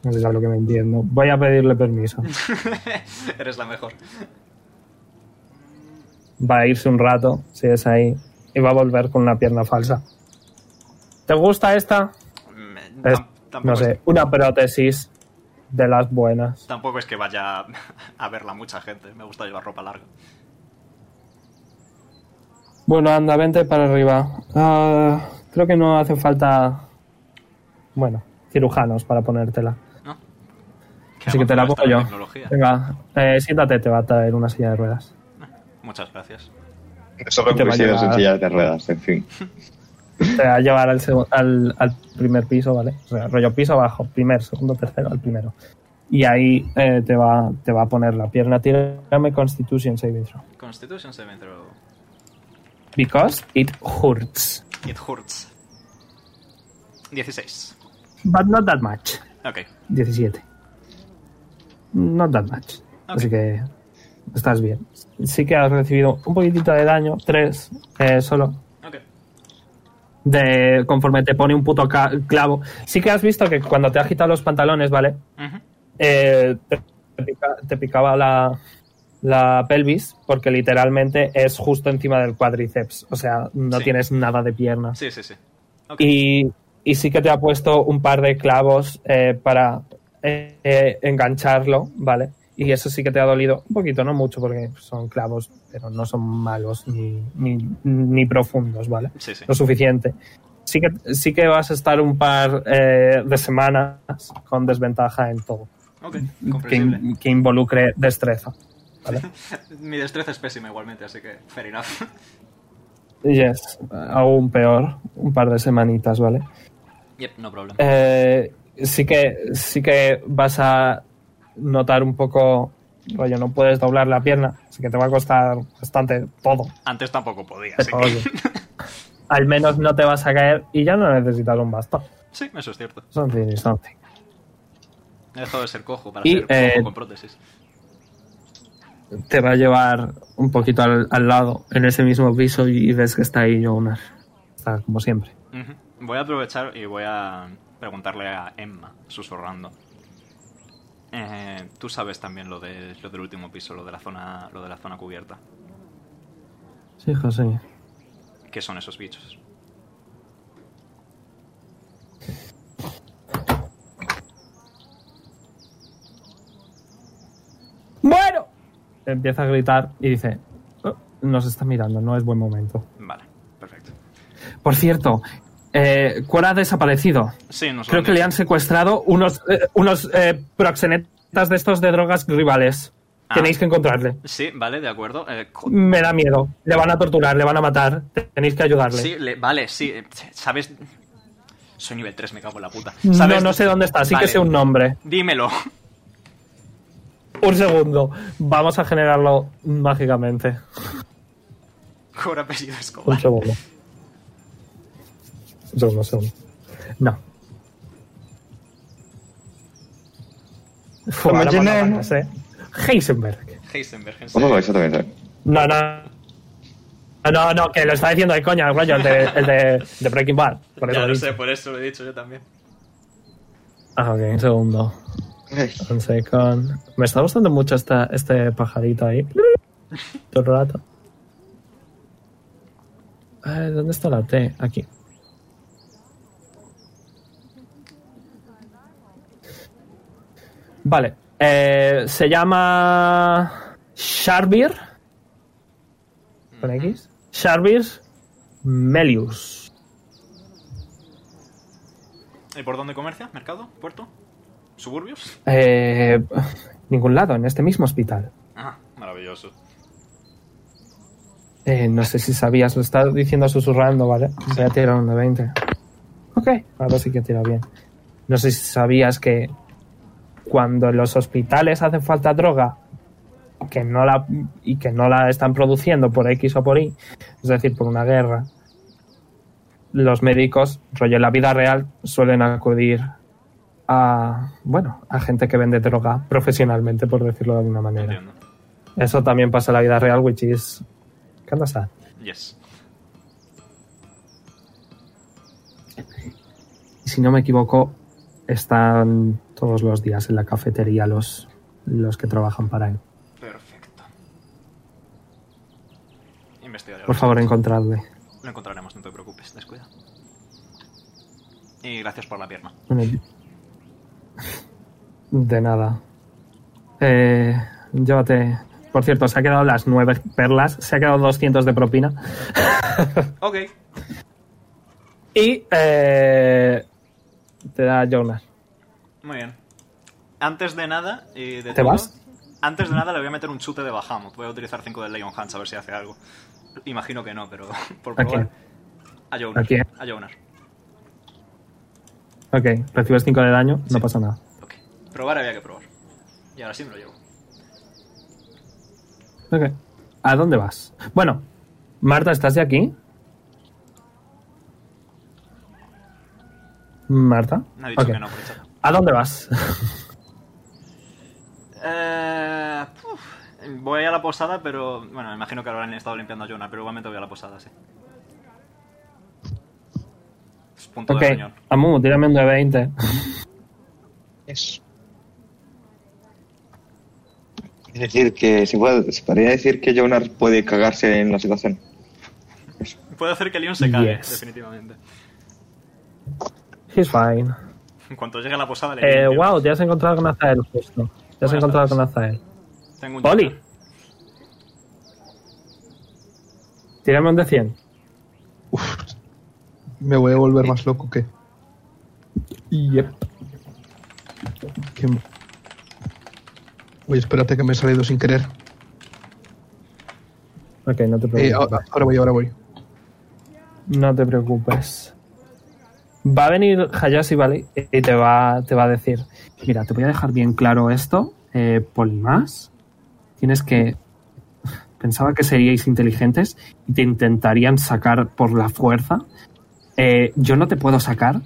[SPEAKER 3] No sé si es lo que me entiendo. Voy a pedirle permiso.
[SPEAKER 1] Eres la mejor.
[SPEAKER 3] Va a irse un rato, si es ahí, y va a volver con una pierna falsa. ¿Te gusta esta?
[SPEAKER 1] Mm, tam-
[SPEAKER 3] Es, no
[SPEAKER 1] tampoco, es,
[SPEAKER 3] sé, una prótesis de las buenas.
[SPEAKER 1] tampoco es que vaya (laughs) a verla mucha gente. Me gusta llevar ropa larga.
[SPEAKER 3] Bueno, anda, vente para arriba. Ah, creo que no hace falta. Bueno, cirujanos para ponértela.
[SPEAKER 1] No.
[SPEAKER 3] Así que te la
[SPEAKER 1] avanzada
[SPEAKER 3] pongo
[SPEAKER 1] está
[SPEAKER 3] yo.
[SPEAKER 1] la tecnología.
[SPEAKER 3] Venga, eh, siéntate, te va a traer una silla de ruedas.
[SPEAKER 1] Muchas gracias.
[SPEAKER 6] Solo
[SPEAKER 3] Te va a
[SPEAKER 6] coincido en
[SPEAKER 3] llevar.
[SPEAKER 6] sillas de ruedas, en fin.
[SPEAKER 3] Te va a llevar al, segu- al, al primer piso, ¿vale? O sea, rollo piso abajo, primer, segundo, tercero, al primero. Y ahí eh, te, va, te va a poner la pierna. Tírame Constitution Saving Throw.
[SPEAKER 1] Constitution saving throw.
[SPEAKER 3] Because it hurts.
[SPEAKER 1] It hurts. 16.
[SPEAKER 3] But not that much.
[SPEAKER 1] Ok.
[SPEAKER 3] 17. Not that much. Así que estás bien. Sí que has recibido un poquitito de daño, tres eh, solo.
[SPEAKER 1] Ok.
[SPEAKER 3] De conforme te pone un puto ca- clavo. Sí que has visto que cuando te has quitado los pantalones, ¿vale?
[SPEAKER 1] Ujú.
[SPEAKER 3] Eh, te, te pica- te picaba la, la pelvis porque literalmente es justo encima del cuádriceps. O sea, no
[SPEAKER 1] Sí.
[SPEAKER 3] tienes nada de piernas.
[SPEAKER 1] Sí, sí, sí. Ok.
[SPEAKER 3] Y, y sí que te ha puesto un par de clavos eh, para eh, eh, engancharlo, ¿vale? Y eso sí que te ha dolido un poquito, no mucho, porque son clavos, pero no son malos ni, ni, ni profundos, ¿vale?
[SPEAKER 1] Sí, sí.
[SPEAKER 3] Lo suficiente. Sí que, sí que vas a estar un par eh, de semanas con desventaja en todo,
[SPEAKER 1] Ok,
[SPEAKER 3] que,
[SPEAKER 1] comprensible.
[SPEAKER 3] in- que involucre destreza, ¿vale?
[SPEAKER 1] Mi destreza es pésima igualmente, así que fair enough. (laughs)
[SPEAKER 3] Yes, aún peor, un par de semanitas, ¿vale?
[SPEAKER 1] yep, no problem.
[SPEAKER 3] Eh, sí que sí que vas a notar un poco rollo no puedes doblar la pierna así que te va a costar bastante todo
[SPEAKER 1] Antes tampoco podía, así
[SPEAKER 3] pero oye,
[SPEAKER 1] que...
[SPEAKER 3] al menos no te vas a caer y ya no necesitas un bastón
[SPEAKER 1] Sí, eso es cierto.
[SPEAKER 3] something is something
[SPEAKER 1] He dejado de ser cojo para
[SPEAKER 3] Y,
[SPEAKER 1] ser cojo
[SPEAKER 3] eh,
[SPEAKER 1] con prótesis.
[SPEAKER 3] te va a llevar un poquito al, al lado en ese mismo piso y, y ves que está ahí Jonar está como siempre
[SPEAKER 1] Ujú. Voy a aprovechar y voy a preguntarle a Emma, susurrando. Eh, tú sabes también lo, de, lo del último piso, lo de la zona, lo de la zona cubierta.
[SPEAKER 3] sí José
[SPEAKER 1] ¿Qué son esos bichos?
[SPEAKER 3] bueno empieza a gritar y dice "Oh, nos está mirando no es buen momento
[SPEAKER 1] Vale, perfecto.
[SPEAKER 3] por cierto eh, Cora ha desaparecido
[SPEAKER 1] Sí, nos lo
[SPEAKER 3] Creo que le han secuestrado unos, eh, unos eh, proxenetas de estos de drogas rivales.
[SPEAKER 1] Ah.
[SPEAKER 3] Tenéis que encontrarle.
[SPEAKER 1] Sí, vale, de acuerdo. Eh, co-
[SPEAKER 3] Me da miedo. Le van a torturar, le van a matar. Tenéis que ayudarle.
[SPEAKER 1] Sí, le- vale, sí. eh, ¿Sabes? Soy nivel 3, me cago en la puta.
[SPEAKER 3] no,
[SPEAKER 1] ¿Sabes?
[SPEAKER 3] no sé dónde está, sí
[SPEAKER 1] Vale.
[SPEAKER 3] que sé un nombre.
[SPEAKER 1] Dímelo. (laughs)
[SPEAKER 3] Un segundo. Vamos a generarlo mágicamente.
[SPEAKER 1] Con apellido
[SPEAKER 3] Un
[SPEAKER 1] Escobar.
[SPEAKER 3] segundo. Un segundo, un segundo. No. Fua, ahora cuando
[SPEAKER 6] llené, ¿no?
[SPEAKER 3] atacas, eh. Heisenberg.
[SPEAKER 1] Heisenberg, en
[SPEAKER 6] ¿Cómo lo
[SPEAKER 1] serio.
[SPEAKER 6] vais a pensar?
[SPEAKER 3] No, no. No, no, que lo está diciendo de coña, el rollo, el de, el de, de Breaking Bad. Por
[SPEAKER 1] Ya
[SPEAKER 3] eso lo
[SPEAKER 1] lo
[SPEAKER 3] he dicho.
[SPEAKER 1] sé, por eso lo he dicho yo también.
[SPEAKER 3] Ah, ok, un segundo. Un second. Me está gustando mucho esta, este pajarito ahí. Todo el rato. Eh, ¿Dónde está la T? Aquí. Vale. eh, se llama. Sharbir. ¿Con X? Sharbir Melius.
[SPEAKER 1] ¿Y Eh, por dónde comercia? ¿Mercado? ¿Puerto? ¿Suburbios?
[SPEAKER 3] Eh, ningún lado, en este mismo hospital.
[SPEAKER 1] Ah, maravilloso.
[SPEAKER 3] Eh, no sé si sabías, lo está diciendo susurrando, ¿vale? Voy a tirar un de 20. Ok, ahora sí que tira bien. No sé si sabías que cuando en los hospitales hace falta droga que no la, y que no la están produciendo por X o por Y, es decir, por una guerra, los médicos, rollo en la vida real, suelen acudir a, bueno, a gente que vende droga profesionalmente, por decirlo de alguna manera. Eso también pasa en la vida real, which is... ¿Qué andas a?
[SPEAKER 1] Yes.
[SPEAKER 3] Si no me equivoco, están todos los días en la cafetería los, los que trabajan para él.
[SPEAKER 1] Perfecto. Investigaré.
[SPEAKER 3] Por favor, encontradle.
[SPEAKER 1] Lo encontraremos, no te preocupes, descuida. Y gracias por la pierna.
[SPEAKER 3] Bueno, De nada. Eh, llévate. Por cierto, se ha quedado las nueve perlas, se ha quedado 200 de propina.
[SPEAKER 1] Ok.
[SPEAKER 3] Y eh, te da Jonas.
[SPEAKER 1] Muy bien. Antes de nada, y de
[SPEAKER 3] ¿Te
[SPEAKER 1] todo,
[SPEAKER 3] vas?
[SPEAKER 1] Antes de nada le voy a meter un chute de Bahamut. Voy a utilizar 5 de Leon Hans a ver si hace algo. Imagino que no, pero (laughs) por
[SPEAKER 3] ¿A
[SPEAKER 1] probar.
[SPEAKER 3] quién?
[SPEAKER 1] A Jonar.
[SPEAKER 3] ¿A quién?
[SPEAKER 1] A Jonar.
[SPEAKER 3] Ok, recibes 5 de daño, no pasa nada.
[SPEAKER 1] Probar había que probar. Y ahora sí me lo llevo.
[SPEAKER 3] Ok. ¿A dónde vas? Bueno, Marta, ¿estás de aquí? Marta.
[SPEAKER 1] Me ha dicho
[SPEAKER 3] Ok.
[SPEAKER 1] que no, por el chat.
[SPEAKER 3] ¿A dónde vas?
[SPEAKER 1] Eh, puf, voy a la posada, pero. Bueno, me imagino que habrán estado limpiando a Jonar, pero igualmente voy a la posada, sí. Es punto
[SPEAKER 3] ok,
[SPEAKER 1] de reunión.
[SPEAKER 3] Amu, tírame un de 20.
[SPEAKER 6] Es. decir, que se, puede, se podría decir que Jonar puede cagarse en la situación.
[SPEAKER 1] Puede hacer que Leon se cague,
[SPEAKER 3] Yes.
[SPEAKER 1] definitivamente.
[SPEAKER 3] He's fine.
[SPEAKER 1] En cuanto llegue a la posada, le
[SPEAKER 3] Eh,
[SPEAKER 1] limpio.
[SPEAKER 3] wow, te has encontrado con Azael justo. Te has
[SPEAKER 1] Buenas
[SPEAKER 3] encontrado
[SPEAKER 1] tardes.
[SPEAKER 3] con Azael.
[SPEAKER 1] Tengo un
[SPEAKER 3] Oli.
[SPEAKER 1] Jonar.
[SPEAKER 3] Tírame un de 100.
[SPEAKER 5] Me voy a volver más loco que.
[SPEAKER 3] Yep.
[SPEAKER 5] que... Oye, espérate que me he salido sin querer.
[SPEAKER 3] Ok, no te preocupes.
[SPEAKER 5] Eh, ahora, ahora voy, ahora voy.
[SPEAKER 3] No te preocupes. Va a venir Hayashi, ¿vale? Y te va, te va a decir, mira, te voy a dejar bien claro esto, eh, Polimas. Tienes que... Pensaba que seríais inteligentes y te intentarían sacar por la fuerza. Eh, yo no te puedo sacar.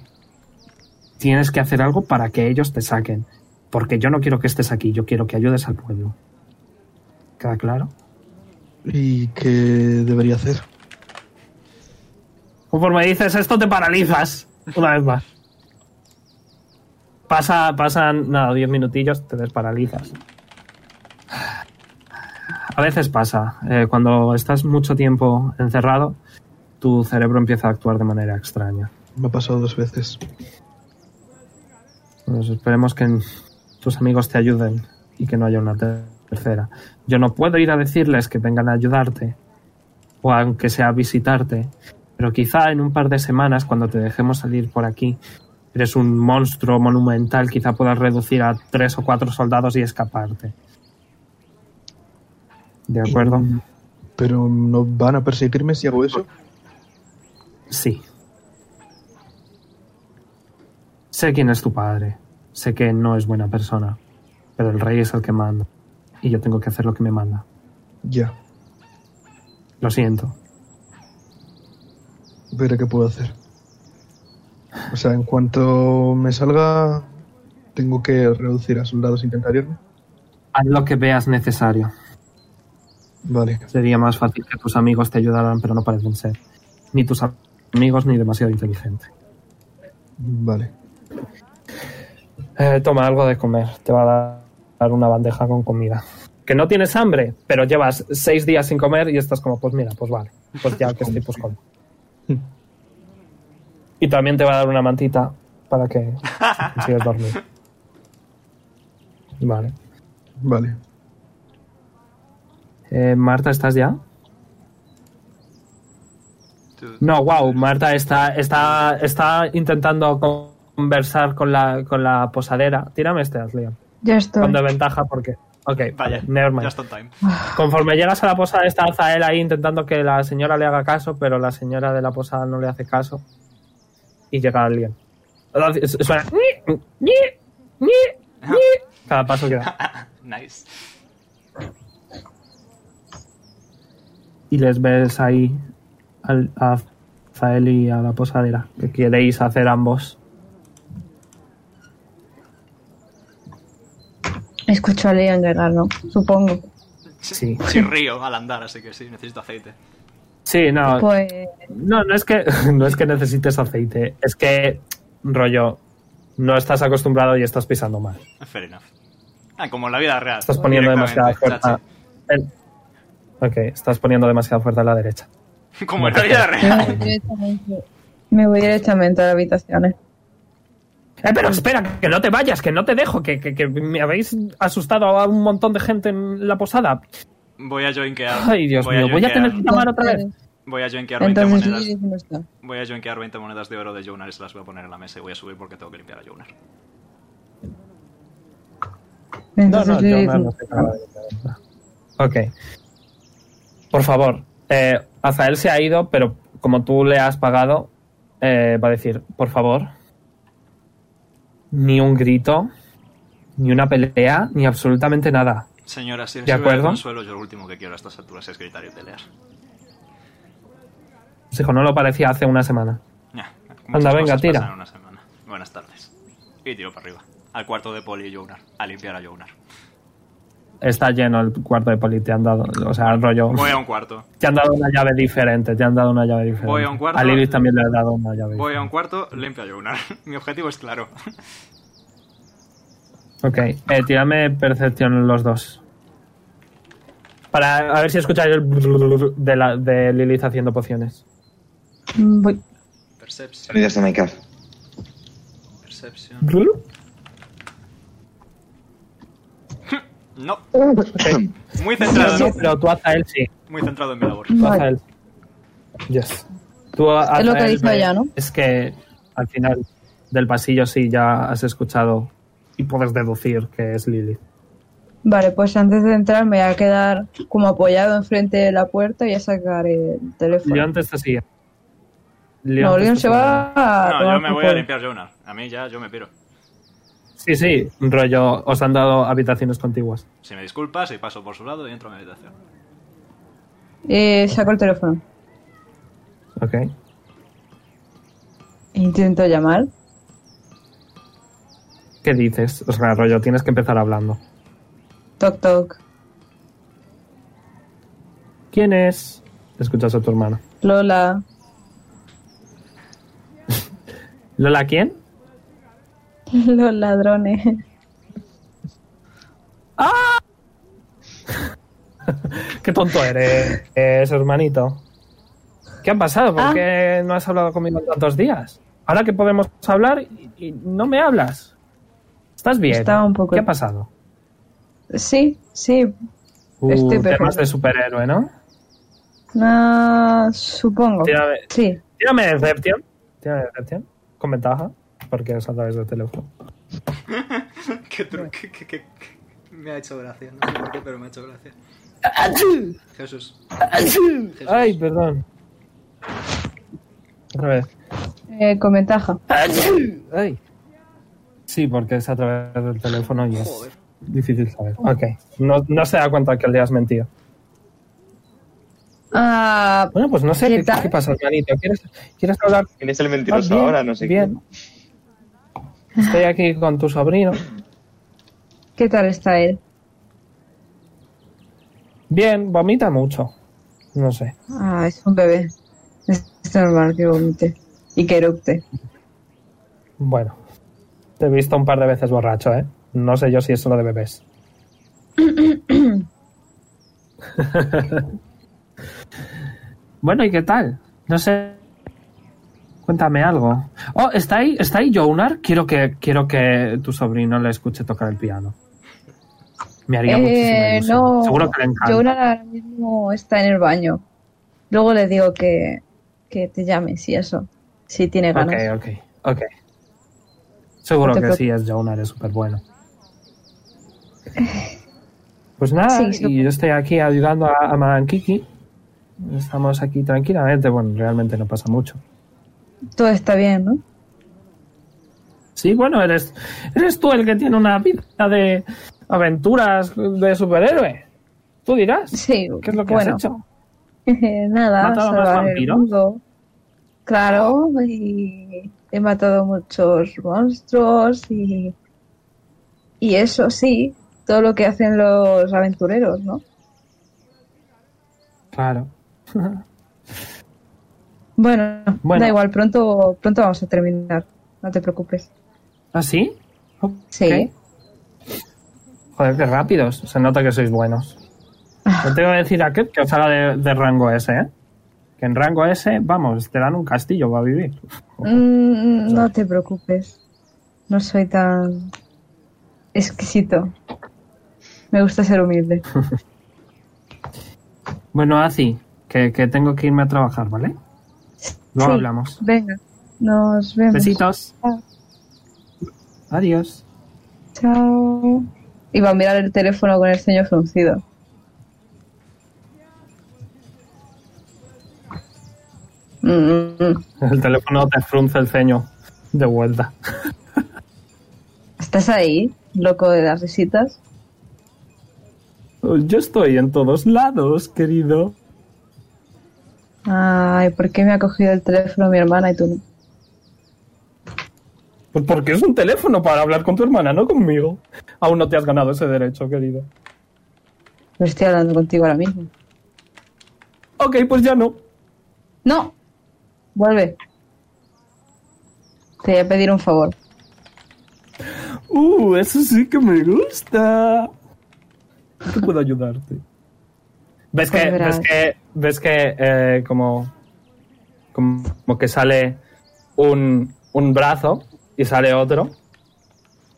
[SPEAKER 3] Tienes que hacer algo para que ellos te saquen. Porque yo no quiero que estés aquí, yo quiero que ayudes al pueblo. ¿Queda claro?
[SPEAKER 5] ¿Y qué debería hacer?
[SPEAKER 3] Conforme dices esto, te paralizas. Una vez más. Pasa, pasan, nada, 10 minutillos, te desparalizas. A veces pasa. eh, cuando estás mucho tiempo encerrado, tu cerebro empieza a actuar de manera extraña.
[SPEAKER 5] Me ha pasado dos veces.
[SPEAKER 3] Entonces, Pues esperemos que tus amigos te ayuden y que no haya una ter- tercera. Yo no puedo ir a decirles que vengan a ayudarte, o aunque sea a visitarte, pero quizá en un par de semanas, cuando te dejemos salir por aquí, eres un monstruo monumental, quizá puedas reducir a tres o cuatro soldados y escaparte. ¿De acuerdo?
[SPEAKER 5] Pero no van a perseguirme si hago eso.
[SPEAKER 3] Sí. Sé quién es tu padre. Sé que no es buena persona. Pero el rey es el que manda. Y yo tengo que hacer lo que me manda.
[SPEAKER 5] Ya,
[SPEAKER 3] Lo siento.
[SPEAKER 5] veré qué puedo hacer. O sea, en cuanto me salga, tengo que reducir a soldados e intentar irme.
[SPEAKER 3] Haz lo que veas necesario.
[SPEAKER 5] Vale,
[SPEAKER 3] Sería más fácil que tus amigos te ayudaran, pero no parecen ser. Ni tus am- amigos ni demasiado inteligente.
[SPEAKER 5] vale.
[SPEAKER 3] Eh, toma algo de comer. Te va a dar- dar una bandeja con comida. Que no tienes hambre, pero llevas seis días sin comer y estás como, pues mira, pues vale. Pues ya que estoy, pues como. Y también te va a dar una mantita para que consigas dormir. Vale.
[SPEAKER 5] Vale.
[SPEAKER 3] Eh, Marta, ¿estás ya? No, wow, Marta está, está, está intentando conversar con la, con la posadera. Tírame este, Leon.
[SPEAKER 2] Ya estoy.
[SPEAKER 3] Con desventaja porque. Ok,
[SPEAKER 1] Vaya,
[SPEAKER 3] nevermind.
[SPEAKER 1] just on time.
[SPEAKER 3] Conforme llegas a la posada, está Azael ahí intentando que la señora le haga caso, pero la señora de la posada no le hace caso. Y llega alguien. Suena. Cada paso que da.
[SPEAKER 1] Nice.
[SPEAKER 3] Y les ves ahí al, a Zael y a la posadera. ¿Qué queréis hacer ambos?
[SPEAKER 8] Escucho a Leon llegar, ¿no? Supongo.
[SPEAKER 1] (laughs)
[SPEAKER 3] Sí.
[SPEAKER 1] Sí, río al andar, así que sí, necesito aceite.
[SPEAKER 3] Sí, no.
[SPEAKER 8] Pues
[SPEAKER 3] No, no es que (laughs) no es que necesites aceite, es que rollo no estás acostumbrado y estás pisando mal.
[SPEAKER 1] Fair enough. Ah, como en la vida real.
[SPEAKER 3] Estás poniendo demasiada
[SPEAKER 1] directamente,
[SPEAKER 3] fuerza. en- Ok, estás poniendo demasiada fuerza a la derecha.
[SPEAKER 1] chachi. (laughs) Como en la vida
[SPEAKER 8] me voy
[SPEAKER 3] (coughs)
[SPEAKER 1] real.
[SPEAKER 8] directamente, me voy directamente a las habitaciones.
[SPEAKER 3] Eh, pero espera, que no te vayas, que no te dejo, que, que- que me habéis asustado a un montón de gente en la posada.
[SPEAKER 1] Voy a joinkear.
[SPEAKER 3] Ay, Dios mío, voy a tener que llamar otra vez.
[SPEAKER 1] Voy a joinkear 20
[SPEAKER 8] Entonces,
[SPEAKER 1] monedas.
[SPEAKER 8] Lilith no está.
[SPEAKER 1] Voy a joinkear 20 monedas de oro de Jonar y se las voy a poner en la mesa y voy a subir porque tengo que limpiar a Jonar.
[SPEAKER 3] No,
[SPEAKER 8] Entonces,
[SPEAKER 3] no, yo
[SPEAKER 8] Lilith
[SPEAKER 3] no, no
[SPEAKER 8] no
[SPEAKER 3] sé
[SPEAKER 8] está.
[SPEAKER 3] nada de nada. Ok. Por favor, eh, Azael se ha ido, pero como tú le has pagado, eh, va a decir, por favor, ni un grito, ni una pelea, ni absolutamente nada.
[SPEAKER 1] Señora, si
[SPEAKER 3] ¿De
[SPEAKER 1] sirve de
[SPEAKER 3] acuerdo?
[SPEAKER 1] consuelo, yo lo último que quiero a estas alturas es gritar y pelear.
[SPEAKER 3] Dijo, no lo parecía hace una semana.
[SPEAKER 1] Ya,
[SPEAKER 3] Anda,
[SPEAKER 1] muchas
[SPEAKER 3] venga,
[SPEAKER 1] cosas
[SPEAKER 3] tira.
[SPEAKER 1] pasan en una semana. Buenas tardes. Y tiro para arriba. Al cuarto de Poli y Jonar. A limpiar a Jonar.
[SPEAKER 3] Está lleno el cuarto de poli, te han dado, o sea, el rollo.
[SPEAKER 1] Voy a un cuarto.
[SPEAKER 3] Te han dado una llave diferente, te han dado una llave diferente.
[SPEAKER 1] Voy a un cuarto.
[SPEAKER 3] A Lilith también le has dado una llave.
[SPEAKER 1] Voy a un cuarto, limpio a Jonar. (laughs) Mi objetivo es claro.
[SPEAKER 3] Ok, eh, tírame percepción los dos. Para a ver si escucháis el blululul de, la, de Lilith haciendo pociones.
[SPEAKER 8] Mm, voy.
[SPEAKER 1] Perception.
[SPEAKER 6] Sonidos de Minecraft.
[SPEAKER 1] Perception. No. Muy centrado,
[SPEAKER 3] No,
[SPEAKER 1] en-
[SPEAKER 3] pero tú haz a él sí.
[SPEAKER 1] muy centrado en mi labor.
[SPEAKER 3] Tú haz
[SPEAKER 8] Vale.
[SPEAKER 3] a él. Yes. Tú haz
[SPEAKER 8] lo
[SPEAKER 3] a
[SPEAKER 8] que
[SPEAKER 3] él,
[SPEAKER 8] dice
[SPEAKER 3] ve-
[SPEAKER 8] ella, ¿no?
[SPEAKER 3] Es que al final del pasillo sí ya has escuchado y puedes deducir que es Lilith.
[SPEAKER 8] Vale, pues antes de entrar me voy a quedar como apoyado enfrente de la puerta y a sacar el teléfono.
[SPEAKER 3] Leon te está siguiendo. Leon
[SPEAKER 8] no,
[SPEAKER 3] te
[SPEAKER 8] Leon
[SPEAKER 3] está
[SPEAKER 8] se va a
[SPEAKER 1] No,
[SPEAKER 8] tomar
[SPEAKER 1] yo me
[SPEAKER 8] por
[SPEAKER 1] voy a
[SPEAKER 8] culo.
[SPEAKER 1] limpiar Jonar. A mí ya, yo me piro.
[SPEAKER 3] Sí, sí, rollo, os han dado habitaciones contiguas.
[SPEAKER 1] Si me disculpas, y paso por su lado y entro a mi habitación.
[SPEAKER 8] Eh, saco el teléfono.
[SPEAKER 3] Ok.
[SPEAKER 8] Intento llamar.
[SPEAKER 3] ¿Qué dices? O sea, rollo, tienes que empezar hablando.
[SPEAKER 8] Toc, toc.
[SPEAKER 3] ¿Quién es? Escuchas a tu hermana.
[SPEAKER 8] Lola. (laughs)
[SPEAKER 3] ¿Lola quién? (laughs)
[SPEAKER 8] Los ladrones.
[SPEAKER 3] Qué tonto eres, eres, hermanito. ¿Qué ha pasado? ¿Por
[SPEAKER 8] Ah.
[SPEAKER 3] qué no has hablado conmigo en tantos días? Ahora que podemos hablar y, y no me hablas. ¿Estás bien?
[SPEAKER 8] Estaba un poco-
[SPEAKER 3] ¿Qué ha pasado?
[SPEAKER 8] Sí, sí. Estoy
[SPEAKER 3] Uh,
[SPEAKER 8] perfecto.
[SPEAKER 3] temas de superhéroe, ¿no?
[SPEAKER 8] Ah, supongo.
[SPEAKER 3] Tírame,
[SPEAKER 8] Sí.
[SPEAKER 3] tírame Deception. Tírame Deception. Con ventaja. Porque es a través del teléfono.
[SPEAKER 9] Qué truco. qué- qué- qué- qué- Me ha hecho gracia, no sé por qué, pero me ha hecho
[SPEAKER 8] (coughs)
[SPEAKER 9] gracia. Jesús. Jesús.
[SPEAKER 3] Ay, perdón. Otra vez.
[SPEAKER 8] Eh, con ventaja.
[SPEAKER 3] Ay. Sí, porque es a través del teléfono y es
[SPEAKER 9] Joder.
[SPEAKER 3] difícil saber. Ok. No, no se da cuenta que le has mentido.
[SPEAKER 8] Ah,
[SPEAKER 3] Bueno, pues no sé
[SPEAKER 8] ¿Qué
[SPEAKER 3] qué,
[SPEAKER 8] tal?
[SPEAKER 3] qué pasa, hermanito. ¿Quieres, ¿Quieres hablar?
[SPEAKER 6] ¿Quién es el
[SPEAKER 3] Ah,
[SPEAKER 6] mentiroso
[SPEAKER 3] bien,
[SPEAKER 6] ahora? No sé
[SPEAKER 3] bien. Estoy aquí con tu sobrino.
[SPEAKER 8] ¿qué tal está él?
[SPEAKER 3] Bien, vomita mucho. No sé.
[SPEAKER 8] Ah, es un bebé. Es normal que vomite. Y que eructe.
[SPEAKER 3] Bueno. Te he visto un par de veces borracho, ¿eh? No sé yo si es solo de bebés. (coughs) bueno, ¿y qué tal? No sé. Cuéntame algo. Oh, ¿está ahí, está ahí Jonar? Quiero que, quiero que tu sobrino le escuche tocar el piano. Me haría muchísima
[SPEAKER 8] Eh,
[SPEAKER 3] ilusión.
[SPEAKER 8] no.
[SPEAKER 3] Seguro que le encanta.
[SPEAKER 8] Yo ahora mismo está en el baño. Luego le digo que, que te llames y eso. Si tiene ganas.
[SPEAKER 3] Ok, ok, ok. Seguro
[SPEAKER 8] No te
[SPEAKER 3] que
[SPEAKER 8] preocupes.
[SPEAKER 3] sí, es Jonar, es súper bueno. Pues nada,
[SPEAKER 8] Sí, sí.
[SPEAKER 3] y yo estoy aquí ayudando a, a Madame Kiki. Estamos aquí tranquilamente, bueno, realmente no pasa mucho.
[SPEAKER 8] Todo está bien, ¿no?
[SPEAKER 3] Sí, bueno, eres, eres tú el que tiene una vida de aventuras de superhéroe. Tú dirás.
[SPEAKER 8] Sí.
[SPEAKER 3] ¿Qué es lo que
[SPEAKER 8] bueno.
[SPEAKER 3] has hecho?
[SPEAKER 8] (laughs) Nada,
[SPEAKER 3] ¿Matado a más
[SPEAKER 8] salvar el
[SPEAKER 3] vampiros?
[SPEAKER 8] mundo. Claro, y he matado muchos monstruos y. Y eso sí, todo lo que hacen los aventureros, ¿no?
[SPEAKER 3] Claro.
[SPEAKER 8] Bueno,
[SPEAKER 3] Bueno.
[SPEAKER 8] da igual, pronto, pronto vamos a terminar. No te preocupes.
[SPEAKER 3] ¿Ah, sí? Ok.
[SPEAKER 8] Sí.
[SPEAKER 3] Joder, qué rápidos. Se nota que sois buenos.
[SPEAKER 8] Ah.
[SPEAKER 3] No te voy a decir a qué que os haga de, de rango S, ¿eh? Que en rango S, vamos, te dan un castillo para vivir.
[SPEAKER 8] Mm, no te preocupes. No soy tan exquisito. Me gusta ser humilde.
[SPEAKER 3] Bueno, Azi, que, que tengo que irme a trabajar, ¿vale? Luego
[SPEAKER 8] Sí.
[SPEAKER 3] hablamos.
[SPEAKER 8] Venga, nos vemos.
[SPEAKER 3] Besitos.
[SPEAKER 8] Ah.
[SPEAKER 3] Adiós. (laughs)
[SPEAKER 8] Chao. Y va a mirar el teléfono con el ceño fruncido. Mm,
[SPEAKER 3] El teléfono te frunce el ceño de vuelta.
[SPEAKER 8] ¿Estás ahí, loco de las risitas?
[SPEAKER 3] Yo estoy en todos lados, querido.
[SPEAKER 8] Ay, ¿por qué me ha cogido el teléfono mi hermana y tú no?
[SPEAKER 3] Pues porque es un teléfono para hablar con tu hermana, no conmigo. Aún no te has ganado ese derecho, querido.
[SPEAKER 8] No estoy hablando contigo ahora mismo.
[SPEAKER 3] Ok, pues ya no.
[SPEAKER 8] ¡No! Vuelve. Te voy a pedir un favor.
[SPEAKER 3] Uh, eso sí que me gusta. ¿En qué puedo ayudarte? ¿Ves que,
[SPEAKER 8] Pues verás.
[SPEAKER 3] ves que, ves que eh, como, como, como que sale un, un brazo y sale otro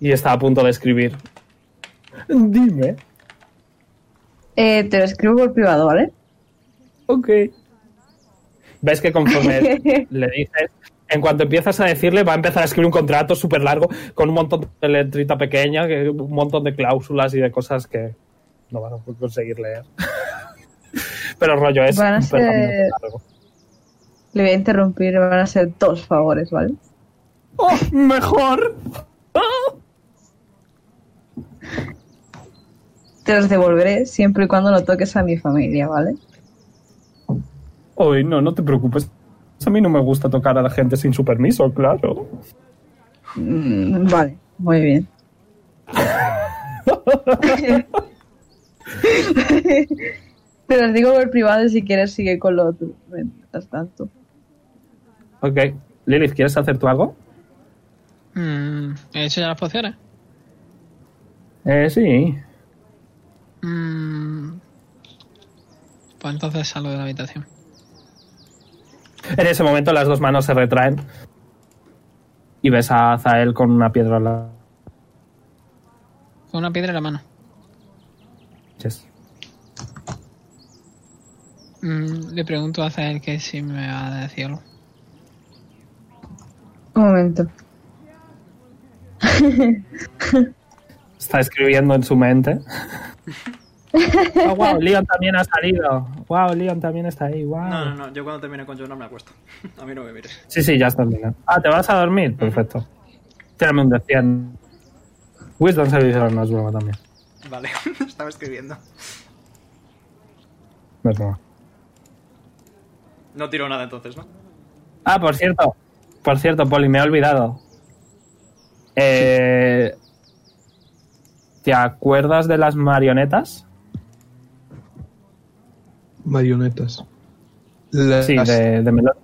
[SPEAKER 3] y está a punto de escribir? Dime.
[SPEAKER 8] Eh, te lo escribo por privado, ¿vale?
[SPEAKER 3] Ok. ¿Ves que
[SPEAKER 8] (laughs)
[SPEAKER 3] conforme le dices, en cuanto empiezas a decirle, va a empezar a escribir un contrato súper largo con un montón de letrita pequeña, que- un montón de cláusulas y de cosas que no van a conseguir leer? (laughs) Pero rollo es
[SPEAKER 8] Van a
[SPEAKER 3] un
[SPEAKER 8] ser-
[SPEAKER 3] pergamino largo.
[SPEAKER 8] Le voy a interrumpir, van a ser dos favores, ¿vale?
[SPEAKER 3] ¡Oh, mejor! ¡Ah!
[SPEAKER 8] Te los devolveré siempre y cuando no toques a mi familia, ¿vale?
[SPEAKER 3] Hoy no, no te preocupes. A mí no me gusta tocar a la gente sin su permiso, claro.
[SPEAKER 8] Mm, vale, muy bien. (laughs) Te los digo por privado y si quieres sigue con lo otro. Mientras tanto.
[SPEAKER 3] Ok. Lilith, ¿quieres hacer tú algo?
[SPEAKER 4] Mm, ¿He hecho ya las pociones?
[SPEAKER 3] Eh, sí.
[SPEAKER 4] Mm, pues entonces salgo de la habitación.
[SPEAKER 3] En ese momento las dos manos se retraen y ves a Azael con una piedra en la
[SPEAKER 4] Con una piedra en la mano.
[SPEAKER 3] yes.
[SPEAKER 4] Mm, le pregunto a Zael que si me va a decir algo.
[SPEAKER 8] Un momento.
[SPEAKER 3] Está escribiendo en su mente. Oh, wow, Leon también ha salido. Wow, Leon también está ahí. Wow.
[SPEAKER 1] No, no, no. Yo cuando termine con Jonar me acuesto. (laughs) A mí no me mires.
[SPEAKER 3] Sí, sí, ya está Leon. Ah, ¿te vas a dormir? Perfecto. Tírame un de 100. Wisdom Service no es broma también.
[SPEAKER 1] Vale, (laughs) estaba escribiendo.
[SPEAKER 3] No es broma.
[SPEAKER 1] No tiro nada entonces, ¿no?
[SPEAKER 3] Ah, por cierto. Por cierto, Poli, me he olvidado. Eh, ¿Te acuerdas de las marionetas?
[SPEAKER 5] Marionetas. Las-
[SPEAKER 3] Sí, de, de melón.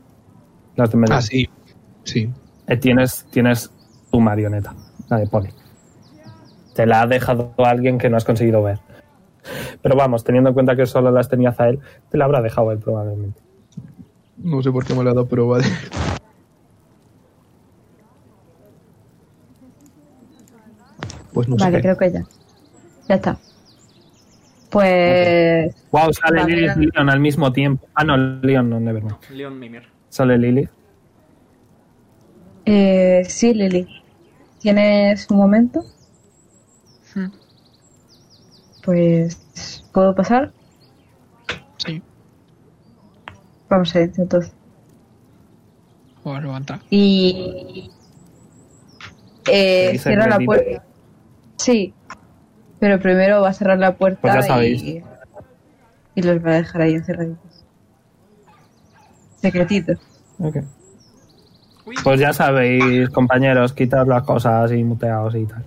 [SPEAKER 3] Las de melón.
[SPEAKER 5] Ah, sí. Sí.
[SPEAKER 3] Eh, tienes, tienes tu marioneta, la de Poli. Te la ha dejado alguien que no has conseguido ver. Pero vamos, teniendo en cuenta que solo las tenía Zael, te la habrá dejado él probablemente.
[SPEAKER 5] No sé por qué me la ha dado, pero vale. Pues no
[SPEAKER 8] vale,
[SPEAKER 5] sé.
[SPEAKER 8] creo que ya. Ya está. Pues.
[SPEAKER 3] Wow, sale
[SPEAKER 8] Vale,
[SPEAKER 3] Lilith y
[SPEAKER 8] vale.
[SPEAKER 3] Leon al mismo tiempo. Ah, no, Leon no, Nevermind.
[SPEAKER 1] Leon Mimir.
[SPEAKER 3] Sale Lilith.
[SPEAKER 8] eh, sí, Lili. ¿Tienes un momento?
[SPEAKER 4] Mm,
[SPEAKER 8] Pues. ¿Puedo pasar?
[SPEAKER 4] sí,
[SPEAKER 8] Vamos a ver, entonces.
[SPEAKER 4] vuelvo a entrar.
[SPEAKER 8] Y.
[SPEAKER 3] Le
[SPEAKER 8] Eh,
[SPEAKER 3] dice
[SPEAKER 8] cierra la
[SPEAKER 3] Bendito.
[SPEAKER 8] puerta. Sí. Pero primero va a cerrar la puerta
[SPEAKER 3] Pues ya
[SPEAKER 8] y.
[SPEAKER 3] sabéis.
[SPEAKER 8] Y los va a dejar ahí encerraditos. Secretito.
[SPEAKER 3] Ok. Pues ya sabéis, compañeros, quitad las cosas y muteaos y tal.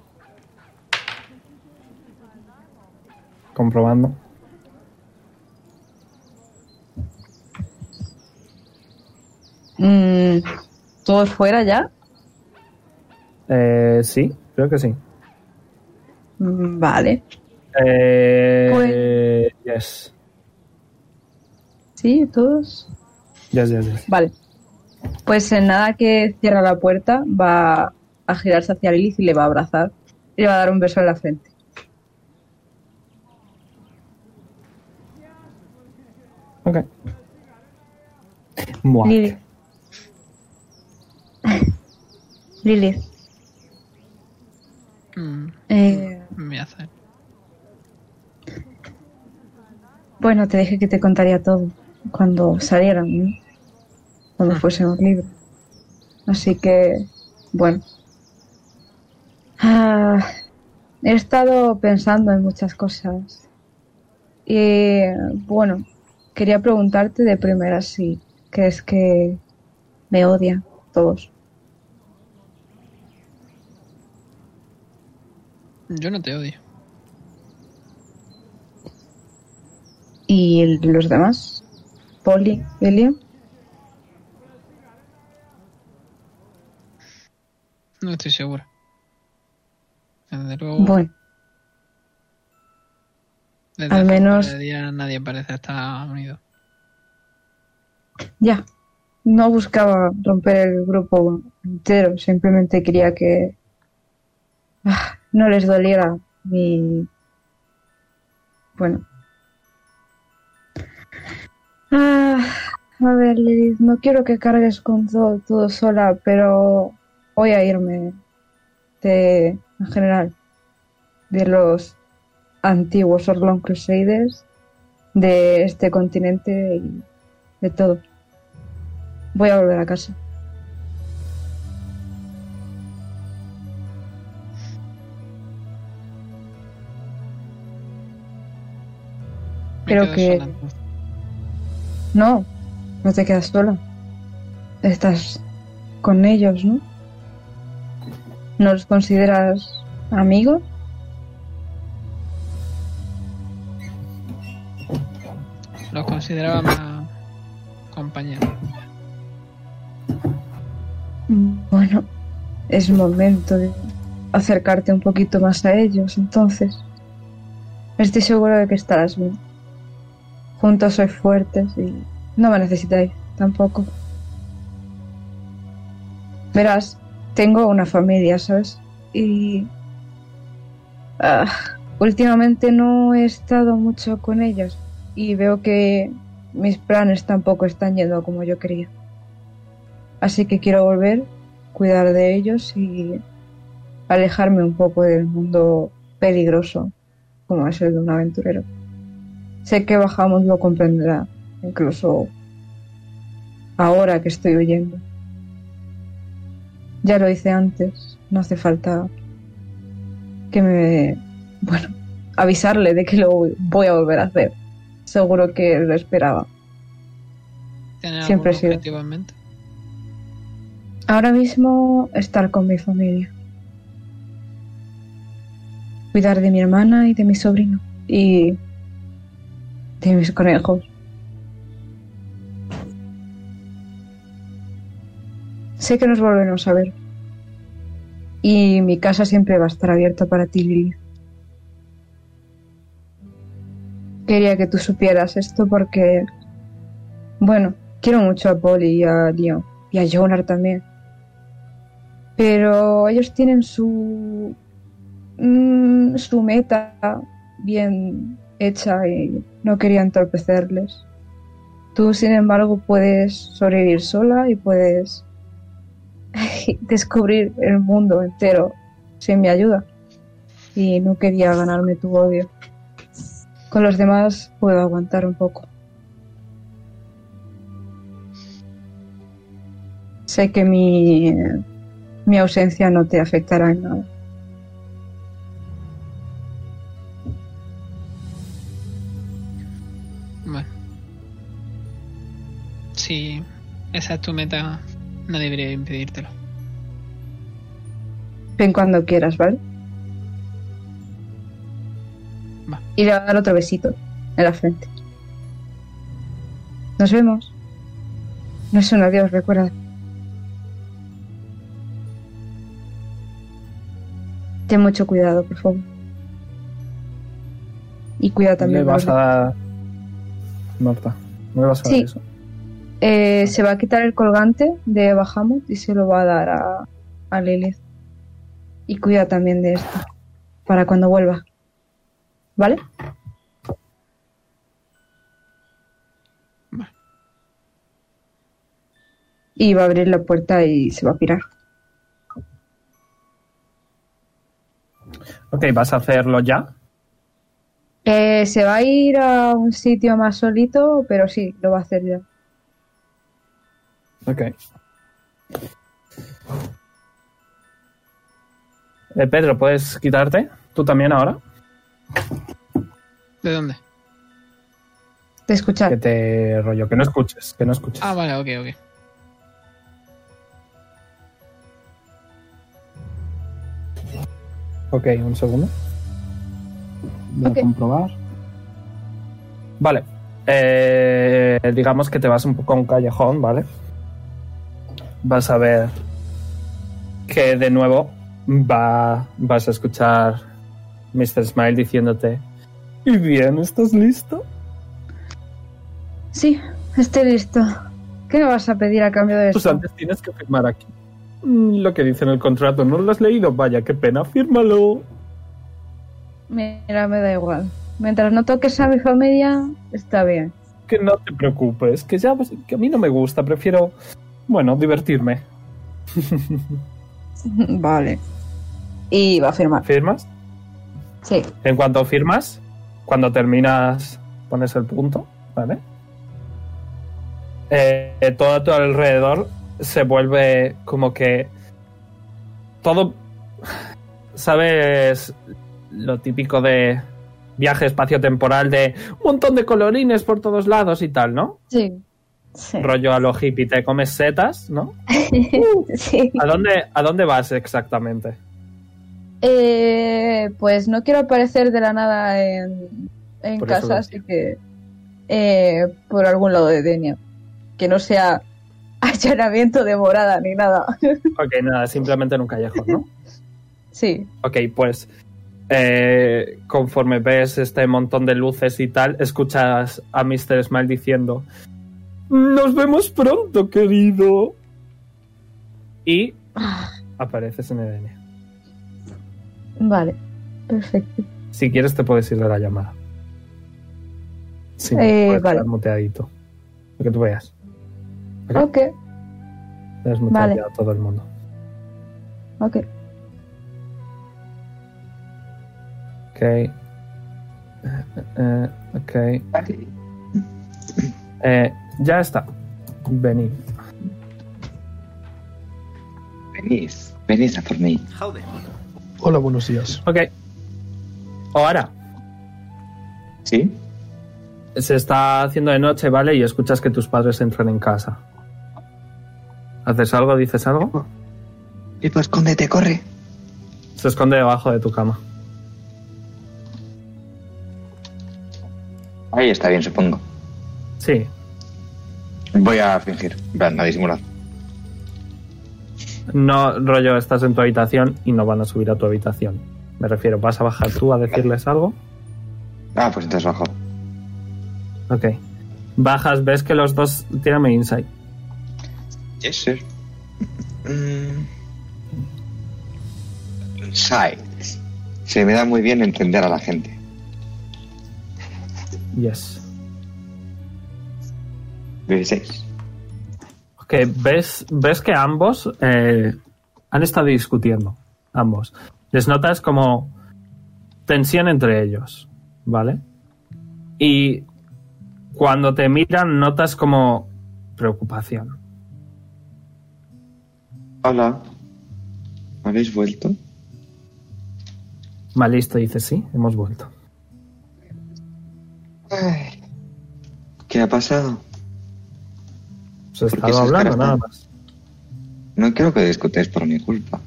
[SPEAKER 3] Comprobando.
[SPEAKER 8] Mm, ¿Todos fuera ya?
[SPEAKER 3] Eh, sí, creo que sí.
[SPEAKER 8] Mm, Vale.
[SPEAKER 3] Eh, Yes.
[SPEAKER 8] ¿Sí? ¿Todos?
[SPEAKER 3] Yes, yes, yes.
[SPEAKER 8] Vale. Pues en nada que cierra la puerta, va a girarse hacia Lilith y le va a abrazar. Y le va a dar un beso en la frente.
[SPEAKER 3] Ok. Buah.
[SPEAKER 8] (laughs) Lilith. Lilith. Eh,
[SPEAKER 4] Mm, Me hace.
[SPEAKER 8] bueno, te dije que te contaría todo cuando salieran, ¿no? Cuando fuésemos libres. Así que, bueno. Ah, he estado pensando en muchas cosas. Y, bueno, quería preguntarte de primera si crees que me odian todos.
[SPEAKER 4] Yo no te odio.
[SPEAKER 8] ¿Y el- los demás? Polly, William.
[SPEAKER 4] No estoy seguro. Desde luego,
[SPEAKER 8] Bueno,
[SPEAKER 4] desde
[SPEAKER 8] al
[SPEAKER 4] hace un par
[SPEAKER 8] menos-
[SPEAKER 4] de días nadie parece estar unido.
[SPEAKER 8] ya. No buscaba romper el grupo entero, simplemente quería que ah, no les doliera mi... Bueno. Ah, a ver, Lilith, no quiero que cargues con todo, todo sola, pero voy a irme de, en general de los antiguos Orlon Crusaders de este continente y de todo. Voy a volver a casa.
[SPEAKER 4] Me
[SPEAKER 8] Creo
[SPEAKER 4] quedo
[SPEAKER 8] que...
[SPEAKER 4] sola.
[SPEAKER 8] No, no te quedas sola. Estás con ellos, ¿no? ¿No los consideras amigos?
[SPEAKER 4] Los consideraba más compañeros.
[SPEAKER 8] Bueno, es momento de acercarte un poquito más a ellos, entonces. Estoy seguro de que estarás bien. Juntos sois fuertes y no me necesitáis tampoco. Verás, tengo una familia, ¿sabes? Y... ah, últimamente no he estado mucho con ellos y veo que mis planes tampoco están yendo como yo quería. Así que quiero volver, cuidar de ellos y alejarme un poco del mundo peligroso como es el de un aventurero. Sé que bajamos lo comprenderá, incluso ahora que estoy huyendo. Ya lo hice antes, no hace falta que me... Bueno, avisarle de que lo voy a volver a hacer. Seguro que lo esperaba.
[SPEAKER 4] ¿Tienen
[SPEAKER 8] Siempre
[SPEAKER 4] algún
[SPEAKER 8] he sido.
[SPEAKER 4] objetivo en mente?
[SPEAKER 8] Ahora mismo estar con mi familia. Cuidar de mi hermana y de mi sobrino. Y de mis conejos. Sé que nos volveremos a ver. Y mi casa siempre va a estar abierta para ti, Lili. Quería que tú supieras esto porque, bueno, quiero mucho a Polly y a Leon y a Jonar también. Pero ellos tienen su mm, su meta bien hecha y no quería entorpecerles. Tú, sin embargo, puedes sobrevivir sola y puedes (laughs) descubrir el mundo entero sin mi ayuda. Y no quería ganarme tu odio. Con los demás puedo aguantar un poco. Sé que mi, mi ausencia no te afectará en nada.
[SPEAKER 4] Bueno. Si esa es tu meta, No debería impedírtelo.
[SPEAKER 8] Ven cuando quieras, ¿vale?
[SPEAKER 4] Va.
[SPEAKER 8] Y le va a dar otro besito en la frente. Nos vemos. No es un adiós, recuerda. Ten mucho cuidado, por favor. Y cuida también.
[SPEAKER 3] Le vas a
[SPEAKER 8] ¿vale?
[SPEAKER 3] dar. Marta, no le vas a dar
[SPEAKER 8] Sí.
[SPEAKER 3] eso.
[SPEAKER 8] Eh, se va a quitar el colgante de Bahamut y se lo va a dar a, a Lilith. Y cuida también de esto. Para cuando vuelva. ¿Vale? Y va a abrir la puerta y se va a pirar.
[SPEAKER 3] Ok, ¿vas a hacerlo ya?
[SPEAKER 8] Eh, se va a ir a un sitio más solito, pero sí, lo va a hacer ya.
[SPEAKER 3] Ok. Eh, Pedro, ¿puedes quitarte? ¿Tú también ahora?
[SPEAKER 4] ¿De dónde?
[SPEAKER 8] Te escuchar.
[SPEAKER 3] Que te rollo, que no escuches, que no escuches.
[SPEAKER 4] Ah, vale, ok, ok.
[SPEAKER 3] Ok, un segundo. Voy
[SPEAKER 8] Ok.
[SPEAKER 3] a comprobar. Vale. Eh, digamos que te vas un poco a un callejón, ¿vale? Vas a ver que de nuevo va, vas a escuchar Mr. Smile diciéndote, ¿y bien? ¿Estás listo?
[SPEAKER 8] Sí, estoy listo. ¿Qué me vas a pedir a cambio de
[SPEAKER 3] Pues
[SPEAKER 8] esto?
[SPEAKER 3] antes tienes que firmar aquí. Mm, Lo que dice en el contrato, ¿no lo has leído? Vaya, qué pena, fírmalo.
[SPEAKER 8] Mira, me da igual. Mientras no toques a mi familia, está bien.
[SPEAKER 3] Que no te preocupes, que ya pues, que a mí no me gusta, prefiero, bueno, divertirme.
[SPEAKER 8] (laughs) Vale. Y va a firmar.
[SPEAKER 3] ¿Firmas?
[SPEAKER 8] Sí.
[SPEAKER 3] En cuanto firmas, cuando terminas, pones el punto, ¿vale? Eh, eh, todo a tu alrededor se vuelve como que todo, ¿sabes? Lo típico de viaje espacio-temporal de un montón de colorines por todos lados y tal, ¿no?
[SPEAKER 8] Sí. Sí.
[SPEAKER 3] Rollo a lo hippie, te comes setas, ¿no?
[SPEAKER 8] (laughs) sí.
[SPEAKER 3] ¿A dónde, ¿A dónde vas exactamente?
[SPEAKER 8] Eh, pues no quiero aparecer de la nada en, en
[SPEAKER 3] Por eso
[SPEAKER 8] casa,
[SPEAKER 3] lo
[SPEAKER 8] así que eh, por algún lado de Denia. Que no sea (laughs) allanamiento de morada ni nada. (laughs)
[SPEAKER 3] Ok, nada, simplemente en un callejón, ¿no?
[SPEAKER 8] sí.
[SPEAKER 3] Ok, pues eh, conforme ves este montón de luces y tal, escuchas a Mr. Smile diciendo, nos vemos pronto, querido. Y apareces en Edenia.
[SPEAKER 8] Vale. Perfecto.
[SPEAKER 3] Si quieres te puedes ir de la llamada. Sí,
[SPEAKER 8] Eh,
[SPEAKER 3] puedes
[SPEAKER 8] vale.
[SPEAKER 3] estar muteadito. Lo que tú veas.
[SPEAKER 8] Ok.
[SPEAKER 3] Has muteado
[SPEAKER 8] Vale.
[SPEAKER 3] ya a todo el mundo.
[SPEAKER 8] Ok.
[SPEAKER 3] Ok. Eh, eh, ok. Eh, ya está. Venid.
[SPEAKER 6] Venid, venid a por mí.
[SPEAKER 9] Jaude.
[SPEAKER 5] Hola, buenos días.
[SPEAKER 3] Ok. Ahora.
[SPEAKER 6] ¿Sí?
[SPEAKER 3] Se está haciendo de noche, ¿vale? Y escuchas que tus padres entran en casa. ¿Haces algo? ¿Dices algo?
[SPEAKER 6] Pipo, escóndete, corre.
[SPEAKER 3] Se esconde debajo de tu cama.
[SPEAKER 6] Ahí está bien, supongo.
[SPEAKER 3] Sí.
[SPEAKER 6] Voy a fingir, en plan, a disimular.
[SPEAKER 3] No, rollo, estás en tu habitación y no van a subir a tu habitación. Me refiero, ¿vas a bajar tú a decirles algo?
[SPEAKER 6] Ah, pues entonces bajo.
[SPEAKER 3] Ok. Bajas, ves que los dos... Tírame insight.
[SPEAKER 6] Yes, sir. Mm. Inside. Se me da muy bien entender a la gente.
[SPEAKER 3] Yes.
[SPEAKER 6] 16.
[SPEAKER 3] Ok, ves, ves que ambos eh, han estado discutiendo. Ambos. Les notas como tensión entre ellos, ¿vale? Y cuando te miran notas como preocupación.
[SPEAKER 6] Hola. ¿Habéis vuelto?
[SPEAKER 3] Malisto dice, sí, hemos vuelto.
[SPEAKER 6] ¿Qué ha pasado?
[SPEAKER 3] Se ha
[SPEAKER 6] ¿Por qué
[SPEAKER 3] estado
[SPEAKER 6] esas
[SPEAKER 3] hablando
[SPEAKER 6] caras
[SPEAKER 3] nada
[SPEAKER 6] tan-
[SPEAKER 3] más.
[SPEAKER 6] No quiero que discutáis por mi culpa.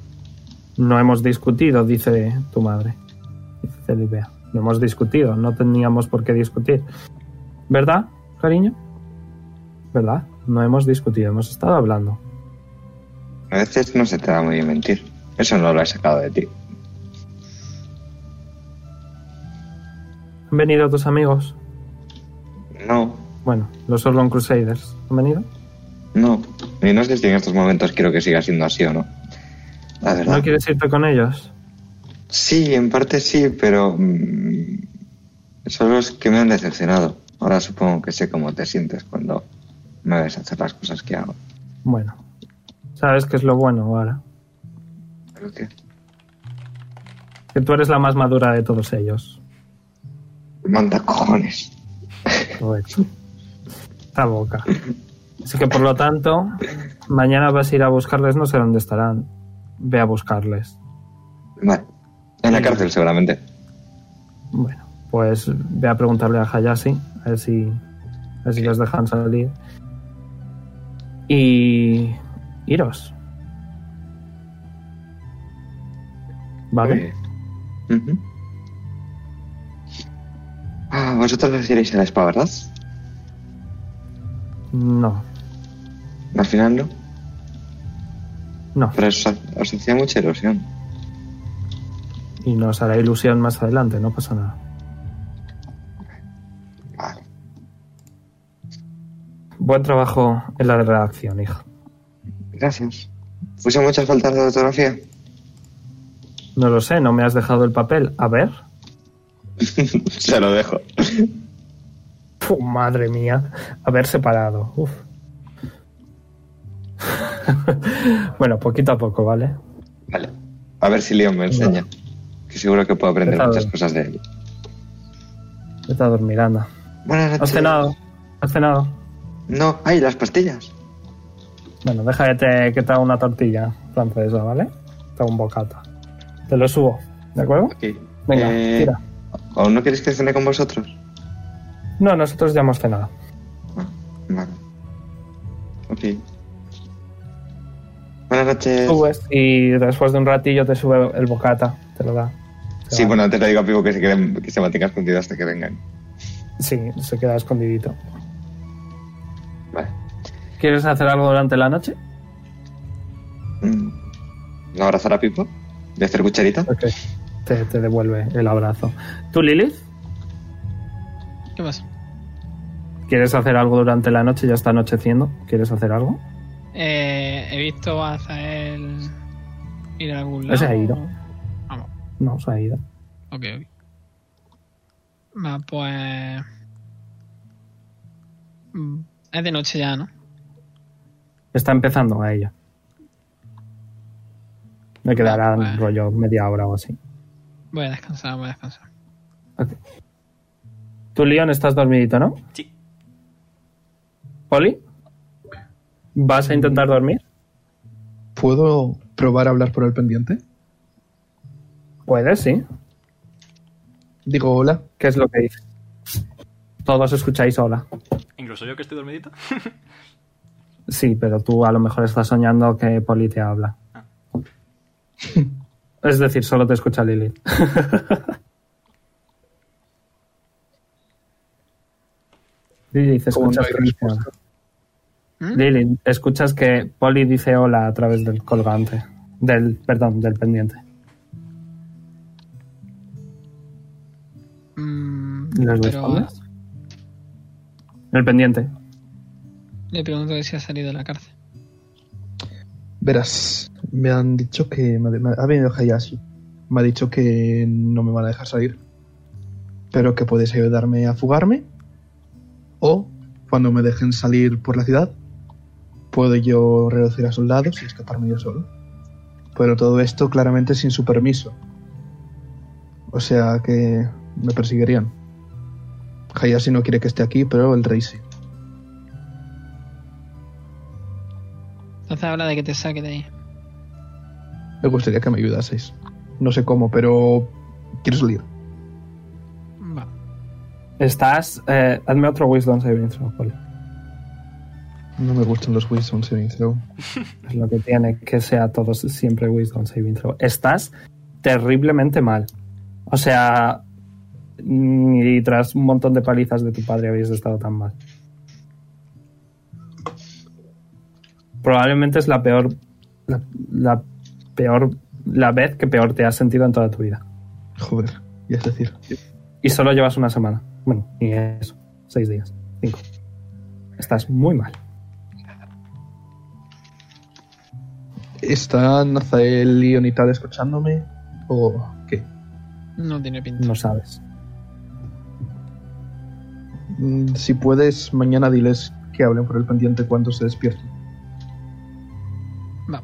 [SPEAKER 3] No hemos discutido, dice tu madre. Dice Celibea. No hemos discutido, no teníamos por qué discutir. ¿Verdad, cariño? ¿Verdad? No hemos discutido, hemos estado hablando.
[SPEAKER 6] A veces no se te da muy bien mentir. Eso no lo he sacado de ti.
[SPEAKER 3] ¿Han venido tus amigos?
[SPEAKER 6] No,
[SPEAKER 3] Bueno, los Orlon Crusaders. ¿Han venido?
[SPEAKER 6] no. Y no sé si en estos momentos quiero que siga siendo así o no. La verdad.
[SPEAKER 3] ¿No quieres irte con ellos?
[SPEAKER 6] Sí, en parte sí, pero mm, son los que me han decepcionado. Ahora supongo que sé cómo te sientes cuando me ves hacer las cosas que hago.
[SPEAKER 3] Bueno, ¿sabes qué es lo bueno ahora?
[SPEAKER 6] ¿Pero qué?
[SPEAKER 3] Que tú eres la más madura de todos ellos.
[SPEAKER 6] Manda cojones.
[SPEAKER 3] Correcto. Pues, Esta boca. Así que por lo tanto, mañana vas a ir a buscarles, no sé dónde estarán. Ve a buscarles.
[SPEAKER 6] Vale. En la cárcel seguramente.
[SPEAKER 3] Bueno, pues ve a preguntarle a Hayashi, a ver si, a ver si los dejan salir. Y iros. ¿Vale?
[SPEAKER 6] Ujú. Ah, vosotros os iréis a la spa, ¿verdad?
[SPEAKER 3] No,
[SPEAKER 6] Al final no.
[SPEAKER 3] no.
[SPEAKER 6] Pero os, ha- os hacía mucha ilusión.
[SPEAKER 3] Y nos hará ilusión más adelante, no pasa nada.
[SPEAKER 6] Vale.
[SPEAKER 3] Buen trabajo en la redacción, hija.
[SPEAKER 6] Gracias. Puse muchas faltas de ortografía.
[SPEAKER 3] No lo sé, no me has dejado el papel. A ver.
[SPEAKER 6] (laughs) Se lo dejo.
[SPEAKER 3] Fu, madre mía, haber separado. Uf. (laughs) bueno, poquito a poco, ¿vale?
[SPEAKER 6] Vale. A ver si Leon me enseña. Que seguro que puedo aprender
[SPEAKER 3] Está
[SPEAKER 6] muchas
[SPEAKER 3] bien.
[SPEAKER 6] cosas de él.
[SPEAKER 3] Vete a dormir, anda.
[SPEAKER 6] Buenas
[SPEAKER 3] ¿Has
[SPEAKER 6] noches.
[SPEAKER 3] cenado? ¿Has cenado?
[SPEAKER 6] No, ay, las pastillas.
[SPEAKER 3] Bueno, deja que te, que te haga una tortilla francesa, ¿vale? Te hago un bocata. Te lo subo, ¿de acuerdo?
[SPEAKER 6] Aquí.
[SPEAKER 3] Venga,
[SPEAKER 6] Eh,
[SPEAKER 3] tira.
[SPEAKER 6] ¿O no queréis que cene con vosotros?
[SPEAKER 3] No, nosotros ya hemos cenado.
[SPEAKER 6] Vale. Ok. Buenas noches.
[SPEAKER 3] Subes y después de un ratillo te sube el bocata. Te lo da.
[SPEAKER 6] Sí, bueno, antes le digo a Pivo que se, queden, que se mantenga escondido hasta que vengan.
[SPEAKER 3] Sí, se queda escondidito.
[SPEAKER 6] Vale.
[SPEAKER 3] ¿Quieres hacer algo durante la noche?
[SPEAKER 6] Mm. ¿No abrazar a Pipo? ¿De hacer cucharita?
[SPEAKER 3] Ok. Te, te devuelve el abrazo. ¿Tú, Lilith?
[SPEAKER 4] ¿Qué pasa?
[SPEAKER 3] ¿Quieres hacer algo durante la noche? Ya está anocheciendo. ¿Quieres hacer algo?
[SPEAKER 4] Eh, he visto a Zael ir a algún lado.
[SPEAKER 3] Ese ha ido.
[SPEAKER 4] Vamos,
[SPEAKER 3] No, se ha ido.
[SPEAKER 4] ok, ok. Va, pues. Mm, Es de noche ya, ¿no?
[SPEAKER 3] Está empezando a ella. Me quedará
[SPEAKER 4] Bueno.
[SPEAKER 3] rollo media hora o así.
[SPEAKER 4] Voy a descansar, voy a descansar.
[SPEAKER 3] Tú, Leon, estás dormidito, ¿no?
[SPEAKER 1] Sí.
[SPEAKER 3] ¿Poli? ¿Vas a intentar dormir?
[SPEAKER 5] ¿Puedo probar a hablar por el pendiente?
[SPEAKER 3] Puedes, sí.
[SPEAKER 5] Digo hola.
[SPEAKER 3] ¿Qué es lo que dices? Todos escucháis hola.
[SPEAKER 1] Incluso yo que estoy dormidito.
[SPEAKER 3] Sí, pero tú a lo mejor estás soñando que Poli te habla.
[SPEAKER 5] Ah.
[SPEAKER 3] es decir, solo te escucha
[SPEAKER 5] (laughs)
[SPEAKER 3] Lilith. Lilith,
[SPEAKER 5] Como no
[SPEAKER 3] escuchas
[SPEAKER 5] hay
[SPEAKER 3] que...
[SPEAKER 5] respuesta.
[SPEAKER 4] ¿Mm?
[SPEAKER 3] Lilith, escuchas que Poli dice hola a través del colgante. Del, perdón, del pendiente.
[SPEAKER 4] Mm,
[SPEAKER 3] ¿Las
[SPEAKER 4] pero
[SPEAKER 3] respondes? El pendiente.
[SPEAKER 4] le pregunto que si ha salido de la cárcel.
[SPEAKER 5] Verás, me han dicho que. Me, me- ha venido Hayashi. Me ha dicho que no me van a dejar salir. Pero que podéis ayudarme a fugarme. O, cuando me dejen salir por la ciudad, puedo yo reducir a soldados y escaparme yo solo. Pero todo esto claramente sin su permiso. O sea que me persiguirían. Hayashi no quiere que esté aquí, pero el rey sí.
[SPEAKER 4] Entonces habla de que te saque de ahí.
[SPEAKER 5] Me gustaría que me ayudaseis. No sé cómo, pero quiero salir.
[SPEAKER 4] Va.
[SPEAKER 3] Estás. eh, hazme otro Wisdom Saving Throw, Poli.
[SPEAKER 5] No me gustan los Wilson Saving Throw.
[SPEAKER 3] Es lo que tiene que sea todos siempre Wisdom Saving Throw. Estás terriblemente mal. O sea, ni tras un montón de palizas de tu padre habías estado tan mal. Probablemente es la peor. La, la peor. La vez que peor te has sentido en toda tu vida.
[SPEAKER 5] Joder, ya es decir.
[SPEAKER 3] Y solo llevas una semana. Bueno, ni eso. Seis días. Cinco. Estás muy mal.
[SPEAKER 5] ¿Están Nazael, Leon y tal escuchándome? ¿O qué?
[SPEAKER 4] No tiene pinta.
[SPEAKER 3] No sabes.
[SPEAKER 5] Mm, Si puedes, mañana diles que hablen por el pendiente cuando se despierten.
[SPEAKER 4] Va.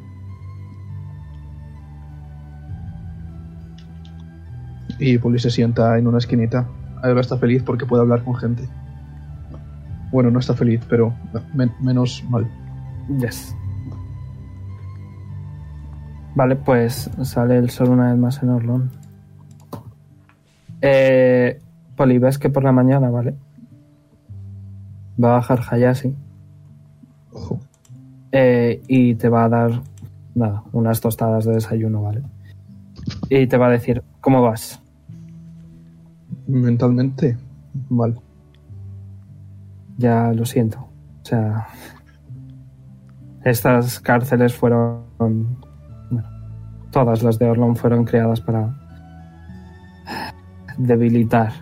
[SPEAKER 5] Y Polly se sienta en una esquinita. Ahora está feliz porque puede hablar con gente. Bueno, no está feliz, pero men- menos mal.
[SPEAKER 3] Yes. Vale, pues sale el sol una vez más en Orlón. Eh, Poli, ves que por la mañana, ¿vale? Va a bajar Hayashi.
[SPEAKER 5] Ojo.
[SPEAKER 3] Eh, y te va a dar nada, unas tostadas de desayuno, ¿vale? Y te va a decir, ¿cómo vas?
[SPEAKER 5] Mentalmente, mal.
[SPEAKER 3] Ya lo siento. O sea, estas cárceles fueron... Bueno, todas las de Orlon fueron creadas para debilitar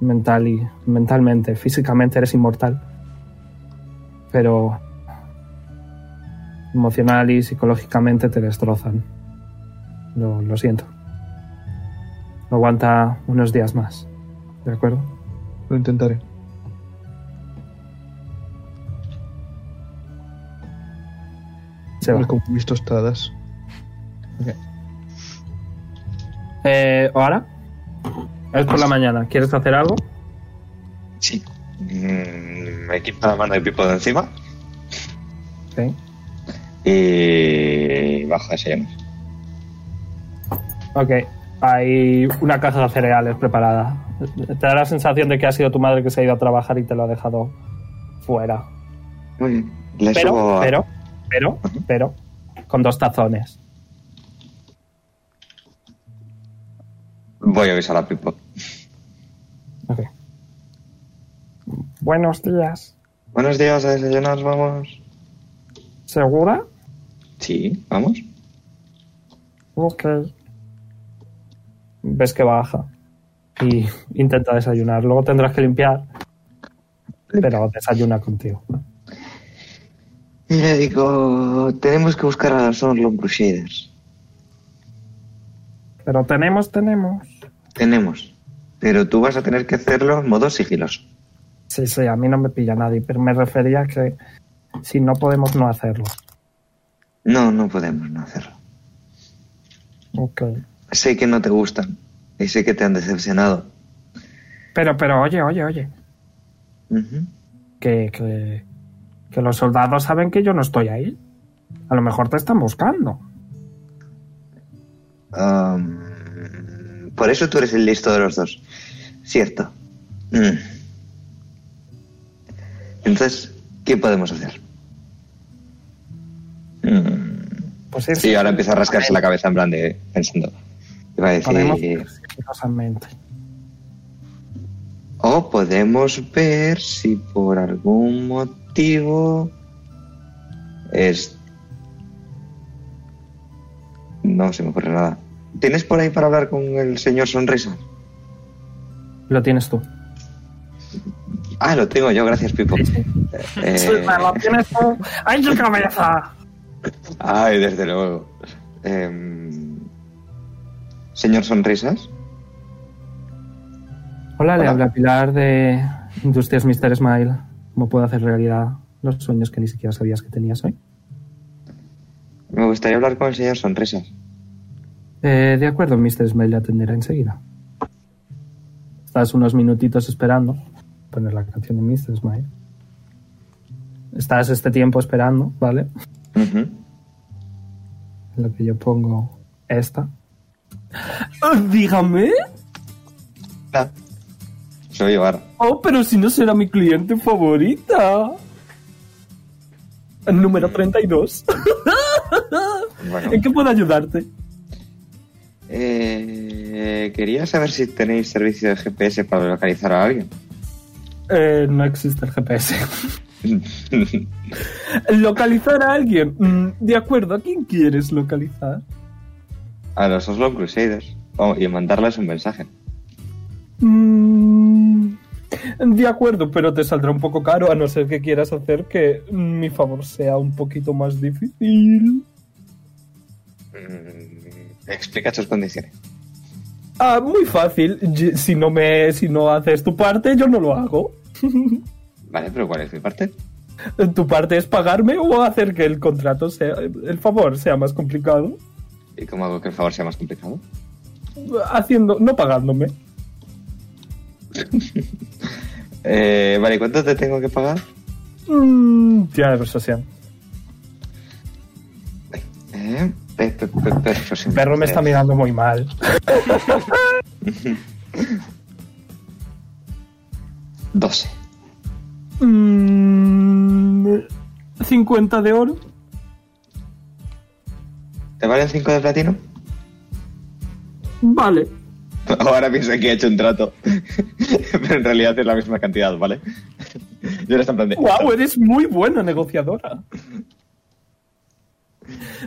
[SPEAKER 3] mental y, mentalmente. Físicamente eres inmortal, pero emocional y psicológicamente te destrozan. Lo, lo siento. Aguanta unos días más, ¿de acuerdo?
[SPEAKER 5] Lo intentaré.
[SPEAKER 3] Se va.
[SPEAKER 5] Me comí mis tostadas.
[SPEAKER 3] Eh, ¿Ahora? Es por la mañana. ¿Quieres hacer algo?
[SPEAKER 6] Sí. Mm, Me quito la mano de Pipo de encima
[SPEAKER 3] Sí.
[SPEAKER 6] y bajo a desayunar.
[SPEAKER 3] Ok. Hay una caja de cereales preparada. Te da la sensación de que ha sido tu madre que se ha ido a trabajar y te lo ha dejado fuera.
[SPEAKER 6] Muy bien. Le subo
[SPEAKER 3] Pero,
[SPEAKER 6] a-
[SPEAKER 3] pero, pero, pero, con dos tazones.
[SPEAKER 6] Voy a avisar a Pipo.
[SPEAKER 3] Ok. Buenos días.
[SPEAKER 6] Buenos días, a desayunar, vamos.
[SPEAKER 3] ¿Segura?
[SPEAKER 6] Sí, vamos.
[SPEAKER 3] Ok. Ves que baja. Y intenta desayunar. Luego tendrás que limpiar. Pero desayuna contigo.
[SPEAKER 6] Y le digo, tenemos que buscar a los Orlon Crusaders.
[SPEAKER 3] Pero tenemos, tenemos.
[SPEAKER 6] Tenemos. Pero tú vas a tener que hacerlo en modo sigiloso.
[SPEAKER 3] Sí, sí, a mí no me pilla nadie, pero me refería a que si no podemos no hacerlo.
[SPEAKER 6] No, no podemos no hacerlo.
[SPEAKER 3] Ok.
[SPEAKER 6] Sé que no te gustan y sé que te han decepcionado.
[SPEAKER 3] Pero, pero, oye, oye, oye.
[SPEAKER 6] Ujú.
[SPEAKER 3] Que, que, que los soldados saben que yo no estoy ahí. A lo mejor te están buscando.
[SPEAKER 6] Am, por eso tú eres el listo de los dos. Cierto. Mm. Entonces, ¿qué podemos hacer? Mm.
[SPEAKER 3] Pues irse
[SPEAKER 6] Sí, ahora empieza a rascarse la cabeza en plan de pensando. Iba a
[SPEAKER 3] Podemos
[SPEAKER 6] decir,
[SPEAKER 3] ir sigilosamente.
[SPEAKER 6] o podemos ver si por algún motivo es... No se me ocurre nada. ¿Tienes por ahí para hablar con el señor Sonrisa?
[SPEAKER 3] Lo tienes tú.
[SPEAKER 6] Ah, lo tengo yo, gracias Pipo. Eh,
[SPEAKER 3] Sí, lo tienes tú. ¡Ay, qué cabeza!
[SPEAKER 6] Ay, desde luego. Eh, señor Sonrisas,
[SPEAKER 3] Hola, le
[SPEAKER 6] Hola.
[SPEAKER 3] habla Pilar de Industrias Mr. Smile. ¿Cómo puedo hacer realidad los sueños que ni siquiera sabías que tenías hoy?
[SPEAKER 6] me gustaría hablar con el señor Sonrisas.
[SPEAKER 3] Eh, de acuerdo, Mr. Smile le atenderá enseguida. Estás unos minutitos esperando. Poner la canción de Mr. Smile. Estás este tiempo esperando, ¿vale?
[SPEAKER 6] Ujú.
[SPEAKER 3] En Lo que yo pongo esta. Ah, Dígame.
[SPEAKER 6] Ah, Se lo llevar.
[SPEAKER 3] Oh, pero si no será mi cliente favorita. Número 32.
[SPEAKER 6] Bueno.
[SPEAKER 3] ¿En qué puedo ayudarte?
[SPEAKER 6] Eh, quería saber si tenéis servicio de GPS para localizar a alguien.
[SPEAKER 3] Eh, no existe el GPS. (laughs) localizar a alguien. Mm, De acuerdo, ¿a quién quieres localizar?
[SPEAKER 6] A los Oslo Crusaders. Vamos, y mandarles un mensaje.
[SPEAKER 3] Mm, De acuerdo, pero te saldrá un poco caro a no ser que quieras hacer que mi favor sea un poquito más difícil.
[SPEAKER 6] Mm, Explica tus condiciones.
[SPEAKER 3] Ah, muy fácil. Y- Si no me, si no haces tu parte, yo no lo hago.
[SPEAKER 6] Vale, pero ¿cuál es mi parte?
[SPEAKER 3] tu parte es pagarme o hacer que el contrato sea, el favor sea más complicado,
[SPEAKER 6] ¿Y cómo hago que el favor sea más complicado?
[SPEAKER 3] haciendo, no pagándome.
[SPEAKER 6] Eh, vale, ¿cuánto te tengo que pagar?
[SPEAKER 3] Mm, tira de social.
[SPEAKER 6] Eh, pe- pe- pe- pues eh, persuasión.
[SPEAKER 3] Perro me está mirando muy mal.
[SPEAKER 6] Eh, 12.
[SPEAKER 3] Mm, 50 de oro.
[SPEAKER 6] ¿Te valen 5 de platino? (laughs)
[SPEAKER 3] Vale.
[SPEAKER 6] Ahora piensa que he hecho un trato. (laughs) Pero en realidad es la misma cantidad, ¿vale? (laughs) Yo era en plan
[SPEAKER 3] (laughs)
[SPEAKER 6] de.
[SPEAKER 3] Wow, eres muy buena negociadora.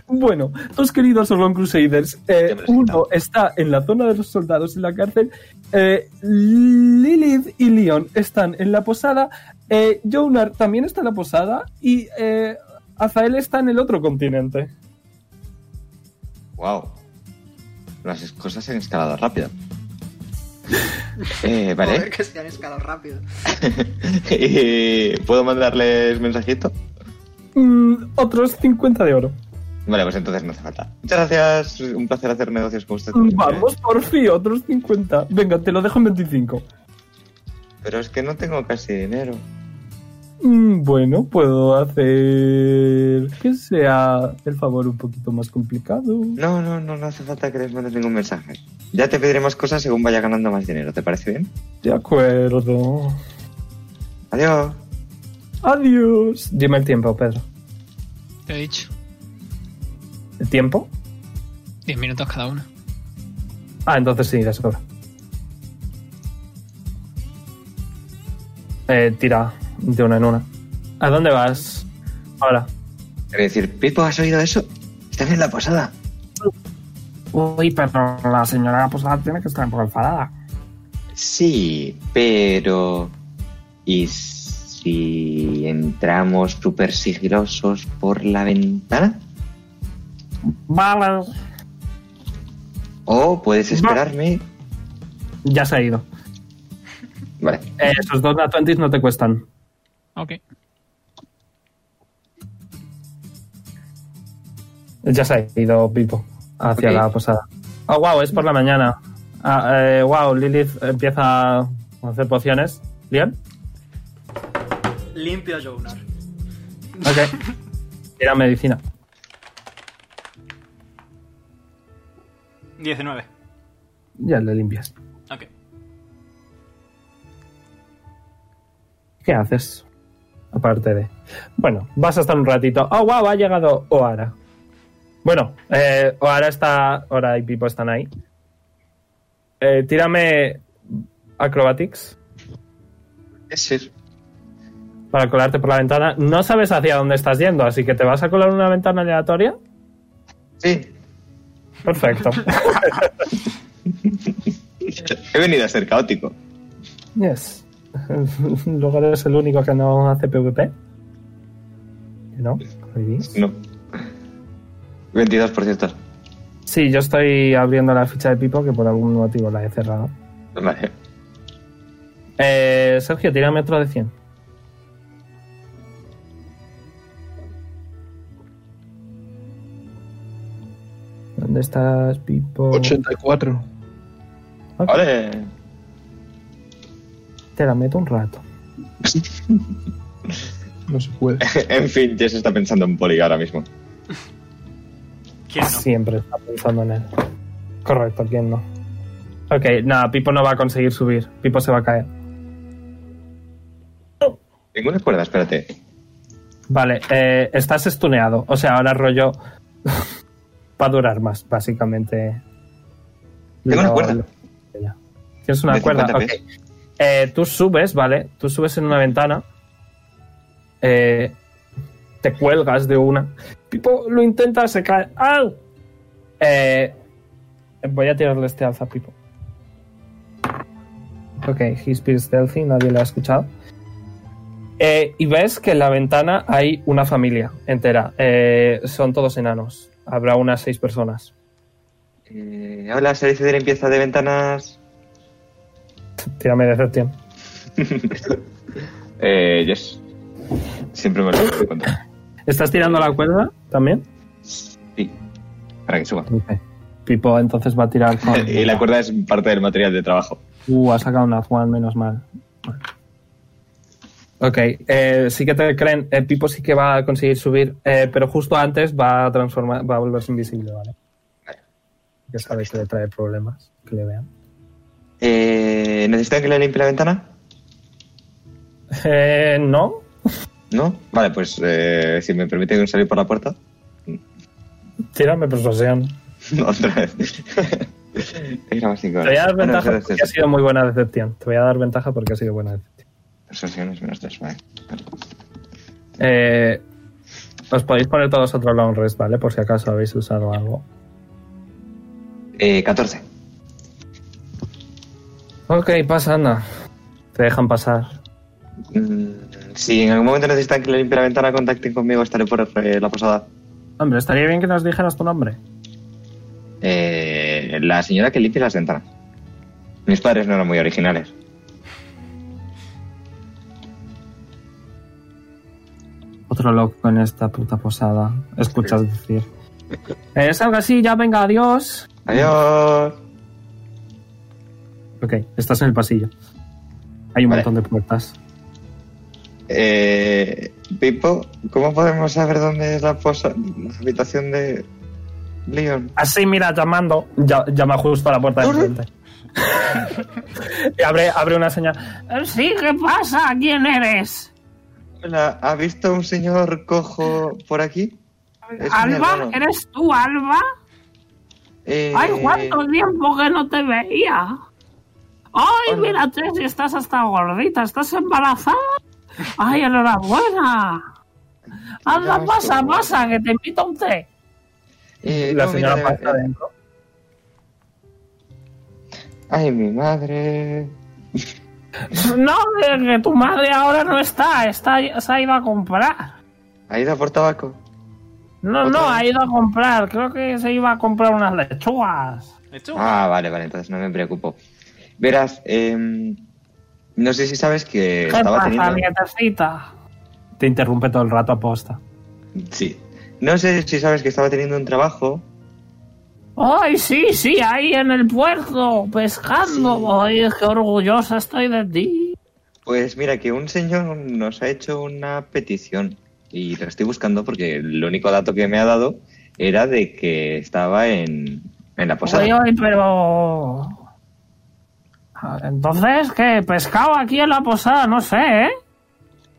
[SPEAKER 3] Bueno, dos queridos Orlon Crusaders. eh, uno está en la zona de los soldados en la cárcel. eh, Lilith y Leon están en la posada. eh, Jonar también está en la posada. Y eh, Azael está en el otro continente.
[SPEAKER 6] Wow. Las cosas se han escalado rápido. Eh,
[SPEAKER 9] Joder,
[SPEAKER 6] vale.
[SPEAKER 9] que se han escalado rápido.
[SPEAKER 6] (laughs) Eh, ¿Puedo mandarles mensajito?
[SPEAKER 3] Mm, otros 50 de oro.
[SPEAKER 6] Vale, pues entonces no hace falta. Muchas gracias. Un placer hacer negocios con usted.
[SPEAKER 3] Mm, Vamos, por fin, otros 50. Venga, te lo dejo en 25.
[SPEAKER 6] Pero es que no tengo casi dinero.
[SPEAKER 3] Mm, Bueno, puedo hacer que sea el favor un poquito más complicado.
[SPEAKER 6] No, no, no, no hace falta que les mandes ningún mensaje. Ya te pediré más cosas según vaya ganando más dinero. ¿Te parece bien?
[SPEAKER 3] De acuerdo.
[SPEAKER 6] Adiós.
[SPEAKER 3] Adiós. Dime el tiempo, Pedro.
[SPEAKER 4] Te he dicho.
[SPEAKER 3] ¿El tiempo?
[SPEAKER 4] 10 minutos cada uno.
[SPEAKER 3] Ah, entonces sí, la sobra. Eh, tira de una en una. ¿A dónde vas? Ahora.
[SPEAKER 6] Quiero decir, Pipo, ¿has oído eso? Están en la posada.
[SPEAKER 3] Uy, pero la señora posada tiene que estar un poco enfadada.
[SPEAKER 6] Sí, pero... ¿Y si entramos súper sigilosos por la ventana?
[SPEAKER 3] Vale.
[SPEAKER 6] ¿O puedes esperarme?
[SPEAKER 3] Ya se ha ido.
[SPEAKER 6] Vale.
[SPEAKER 3] Eh, esos dos nat 20 no te cuestan.
[SPEAKER 4] Ok.
[SPEAKER 3] Ya se ha ido Pipo hacia
[SPEAKER 6] Ok.
[SPEAKER 3] la posada. Oh, wow, es por la mañana. Ah, eh, wow, Lilith empieza a hacer pociones. ¿Bien?
[SPEAKER 9] Limpio a Jonar.
[SPEAKER 3] Ok. (laughs) Tira medicina.
[SPEAKER 1] 19.
[SPEAKER 3] Ya le limpias.
[SPEAKER 1] Ok.
[SPEAKER 3] ¿Qué haces? Aparte de. Bueno, vas a estar un ratito. Oh, wow, ha llegado Oara. Bueno, eh, Oara está. Oara y Pipo están ahí. Eh, tírame Acrobatics.
[SPEAKER 6] Es eso.
[SPEAKER 3] para colarte por la ventana. No sabes hacia dónde estás yendo, así que te vas a colar en una ventana aleatoria.
[SPEAKER 6] Sí.
[SPEAKER 3] Perfecto.
[SPEAKER 6] He venido a ser caótico.
[SPEAKER 3] (laughs) yes. (laughs) Luego eres el único que no hace PvP. ¿No? ¿Prohibís?
[SPEAKER 6] No. 22, por cierto.
[SPEAKER 3] Sí, yo estoy abriendo la ficha de Pipo que por algún motivo la he cerrado.
[SPEAKER 6] Vale.
[SPEAKER 3] Eh, Sergio, tírame otro de 100. ¿Dónde estás,
[SPEAKER 5] Oh.
[SPEAKER 3] Pipo?
[SPEAKER 5] 84.
[SPEAKER 6] Vale.
[SPEAKER 3] Te la meto un rato.
[SPEAKER 5] No se (laughs) puede.
[SPEAKER 6] (laughs) en fin, Jess está pensando en Poli ahora mismo.
[SPEAKER 1] ¿Quién no?
[SPEAKER 3] Siempre está pensando en él. Correcto, ¿quién no? Ok, nada, Pipo no va a conseguir subir. Pipo se va a caer.
[SPEAKER 6] Ninguna cuerda, espérate.
[SPEAKER 3] Vale, eh, estás estuneado. O sea, ahora rollo. (laughs) va a durar más, básicamente.
[SPEAKER 6] Tengo una
[SPEAKER 3] Lo-
[SPEAKER 6] cuerda.
[SPEAKER 3] ¿Tienes una
[SPEAKER 6] De
[SPEAKER 3] cuerda?
[SPEAKER 6] 50
[SPEAKER 3] Ok. Eh, tú subes, ¿vale? Tú subes en una ventana. eh, te cuelgas de una. Pipo lo intenta, se cae. ¡Au! Eh, voy a tirarle este alza a Pipo. Ok, his being stealthy, nadie lo ha escuchado. Eh, y ves que en la ventana hay una familia entera. Eh, son todos enanos. Habrá unas seis personas.
[SPEAKER 6] Eh, hola, servicio de limpieza de ventanas.
[SPEAKER 3] Tírame de Deception.
[SPEAKER 6] Eh, yes. Siempre me lo he
[SPEAKER 3] ¿Estás tirando la cuerda también?
[SPEAKER 6] Sí. Para que suba.
[SPEAKER 3] Pipo entonces va a tirar (laughs) con...
[SPEAKER 6] y la cuerda es parte del material de trabajo.
[SPEAKER 3] Uh, ha sacado una Juan, menos mal. Ok, eh, sí que te creen. eh, Pipo sí que va a conseguir subir, eh, pero justo antes va a transformar, va a volverse invisible, ¿vale? Ya sabéis que le trae problemas, que le vean.
[SPEAKER 6] Eh, ¿Necesitan que le limpie la ventana?
[SPEAKER 3] Eh, no.
[SPEAKER 6] ¿No? Vale, pues eh, si me permiten salir por la puerta. (laughs)
[SPEAKER 3] Tírame persuasión.
[SPEAKER 6] Otra vez. (laughs) Era más cinco.
[SPEAKER 3] Te voy a dar
[SPEAKER 6] Ah, no,
[SPEAKER 3] ventaja
[SPEAKER 6] cero,
[SPEAKER 3] porque
[SPEAKER 6] cero.
[SPEAKER 3] ha sido muy buena decepción. Te voy a dar ventaja porque ha sido buena decepción.
[SPEAKER 6] Persuasiones menos tres, vale.
[SPEAKER 3] Eh, os podéis poner todos otro long rest, ¿vale? Por si acaso habéis usado algo.
[SPEAKER 6] Eh, 14.
[SPEAKER 3] Ok, pasa, anda. Te dejan pasar.
[SPEAKER 6] Mm, si en algún momento necesitan que le limpie la ventana, contacten conmigo, estaré por eh, la posada.
[SPEAKER 3] Hombre, estaría bien que nos dijeras tu nombre.
[SPEAKER 6] Eh, la señora que limpia las ventanas. Mis padres no eran muy originales.
[SPEAKER 3] Otro loco en esta puta posada. Escuchas decir. Eh, salga así, ya venga, adiós.
[SPEAKER 6] Adiós.
[SPEAKER 3] Ok, estás en el pasillo. Hay un
[SPEAKER 6] Vale.
[SPEAKER 3] montón de puertas.
[SPEAKER 6] Eh, Pipo, ¿cómo podemos saber dónde es la, posa- la habitación de Leon?
[SPEAKER 3] Así, mira, llamando. Ya- llama justo a la puerta de enfrente.
[SPEAKER 8] (laughs)
[SPEAKER 3] y abre, abre una señal. Eh, Sí, ¿qué pasa? ¿Quién eres?
[SPEAKER 6] Hola, ¿ha visto un señor cojo por aquí? Es mi hermano.
[SPEAKER 8] Alba, ¿eres tú, Alba?
[SPEAKER 6] Eh,
[SPEAKER 8] Ay, cuánto tiempo que no te veía. Ay,
[SPEAKER 6] Hola.
[SPEAKER 8] mírate, si estás hasta gordita, estás embarazada.
[SPEAKER 6] (laughs)
[SPEAKER 8] Ay, enhorabuena. Anda,
[SPEAKER 6] ves
[SPEAKER 8] pasa,
[SPEAKER 6] tú.
[SPEAKER 8] pasa, que te invito a un té.
[SPEAKER 6] eh,
[SPEAKER 3] La
[SPEAKER 6] no,
[SPEAKER 3] señora
[SPEAKER 6] mira,
[SPEAKER 3] pasa
[SPEAKER 6] eh,
[SPEAKER 3] adentro.
[SPEAKER 6] Ay, mi madre.
[SPEAKER 8] No, que- que tu madre ahora no está, está se ha ido a comprar.
[SPEAKER 6] ¿Ha ido por tabaco?
[SPEAKER 8] No,
[SPEAKER 6] Otra
[SPEAKER 8] no,
[SPEAKER 6] vez.
[SPEAKER 8] ha ido a comprar. Creo que se iba a comprar unas lechugas.
[SPEAKER 1] ¿Eh,
[SPEAKER 6] Ah, vale, vale, entonces no me preocupo. Verás, em, no sé si sabes que
[SPEAKER 8] ¿Qué
[SPEAKER 6] estaba
[SPEAKER 8] pasa,
[SPEAKER 6] teniendo...
[SPEAKER 8] nietecita?
[SPEAKER 3] Te interrumpe todo el rato aposta.
[SPEAKER 6] Sí. No sé si sabes que estaba teniendo un trabajo.
[SPEAKER 8] Ay, sí, sí, ahí en el puerto, pescando. Ay, es que orgullosa estoy de ti.
[SPEAKER 6] Pues mira, que un señor nos ha hecho una petición y la estoy buscando porque el único dato que me ha dado era de que estaba en, en la
[SPEAKER 8] Ay,
[SPEAKER 6] posada.
[SPEAKER 8] ay, pero... Ah, Entonces, ¿qué? Pescado aquí en la posada, no sé, ¿eh?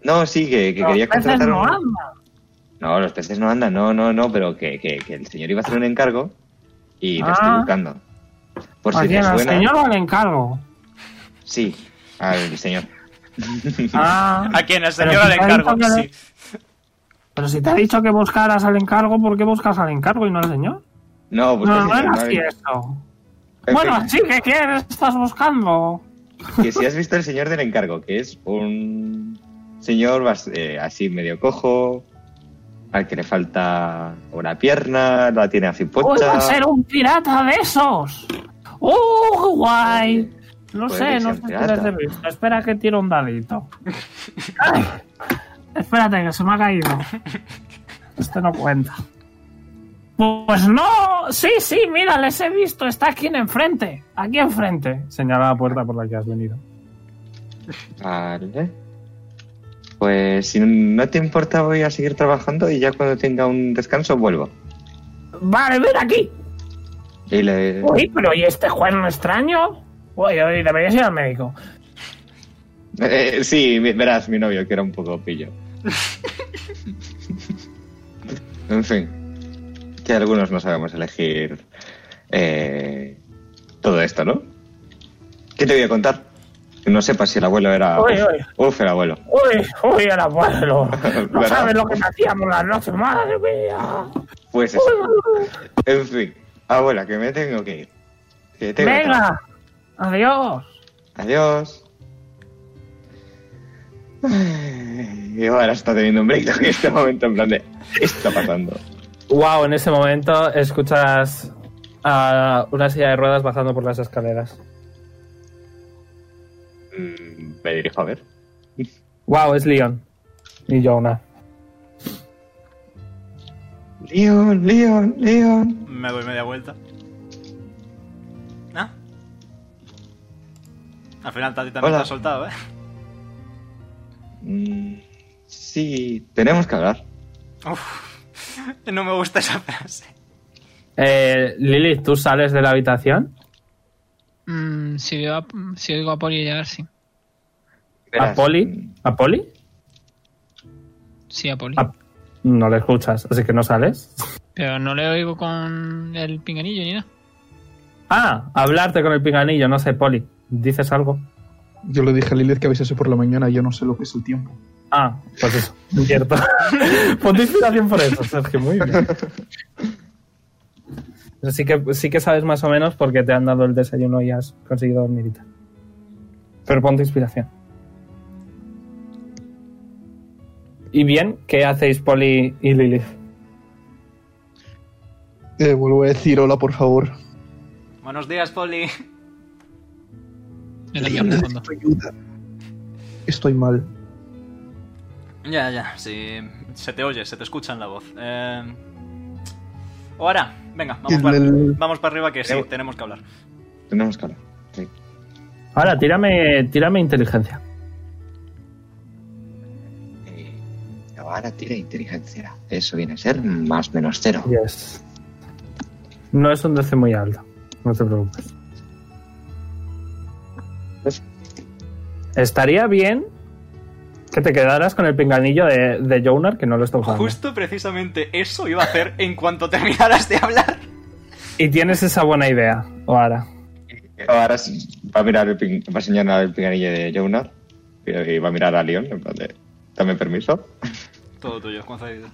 [SPEAKER 6] No, sí, que, que
[SPEAKER 8] Los
[SPEAKER 6] quería
[SPEAKER 8] peces
[SPEAKER 6] contratar
[SPEAKER 8] no
[SPEAKER 6] un-
[SPEAKER 8] andan.
[SPEAKER 6] No, los peces no andan, no, no, no, pero que, que- que el señor iba a hacer un encargo y lo estoy
[SPEAKER 8] Ah.
[SPEAKER 6] buscando. Por
[SPEAKER 8] ¿A
[SPEAKER 6] si te
[SPEAKER 8] quién? ¿Al
[SPEAKER 6] suena.
[SPEAKER 8] señor o
[SPEAKER 6] (laughs)
[SPEAKER 8] al encargo?
[SPEAKER 6] Sí, al señor.
[SPEAKER 8] Ah,
[SPEAKER 1] ¿A quién? El
[SPEAKER 8] Pero
[SPEAKER 1] señor al
[SPEAKER 8] si te ha
[SPEAKER 1] encargo.
[SPEAKER 8] dicho que
[SPEAKER 1] Sí.
[SPEAKER 8] no- pero si te ha dicho que buscaras al encargo, ¿por qué buscas al encargo y no al señor?
[SPEAKER 6] No, pues
[SPEAKER 8] No,
[SPEAKER 6] el
[SPEAKER 8] no
[SPEAKER 6] señor
[SPEAKER 8] era
[SPEAKER 6] no ha
[SPEAKER 8] así
[SPEAKER 6] venido.
[SPEAKER 8] eso.
[SPEAKER 6] En
[SPEAKER 8] Bueno,
[SPEAKER 6] fin,
[SPEAKER 8] sí, ¿qué quieres? ¿Estás buscando?
[SPEAKER 6] que si has visto el señor del encargo, que es un señor bas- eh, así medio cojo, al que le falta una pierna, la tiene
[SPEAKER 8] Uy, va
[SPEAKER 6] afipocha.
[SPEAKER 8] a ser un pirata de esos. ¡Uh, qué guay! No
[SPEAKER 6] puede
[SPEAKER 8] sé,
[SPEAKER 6] que sea
[SPEAKER 8] no
[SPEAKER 6] un
[SPEAKER 8] sé si
[SPEAKER 6] pirata.
[SPEAKER 8] les he visto. Espera que tiro un dadito. Ay, espérate, que se me ha caído. Este no cuenta. Pues no, sí, sí, mira, les he visto. Está aquí en enfrente. Aquí enfrente.
[SPEAKER 3] Señala la puerta por la que has venido.
[SPEAKER 6] Vale. ¿eh? Pues si no te importa voy a seguir trabajando y ya cuando tenga un descanso vuelvo.
[SPEAKER 8] Vale, ven aquí.
[SPEAKER 6] Y le...
[SPEAKER 8] Uy, pero ¿y este juego extraño? Uy, uy, deberías ir al médico.
[SPEAKER 6] Eh, sí, verás, mi novio que era un poco pillo. En fin, que algunos no sabemos elegir eh, todo esto, ¿no? ¿Qué te voy a contar? Que no sepas si el abuelo era...
[SPEAKER 13] Uy,
[SPEAKER 6] uf,
[SPEAKER 13] uy.
[SPEAKER 6] uf, el abuelo.
[SPEAKER 13] Uy, uy, el abuelo. No
[SPEAKER 6] ¿Verdad?
[SPEAKER 13] sabes lo que hacíamos las noches, madre mía.
[SPEAKER 6] Pues eso. En fin, abuela, que me tengo que ir. Que tengo que
[SPEAKER 13] Venga, adiós.
[SPEAKER 6] Adiós. Ay, Y ahora está teniendo un breakdown (laughs) en este momento en plan de... ¿Qué está pasando?
[SPEAKER 3] Wow, en ese momento escuchas a una silla de ruedas bajando por las escaleras.
[SPEAKER 6] Mm, Me dirijo a ver.
[SPEAKER 3] Wow, es Leon. Y Jonah.
[SPEAKER 6] Leon, Leon, Leon.
[SPEAKER 1] Me doy media vuelta. Ah. Al final Tati también te
[SPEAKER 6] Hola.
[SPEAKER 1] ha soltado, ¿eh? (laughs)
[SPEAKER 6] Mm, Sí, tenemos que hablar.
[SPEAKER 1] Uf. No me gusta esa frase.
[SPEAKER 3] Eh, Lily, ¿tú sales de la habitación?
[SPEAKER 4] Mm, si, veo a- si oigo a Poli llegar, sí.
[SPEAKER 3] ¿A
[SPEAKER 6] mm,
[SPEAKER 3] Poli? ¿A Poli?
[SPEAKER 4] Sí, a Poli.
[SPEAKER 3] Ah. No le escuchas, así que no sales.
[SPEAKER 4] Pero no le oigo con el pinganillo ni nada.
[SPEAKER 3] Ah, hablarte con el pinganillo, no sé, Poli. ¿Dices algo?
[SPEAKER 5] Yo le dije a Lilith que avisase por la mañana, yo no sé lo que es el tiempo.
[SPEAKER 3] Ah, pues eso, cierto. (laughs) Ponte inspiración por eso, Sergio, muy bien. Así que sí que sabes más o menos porque te han dado el desayuno y has conseguido dormir y tal. Pero ponte inspiración. Y bien, ¿qué hacéis Poli y Lilith?
[SPEAKER 5] Eh, vuelvo a decir hola, por favor.
[SPEAKER 1] Buenos días, Poli.
[SPEAKER 4] En la
[SPEAKER 3] (laughs)
[SPEAKER 4] mierda de fondo.
[SPEAKER 5] Estoy mal.
[SPEAKER 1] Ya, ya, sí. Se te oye, se te escucha en la voz. Eh... Ahora, venga, vamos
[SPEAKER 5] El-
[SPEAKER 1] para,
[SPEAKER 5] el-
[SPEAKER 1] vamos para arriba que sí, tenemos que hablar.
[SPEAKER 6] Tenemos que hablar.
[SPEAKER 3] Ahora, tírame, tírame inteligencia.
[SPEAKER 6] Eh, Ahora tira inteligencia. Eso viene a ser más menos cero.
[SPEAKER 3] Yes. No es un DC muy alto, no te preocupes. Estaría bien que te quedaras con el pinganillo de, de Jonar, que no lo está usando.
[SPEAKER 1] Justo precisamente eso iba a hacer en cuanto (laughs) terminaras de hablar.
[SPEAKER 3] Y tienes esa buena idea, ahora.
[SPEAKER 6] Ahora sí, va a mirar el pin- va a señalar el pinganillo de Jonar y y va a mirar a Leon en plan de dame permiso.
[SPEAKER 1] Todo tuyo, concedido.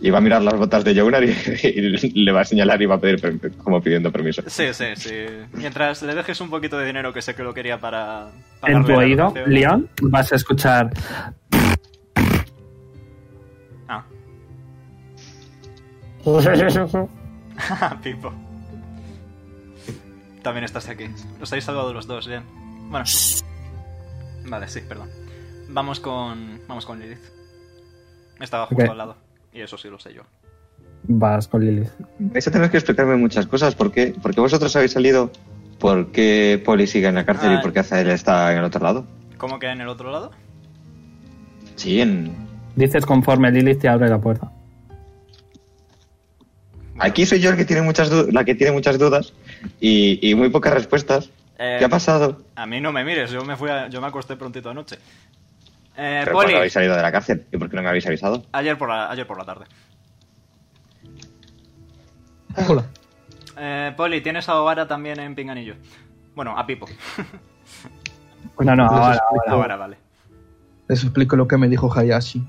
[SPEAKER 6] Y va a mirar las botas de Jonar y, (laughs) y le va a señalar y va a pedir per- como pidiendo permiso.
[SPEAKER 1] Sí, sí, sí. Mientras le dejes un poquito de dinero que sé que lo quería para. para
[SPEAKER 3] En tu
[SPEAKER 1] darle la
[SPEAKER 3] oído,
[SPEAKER 1] educación.
[SPEAKER 3] Leon, vas a escuchar.
[SPEAKER 1] Ah. Ah, Pipo. También estás aquí. Os habéis salvado los dos, bien. Bueno. Vale, sí, perdón. Vamos con. Vamos con Lilith. Estaba justo
[SPEAKER 3] Ok.
[SPEAKER 1] al lado. Y eso sí lo sé yo.
[SPEAKER 3] Vas con Lilith.
[SPEAKER 6] Vais a tener que explicarme muchas cosas. ¿Por qué? Porque vosotros habéis salido. ¿Por qué Poli sigue en la cárcel
[SPEAKER 1] Ah.
[SPEAKER 6] y por qué Azael está en el otro lado?
[SPEAKER 1] ¿Cómo que en el otro lado?
[SPEAKER 6] Sí, en...
[SPEAKER 3] Dices conforme Lilith te abre la puerta.
[SPEAKER 6] Aquí soy yo el que tiene muchas du- la que tiene muchas dudas y, y muy pocas respuestas.
[SPEAKER 1] Eh,
[SPEAKER 6] ¿Qué ha pasado?
[SPEAKER 1] A mí no me mires, yo me fui a- yo me acosté prontito anoche. Eh,
[SPEAKER 6] Pero ¿por
[SPEAKER 1] Poli,
[SPEAKER 6] qué habéis salido de la cárcel? ¿Y por qué no me habéis avisado?
[SPEAKER 1] ayer por la, ayer por la tarde.
[SPEAKER 5] Hola.
[SPEAKER 1] Eh, Poli, tienes a Obara también en Pinganillo. Bueno, a Pipo.
[SPEAKER 3] No, no,
[SPEAKER 5] Entonces
[SPEAKER 3] ahora,
[SPEAKER 5] explico-
[SPEAKER 1] A Obara, vale.
[SPEAKER 5] Les explico lo que me dijo Hayashi.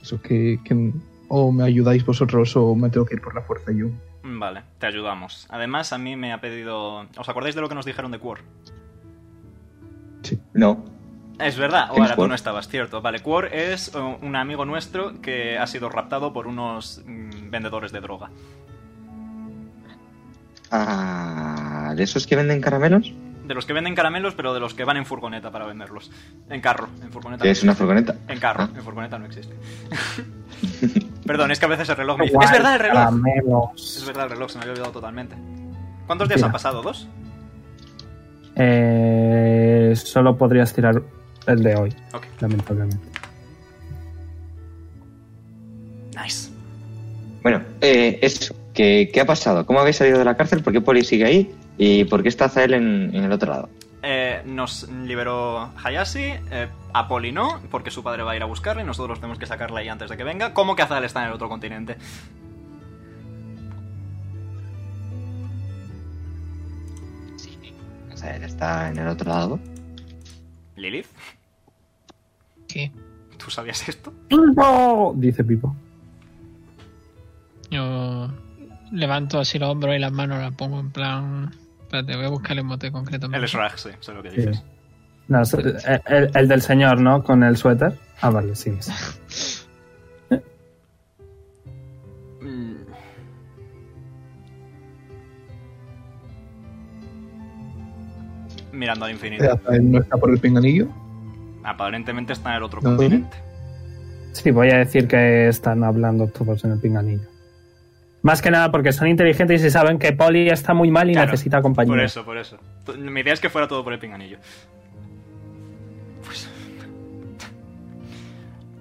[SPEAKER 5] Eso que, que o me ayudáis vosotros o me tengo que ir por la fuerza yo.
[SPEAKER 1] Mm, Vale, te ayudamos. Además, a mí me ha pedido... ¿Os acordáis de lo que nos dijeron de Quor?
[SPEAKER 6] No.
[SPEAKER 1] Es verdad,
[SPEAKER 6] ¿Quién es
[SPEAKER 1] Obara, tú
[SPEAKER 6] Quor?
[SPEAKER 1] no estabas, cierto. Vale, Quor es eh, un amigo nuestro que ha sido raptado por unos mm, vendedores de droga.
[SPEAKER 6] Ah, ¿De esos que venden caramelos?
[SPEAKER 1] De los que venden caramelos, pero de los que van en furgoneta para venderlos. En carro, en furgoneta.
[SPEAKER 6] Que
[SPEAKER 1] no
[SPEAKER 6] es una
[SPEAKER 1] existe.
[SPEAKER 6] furgoneta.
[SPEAKER 1] En carro,
[SPEAKER 6] Ah.
[SPEAKER 1] en furgoneta no
[SPEAKER 6] (laughs)
[SPEAKER 1] existe. Perdón, es que a veces el reloj me dice...
[SPEAKER 3] Guay, Ah.
[SPEAKER 1] ¡Es verdad el reloj!
[SPEAKER 3] caramelos.
[SPEAKER 1] Es verdad el reloj, se me había olvidado totalmente. ¿Cuántos días
[SPEAKER 3] Mira.
[SPEAKER 1] han pasado? ¿Dos?
[SPEAKER 3] Eh, solo podrías tirar el de hoy,
[SPEAKER 1] Ok,
[SPEAKER 3] lamentablemente.
[SPEAKER 1] nice.
[SPEAKER 6] Bueno, eh, eso. ¿Qué, qué ha pasado? ¿Cómo habéis salido de la cárcel? ¿Por qué Poli sigue ahí? ¿Y por qué está Zael en, en el otro lado?
[SPEAKER 1] Eh, eh, nos liberó Hayashi, eh, Apoli no, porque su padre va a ir a buscarla y nosotros tenemos que sacarla ahí antes de que venga. ¿Cómo que Azal está en el otro continente?
[SPEAKER 6] O sea, él está en el otro lado.
[SPEAKER 1] ¿Lilith?
[SPEAKER 4] ¿Qué?
[SPEAKER 1] ¿Tú sabías esto?
[SPEAKER 3] ¡Pipo! Dice Pipo.
[SPEAKER 4] Yo levanto así los hombros y las manos las pongo en plan. Espérate, voy a buscar el mote concreto.
[SPEAKER 1] El Shrag, sí, sé lo que dices.
[SPEAKER 3] No, es- el, el- el del señor, ¿no? Con el suéter. Ah, vale, sí. sí.
[SPEAKER 1] Mm. Mirando al infinito.
[SPEAKER 5] Eh, Azael ¿No está por el pinganillo?
[SPEAKER 1] Aparentemente está en el otro
[SPEAKER 5] ¿No
[SPEAKER 1] continente.
[SPEAKER 5] viene?
[SPEAKER 3] Sí, voy a decir que están hablando todos en el pinganillo. Más que nada porque son inteligentes y saben que Polly está muy mal y
[SPEAKER 1] Claro,
[SPEAKER 3] necesita compañía.
[SPEAKER 1] Por eso, por eso. T- Mi idea es que fuera todo por el pinganillo. Pues.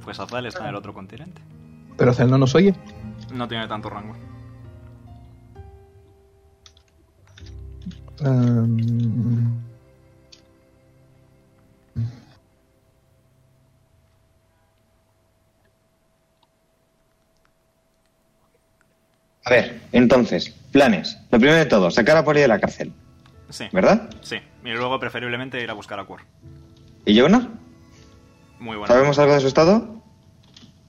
[SPEAKER 1] Pues Azal está en el otro continente.
[SPEAKER 5] Pero Azael no nos oye.
[SPEAKER 1] No tiene tanto rango.
[SPEAKER 5] Ehm,
[SPEAKER 6] A ver, entonces, planes. Lo primero de todo, sacar a Poli de la cárcel.
[SPEAKER 1] Sí.
[SPEAKER 6] ¿Verdad?
[SPEAKER 1] Sí. Y luego preferiblemente ir a buscar a Quor.
[SPEAKER 6] ¿Y Jonas?
[SPEAKER 1] Muy bueno.
[SPEAKER 6] ¿Sabemos algo de su estado?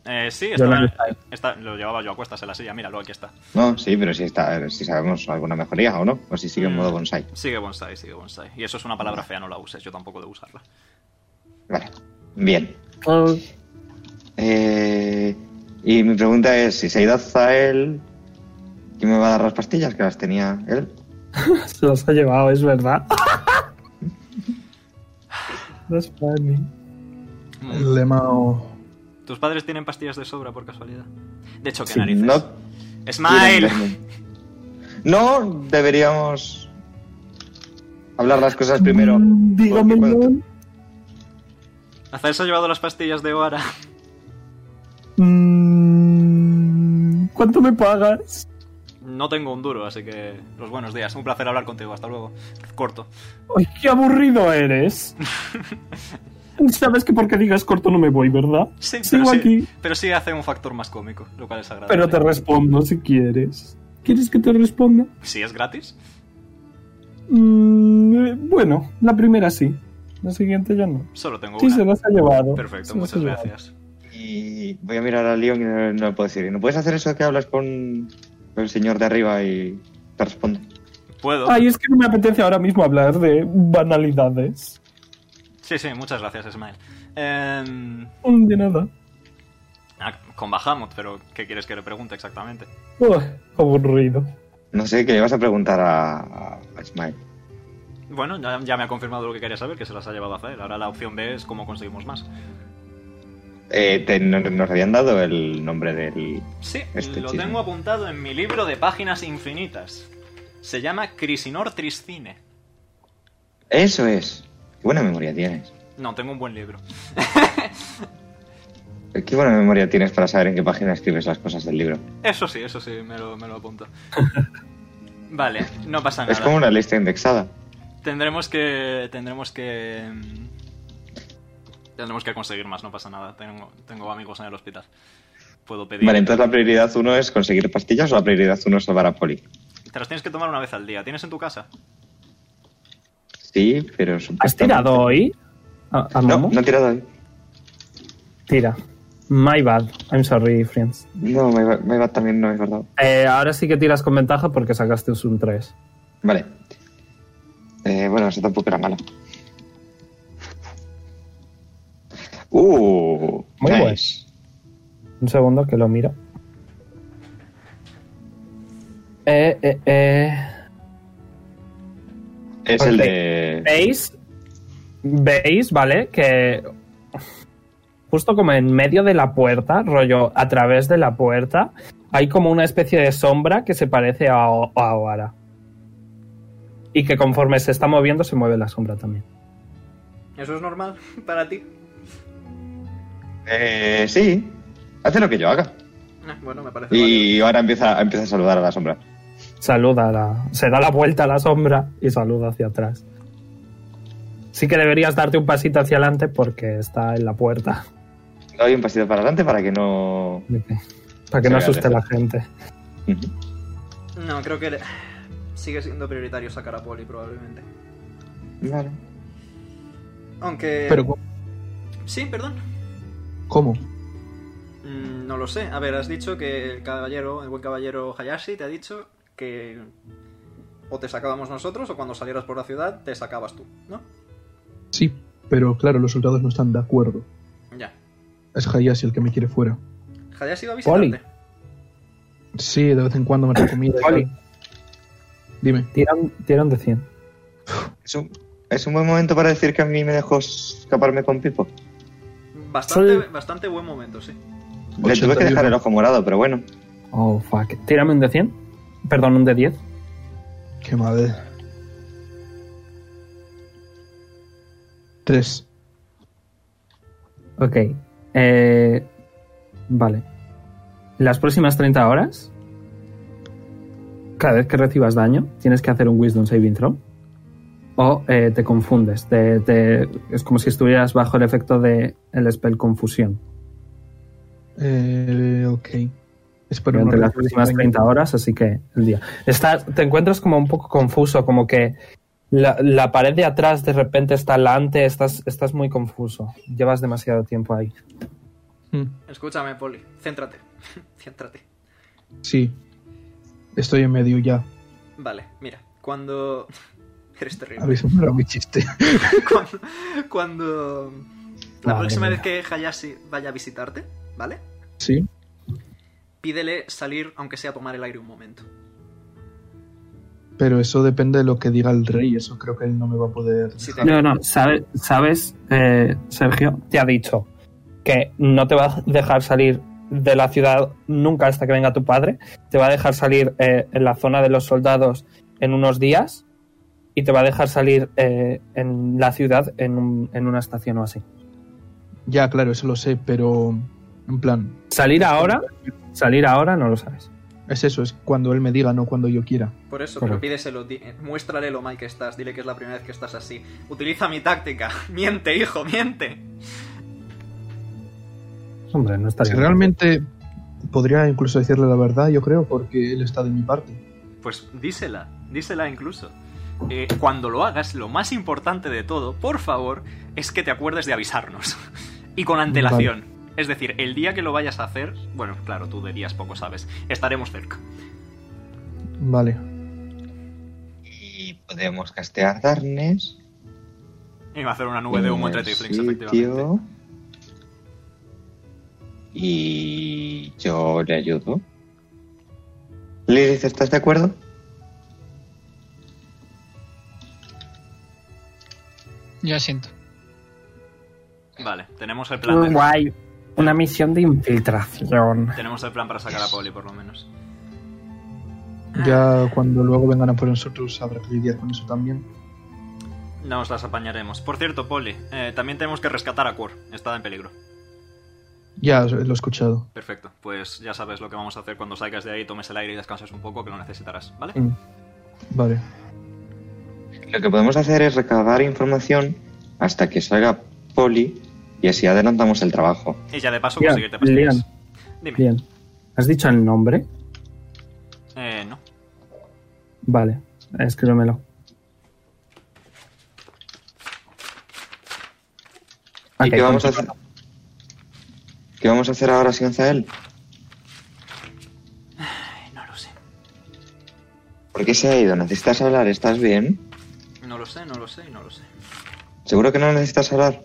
[SPEAKER 1] Eh, sí,
[SPEAKER 6] Yo
[SPEAKER 1] estaba-
[SPEAKER 6] no
[SPEAKER 1] está- lo llevaba yo a cuestas en la silla. Míralo, aquí está.
[SPEAKER 6] No, sí, pero si, está, si sabemos alguna mejoría o no, o si
[SPEAKER 1] Mm.
[SPEAKER 6] sigue en modo bonsai.
[SPEAKER 1] Sigue bonsai, sigue bonsai. Y eso es una palabra fea, no la uses. Yo tampoco debo usarla.
[SPEAKER 6] Vale, bien.
[SPEAKER 3] Oh,
[SPEAKER 6] Eh, y mi pregunta es, si se ha ido Zael, ¿quién me va a dar las pastillas que las tenía él?
[SPEAKER 3] Se los ha llevado,
[SPEAKER 1] (laughs)
[SPEAKER 3] es verdad. No es funny.
[SPEAKER 5] El Lemao.
[SPEAKER 1] ¿Tus padres tienen pastillas de sobra por casualidad? De hecho, ¿qué
[SPEAKER 6] Sí,
[SPEAKER 1] narices?
[SPEAKER 6] no
[SPEAKER 1] ¡Smile!
[SPEAKER 6] quieren verme. No deberíamos hablar las cosas primero.
[SPEAKER 3] Mm, Dígame,
[SPEAKER 1] Hasta eso ha llevado las pastillas de Oara.
[SPEAKER 3] Mm, ¿Cuánto me pagas?
[SPEAKER 1] No tengo un duro, así que los buenos días. Un placer hablar contigo. Hasta luego. Corto.
[SPEAKER 3] Ay, qué
[SPEAKER 1] (laughs)
[SPEAKER 3] aburrido eres. Sabes que porque digas corto no me voy, ¿verdad?
[SPEAKER 1] Sí,
[SPEAKER 3] Sigo
[SPEAKER 1] pero,
[SPEAKER 3] aquí,
[SPEAKER 1] Sí, pero sí hace un factor más cómico, lo cual es agradable.
[SPEAKER 3] pero te respondo si quieres. ¿Quieres que te responda?
[SPEAKER 1] ¿Sí es gratis?
[SPEAKER 3] Mm, eh, bueno, la primera sí. La siguiente ya no.
[SPEAKER 1] Solo tengo
[SPEAKER 3] Sí,
[SPEAKER 1] una.
[SPEAKER 3] se las ha llevado.
[SPEAKER 1] Perfecto,
[SPEAKER 3] Se las ha
[SPEAKER 1] muchas
[SPEAKER 3] llevado.
[SPEAKER 1] gracias.
[SPEAKER 6] Y voy a mirar a Leon y no, no le puedo decir. ¿No puedes hacer eso de que hablas con el señor de arriba y te responde?
[SPEAKER 1] Puedo.
[SPEAKER 3] Ay, es que no me apetece ahora mismo hablar de banalidades.
[SPEAKER 1] Sí, sí, muchas gracias, Smile. Em,
[SPEAKER 3] Mm, De nada.
[SPEAKER 1] ah, con Bahamut, pero ¿qué quieres que le pregunte exactamente?
[SPEAKER 3] Uf, aburrido.
[SPEAKER 6] No sé, ¿qué le vas a preguntar a, a Smile?
[SPEAKER 1] Bueno, ya, ya me ha confirmado lo que quería saber, que se las ha llevado a hacer. Ahora la opción B es cómo conseguimos más.
[SPEAKER 6] Eh, te- no- nos habían dado el nombre del...
[SPEAKER 1] Sí,
[SPEAKER 6] Este
[SPEAKER 1] lo
[SPEAKER 6] chisme.
[SPEAKER 1] tengo apuntado en mi libro de páginas infinitas. Se llama Crisinor Triscine.
[SPEAKER 6] Eso es. Qué buena memoria tienes.
[SPEAKER 1] No, tengo un buen libro.
[SPEAKER 6] Eh, Qué buena memoria tienes para saber en qué página escribes las cosas del libro.
[SPEAKER 1] Eso sí, eso sí, me lo, me lo
[SPEAKER 6] (laughs)
[SPEAKER 1] apunto. Ah, Vale, no pasa nada.
[SPEAKER 6] Es como una lista indexada.
[SPEAKER 1] Tendremos que. Tendremos que. mm, Tendremos que conseguir más, no pasa nada. Tengo, tengo amigos en el hospital. Puedo pedir.
[SPEAKER 6] Vale, entonces la prioridad uno es conseguir pastillas o la prioridad uno es salvar a Poli.
[SPEAKER 1] Te las tienes que tomar una vez al día. ¿Tienes en tu casa?
[SPEAKER 6] Sí, pero...
[SPEAKER 3] ¿Has tirado hoy? ¿A, a
[SPEAKER 6] No,
[SPEAKER 3] Momo?
[SPEAKER 6] no he tirado hoy.
[SPEAKER 3] Tira. My bad. I'm sorry, friends.
[SPEAKER 6] No, me va- me va también no es verdad.
[SPEAKER 3] Eh, ahora sí que tiras con ventaja porque sacaste un 3.
[SPEAKER 6] Vale. Eh, bueno, eso tampoco era malo. Uh,
[SPEAKER 3] Muy
[SPEAKER 6] nice.
[SPEAKER 3] bueno. Un segundo que lo miro. Eh, eh, eh.
[SPEAKER 6] Es
[SPEAKER 3] Ok.
[SPEAKER 6] el de.
[SPEAKER 3] ¿Veis? ¿Veis, vale? Que justo como en medio de la puerta, rollo, a través de la puerta, hay como una especie de sombra que se parece a, O- a Oara. Y que conforme se está moviendo, se mueve la sombra también.
[SPEAKER 1] ¿Eso es normal para ti?
[SPEAKER 6] Eh, sí. Hace lo que yo haga.
[SPEAKER 1] Bueno, me parece.
[SPEAKER 6] Y ahora empieza, empieza a saludar a la sombra.
[SPEAKER 3] Saluda, a la, se da la vuelta a la sombra y saluda hacia atrás. Sí que deberías darte un pasito hacia adelante porque está en la puerta.
[SPEAKER 6] Doy un pasito para adelante para que no.
[SPEAKER 3] Para que no
[SPEAKER 6] Se vea
[SPEAKER 3] asuste a la
[SPEAKER 6] lejos.
[SPEAKER 3] gente.
[SPEAKER 9] No, creo que le- sigue siendo prioritario sacar a Poli probablemente.
[SPEAKER 6] Vale.
[SPEAKER 9] Aunque...
[SPEAKER 5] Pero ¿cómo?
[SPEAKER 9] Sí, perdón.
[SPEAKER 5] ¿Cómo?
[SPEAKER 9] Mm, No lo sé. A ver, has dicho que el caballero, el buen caballero Hayashi, te ha dicho que o te sacábamos nosotros o cuando salieras por la ciudad te sacabas tú, ¿no?
[SPEAKER 5] Sí, pero claro, los soldados no están de acuerdo.
[SPEAKER 9] Ya.
[SPEAKER 5] Es Hayashi el que me quiere fuera.
[SPEAKER 9] Hayashi va a visitarte.
[SPEAKER 5] Poli. Sí, de vez en cuando me da comida. y
[SPEAKER 3] Oli.
[SPEAKER 5] tal. Dime.
[SPEAKER 3] Tiran, tiran de 100.
[SPEAKER 6] Es un, es un buen momento para decir que a mí me dejó escaparme con Pipo.
[SPEAKER 9] Bastante, bastante buen momento, sí.
[SPEAKER 6] Le tuve que dejar el ojo morado, pero bueno.
[SPEAKER 3] Oh, fuck. Tírame un de 100. Perdón, un de 10.
[SPEAKER 5] Qué madre. Tres.
[SPEAKER 3] Ok. Eh, vale. Las próximas 30 horas, cada vez que recibas daño, tienes que hacer un Wisdom Saving Throw. O eh, te confundes. te- te- es como si estuvieras bajo el efecto del el spell confusión.
[SPEAKER 5] Eh, ok. Espero
[SPEAKER 3] durante
[SPEAKER 5] no
[SPEAKER 3] las próximas 30 horas, así que el día. Estás- te encuentras como un poco confuso, como que la, la pared de atrás de repente está delante, estás, estás muy confuso. Llevas demasiado tiempo ahí.
[SPEAKER 9] Mm. Escúchame, Poli. Céntrate. (laughs) Céntrate.
[SPEAKER 5] Sí. Estoy en medio ya.
[SPEAKER 9] Vale, mira. Cuando... (laughs) Eres terrible.
[SPEAKER 5] Habéis superado mi chiste.
[SPEAKER 9] (laughs) cuando, cuando la
[SPEAKER 5] Madre
[SPEAKER 9] próxima
[SPEAKER 5] mía.
[SPEAKER 9] vez que Hayashi vaya a visitarte, ¿vale?
[SPEAKER 5] (laughs) Sí.
[SPEAKER 9] Pídele salir, aunque sea a tomar el aire un momento.
[SPEAKER 5] Pero eso depende de lo que diga el rey. Eso creo que él no me va a poder. dejar.
[SPEAKER 3] No, no, sabe- sabes, eh, Sergio, te ha dicho que no te va a dejar salir de la ciudad nunca hasta que venga tu padre, te va a dejar salir eh, en la zona de los soldados en unos días y te va a dejar salir eh, en la ciudad en, un- en una estación o así.
[SPEAKER 5] Ya, claro, eso lo sé, pero. En plan.
[SPEAKER 3] Salir ahora, salir ahora no lo sabes.
[SPEAKER 5] Es eso, es cuando él me diga, no cuando yo quiera.
[SPEAKER 9] Por eso,
[SPEAKER 5] Correcto.
[SPEAKER 9] pero pídeselo, di- eh, muéstrale lo mal que estás, dile que es la primera vez que estás así. Utiliza
[SPEAKER 1] (laughs)
[SPEAKER 9] mi táctica. Miente, hijo, miente.
[SPEAKER 3] Hombre, no
[SPEAKER 5] Si realmente podría incluso decirle la verdad, yo creo, porque él está de mi parte.
[SPEAKER 1] Pues dísela, dísela incluso. Eh, cuando lo hagas, lo más importante de todo, por favor, es que te acuerdes de avisarnos. (laughs) y con antelación. Es decir, el día que lo vayas a hacer, bueno, claro, tú de días poco sabes, estaremos cerca.
[SPEAKER 5] Vale.
[SPEAKER 6] Y podemos castear Darkness.
[SPEAKER 1] Y va a hacer una nube de humo entre Tiflings,
[SPEAKER 6] sitio.
[SPEAKER 1] efectivamente.
[SPEAKER 6] Y yo le ayudo. Lilith, ¿estás de acuerdo?
[SPEAKER 4] Yo siento.
[SPEAKER 1] Vale, tenemos el plan. de-
[SPEAKER 3] Guay, una misión de infiltración.
[SPEAKER 1] Tenemos el plan para sacar a Poli, por lo menos.
[SPEAKER 5] Ya cuando luego vengan a por nosotros habrá que lidiar con eso también.
[SPEAKER 1] Nos las apañaremos. Por cierto, Poli, eh, también tenemos que rescatar a Quor. Está en peligro.
[SPEAKER 5] Ya lo he escuchado.
[SPEAKER 1] Perfecto. Pues ya sabes lo que vamos a hacer cuando salgas de ahí, tomes el aire y descanses un poco, que lo necesitarás, ¿vale?
[SPEAKER 5] Mm. Vale.
[SPEAKER 6] Lo que podemos hacer es recabar información hasta que salga Poli y así adelantamos el trabajo.
[SPEAKER 1] Y ya de paso
[SPEAKER 3] Bien,
[SPEAKER 1] conseguirte pastillas. Dime.
[SPEAKER 3] Bien. ¿Has dicho el nombre?
[SPEAKER 1] Eh, no.
[SPEAKER 3] Vale, escríbemelo.
[SPEAKER 1] Ah,
[SPEAKER 6] ¿Y qué vamos a hacer? ¿Qué vamos a hacer ahora sin Zael?
[SPEAKER 1] No lo sé.
[SPEAKER 6] ¿Por qué se ha ido? ¿Necesitas hablar? ¿Estás bien?
[SPEAKER 1] No lo sé, no lo sé, no lo sé. (laughs)
[SPEAKER 6] ¿Seguro que no necesitas hablar?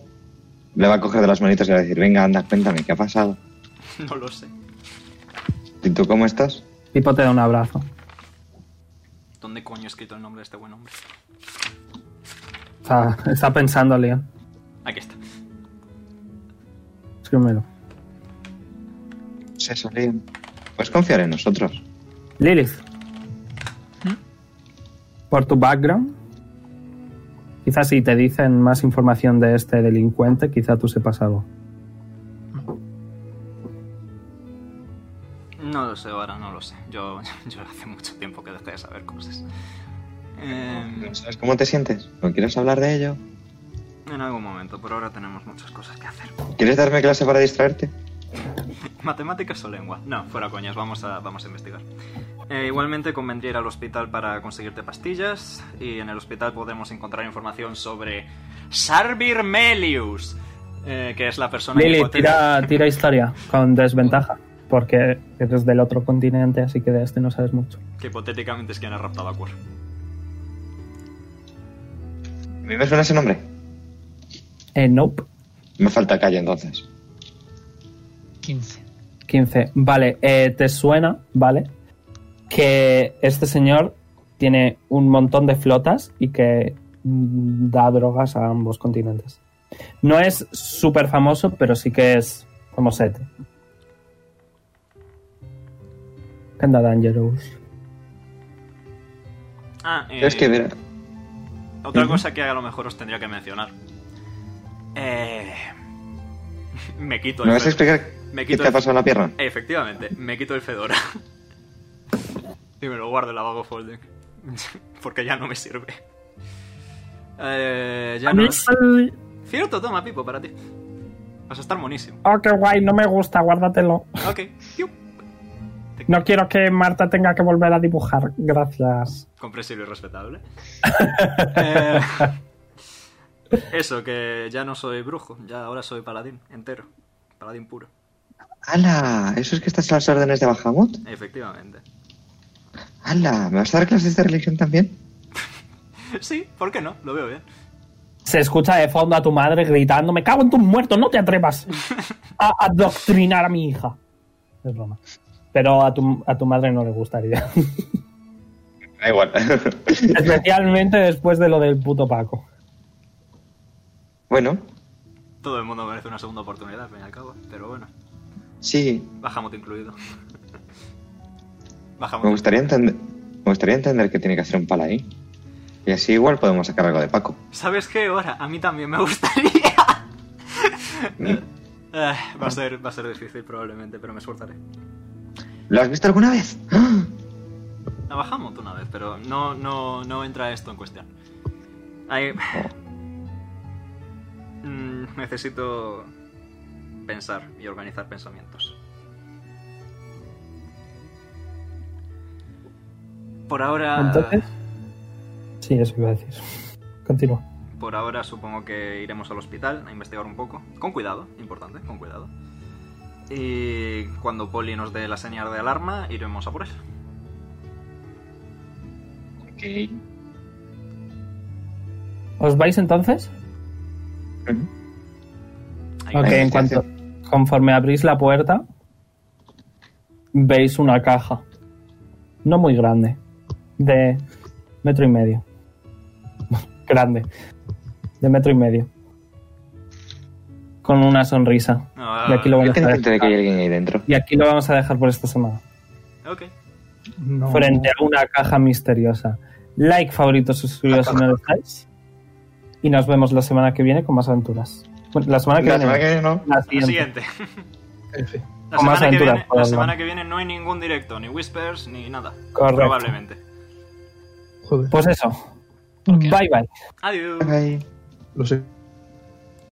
[SPEAKER 6] Le va a coger de las manitas y le va a decir, venga, anda, cuéntame, ¿qué ha pasado?
[SPEAKER 1] No lo sé.
[SPEAKER 6] ¿Y tú cómo estás?
[SPEAKER 3] Pipo te da un abrazo.
[SPEAKER 1] ¿Dónde coño he escrito el nombre de este buen hombre?
[SPEAKER 3] Está, está pensando, Leon.
[SPEAKER 1] Aquí está.
[SPEAKER 3] Escríbemelo.
[SPEAKER 6] Pues eso, Liam.
[SPEAKER 12] "Pues
[SPEAKER 6] Puedes confiar en nosotros.
[SPEAKER 3] Lilith. Por tu background, quizás si te dicen más información de este delincuente, quizá tú sepas algo.
[SPEAKER 1] No lo sé ahora, no lo sé. Yo, (laughs) yo hace mucho tiempo que dejé de saber cosas. Eh,
[SPEAKER 6] ¿Sabes cómo te sientes? ¿No quieres hablar de ello?
[SPEAKER 1] En algún momento, por ahora tenemos muchas cosas que hacer.
[SPEAKER 12] ¿Quieres darme clase para distraerte?
[SPEAKER 1] ¿Matemáticas o lengua? No, fuera coñas, vamos a, vamos a investigar. Eh, igualmente convendría ir al hospital para conseguirte pastillas y en el hospital podemos encontrar información sobre Sarvir Melius, eh, que es la persona
[SPEAKER 3] Lily,
[SPEAKER 1] que...
[SPEAKER 3] tira, tira historia con desventaja, porque eres del otro continente, así que de este no sabes mucho.
[SPEAKER 1] que hipotéticamente es quien ha raptado a Quor.
[SPEAKER 12] ¿A mí me suena ese nombre?
[SPEAKER 3] Eh, nope.
[SPEAKER 12] Me falta calle entonces.
[SPEAKER 4] 15.
[SPEAKER 3] 15. Vale, eh, te suena, ¿vale? Que este señor tiene un montón de flotas y que mm, da drogas a ambos continentes. No es súper famoso, pero sí que es como sete. Penda Dangerous.
[SPEAKER 1] Ah, eh,
[SPEAKER 12] Es que, mira,
[SPEAKER 1] Otra cosa que a lo mejor os tendría que mencionar. Eh... (laughs) Me quito el
[SPEAKER 12] ¿Me vas a
[SPEAKER 1] fedora.
[SPEAKER 12] explicar qué te ha pasado en la pierna?
[SPEAKER 1] Efectivamente, me quito el fedora. (laughs) y me lo guardo en la vago folding. (laughs) Porque ya no me sirve. Eh, ya
[SPEAKER 14] A mí
[SPEAKER 1] no.
[SPEAKER 14] el-
[SPEAKER 1] Cierto, toma, Pipo, para ti. Vas a estar monísimo.
[SPEAKER 14] Oh, qué guay, no me gusta, guárdatelo.
[SPEAKER 1] Ok. Piu.
[SPEAKER 14] No quiero que Marta tenga que volver a dibujar. Gracias.
[SPEAKER 1] comprensible y respetable. Eh, eso, que ya no soy brujo, ya ahora soy paladín entero, paladín puro,
[SPEAKER 12] ¡Hala! ¿Eso es que estás a las órdenes de Bahamut?
[SPEAKER 1] efectivamente.
[SPEAKER 12] ¡Hala! ¿Me vas a dar clases de religión también?
[SPEAKER 1] Sí, ¿por qué no? Lo veo bien.
[SPEAKER 3] Se escucha de fondo a tu madre gritando: Me cago en tus muertos, no te atrevas a adoctrinar a mi hija. Es broma. Pero a tu, a tu madre no le gustaría. (laughs)
[SPEAKER 12] Da igual. (laughs)
[SPEAKER 3] Especialmente después de lo del puto Paco.
[SPEAKER 12] bueno,
[SPEAKER 1] Todo el mundo merece una segunda oportunidad, al fin y al cabo, pero bueno,
[SPEAKER 12] sí.
[SPEAKER 1] bajamos incluido.
[SPEAKER 12] Me
[SPEAKER 1] Bajamos.
[SPEAKER 12] gustaría entender, me gustaría entender qué tiene que hacer un paladín. Y así igual podemos sacar algo de Paco.
[SPEAKER 1] ¿Sabes qué? Ahora, a mí también me gustaría. (laughs) Eh, va, a ser, va a ser difícil probablemente, pero me esforzaré.
[SPEAKER 12] ¿Lo has visto alguna vez? ¡Ah!
[SPEAKER 1] La bajamos una vez, pero no, no, no entra esto en cuestión. Ahí- Mm, necesito pensar y organizar pensamientos. Por ahora.
[SPEAKER 3] Entonces. Sí, eso iba a decir. Continúa.
[SPEAKER 1] Por ahora supongo que iremos al hospital a investigar un poco. Con cuidado, importante, con cuidado. Y cuando Polly nos dé la señal de alarma, iremos a por él.
[SPEAKER 3] ¿Os vais entonces?
[SPEAKER 1] Ahí
[SPEAKER 3] Ok,
[SPEAKER 1] va.
[SPEAKER 3] en cuanto. Conforme abrís la puerta, veis una caja. No muy grande. De metro y medio. (laughs) grande. De metro y medio. Con una sonrisa.
[SPEAKER 1] Ah,
[SPEAKER 3] y aquí
[SPEAKER 12] Yo
[SPEAKER 3] lo vamos a
[SPEAKER 12] tengo
[SPEAKER 3] dejar.
[SPEAKER 12] gente de que hay alguien ahí dentro.
[SPEAKER 3] Y aquí lo vamos a dejar por esta semana.
[SPEAKER 1] Ok.
[SPEAKER 3] frente a una caja misteriosa. Like, favoritos, suscribiros si no lo estáis. Y nos vemos la semana que viene con más aventuras. Bueno, la semana que
[SPEAKER 12] La
[SPEAKER 3] viene.
[SPEAKER 12] semana que viene no.
[SPEAKER 3] La
[SPEAKER 1] La
[SPEAKER 3] siguiente.
[SPEAKER 1] siguiente. La
[SPEAKER 3] Con
[SPEAKER 1] semana,
[SPEAKER 3] más
[SPEAKER 1] que
[SPEAKER 3] aventuras,
[SPEAKER 1] viene,
[SPEAKER 3] por
[SPEAKER 1] la
[SPEAKER 3] favor.
[SPEAKER 1] semana que viene no hay ningún directo, ni whispers, ni nada.
[SPEAKER 3] Correcto.
[SPEAKER 1] Probablemente.
[SPEAKER 3] Pues eso. Bye bye.
[SPEAKER 1] Adiós.
[SPEAKER 12] Bye.
[SPEAKER 5] Lo sé.